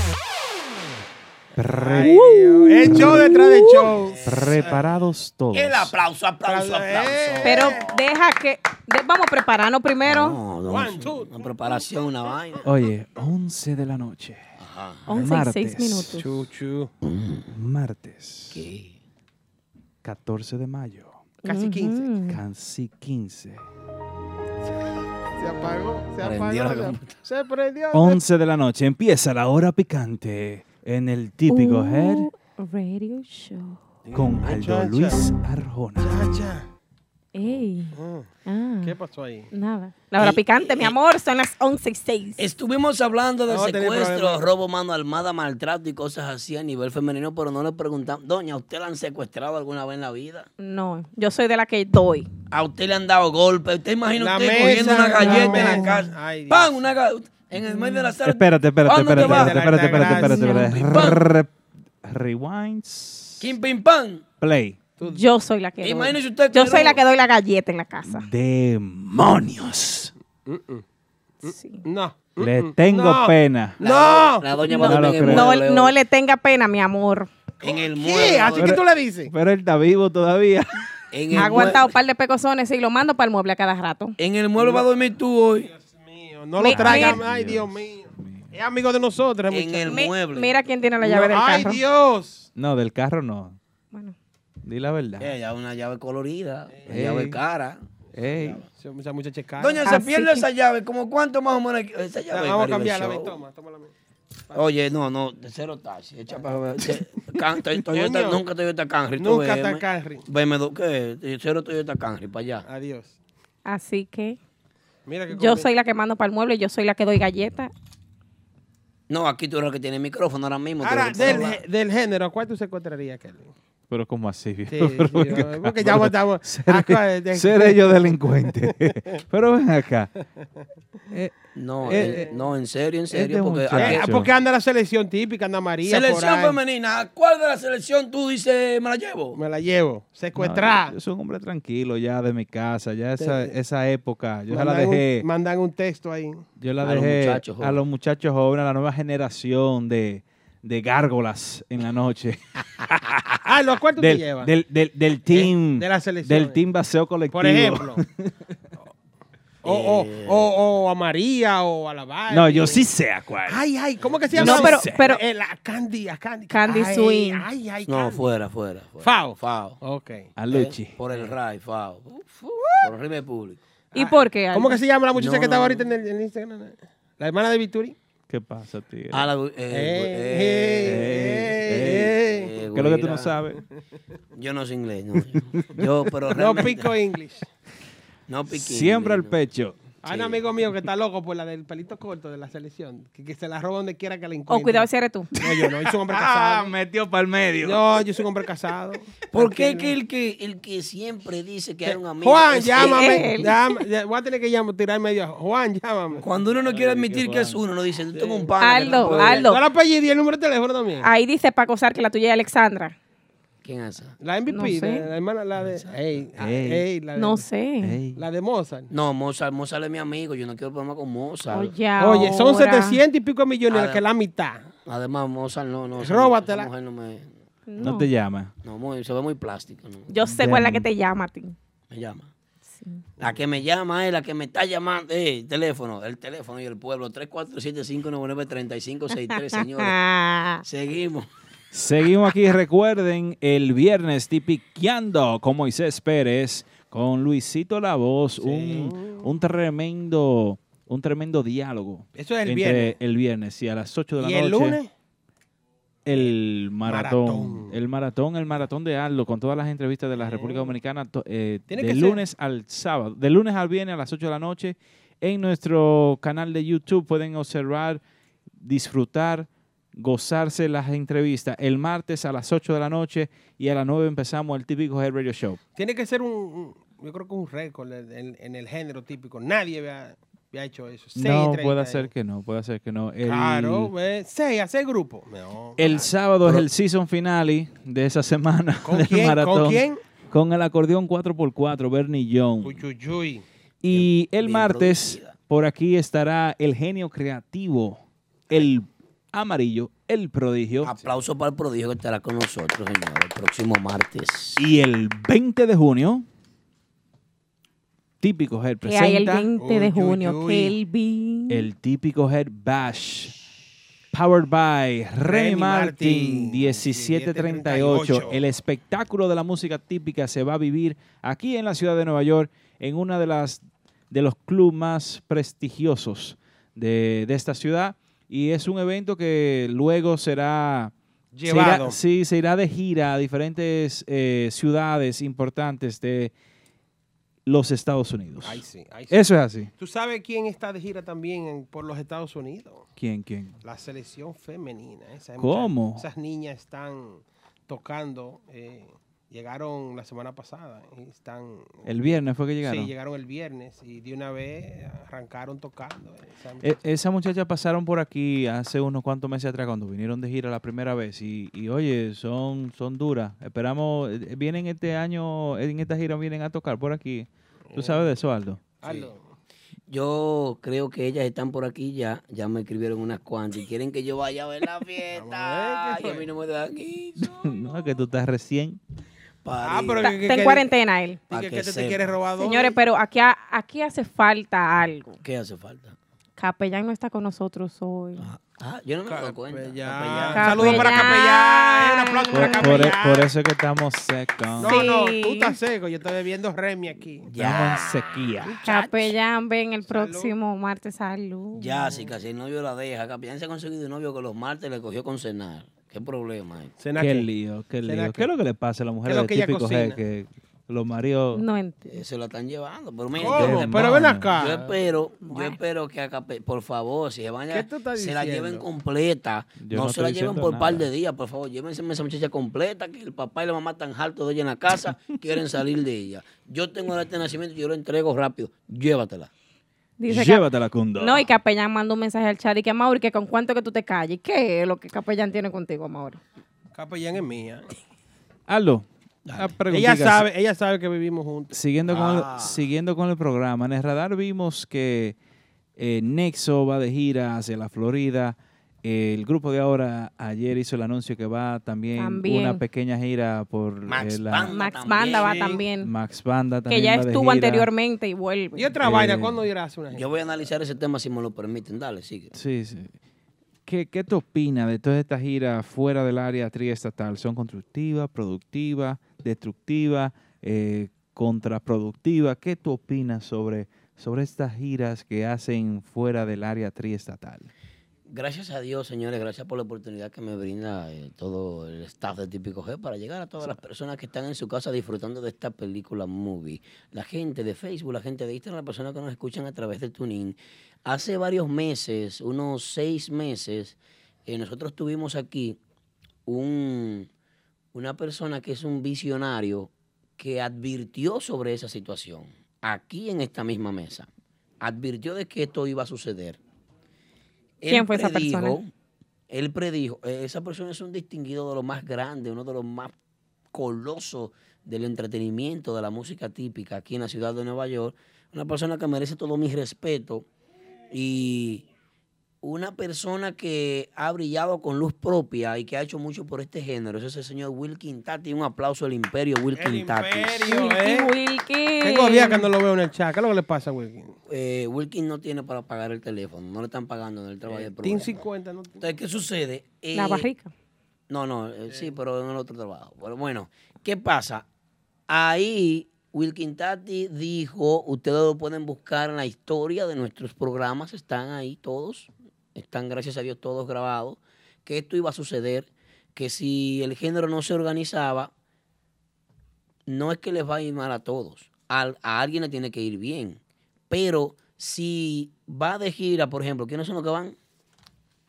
[SPEAKER 4] El show detrás del show.
[SPEAKER 1] Preparados todos.
[SPEAKER 3] El aplauso, aplauso, aplauso.
[SPEAKER 2] Pero deja que. de- vamos a prepararnos primero.
[SPEAKER 3] Una preparación, una vaina.
[SPEAKER 1] Oye, 11 de la noche.
[SPEAKER 2] 11 y seis minutos.
[SPEAKER 1] Mm. Martes. 14 de mayo.
[SPEAKER 4] Casi 15.
[SPEAKER 1] Casi 15.
[SPEAKER 4] Se apagó, se
[SPEAKER 1] Prendió
[SPEAKER 4] apagó.
[SPEAKER 1] la
[SPEAKER 4] se-
[SPEAKER 1] computadora.
[SPEAKER 4] Se prendió.
[SPEAKER 1] 11 de la noche. Empieza la hora picante en el típico
[SPEAKER 2] Uh.
[SPEAKER 1] head
[SPEAKER 2] Radio Show.
[SPEAKER 1] con Aldo Luis Arjona.
[SPEAKER 2] Ey.
[SPEAKER 3] Oh.
[SPEAKER 2] Ah,
[SPEAKER 4] ¿Qué pasó ahí?
[SPEAKER 2] nada. La hora picante, mi amor, son las 11 y 6.
[SPEAKER 3] Estuvimos hablando de
[SPEAKER 2] No, tenés
[SPEAKER 3] secuestro,
[SPEAKER 2] problema.
[SPEAKER 3] robo, mano armada, maltrato y cosas así a nivel femenino, pero no le preguntamos, doña, ¿a ¿usted la han secuestrado alguna vez en la vida?
[SPEAKER 2] No, yo soy de la que doy.
[SPEAKER 3] A usted le han dado golpes, usted imagina
[SPEAKER 4] La
[SPEAKER 3] usted
[SPEAKER 4] mesa,
[SPEAKER 3] cogiendo una
[SPEAKER 4] la
[SPEAKER 3] galleta en la
[SPEAKER 4] mesa.
[SPEAKER 3] casa. ¡Pam! Una galleta en el medio de la sala.
[SPEAKER 1] Espérate,
[SPEAKER 3] ¡Pam!
[SPEAKER 1] espérate,
[SPEAKER 3] ¿dónde
[SPEAKER 1] espérate,
[SPEAKER 3] vas?
[SPEAKER 1] espérate, espérate, espérate, espérate, espérate. Re- Rewinds.
[SPEAKER 3] ¡Kim, pim, pam!
[SPEAKER 1] Play.
[SPEAKER 2] Yo soy la que
[SPEAKER 3] Imagínese
[SPEAKER 2] doy.
[SPEAKER 3] usted que
[SPEAKER 2] Yo soy
[SPEAKER 3] roba.
[SPEAKER 2] la que doy la galleta en la casa.
[SPEAKER 1] ¡Demonios!
[SPEAKER 4] Mm, No.
[SPEAKER 1] Le tengo pena.
[SPEAKER 4] No.
[SPEAKER 3] La doña
[SPEAKER 1] No
[SPEAKER 3] Guadalupe
[SPEAKER 1] lo
[SPEAKER 3] en el
[SPEAKER 1] creo.
[SPEAKER 2] No,
[SPEAKER 3] mueble,
[SPEAKER 2] no le tenga pena, mi amor.
[SPEAKER 3] En el
[SPEAKER 4] ¿Qué?
[SPEAKER 3] mueble.
[SPEAKER 4] Así que tú le dices.
[SPEAKER 1] Pero él está vivo todavía.
[SPEAKER 3] En el,
[SPEAKER 2] Ha
[SPEAKER 3] mueble,
[SPEAKER 2] aguantado un par de pecosones y lo mando para el mueble a cada rato.
[SPEAKER 3] en el mueble va a dormir tú hoy.
[SPEAKER 4] No
[SPEAKER 2] Mi-
[SPEAKER 4] lo traigas.
[SPEAKER 2] mi-
[SPEAKER 4] Ay, Dios mío. Es amigo de nosotros.
[SPEAKER 3] En el
[SPEAKER 2] Mi-
[SPEAKER 3] mueble.
[SPEAKER 2] mira quién tiene la llave del
[SPEAKER 4] Ay,
[SPEAKER 2] carro.
[SPEAKER 4] Dios.
[SPEAKER 1] No, del carro no.
[SPEAKER 2] Bueno.
[SPEAKER 1] Di la verdad.
[SPEAKER 3] Ella una llave colorida, una
[SPEAKER 1] Ey.
[SPEAKER 3] llave cara.
[SPEAKER 1] Ey,
[SPEAKER 4] Esa muchacha es cara.
[SPEAKER 3] Doña, se
[SPEAKER 4] Así
[SPEAKER 3] pierde
[SPEAKER 4] que-
[SPEAKER 3] esa llave. ¿Cómo cuánto más o menos? hay- Esa llave.
[SPEAKER 4] Vamos
[SPEAKER 3] Caribe
[SPEAKER 4] a cambiarla.
[SPEAKER 3] Show.
[SPEAKER 4] ven, Toma, toma la mía.
[SPEAKER 3] Oye, no, no, de cero taxi. Echa para ver. Te- can- to- Toyota,
[SPEAKER 4] Coño.
[SPEAKER 3] nunca Toyota Camry. tú
[SPEAKER 4] Nunca
[SPEAKER 3] veme.
[SPEAKER 4] está Carry.
[SPEAKER 3] BMW, ¿qué? De Cero Toyota Camry, para allá.
[SPEAKER 4] Adiós.
[SPEAKER 2] Así que
[SPEAKER 4] Mira que
[SPEAKER 2] yo soy la que mando para el mueble, yo soy la que doy galleta.
[SPEAKER 3] No, aquí tú eres el que tiene micrófono ahora mismo. tú eres
[SPEAKER 4] Ahora,
[SPEAKER 3] el que está
[SPEAKER 4] del,
[SPEAKER 3] hablando.
[SPEAKER 4] del género, ¿cuál tú secuestrarías, Kelvin?
[SPEAKER 1] pero como así?
[SPEAKER 4] Sí,
[SPEAKER 1] Pero
[SPEAKER 4] sí,
[SPEAKER 1] ven
[SPEAKER 4] yo-
[SPEAKER 1] acá,
[SPEAKER 4] porque ya
[SPEAKER 1] pero
[SPEAKER 4] votamos. Acá, de- de-
[SPEAKER 1] Ser, ser ellos delincuentes. pero ven acá. Eh,
[SPEAKER 3] No,
[SPEAKER 1] Eh,
[SPEAKER 3] eh,
[SPEAKER 1] eh,
[SPEAKER 3] no, en serio, en
[SPEAKER 1] este
[SPEAKER 3] serio. Porque
[SPEAKER 1] muchacho.
[SPEAKER 3] aquí-
[SPEAKER 4] Ah, porque anda la selección típica, anda María. por
[SPEAKER 3] selección
[SPEAKER 4] ahí.
[SPEAKER 3] femenina, ¿cuál de la selección tú dices me la llevo?
[SPEAKER 4] Me la llevo.
[SPEAKER 1] no,
[SPEAKER 4] Secuestrar.
[SPEAKER 1] yo soy un hombre tranquilo ya de mi casa. Ya esa,
[SPEAKER 4] Te-
[SPEAKER 1] esa época. Yo ya la
[SPEAKER 4] Mandan un-
[SPEAKER 1] dejé.
[SPEAKER 4] mandan un texto ahí.
[SPEAKER 1] Yo la
[SPEAKER 3] A los
[SPEAKER 1] dejé
[SPEAKER 3] muchachos
[SPEAKER 1] a
[SPEAKER 3] jóvenes.
[SPEAKER 1] los muchachos jóvenes, a la nueva generación de, de gárgolas en la noche.
[SPEAKER 4] Ah, ¿los cuartos te
[SPEAKER 1] del,
[SPEAKER 4] llevan?
[SPEAKER 1] del, del, del team.
[SPEAKER 4] de la selección.
[SPEAKER 1] Del team baseo colectivo.
[SPEAKER 4] Por ejemplo. o, o,
[SPEAKER 3] Eh.
[SPEAKER 4] o, o a María o a la Valle.
[SPEAKER 1] No, yo sí sé a cuál.
[SPEAKER 4] Ay, ay, ¿cómo que se
[SPEAKER 1] Yo
[SPEAKER 4] llama?
[SPEAKER 1] sí No, pero- sé.
[SPEAKER 2] pero-
[SPEAKER 4] Eh, la Candy, a Candy.
[SPEAKER 2] Candy
[SPEAKER 4] ay,
[SPEAKER 2] Swing.
[SPEAKER 4] Ay, ay,
[SPEAKER 3] No,
[SPEAKER 4] Candy.
[SPEAKER 3] fuera, fuera. fuera.
[SPEAKER 4] Fao.
[SPEAKER 3] Fao.
[SPEAKER 4] Ok.
[SPEAKER 1] A
[SPEAKER 3] Eh,
[SPEAKER 1] Luchi.
[SPEAKER 3] Por el RAI, Fao. Por el Rime Público.
[SPEAKER 2] ¿Y por qué?
[SPEAKER 4] ¿Cómo que se llama la muchacha
[SPEAKER 3] No,
[SPEAKER 4] que estaba
[SPEAKER 3] no,
[SPEAKER 4] ahorita en el en Instagram? La hermana de Vituri.
[SPEAKER 1] ¿Qué pasa, tío?
[SPEAKER 3] A la- eh,
[SPEAKER 4] Eh,
[SPEAKER 3] eh,
[SPEAKER 4] eh, eh.
[SPEAKER 3] eh,
[SPEAKER 1] ¿Qué es lo que tú
[SPEAKER 3] güira.
[SPEAKER 1] no sabes?
[SPEAKER 3] Yo no soy inglés, no. Yo, pero
[SPEAKER 4] No
[SPEAKER 3] realmente-
[SPEAKER 4] pico English.
[SPEAKER 3] No piquín.
[SPEAKER 1] Siembra el
[SPEAKER 3] no.
[SPEAKER 1] pecho.
[SPEAKER 4] Hay un amigo mío que está loco por la del pelito corto de la selección, que, que se la roba donde quiera que la encuentre.
[SPEAKER 2] Oh, cuidado si eres tú.
[SPEAKER 4] No, yo no, yo soy un hombre
[SPEAKER 1] Ah,
[SPEAKER 4] casado.
[SPEAKER 1] metió para el medio.
[SPEAKER 4] No, yo soy un hombre casado.
[SPEAKER 3] ¿Por qué que el que el que siempre dice que hay un amigo?
[SPEAKER 4] Juan,
[SPEAKER 3] es
[SPEAKER 4] llámame.
[SPEAKER 3] él?
[SPEAKER 4] llama- ya- voy a tener que llamar, tirar medio. Juan, llámame.
[SPEAKER 3] Cuando uno no quiere admitir que es uno, no dice, yo tengo un pana. que no
[SPEAKER 2] Aldo,
[SPEAKER 3] puedo
[SPEAKER 2] Aldo. Ah.
[SPEAKER 3] ver".
[SPEAKER 4] apellido y el número de teléfono también.
[SPEAKER 2] Ahí dice Paco Sar que la tuya es Alexandra.
[SPEAKER 3] ¿Quién hace?
[SPEAKER 4] La MVP,
[SPEAKER 2] No sé.
[SPEAKER 4] la, la hermana, la de. Ey, ah,
[SPEAKER 3] Ey.
[SPEAKER 4] ey, la de-
[SPEAKER 2] No sé.
[SPEAKER 4] La de Mozart.
[SPEAKER 3] No, Mozart, Mozart es mi amigo, yo no quiero problema con Mozart.
[SPEAKER 2] Oye,
[SPEAKER 4] Oye, son 700 y pico millones,
[SPEAKER 3] Adem-
[SPEAKER 4] que la mitad.
[SPEAKER 3] Además, Mozart no, no. esa
[SPEAKER 4] Róbatela.
[SPEAKER 3] mujer- esa mujer no me-
[SPEAKER 1] No te llama.
[SPEAKER 3] No, muy- se ve muy plástico. ¿no?
[SPEAKER 2] Yo sé cuál es la que te llama a ti.
[SPEAKER 3] Me llama. La que me llama es la que me está llamando. Eh, el teléfono, el teléfono y el pueblo. 3475993563, señores. Seguimos.
[SPEAKER 1] Seguimos aquí, recuerden, el viernes tipiqueando con Moisés Pérez, con Luisito La Voz, un, un tremendo, un tremendo diálogo.
[SPEAKER 4] Eso es el
[SPEAKER 1] entre
[SPEAKER 4] viernes.
[SPEAKER 1] El viernes, sí, a las 8 de la
[SPEAKER 4] ¿Y
[SPEAKER 1] noche.
[SPEAKER 4] el lunes?
[SPEAKER 1] El maratón, El maratón, el maratón de Aldo, con todas las entrevistas de la República Dominicana, to- eh,
[SPEAKER 4] Mm. Tiene
[SPEAKER 1] de
[SPEAKER 4] que ser.
[SPEAKER 1] lunes al sábado, de lunes al viernes a las 8 de la noche, en nuestro canal de YouTube pueden observar, disfrutar, gozarse las entrevistas. El martes a las 8 de la noche y a las 9 empezamos el típico Head Radio Show.
[SPEAKER 4] Tiene que ser un, un- yo creo que un récord en, en- en el género típico. Nadie había, había hecho eso. Seis
[SPEAKER 1] no,
[SPEAKER 4] entrevistas.
[SPEAKER 1] puede ser que no, puede ser que no. El-
[SPEAKER 4] Claro, ve, seis, a seis grupos. No.
[SPEAKER 1] El sábado es el season finale de esa semana del
[SPEAKER 4] quién? ¿Con
[SPEAKER 1] maratón.
[SPEAKER 4] quién?
[SPEAKER 1] Con el acordeón 4x4, Bernie Young.
[SPEAKER 4] Uyuyuy.
[SPEAKER 1] Y el martes por aquí estará el genio creativo, el amarillo, el prodigio.
[SPEAKER 3] Aplauso para el prodigio que estará con nosotros, señores, el próximo martes.
[SPEAKER 1] Y el 20 de junio, típico Head
[SPEAKER 2] Que hay el
[SPEAKER 1] presenta
[SPEAKER 2] 20 de junio. Que el vi-
[SPEAKER 4] Mm.
[SPEAKER 1] el típico Head Bash. Powered by Remy
[SPEAKER 4] Remy
[SPEAKER 1] Martin,
[SPEAKER 4] Martin,
[SPEAKER 1] 1738. El espectáculo de la música típica se va a vivir aquí en la ciudad de Nueva York, en una de las de los clubes más prestigiosos de, de esta ciudad. Y es un evento que luego será se irá-
[SPEAKER 4] Llevado.
[SPEAKER 1] sí, se irá de gira a diferentes eh, ciudades importantes de los Estados Unidos.
[SPEAKER 4] Ahí sí, ahí sí.
[SPEAKER 1] Eso es así.
[SPEAKER 4] ¿Tú sabes quién está de gira también en- por los Estados Unidos?
[SPEAKER 1] ¿Quién, quién?
[SPEAKER 4] La selección femenina. Esas
[SPEAKER 1] ¿Cómo?
[SPEAKER 4] muchachas- esas niñas están tocando. eh, llegaron la semana pasada. y están,
[SPEAKER 1] El viernes fue que llegaron.
[SPEAKER 4] Sí, llegaron el viernes y de una vez arrancaron tocando. eh, esas
[SPEAKER 1] E- Esa muchacha pasaron por aquí hace unos cuantos meses atrás cuando vinieron de gira la primera vez y, y, oye, son, son duras. Esperamos, eh, vienen este año, en esta gira vienen a tocar por aquí. ¿Tú sabes de eso, Aldo?
[SPEAKER 3] Yo creo que ellas están por aquí ya. Ya me escribieron unas cuantas y quieren que yo vaya a ver la fiesta. y a mí no me dejan ir.
[SPEAKER 1] no, que tú estás recién.
[SPEAKER 3] Ah,
[SPEAKER 4] pero
[SPEAKER 2] Está,
[SPEAKER 4] que-
[SPEAKER 2] está en
[SPEAKER 4] que-
[SPEAKER 2] cuarentena él.
[SPEAKER 3] Pa' que sepa.
[SPEAKER 2] Señores, pero aquí, ha- aquí hace falta algo.
[SPEAKER 3] ¿Qué hace falta?
[SPEAKER 2] Capellán no está con nosotros hoy.
[SPEAKER 3] Ah, yo no me he dado cuenta. Ah, pues
[SPEAKER 4] Ah,
[SPEAKER 2] pues
[SPEAKER 4] Saludos para Capellán. Un aplauso para
[SPEAKER 1] Por,
[SPEAKER 4] Capellán.
[SPEAKER 1] por- e-, por eso es que estamos secos.
[SPEAKER 4] No, no, tú estás seco. Yo estoy bebiendo Remy aquí.
[SPEAKER 1] Estamos en sequía.
[SPEAKER 2] Capellán, ven el próximo martes. Salud.
[SPEAKER 3] Ya, sí, casi el novio la deja. Capellán se ha conseguido un novio que los martes le cogió con cenar. ¿Qué problema eh. es?
[SPEAKER 1] Qué lío, qué
[SPEAKER 3] ¿Será
[SPEAKER 1] lío.
[SPEAKER 3] que-
[SPEAKER 1] ¿Qué es lo que le pasa a la
[SPEAKER 3] ¿Qué
[SPEAKER 1] mujer
[SPEAKER 3] es lo
[SPEAKER 1] de
[SPEAKER 3] que ella
[SPEAKER 1] típico
[SPEAKER 3] cocina?
[SPEAKER 1] G, que los maridos...
[SPEAKER 3] Eh, Se lo están llevando. Pero mira,
[SPEAKER 1] ¿Cómo?
[SPEAKER 3] yo-
[SPEAKER 1] Pero ven acá.
[SPEAKER 3] Yo espero, yo espero que a Cape- por favor, si se van a-
[SPEAKER 4] ¿Qué tú estás
[SPEAKER 3] se la
[SPEAKER 4] diciendo?
[SPEAKER 3] lleven completa.
[SPEAKER 4] Yo
[SPEAKER 3] no,
[SPEAKER 4] no
[SPEAKER 3] se
[SPEAKER 4] estoy
[SPEAKER 3] la lleven
[SPEAKER 4] diciendo
[SPEAKER 3] por par
[SPEAKER 4] nada.
[SPEAKER 3] de días, por favor. Llévense esa muchacha completa, que el papá y la mamá están hartos de ella en la casa, quieren salir de ella. Yo tengo el nacimiento, yo lo entrego rápido. Llévatela.
[SPEAKER 2] Dice
[SPEAKER 1] Llévatela, Cundo.
[SPEAKER 2] No, y Capellán manda un mensaje al chat y que Mauri, que con cuánto que tú te calles. ¿Qué es lo que Capellán tiene contigo, Mauri?
[SPEAKER 4] Capellán es mía.
[SPEAKER 1] Aldo, una preguntita.
[SPEAKER 4] Ella sabe, ella sabe que vivimos juntos.
[SPEAKER 1] Siguiendo,
[SPEAKER 4] Ah.
[SPEAKER 1] con, el, siguiendo con el programa, en el radar vimos que eh, Nexo va de gira hacia la Florida. El grupo de ahora ayer hizo el anuncio que va también,
[SPEAKER 2] También.
[SPEAKER 1] una pequeña gira por
[SPEAKER 2] Max
[SPEAKER 1] eh, la
[SPEAKER 2] Max Banda va también.
[SPEAKER 1] Max Banda
[SPEAKER 2] Que
[SPEAKER 1] también.
[SPEAKER 2] ya
[SPEAKER 1] va de
[SPEAKER 2] estuvo
[SPEAKER 1] gira.
[SPEAKER 2] anteriormente y vuelve.
[SPEAKER 4] Y otra
[SPEAKER 1] Eh,
[SPEAKER 4] vaina, ¿cuándo dirás una gente?
[SPEAKER 3] Yo voy a analizar ese tema si me lo permiten. Dale, sigue.
[SPEAKER 1] Sí, sí. ¿Qué, ¿Qué te opinas de todas estas giras fuera del área triestatal? ¿Son constructivas, productivas, destructivas, eh, contraproductivas? ¿Qué tú opinas sobre, sobre estas giras que hacen fuera del área triestatal?
[SPEAKER 3] Gracias a Dios, señores, gracias por la oportunidad que me brinda eh, todo el staff de Típico G para llegar a todas las personas que están en su casa disfrutando de esta película movie. La gente de Facebook, la gente de Instagram, las personas que nos escuchan a través de TuneIn. Hace varios meses, unos seis meses, eh, nosotros tuvimos aquí un, una persona que es un visionario que advirtió sobre esa situación, aquí en esta misma mesa. Advirtió de que esto iba a suceder.
[SPEAKER 2] ¿Quién fue esa persona?
[SPEAKER 3] Él predijo, eh, esa persona es un distinguido de los más grandes, uno de los más colosos del entretenimiento, de la música típica aquí en la ciudad de Nueva York, una persona que merece todo mi respeto y una persona que ha brillado con luz propia y que ha hecho mucho por este género. Ese es el señor Wilkin Tati. Un aplauso al imperio Wilkin Tati.
[SPEAKER 2] eh.
[SPEAKER 4] ¿eh? Tengo días que no lo veo en el chat. ¿Qué es lo que le pasa, Wilkin?
[SPEAKER 3] Eh, Wilkin no tiene para pagar el teléfono, no le están pagando en el trabajo de
[SPEAKER 4] Team
[SPEAKER 3] programa.
[SPEAKER 4] 50, no
[SPEAKER 3] Entonces, ¿qué sucede? Eh,
[SPEAKER 2] La barrica.
[SPEAKER 3] No, no, eh, sí, pero en el otro trabajo. Pero bueno, ¿qué pasa? Ahí Wilkin Tati dijo, ustedes lo pueden buscar en la historia de nuestros programas, están ahí todos, están gracias a Dios todos grabados, que esto iba a suceder, que si el género no se organizaba, no es que les va a ir mal a todos, Al- a alguien le tiene que ir bien, pero si va de gira, por ejemplo, ¿quiénes son los que van?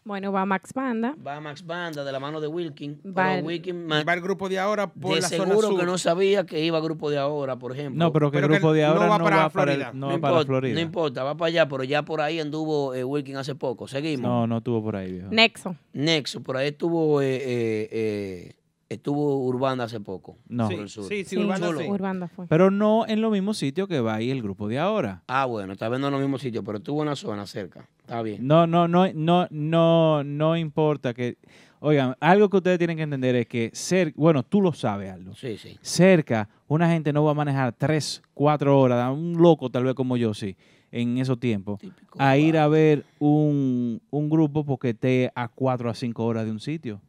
[SPEAKER 2] Bueno, va Max Banda.
[SPEAKER 3] Va Max Banda de la mano de Wilkin.
[SPEAKER 2] Va el-
[SPEAKER 3] va el grupo de ahora
[SPEAKER 4] por
[SPEAKER 3] de
[SPEAKER 4] la zona
[SPEAKER 3] seguro que
[SPEAKER 4] sur.
[SPEAKER 3] no sabía que iba grupo de ahora, por ejemplo.
[SPEAKER 1] No, pero que el Pero que grupo de no ahora va no para va para el- Florida. no va para
[SPEAKER 3] importa,
[SPEAKER 1] Florida.
[SPEAKER 3] No importa, va para allá, pero ya por ahí anduvo eh, Wilkin hace poco. Seguimos.
[SPEAKER 1] No, no tuvo por ahí, viejo.
[SPEAKER 2] Nexo.
[SPEAKER 3] Nexo, por ahí estuvo eh, eh, eh, estuvo Urbanda hace poco.
[SPEAKER 1] No.
[SPEAKER 3] por el sur. Chulo.
[SPEAKER 2] Urbanda fue.
[SPEAKER 1] Pero no en los mismos sitios que va ahí el grupo de ahora.
[SPEAKER 3] Ah, bueno, está viendo en los mismos sitios, pero estuvo en una zona cerca. Está bien.
[SPEAKER 1] No, no, no, no, no, no importa que. Oigan, algo que ustedes tienen que entender es que cerca, bueno, tú lo sabes, Aldo.
[SPEAKER 3] Sí, sí.
[SPEAKER 1] Cerca, una gente no va a manejar tres, cuatro horas, un loco tal vez como yo, sí, en esos tiempos, a ir a ver un, un grupo porque esté a cuatro a cinco horas de un sitio.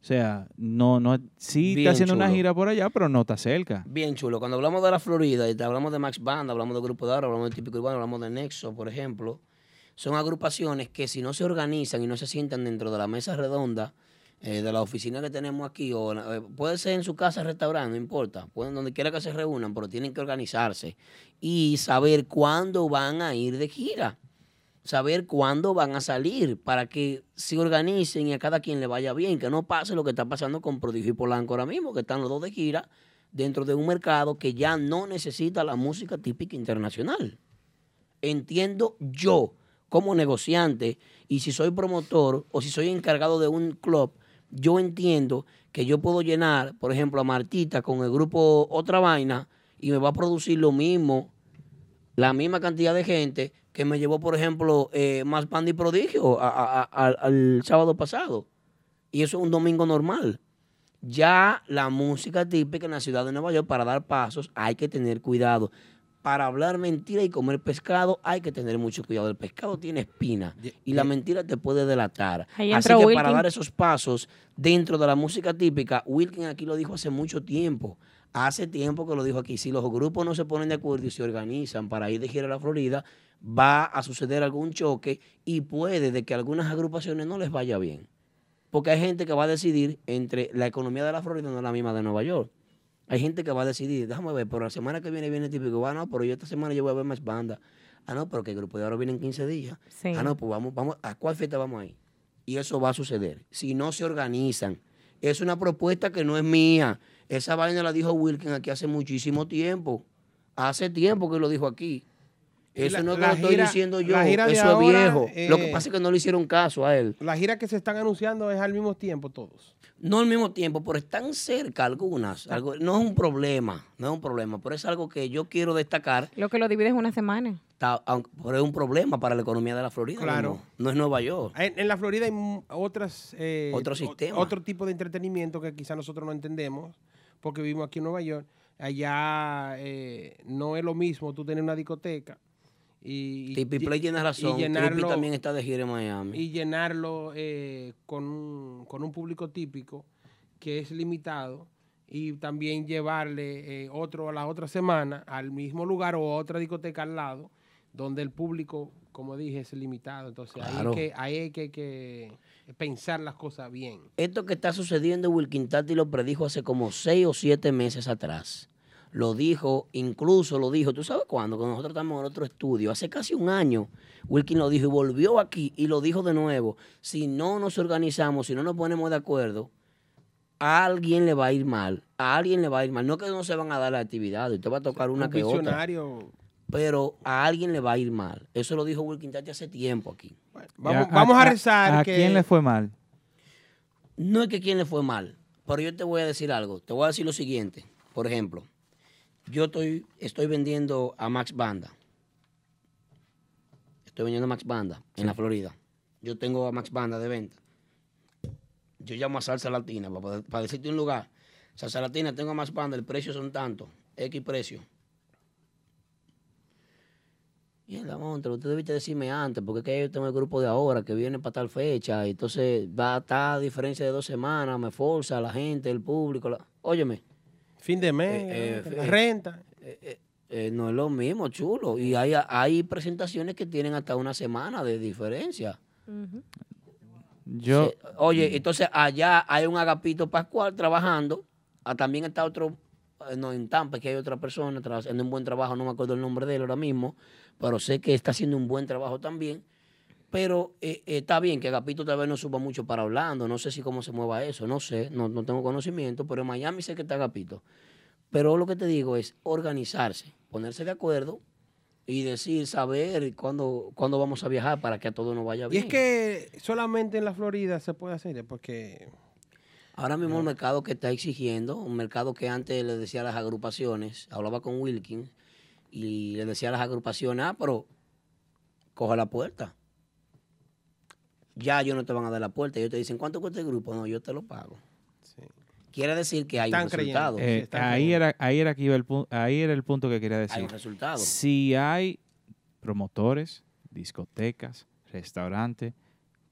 [SPEAKER 1] O sea, no, no, sí
[SPEAKER 3] Bien
[SPEAKER 1] está haciendo una
[SPEAKER 3] chulo.
[SPEAKER 1] gira por allá, pero no está cerca.
[SPEAKER 3] Bien chulo. Cuando hablamos de la Florida, y te hablamos de Max Banda, hablamos de Grupo de Ahora, hablamos de Típico Urbano, hablamos de Nexo, por ejemplo, son agrupaciones que si no se organizan y no se sientan dentro de la mesa redonda, eh, de la oficina que tenemos aquí, o la- eh, puede ser en su casa, restaurante, no importa, pueden donde quiera que se reúnan, pero tienen que organizarse y saber cuándo van a ir de gira, saber cuándo van a salir, para que se organicen y a cada quien le vaya bien, que no pase lo que está pasando con Prodigio y Polanco ahora mismo, que están los dos de gira dentro de un mercado que ya no necesita la música típica internacional. Entiendo yo como negociante y si soy promotor o si soy encargado de un club, yo entiendo que yo puedo llenar, por ejemplo, a Martita con el grupo Otra Vaina y me va a producir lo mismo, la misma cantidad de gente que me llevó, por ejemplo, eh, Más Banda y Prodigio a- a- a- al- al sábado pasado. Y eso es un domingo normal ya la música típica en la ciudad de Nueva York, para dar pasos, hay que tener cuidado. Para hablar mentira y comer pescado, hay que tener mucho cuidado. El pescado tiene espina y la mentira te puede delatar.
[SPEAKER 1] Ahí
[SPEAKER 3] Así que
[SPEAKER 1] entró
[SPEAKER 3] para
[SPEAKER 1] Wilkin.
[SPEAKER 3] dar esos pasos dentro de la música típica, Wilkin aquí lo dijo hace mucho tiempo. Hace tiempo que lo dijo aquí. Si los grupos no se ponen de acuerdo y se organizan para ir de gira a la Florida, va a suceder algún choque y puede de que algunas agrupaciones no les vaya bien. Porque hay gente que va a decidir entre la economía de la Florida no es la misma de Nueva York. Hay gente que va a decidir, déjame ver, pero la semana que viene viene típico, ah, no, pero yo esta semana yo voy a ver más bandas. Ah, no, pero que el grupo de ahora viene en 15 días.
[SPEAKER 2] Sí.
[SPEAKER 3] Ah, no, pues vamos, vamos, ¿a cuál fiesta vamos ahí? Y eso va a suceder. Si no se organizan. Es una propuesta que no es mía. Esa vaina la dijo Wilkin aquí hace muchísimo tiempo. Hace tiempo que lo dijo aquí. Eso
[SPEAKER 4] La-
[SPEAKER 3] no es que
[SPEAKER 4] la
[SPEAKER 3] lo estoy
[SPEAKER 4] gira-
[SPEAKER 3] diciendo yo.
[SPEAKER 4] la
[SPEAKER 3] Eso
[SPEAKER 4] gira de
[SPEAKER 3] es
[SPEAKER 4] ahora,
[SPEAKER 3] viejo. Lo que
[SPEAKER 4] eh,
[SPEAKER 3] pasa es que no le hicieron caso a él.
[SPEAKER 4] La gira que se están anunciando es al mismo tiempo todos.
[SPEAKER 3] No al mismo tiempo, pero están cerca algunas. algo- no es un problema, no es un problema, pero es algo que yo quiero destacar.
[SPEAKER 2] Lo que lo divide es una semana.
[SPEAKER 3] ta- aunque- pero es un problema para la economía de la Florida.
[SPEAKER 4] Claro.
[SPEAKER 3] No, no es Nueva York.
[SPEAKER 4] En, en la Florida hay mu- otras, eh,
[SPEAKER 3] Otro
[SPEAKER 4] o-
[SPEAKER 3] sistema.
[SPEAKER 4] otro tipo de entretenimiento que quizás nosotros no entendemos porque vivimos aquí en Nueva York. Allá eh, no es lo mismo tú tener una discoteca y... y-
[SPEAKER 3] Tipi
[SPEAKER 4] y-
[SPEAKER 3] Play tiene
[SPEAKER 4] y
[SPEAKER 3] razón. Tipi
[SPEAKER 4] llenarlo-
[SPEAKER 3] también está de gira en Miami.
[SPEAKER 4] y llenarlo eh, con, un, con un público típico que es limitado y también llevarle eh, otro a la otra semana al mismo lugar o a otra discoteca al lado donde el público como dije, es limitado. Entonces ahí
[SPEAKER 3] Claro.
[SPEAKER 4] es que, ahí es que hay que pensar las cosas bien.
[SPEAKER 3] Esto que está sucediendo, Wilkin Tati lo predijo hace como seis o siete meses atrás. Lo dijo, incluso lo dijo, ¿tú sabes cuándo? Cuando nosotros estamos en otro estudio, hace casi un año, Wilkin lo dijo y volvió aquí y lo dijo de nuevo. Si no nos organizamos, si no nos ponemos de acuerdo, a alguien le va a ir mal. A alguien le va a ir mal. No que no se van a dar las actividades, usted va a tocar una
[SPEAKER 4] Un
[SPEAKER 3] que otra.
[SPEAKER 4] visionario.
[SPEAKER 3] Pero a alguien le va a ir mal. Eso lo dijo Wilkin Tati hace tiempo aquí.
[SPEAKER 4] Vamos- vamos a rezar
[SPEAKER 1] ¿A
[SPEAKER 4] que-
[SPEAKER 1] quién le fue mal?
[SPEAKER 3] No es que quien le fue mal, pero yo te voy a decir algo. Te voy a decir lo siguiente. Por ejemplo, yo estoy, estoy vendiendo a Max Banda. Estoy vendiendo a Max Banda en la Florida. Yo tengo a Max Banda de venta. Yo llamo a Salsa Latina para, poder- para decirte un lugar. Salsa Latina, tengo a Max Banda, el precio son tanto. X precio. Y el monstruo, usted debiste decirme antes, porque es que yo tengo el grupo de ahora que viene para tal fecha, y entonces va a estar a diferencia de dos semanas, me forza la gente, el público. la- Óyeme.
[SPEAKER 4] Fin de mes, Eh,
[SPEAKER 3] Eh,
[SPEAKER 4] la renta.
[SPEAKER 3] no es lo mismo, chulo. Y hay, hay presentaciones que tienen hasta una semana de diferencia.
[SPEAKER 1] Yo,
[SPEAKER 3] Oye, entonces allá hay un Agapito Pascual trabajando. Ah, también está otro, eh, no, en Tampa, que hay otra persona tra- haciendo un buen trabajo, no me acuerdo el nombre de él ahora mismo, pero sé que está haciendo un buen trabajo también. Pero eh, eh, está bien que Agapito tal vez no suba mucho para hablando, no sé si cómo se mueva eso, no sé, no, no tengo conocimiento, pero en Miami sé que está Agapito. Pero lo que te digo es organizarse, ponerse de acuerdo y decir, saber cuándo, cuándo vamos a viajar para que a todo nos vaya
[SPEAKER 4] Y
[SPEAKER 3] bien.
[SPEAKER 4] es que solamente en la Florida se puede hacer, porque
[SPEAKER 3] Ahora mismo el mercado que está exigiendo, un mercado que antes le decía a las agrupaciones, hablaba con Wilkins y le decía a las agrupaciones, ah, pero coja la puerta. Ya ellos no te van a dar la puerta. Ellos te dicen, ¿cuánto cuesta el grupo? No, yo te lo pago. Quiere decir que hay un resultado.
[SPEAKER 1] Eh, ahí, era, ahí, era que iba el pu- ahí era el punto que quería decir.
[SPEAKER 3] un resultado.
[SPEAKER 1] Si hay promotores, discotecas, restaurantes,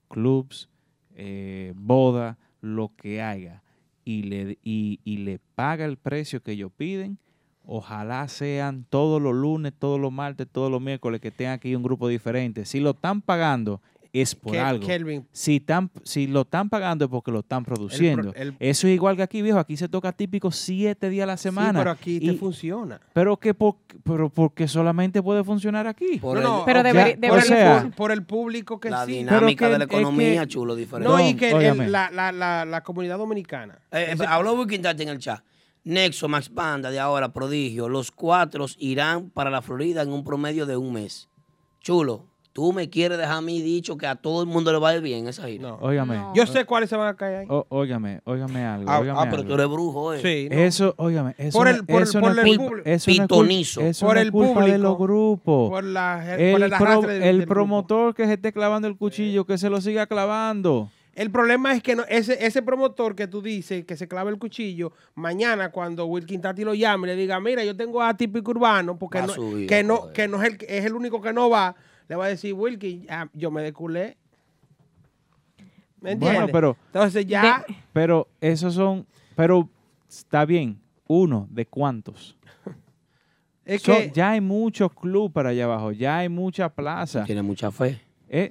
[SPEAKER 1] clubs, eh, boda, lo que haya, y le, y, y le paga el precio que ellos piden, ojalá sean todos los lunes, todos los martes, todos los miércoles que tengan aquí un grupo diferente. Si lo están pagando es por
[SPEAKER 4] Kel-
[SPEAKER 1] algo.
[SPEAKER 4] Kelvin.
[SPEAKER 1] Si, tan- si lo están pagando es porque lo están produciendo.
[SPEAKER 4] el-
[SPEAKER 1] Eso es igual que aquí, viejo. Aquí se toca típico siete días a la semana.
[SPEAKER 4] sí, pero aquí te
[SPEAKER 1] Y-
[SPEAKER 4] funciona.
[SPEAKER 1] pero que por- pero porque solamente puede funcionar aquí.
[SPEAKER 4] No,
[SPEAKER 1] Ya,
[SPEAKER 4] no, por-
[SPEAKER 1] o
[SPEAKER 4] por,
[SPEAKER 1] sea,
[SPEAKER 4] el, por el público que
[SPEAKER 3] La
[SPEAKER 4] sí.
[SPEAKER 3] dinámica
[SPEAKER 1] Pero
[SPEAKER 3] de la
[SPEAKER 1] que- es
[SPEAKER 3] economía,
[SPEAKER 1] que-
[SPEAKER 3] chulo, diferente.
[SPEAKER 4] No, y que el-
[SPEAKER 1] Óigame.
[SPEAKER 4] la, la, la, la comunidad dominicana.
[SPEAKER 3] Eh, eh, habló Wilkin Tati en el chat. Nexo, Max Panda, de ahora, Prodigio, los cuatro irán para la Florida en un promedio de un mes. Chulo, tú me quieres dejar a mí dicho que a todo el mundo le va a ir bien esa gira.
[SPEAKER 1] Óigame.
[SPEAKER 4] Yo sé cuáles se van a caer ahí.
[SPEAKER 1] Ó- óigame, óigame algo.
[SPEAKER 3] Ah,
[SPEAKER 1] óigame
[SPEAKER 3] ah, pero
[SPEAKER 1] algo.
[SPEAKER 3] tú eres brujo, eh. Sí, no.
[SPEAKER 1] Eso, óigame, eso
[SPEAKER 4] Por
[SPEAKER 1] no-
[SPEAKER 4] el- por el-
[SPEAKER 1] eso
[SPEAKER 4] por
[SPEAKER 1] no es
[SPEAKER 4] el
[SPEAKER 1] culpa-
[SPEAKER 4] pul-
[SPEAKER 1] eso no es cul-
[SPEAKER 4] pitonizo.
[SPEAKER 1] eso
[SPEAKER 4] Por
[SPEAKER 1] no es
[SPEAKER 4] el
[SPEAKER 1] culpa de los
[SPEAKER 4] público.
[SPEAKER 1] grupos.
[SPEAKER 4] Por la-
[SPEAKER 1] el
[SPEAKER 4] por el arrastre
[SPEAKER 1] pro-
[SPEAKER 4] del-
[SPEAKER 1] el
[SPEAKER 4] del
[SPEAKER 1] promotor que se esté clavando el cuchillo, que se lo siga clavando.
[SPEAKER 4] El problema es que no, ese, ese promotor que tú dices que se clava el cuchillo, mañana cuando Wilkin Tati lo llame, le diga, mira, yo tengo a típico urbano, porque
[SPEAKER 3] Va a
[SPEAKER 4] no,
[SPEAKER 3] subir,
[SPEAKER 4] que no, que no es el, es el único que no va, le va a decir, Wilkin, ah, yo me desculé. ¿Me entiendes?
[SPEAKER 1] Bueno, pero
[SPEAKER 4] Entonces ya...
[SPEAKER 1] Pero esos son, pero está bien, uno de cuántos.
[SPEAKER 4] Es
[SPEAKER 1] Son-
[SPEAKER 4] que-
[SPEAKER 1] ya hay muchos clubes para allá abajo, ya hay mucha plaza. Eh,
[SPEAKER 3] Tiene mucha fe.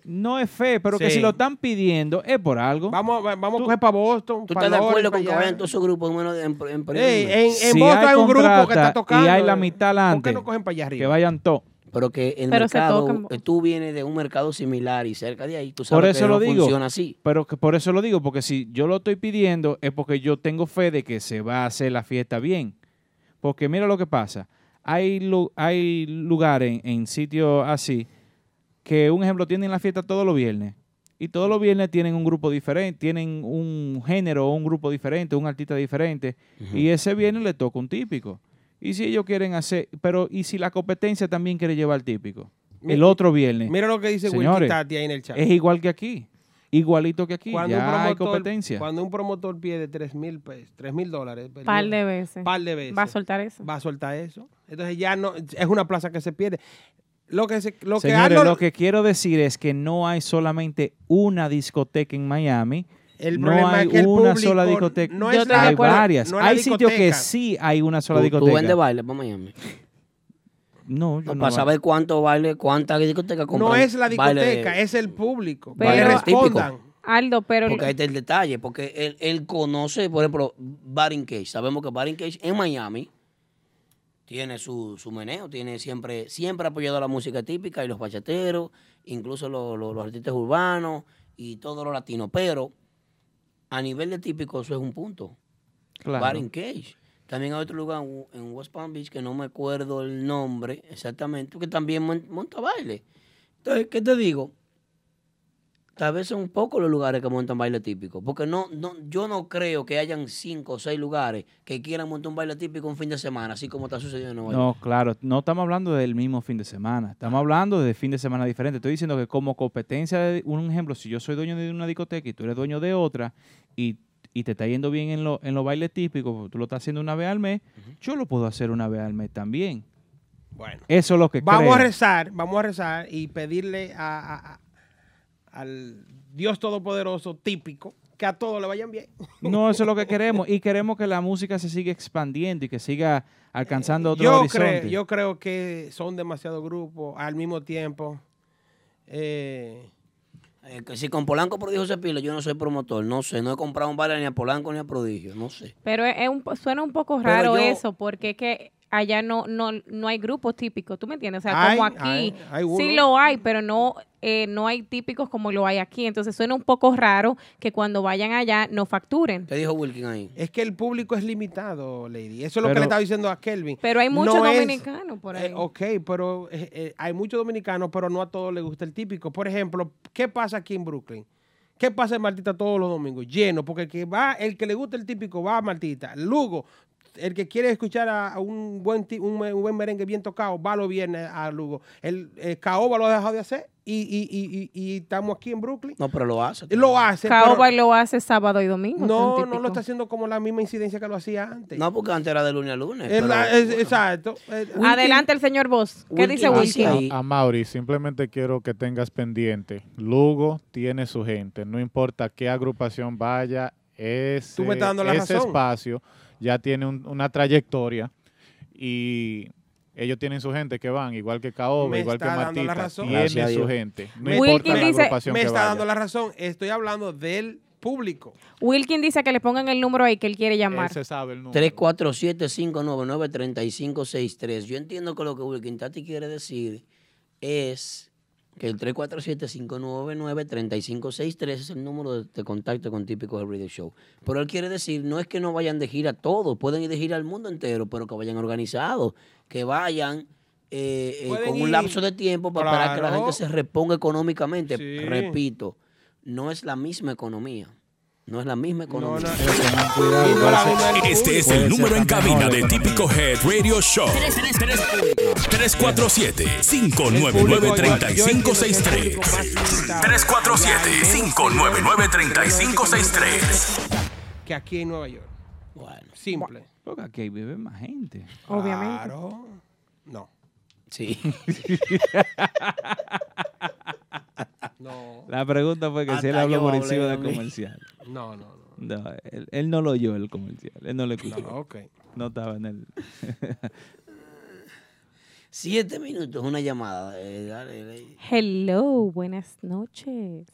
[SPEAKER 1] no es fe, pero que
[SPEAKER 3] Sí.
[SPEAKER 1] si lo están pidiendo es por algo.
[SPEAKER 4] Vamos, vamos a coger para Boston.
[SPEAKER 3] ¿Tú estás de acuerdo con que vayan todos esos grupos en, menos de- en, en, periodo de
[SPEAKER 4] Ey,
[SPEAKER 3] un
[SPEAKER 4] en, en
[SPEAKER 3] mes?
[SPEAKER 4] Boston hay un grupo que
[SPEAKER 1] contrata
[SPEAKER 4] está tocando. eh.
[SPEAKER 1] Y hay la mitad
[SPEAKER 4] ¿Por
[SPEAKER 1] adelante.
[SPEAKER 4] qué no cogen para allá
[SPEAKER 1] Que
[SPEAKER 4] arriba?
[SPEAKER 1] vayan todos.
[SPEAKER 3] Pero que el
[SPEAKER 4] Pero se
[SPEAKER 3] mercado,
[SPEAKER 4] tocan-
[SPEAKER 3] tú vienes de un mercado similar y cerca de ahí, tú sabes
[SPEAKER 1] Por eso
[SPEAKER 3] que
[SPEAKER 1] lo
[SPEAKER 3] no
[SPEAKER 1] digo.
[SPEAKER 3] funciona así.
[SPEAKER 1] Pero que por eso lo digo, porque si yo lo estoy pidiendo es porque yo tengo fe de que se va a hacer la fiesta bien. Porque mira lo que pasa. Hay, lu- hay lugares en, en sitios así que, un ejemplo, tienen la fiesta todos los viernes. Y todos los viernes tienen un grupo diferente, tienen un género o un grupo diferente, un artista diferente. Y ese viernes le toca un típico. Y si ellos quieren hacer, pero ¿y si la competencia también quiere llevar típico?
[SPEAKER 4] Mi-
[SPEAKER 1] El otro viernes.
[SPEAKER 4] Mira lo que dice Wilkie
[SPEAKER 1] Señores,
[SPEAKER 4] Tati ahí en el chat.
[SPEAKER 1] Es igual que aquí. Igualito que aquí.
[SPEAKER 4] Cuando,
[SPEAKER 1] ya
[SPEAKER 4] un
[SPEAKER 1] hay
[SPEAKER 4] promotor,
[SPEAKER 1] competencia.
[SPEAKER 4] cuando un promotor pide 3 mil pesos, 3 mil dólares.
[SPEAKER 2] Par
[SPEAKER 4] perdón,
[SPEAKER 2] de veces.
[SPEAKER 4] Par de veces.
[SPEAKER 2] Va a soltar eso.
[SPEAKER 4] Va a soltar eso. Entonces ya no, es una plaza que se pierde. Lo que, se, lo que
[SPEAKER 1] Señores,
[SPEAKER 4] Arnold-
[SPEAKER 1] lo que quiero decir es que no hay solamente una discoteca en Miami.
[SPEAKER 4] El
[SPEAKER 1] no
[SPEAKER 4] problema
[SPEAKER 1] hay
[SPEAKER 4] es que el
[SPEAKER 1] una
[SPEAKER 4] público
[SPEAKER 1] sola discoteca.
[SPEAKER 4] no es Yo la- estoy de
[SPEAKER 1] hay
[SPEAKER 4] acuerdo,
[SPEAKER 1] varias.
[SPEAKER 4] no es la
[SPEAKER 1] hay sitios que
[SPEAKER 4] discoteca.
[SPEAKER 1] sí hay una sola
[SPEAKER 3] Tú, tú
[SPEAKER 1] discoteca.
[SPEAKER 3] vendes baile para Miami.
[SPEAKER 1] No, yo no.
[SPEAKER 3] para
[SPEAKER 1] bailo.
[SPEAKER 3] saber cuánto baile, cuánta discoteca compran.
[SPEAKER 4] No es la
[SPEAKER 3] baile de-
[SPEAKER 4] discoteca, es el público.
[SPEAKER 3] Pero-
[SPEAKER 4] Que
[SPEAKER 3] Pero-
[SPEAKER 4] respondan.
[SPEAKER 2] Aldo, pero
[SPEAKER 3] Porque ahí está el detalle, porque él, él conoce, por ejemplo, Baring Cage. Sabemos que Baring Cage en Miami tiene su, su meneo, tiene siempre, siempre ha apoyado a la música típica y los bachateros, incluso los, los- los artistas urbanos y todos los latinos. Pero a nivel de típico eso es un punto.
[SPEAKER 1] Claro.
[SPEAKER 3] Baring Cage. También hay otro lugar en- en West Palm Beach que no me acuerdo el nombre exactamente, que también mon- monta baile. Entonces, ¿qué te digo? Tal vez son un poco los lugares que montan baile típico. Porque no, no, yo no creo que hayan cinco o seis lugares que quieran montar un baile típico un fin de semana, así como está sucediendo en Nueva York.
[SPEAKER 1] No, claro, no estamos hablando del mismo fin de semana, estamos hablando de fin de semana diferente. Estoy diciendo que como competencia, de- un ejemplo, si yo soy dueño de una discoteca y tú eres dueño de otra y, y te está yendo bien en, lo- en los bailes típicos, porque tú lo estás haciendo una vez al mes, yo lo puedo hacer una vez al mes también.
[SPEAKER 4] Bueno.
[SPEAKER 1] Eso es lo que
[SPEAKER 4] Vamos a
[SPEAKER 1] creo.
[SPEAKER 4] rezar, vamos a rezar y pedirle a, a- a- al Dios Todopoderoso típico que a todos le vayan bien.
[SPEAKER 1] No, eso es lo que queremos y queremos que la música se siga expandiendo y que siga alcanzando otro
[SPEAKER 4] Eh, Yo
[SPEAKER 1] horizonte.
[SPEAKER 4] creo, yo creo que son demasiados grupos al mismo tiempo. Eh,
[SPEAKER 3] Eh, que si con Polanco Prodigio se pila, yo no soy promotor, no sé. No he comprado un baile ni a Polanco ni a Prodigio, no sé.
[SPEAKER 2] Pero es- es un po- suena un poco
[SPEAKER 3] Pero
[SPEAKER 2] raro
[SPEAKER 3] yo-
[SPEAKER 2] eso, porque es que allá no, no, no hay grupos típicos, ¿tú me entiendes? O sea,
[SPEAKER 4] Hay,
[SPEAKER 2] como aquí,
[SPEAKER 4] hay, hay
[SPEAKER 2] sí
[SPEAKER 4] uno.
[SPEAKER 2] lo hay, pero no, eh, no hay típicos como lo hay aquí. Entonces suena un poco raro que cuando vayan allá no facturen.
[SPEAKER 3] ¿Qué dijo Wilkin ahí?
[SPEAKER 4] es que el público es limitado, Lady. Eso es lo que
[SPEAKER 3] Pero-
[SPEAKER 4] le estaba diciendo a Kelvin.
[SPEAKER 2] Pero hay muchos
[SPEAKER 4] No es-
[SPEAKER 2] dominicanos por ahí.
[SPEAKER 4] Eh, ok, pero eh, eh, hay muchos dominicanos, pero no a todos les gusta el típico. Por ejemplo, ¿qué pasa aquí en Brooklyn? ¿Qué pasa en Martita todos los domingos? Lleno, porque el que va, el que le gusta el típico va a Martita. Lugo, el que quiere escuchar a, a un buen ti- un, me- un buen merengue bien tocado, va los viernes a Lugo. El, eh, Caoba lo ha dejado de hacer y, y- y- y- y estamos aquí en Brooklyn.
[SPEAKER 3] No, pero lo hace.
[SPEAKER 4] Lo hace.
[SPEAKER 2] Caoba
[SPEAKER 4] pero
[SPEAKER 2] lo hace sábado y domingo. tan
[SPEAKER 4] no,
[SPEAKER 2] típico.
[SPEAKER 4] no lo está haciendo como la misma incidencia que lo hacía antes.
[SPEAKER 3] No, porque antes era de lunes a lunes.
[SPEAKER 4] Es la-
[SPEAKER 3] pero-
[SPEAKER 4] es- Exacto. Eh,
[SPEAKER 2] Adelante el señor Vos. ¿Qué dice Wilkie?
[SPEAKER 8] A, a Mauri, simplemente quiero que tengas pendiente. Lugo tiene su gente. No importa qué agrupación vaya, ese,
[SPEAKER 4] Tú me estás dando la
[SPEAKER 8] ese
[SPEAKER 4] razón.
[SPEAKER 8] espacio ya tiene un- una trayectoria y ellos tienen su gente que van, igual que Caoba,
[SPEAKER 4] Me
[SPEAKER 8] igual que
[SPEAKER 4] está dando la
[SPEAKER 8] Martita,
[SPEAKER 4] razón.
[SPEAKER 8] tiene
[SPEAKER 4] Gracias a
[SPEAKER 8] su
[SPEAKER 4] Dios.
[SPEAKER 8] gente. No
[SPEAKER 4] Me-
[SPEAKER 8] importa la
[SPEAKER 4] Wilkin dice-
[SPEAKER 8] agrupación
[SPEAKER 4] Me
[SPEAKER 8] que
[SPEAKER 4] está
[SPEAKER 8] vaya.
[SPEAKER 4] dando la razón. Estoy hablando del público.
[SPEAKER 2] Wilkin dice que le pongan el número ahí que él quiere llamar.
[SPEAKER 3] 347-599-3563. Yo entiendo que lo que Wilkin Tati quiere decir es que el 347-599-3563 es el número de, de contacto con Típico del Radio Show. Pero él quiere decir, no es que no vayan de gira todos, pueden ir de gira al mundo entero, pero que vayan organizados, que vayan eh, eh,
[SPEAKER 13] Pueden
[SPEAKER 3] con un
[SPEAKER 13] ir.
[SPEAKER 3] lapso de tiempo para esperar que la
[SPEAKER 13] Claro.
[SPEAKER 3] gente se reponga económicamente.
[SPEAKER 13] Sí.
[SPEAKER 3] Repito, no es la misma economía. No es la misma economía.
[SPEAKER 7] Este es el número en cabina de Típico Head Radio Show. 347-599-3563. 347-599-3563.
[SPEAKER 4] Que aquí en Nueva York. Simple.
[SPEAKER 1] Porque aquí vive más gente.
[SPEAKER 4] Obviamente. Claro. No.
[SPEAKER 3] Sí.
[SPEAKER 4] No.
[SPEAKER 1] La pregunta fue que si
[SPEAKER 4] Hasta
[SPEAKER 1] él habló
[SPEAKER 4] yo
[SPEAKER 1] por
[SPEAKER 4] hablé
[SPEAKER 1] encima del
[SPEAKER 4] de mí.
[SPEAKER 1] comercial.
[SPEAKER 4] No, no, no.
[SPEAKER 1] No, él, él no lo oyó el comercial. Él no lo escuchó.
[SPEAKER 4] No, ok.
[SPEAKER 1] No estaba en el.
[SPEAKER 3] Siete minutos, una llamada. eh, dale, dale.
[SPEAKER 2] Hello, buenas noches.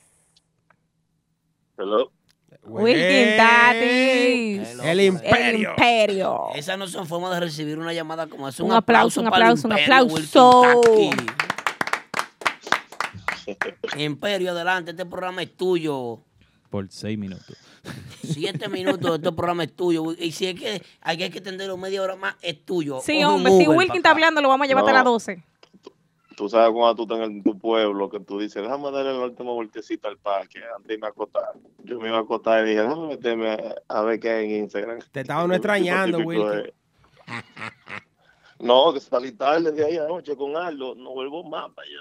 [SPEAKER 14] Hello.
[SPEAKER 2] Wilkin Tatis.
[SPEAKER 3] Hello.
[SPEAKER 2] El imperio. imperio.
[SPEAKER 3] Esas no son formas de recibir una llamada como hace
[SPEAKER 2] Un aplauso, un
[SPEAKER 3] para el
[SPEAKER 2] aplauso, un
[SPEAKER 3] imperio,
[SPEAKER 2] aplauso.
[SPEAKER 3] Wilkin Taqui. Imperio, adelante, este programa es tuyo.
[SPEAKER 1] Por seis minutos.
[SPEAKER 3] Siete minutos, este programa es tuyo. Y si es que hay que extenderlo media hora más, es tuyo.
[SPEAKER 2] Sí,
[SPEAKER 3] Coge un
[SPEAKER 2] hombre, si
[SPEAKER 3] Uber
[SPEAKER 2] Wilkin
[SPEAKER 3] pa'
[SPEAKER 2] está hablando, lo vamos a llevar hasta
[SPEAKER 14] No.
[SPEAKER 2] las 12.
[SPEAKER 14] Tú sabes cuando tú estás en tu pueblo que tú dices, déjame darle la última vueltecita al parque antes de irme a acotar. Yo me iba a acotar y dije, no, meterme a, a ver qué hay en Instagram.
[SPEAKER 4] Te estaba no extrañando, Wilkin.
[SPEAKER 14] No, que salí tarde de ahí anoche con Arlo, no vuelvo más para allá.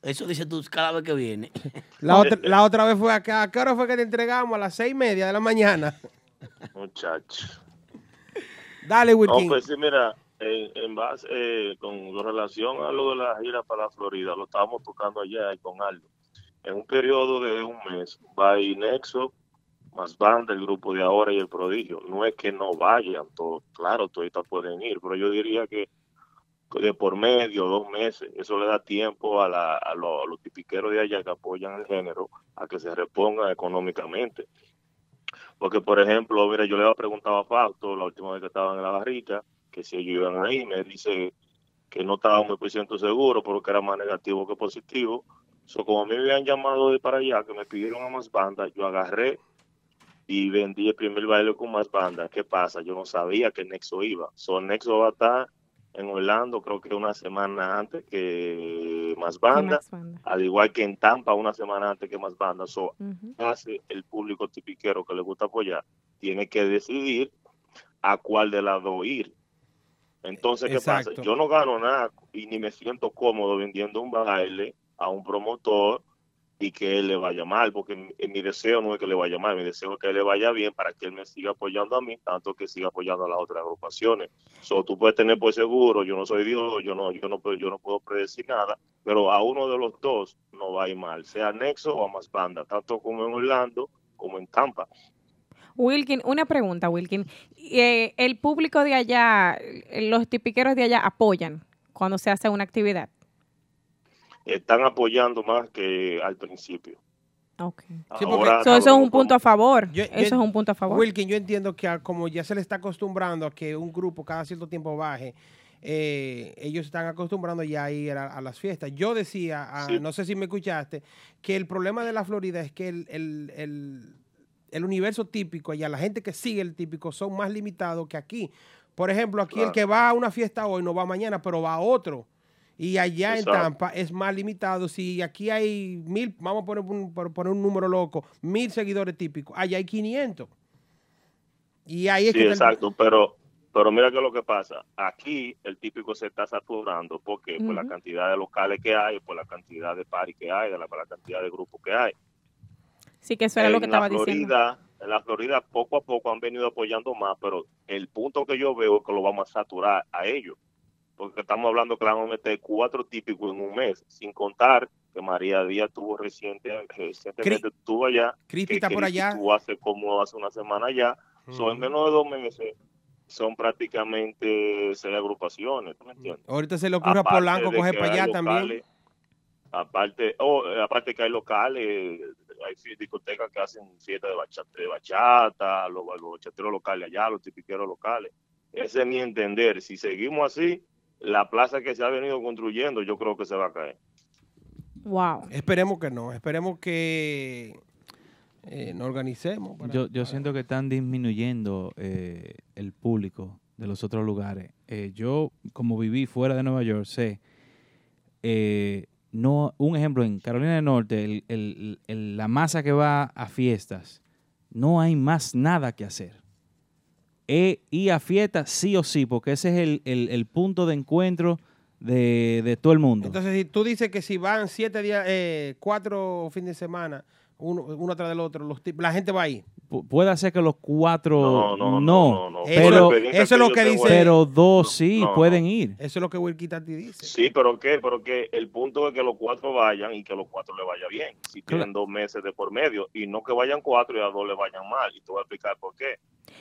[SPEAKER 3] Eso dice tú cada vez que viene.
[SPEAKER 4] La otra, la otra vez fue acá. ¿A qué hora fue que te entregamos? A las seis y media de la mañana.
[SPEAKER 14] Muchacho.
[SPEAKER 4] Dale,
[SPEAKER 14] No,
[SPEAKER 4] Wilkin.
[SPEAKER 14] pues sí, mira, en, en base, eh, con relación a lo de la gira para la Florida, lo estábamos tocando allá y con Aldo. En un periodo de un mes, va y Nexo, más banda, el grupo de ahora y el prodigio. No es que no vayan todos, claro, todos pueden ir, pero yo diría que de por medio, dos meses. Eso le da tiempo a, la, a, lo- a los tipiqueros de allá que apoyan el género a que se repongan económicamente. Porque, por ejemplo, mira, yo le había preguntado a Fausto la última vez que estaban en la barrica, que si ellos iban ahí, me dice que no estaba muy por ciento seguro, pero que era más negativo que positivo. So, como a mí me habían llamado de para allá, que me pidieron a más bandas, yo agarré y vendí el primer baile con más bandas. ¿Qué pasa? Yo no sabía que Nexo iba. So, Nexo va a estar en Orlando, creo que una semana antes que más bandas, al igual que en Tampa, una semana antes que más bandas. So, hace el público tipiquero que le gusta apoyar, tiene que decidir a cuál de las dos ir. Entonces, ¿qué
[SPEAKER 4] Exacto.
[SPEAKER 14] pasa? Yo no gano nada y ni me siento cómodo vendiendo un baile a un promotor y que él le vaya mal, porque mi, eh, mi deseo no es que le vaya mal, mi deseo es que le vaya bien para que él me siga apoyando a mí, tanto que siga apoyando a las otras agrupaciones. So, tú puedes tener por seguro, yo no soy Dios, yo no, yo no, puedo- yo no puedo predecir nada, pero a uno de los dos no va a ir mal, sea Nexo o a más banda, tanto como en Orlando como en Tampa.
[SPEAKER 2] Wilkin, una pregunta, Wilkin. Eh, el público de allá, los tipiqueros de allá apoyan cuando se hace una actividad.
[SPEAKER 14] Están apoyando más que al principio. Ahora,
[SPEAKER 2] So, eso es un
[SPEAKER 14] como-
[SPEAKER 2] punto a favor.
[SPEAKER 4] Yo- yo-
[SPEAKER 2] eso es un punto a favor.
[SPEAKER 4] Wilkin, yo entiendo que a- como ya se le está acostumbrando a que un grupo cada cierto tiempo baje, eh, ellos están acostumbrando ya a ir a, a las fiestas. Yo decía, ah,
[SPEAKER 14] Sí.
[SPEAKER 4] no sé si me escuchaste, que el problema de la Florida es que el, el- el- el universo típico allá, la gente que sigue el típico, son más limitados que aquí. Por ejemplo, aquí
[SPEAKER 13] Claro.
[SPEAKER 4] el que va a una fiesta hoy no va mañana, pero va a otro. Y allá
[SPEAKER 13] Exacto.
[SPEAKER 4] en Tampa es más limitado. Si aquí hay mil, vamos a poner un, por poner un número loco, mil seguidores típicos, allá hay 500. Y ahí es
[SPEAKER 14] Sí,
[SPEAKER 4] que está el-
[SPEAKER 14] exacto, pero pero mira que lo que pasa, aquí el típico se está saturando porque por la
[SPEAKER 4] Ujú.
[SPEAKER 14] cantidad de locales que hay, por la cantidad de paris que hay, de la, por la cantidad de grupos que hay.
[SPEAKER 2] Sí, que eso era lo que
[SPEAKER 14] en la
[SPEAKER 2] estaba diciendo.
[SPEAKER 14] Florida, en la Florida poco a poco han venido apoyando más, pero el punto que yo veo es que lo vamos a saturar a ellos, porque estamos hablando que le vamos a meter cuatro típicos en un mes, sin contar que María Díaz tuvo reciente, recientemente estuvo allá,
[SPEAKER 4] Crispy
[SPEAKER 14] que
[SPEAKER 4] está por
[SPEAKER 14] Crispy
[SPEAKER 4] allá.
[SPEAKER 14] estuvo hace como hace una semana allá, son en menos de dos meses son prácticamente seis agrupaciones, ¿tú me entiendes?
[SPEAKER 4] Ahorita se le ocurre a
[SPEAKER 14] Aparte
[SPEAKER 4] Polanco
[SPEAKER 14] de
[SPEAKER 4] coger
[SPEAKER 14] que
[SPEAKER 4] para
[SPEAKER 14] hay
[SPEAKER 4] allá
[SPEAKER 14] locales,
[SPEAKER 4] también.
[SPEAKER 14] Aparte, oh, eh, aparte que hay locales, hay fi- discotecas que hacen fiestas de bachata, de bachata los, los bachateros locales allá, los tipiqueros locales. Ese es mi entender. Si seguimos así, la plaza que se ha venido construyendo, yo creo que se va a caer.
[SPEAKER 2] Wow.
[SPEAKER 4] Esperemos que no, esperemos que eh, nos organicemos. para-
[SPEAKER 1] Yo, yo siento que están disminuyendo eh, el público de los otros lugares. Eh, yo, como viví fuera de Nueva York, sé, eh, no, un ejemplo, en Carolina del Norte, el- el- el- la masa que va a fiestas, no hay más nada que hacer. E, ir a fiestas sí o sí, porque ese es el, el- el punto de encuentro de, de todo el mundo.
[SPEAKER 4] Entonces, si tú dices que si van siete días, eh, cuatro fines de semana, uno, uno tras del otro, los tip- la gente va ahí.
[SPEAKER 1] Pu- puede ser que los cuatro no,
[SPEAKER 4] no, no, no. Eso es la
[SPEAKER 1] pero
[SPEAKER 4] experiencia Eso es lo que que yo dice- tengo.
[SPEAKER 1] Pero dos sí
[SPEAKER 14] No, no.
[SPEAKER 1] pueden ir.
[SPEAKER 4] Eso es lo que Wilkie Tati dice.
[SPEAKER 14] Sí, pero ¿qué? Pero que el punto es que los cuatro vayan y que los cuatro le vaya bien. Si tienen dos meses de por medio y no que vayan cuatro y a dos le vayan mal. Y te voy a explicar por qué.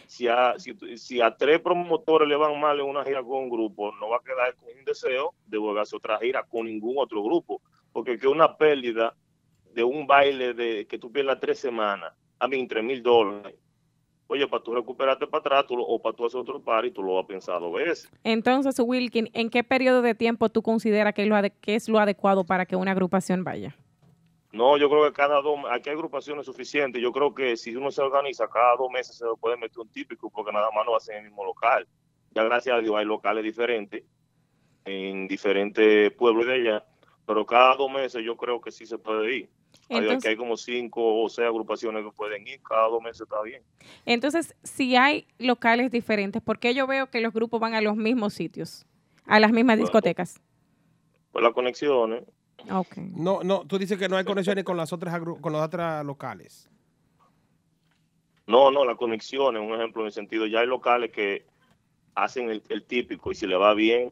[SPEAKER 14] Si a, si, si a tres promotores le van mal en una gira con un grupo, no va a quedar con un deseo de volver a hacer otra gira con ningún otro grupo. Porque que una pérdida de un baile de que tú pierdas tres semanas, a mí, tres mil dólares. Oye, para tú recuperarte para atrás tú lo- o para tú hacer otro par y tú lo vas a pensar dos veces.
[SPEAKER 2] Entonces, Wilkin, ¿en qué periodo de tiempo tú consideras que, lo ade- que es lo adecuado para que una agrupación vaya?
[SPEAKER 14] No, yo creo que cada dos, aquí hay agrupaciones suficientes. Yo creo que si uno se organiza, cada dos meses se puede meter un típico porque nada más no va a ser en el mismo local. Ya gracias a Dios hay locales diferentes en diferentes pueblos de allá, pero cada dos meses yo creo que sí se puede ir. Hay-
[SPEAKER 2] Entonces-
[SPEAKER 14] aquí hay como cinco o seis agrupaciones que pueden ir, cada dos meses está bien.
[SPEAKER 2] Entonces, si hay locales diferentes, ¿por qué yo veo que los grupos van a los mismos sitios? A las mismas
[SPEAKER 14] Bueno.
[SPEAKER 2] discotecas.
[SPEAKER 14] Pues las conexiones.
[SPEAKER 2] Ok.
[SPEAKER 4] No, no, tú dices que no hay conexiones con las otras agru- con los otras locales.
[SPEAKER 14] No, no, las conexiones, un ejemplo en el sentido, ya hay locales que hacen el, el típico y si le va bien,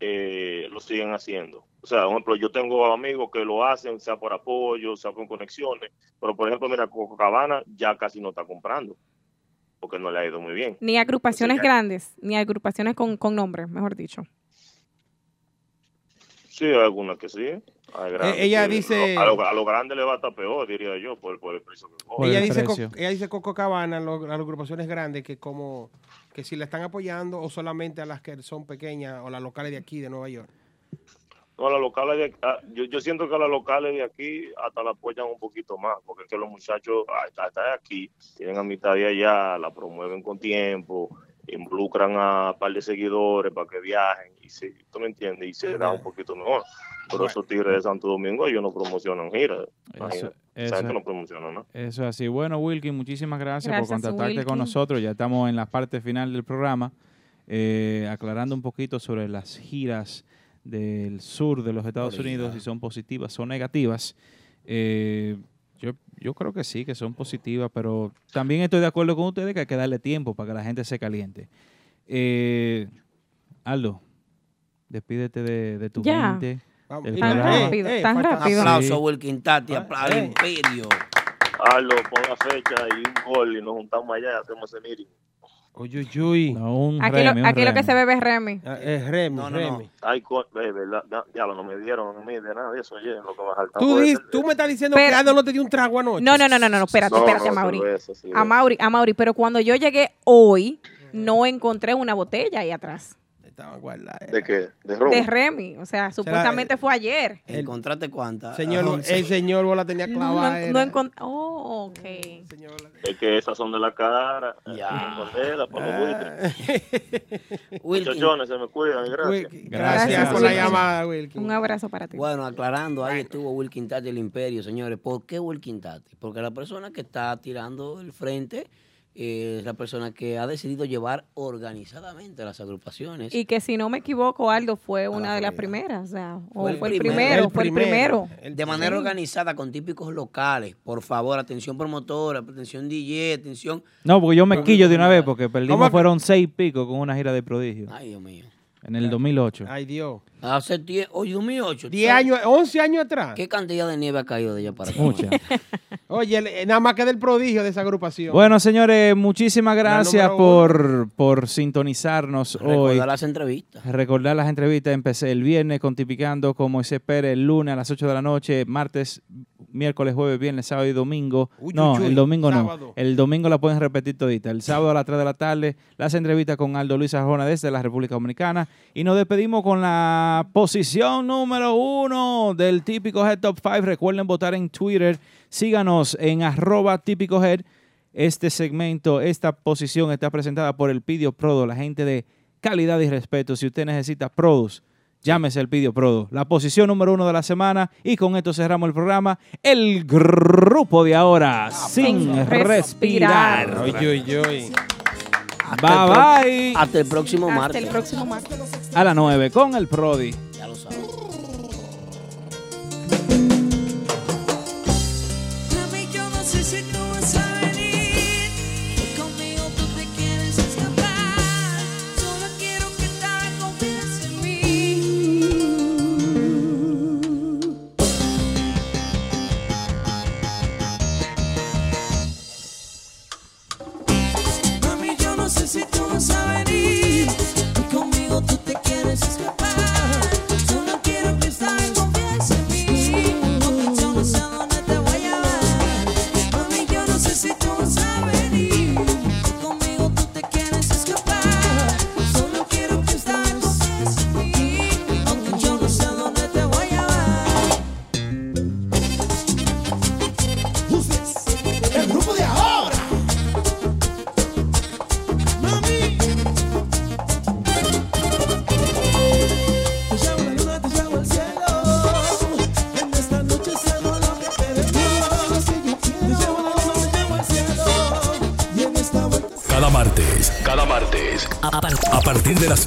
[SPEAKER 14] eh, lo siguen haciendo. O sea, un ejemplo, yo tengo amigos que lo hacen, sea por apoyo, sea por conexiones, pero por ejemplo, mira, Cochabamba ya casi no está comprando, porque no le ha ido muy bien. Pues, eh,
[SPEAKER 2] Ni agrupaciones
[SPEAKER 14] Entonces, ya-
[SPEAKER 2] grandes, ni agrupaciones con, con nombres, mejor dicho.
[SPEAKER 14] Sí, hay algunas que sí. Hay grandes
[SPEAKER 4] ella
[SPEAKER 14] que-
[SPEAKER 4] dice-
[SPEAKER 14] A los a lo grandes le va a estar peor, diría yo, por, por el precio que cobra.
[SPEAKER 4] Ella dice, co- ella dice Coco Cabana, lo- las agrupaciones grandes, que como que si la están apoyando o solamente a las que son pequeñas o las locales de aquí, de Nueva York.
[SPEAKER 14] No, las locales de, ah, yo, yo siento que las locales de aquí hasta la apoyan un poquito más, porque es que los muchachos ah, hasta, hasta de aquí tienen amistad de allá, la promueven con tiempo, involucran a un par de seguidores para que viajen, y se, tú me entiendes, y se da un poquito mejor. Pero esos tigres de Santo Domingo, ellos no promocionan giras. imagínate.
[SPEAKER 1] eso
[SPEAKER 14] Esa gente
[SPEAKER 1] es.
[SPEAKER 14] no promociona, ¿no?
[SPEAKER 1] Eso es así. Bueno, Wilkin, muchísimas gracias, por
[SPEAKER 14] Gracias,
[SPEAKER 1] contactarte
[SPEAKER 14] Wilkin.
[SPEAKER 1] con nosotros. Ya estamos en la parte final del programa, eh, aclarando un poquito sobre las giras del sur de los Estados
[SPEAKER 13] Florida.
[SPEAKER 1] Unidos, si son positivas o negativas. Eh, yo, yo creo que sí, que son positivas, pero también estoy de acuerdo con ustedes que hay que darle tiempo para que la gente se caliente. Eh, Aldo, despídete de, de tu
[SPEAKER 3] Ya.
[SPEAKER 1] gente.
[SPEAKER 3] Vamos.
[SPEAKER 1] del
[SPEAKER 3] Tan
[SPEAKER 1] programa.
[SPEAKER 3] rápido, Eh, eh, tan falta- rápido. Aplauso,
[SPEAKER 14] Wilkin Tati, aplauso Imperio. Aldo, pon la fecha y un gol y nos juntamos allá y hacemos ese meeting.
[SPEAKER 4] Uy, uy, uy.
[SPEAKER 1] un Ah, eh.
[SPEAKER 2] Aquí, lo, aquí lo que se bebe es Remy.
[SPEAKER 4] es Remy,
[SPEAKER 14] No, no, no. Ay, co- eh, verdad, ya, ya lo no me dieron, no me de nada de eso, oye, lo que me saltaba
[SPEAKER 4] Tú,
[SPEAKER 14] fue
[SPEAKER 4] di-
[SPEAKER 14] el-
[SPEAKER 4] tú me estás diciendo
[SPEAKER 2] Pero-
[SPEAKER 4] que Aldo no te dio un trago anoche.
[SPEAKER 2] No, no, no, no, no, no, espérate,
[SPEAKER 4] No,
[SPEAKER 2] espérate,
[SPEAKER 4] no,
[SPEAKER 2] Mauri.
[SPEAKER 4] cerveza, cerveza.
[SPEAKER 2] A Mauri, a Mauri, pero cuando yo llegué hoy, no encontré una botella ahí atrás
[SPEAKER 14] ¿De qué? ¿De
[SPEAKER 2] de Remy. O sea, supuestamente fue ayer.
[SPEAKER 3] ¿Encontraste cuántas?
[SPEAKER 4] Señor,
[SPEAKER 3] Once.
[SPEAKER 4] el señor vos la tenía
[SPEAKER 2] No,
[SPEAKER 4] clavada.
[SPEAKER 2] no,
[SPEAKER 4] era.
[SPEAKER 2] encontré. Oh, ok.
[SPEAKER 14] Es que esas son de la cara. eh, Ya. Condela, para
[SPEAKER 4] Ah.
[SPEAKER 14] los buitres. Muchachones, se me cuidan, gracias.
[SPEAKER 3] Gracias por la Wilkin.
[SPEAKER 4] llamada, Wilkin.
[SPEAKER 2] Un abrazo para ti.
[SPEAKER 3] Bueno, aclarando, ahí estuvo Wilkin Tati el Imperio, señores. ¿Por qué Wilkin Tati? Porque la persona que está tirando el frente eh, es la persona que ha decidido llevar organizadamente las agrupaciones.
[SPEAKER 2] Y que si no me equivoco, Aldo fue una de las primeras. O sea, o fue, el primero, fue el primero.
[SPEAKER 3] De manera
[SPEAKER 2] Sí.
[SPEAKER 3] organizada, con típicos locales. Por favor, atención promotora, atención DJ, atención.
[SPEAKER 1] No, porque yo me quillo de una vez porque
[SPEAKER 3] ¿Cómo
[SPEAKER 1] perdimos
[SPEAKER 3] que-
[SPEAKER 1] fueron seis pico con una gira de prodigio.
[SPEAKER 3] Ay, Dios mío.
[SPEAKER 1] En el 2008.
[SPEAKER 4] Ay, Dios.
[SPEAKER 3] Hace oh, 10, oye, 2008.
[SPEAKER 4] 10 años, 11 años atrás.
[SPEAKER 3] ¿Qué cantidad de nieve ha caído de allá para acá?
[SPEAKER 1] Mucha.
[SPEAKER 4] Oye, el- eh, nada más que del prodigio de esa agrupación.
[SPEAKER 1] Bueno, señores, muchísimas gracias
[SPEAKER 4] número
[SPEAKER 1] por, por sintonizarnos hoy.
[SPEAKER 3] Recordar las entrevistas.
[SPEAKER 1] Recordar las entrevistas. Empecé el viernes con Tipicando, como se espera, el lunes a las 8 de la noche, martes, miércoles, jueves, viernes, sábado y domingo.
[SPEAKER 13] Uy,
[SPEAKER 1] no,
[SPEAKER 13] uy, uy.
[SPEAKER 1] el domingo
[SPEAKER 13] Sábado.
[SPEAKER 1] no. El domingo la pueden repetir todita. El sábado a las 3 de la tarde, las entrevistas con Aldo Luis Arjona desde la República Dominicana. Y nos despedimos con la posición número uno del Típico Head Top 5. Recuerden votar en Twitter. Síganos en arroba típico head. Este segmento, esta posición está presentada por el Pidio Prodo, la gente de calidad y respeto. Si usted necesita Prodos, llámese el Pidio Prodo. La posición número uno de la semana. Y con esto cerramos el programa. El grupo de ahora, sin respirar.
[SPEAKER 4] Oye, oye, oye.
[SPEAKER 1] Bye bye.
[SPEAKER 3] Hasta el próximo
[SPEAKER 2] Hasta el próximo martes.
[SPEAKER 1] A las 9 con el Prodi.
[SPEAKER 15] Mami, yo no sé si tú vas a venir y conmigo tú te quieres escapar. Solo quiero que te confíes en mí. Mami, yo no sé si tú vas a venir y conmigo tú te quieres escapar. Solo quiero que te confíes en mí. Porque yo no sé a dónde te voy a llevar. Mami, yo no sé si tú vas a venir y conmigo tú te quieres escapar. Solo quiero que te confíes en mí. Porque yo no sé a dónde te voy a llevar.
[SPEAKER 9] El grupo de ahora.
[SPEAKER 15] Te llamo la luna, te llamo el cielo. En esta noche cierro lo que te debo. Te llamo la luna, te llamo el cielo. Y en esta vuelta.
[SPEAKER 7] Cada martes. Cada martes. A partir de las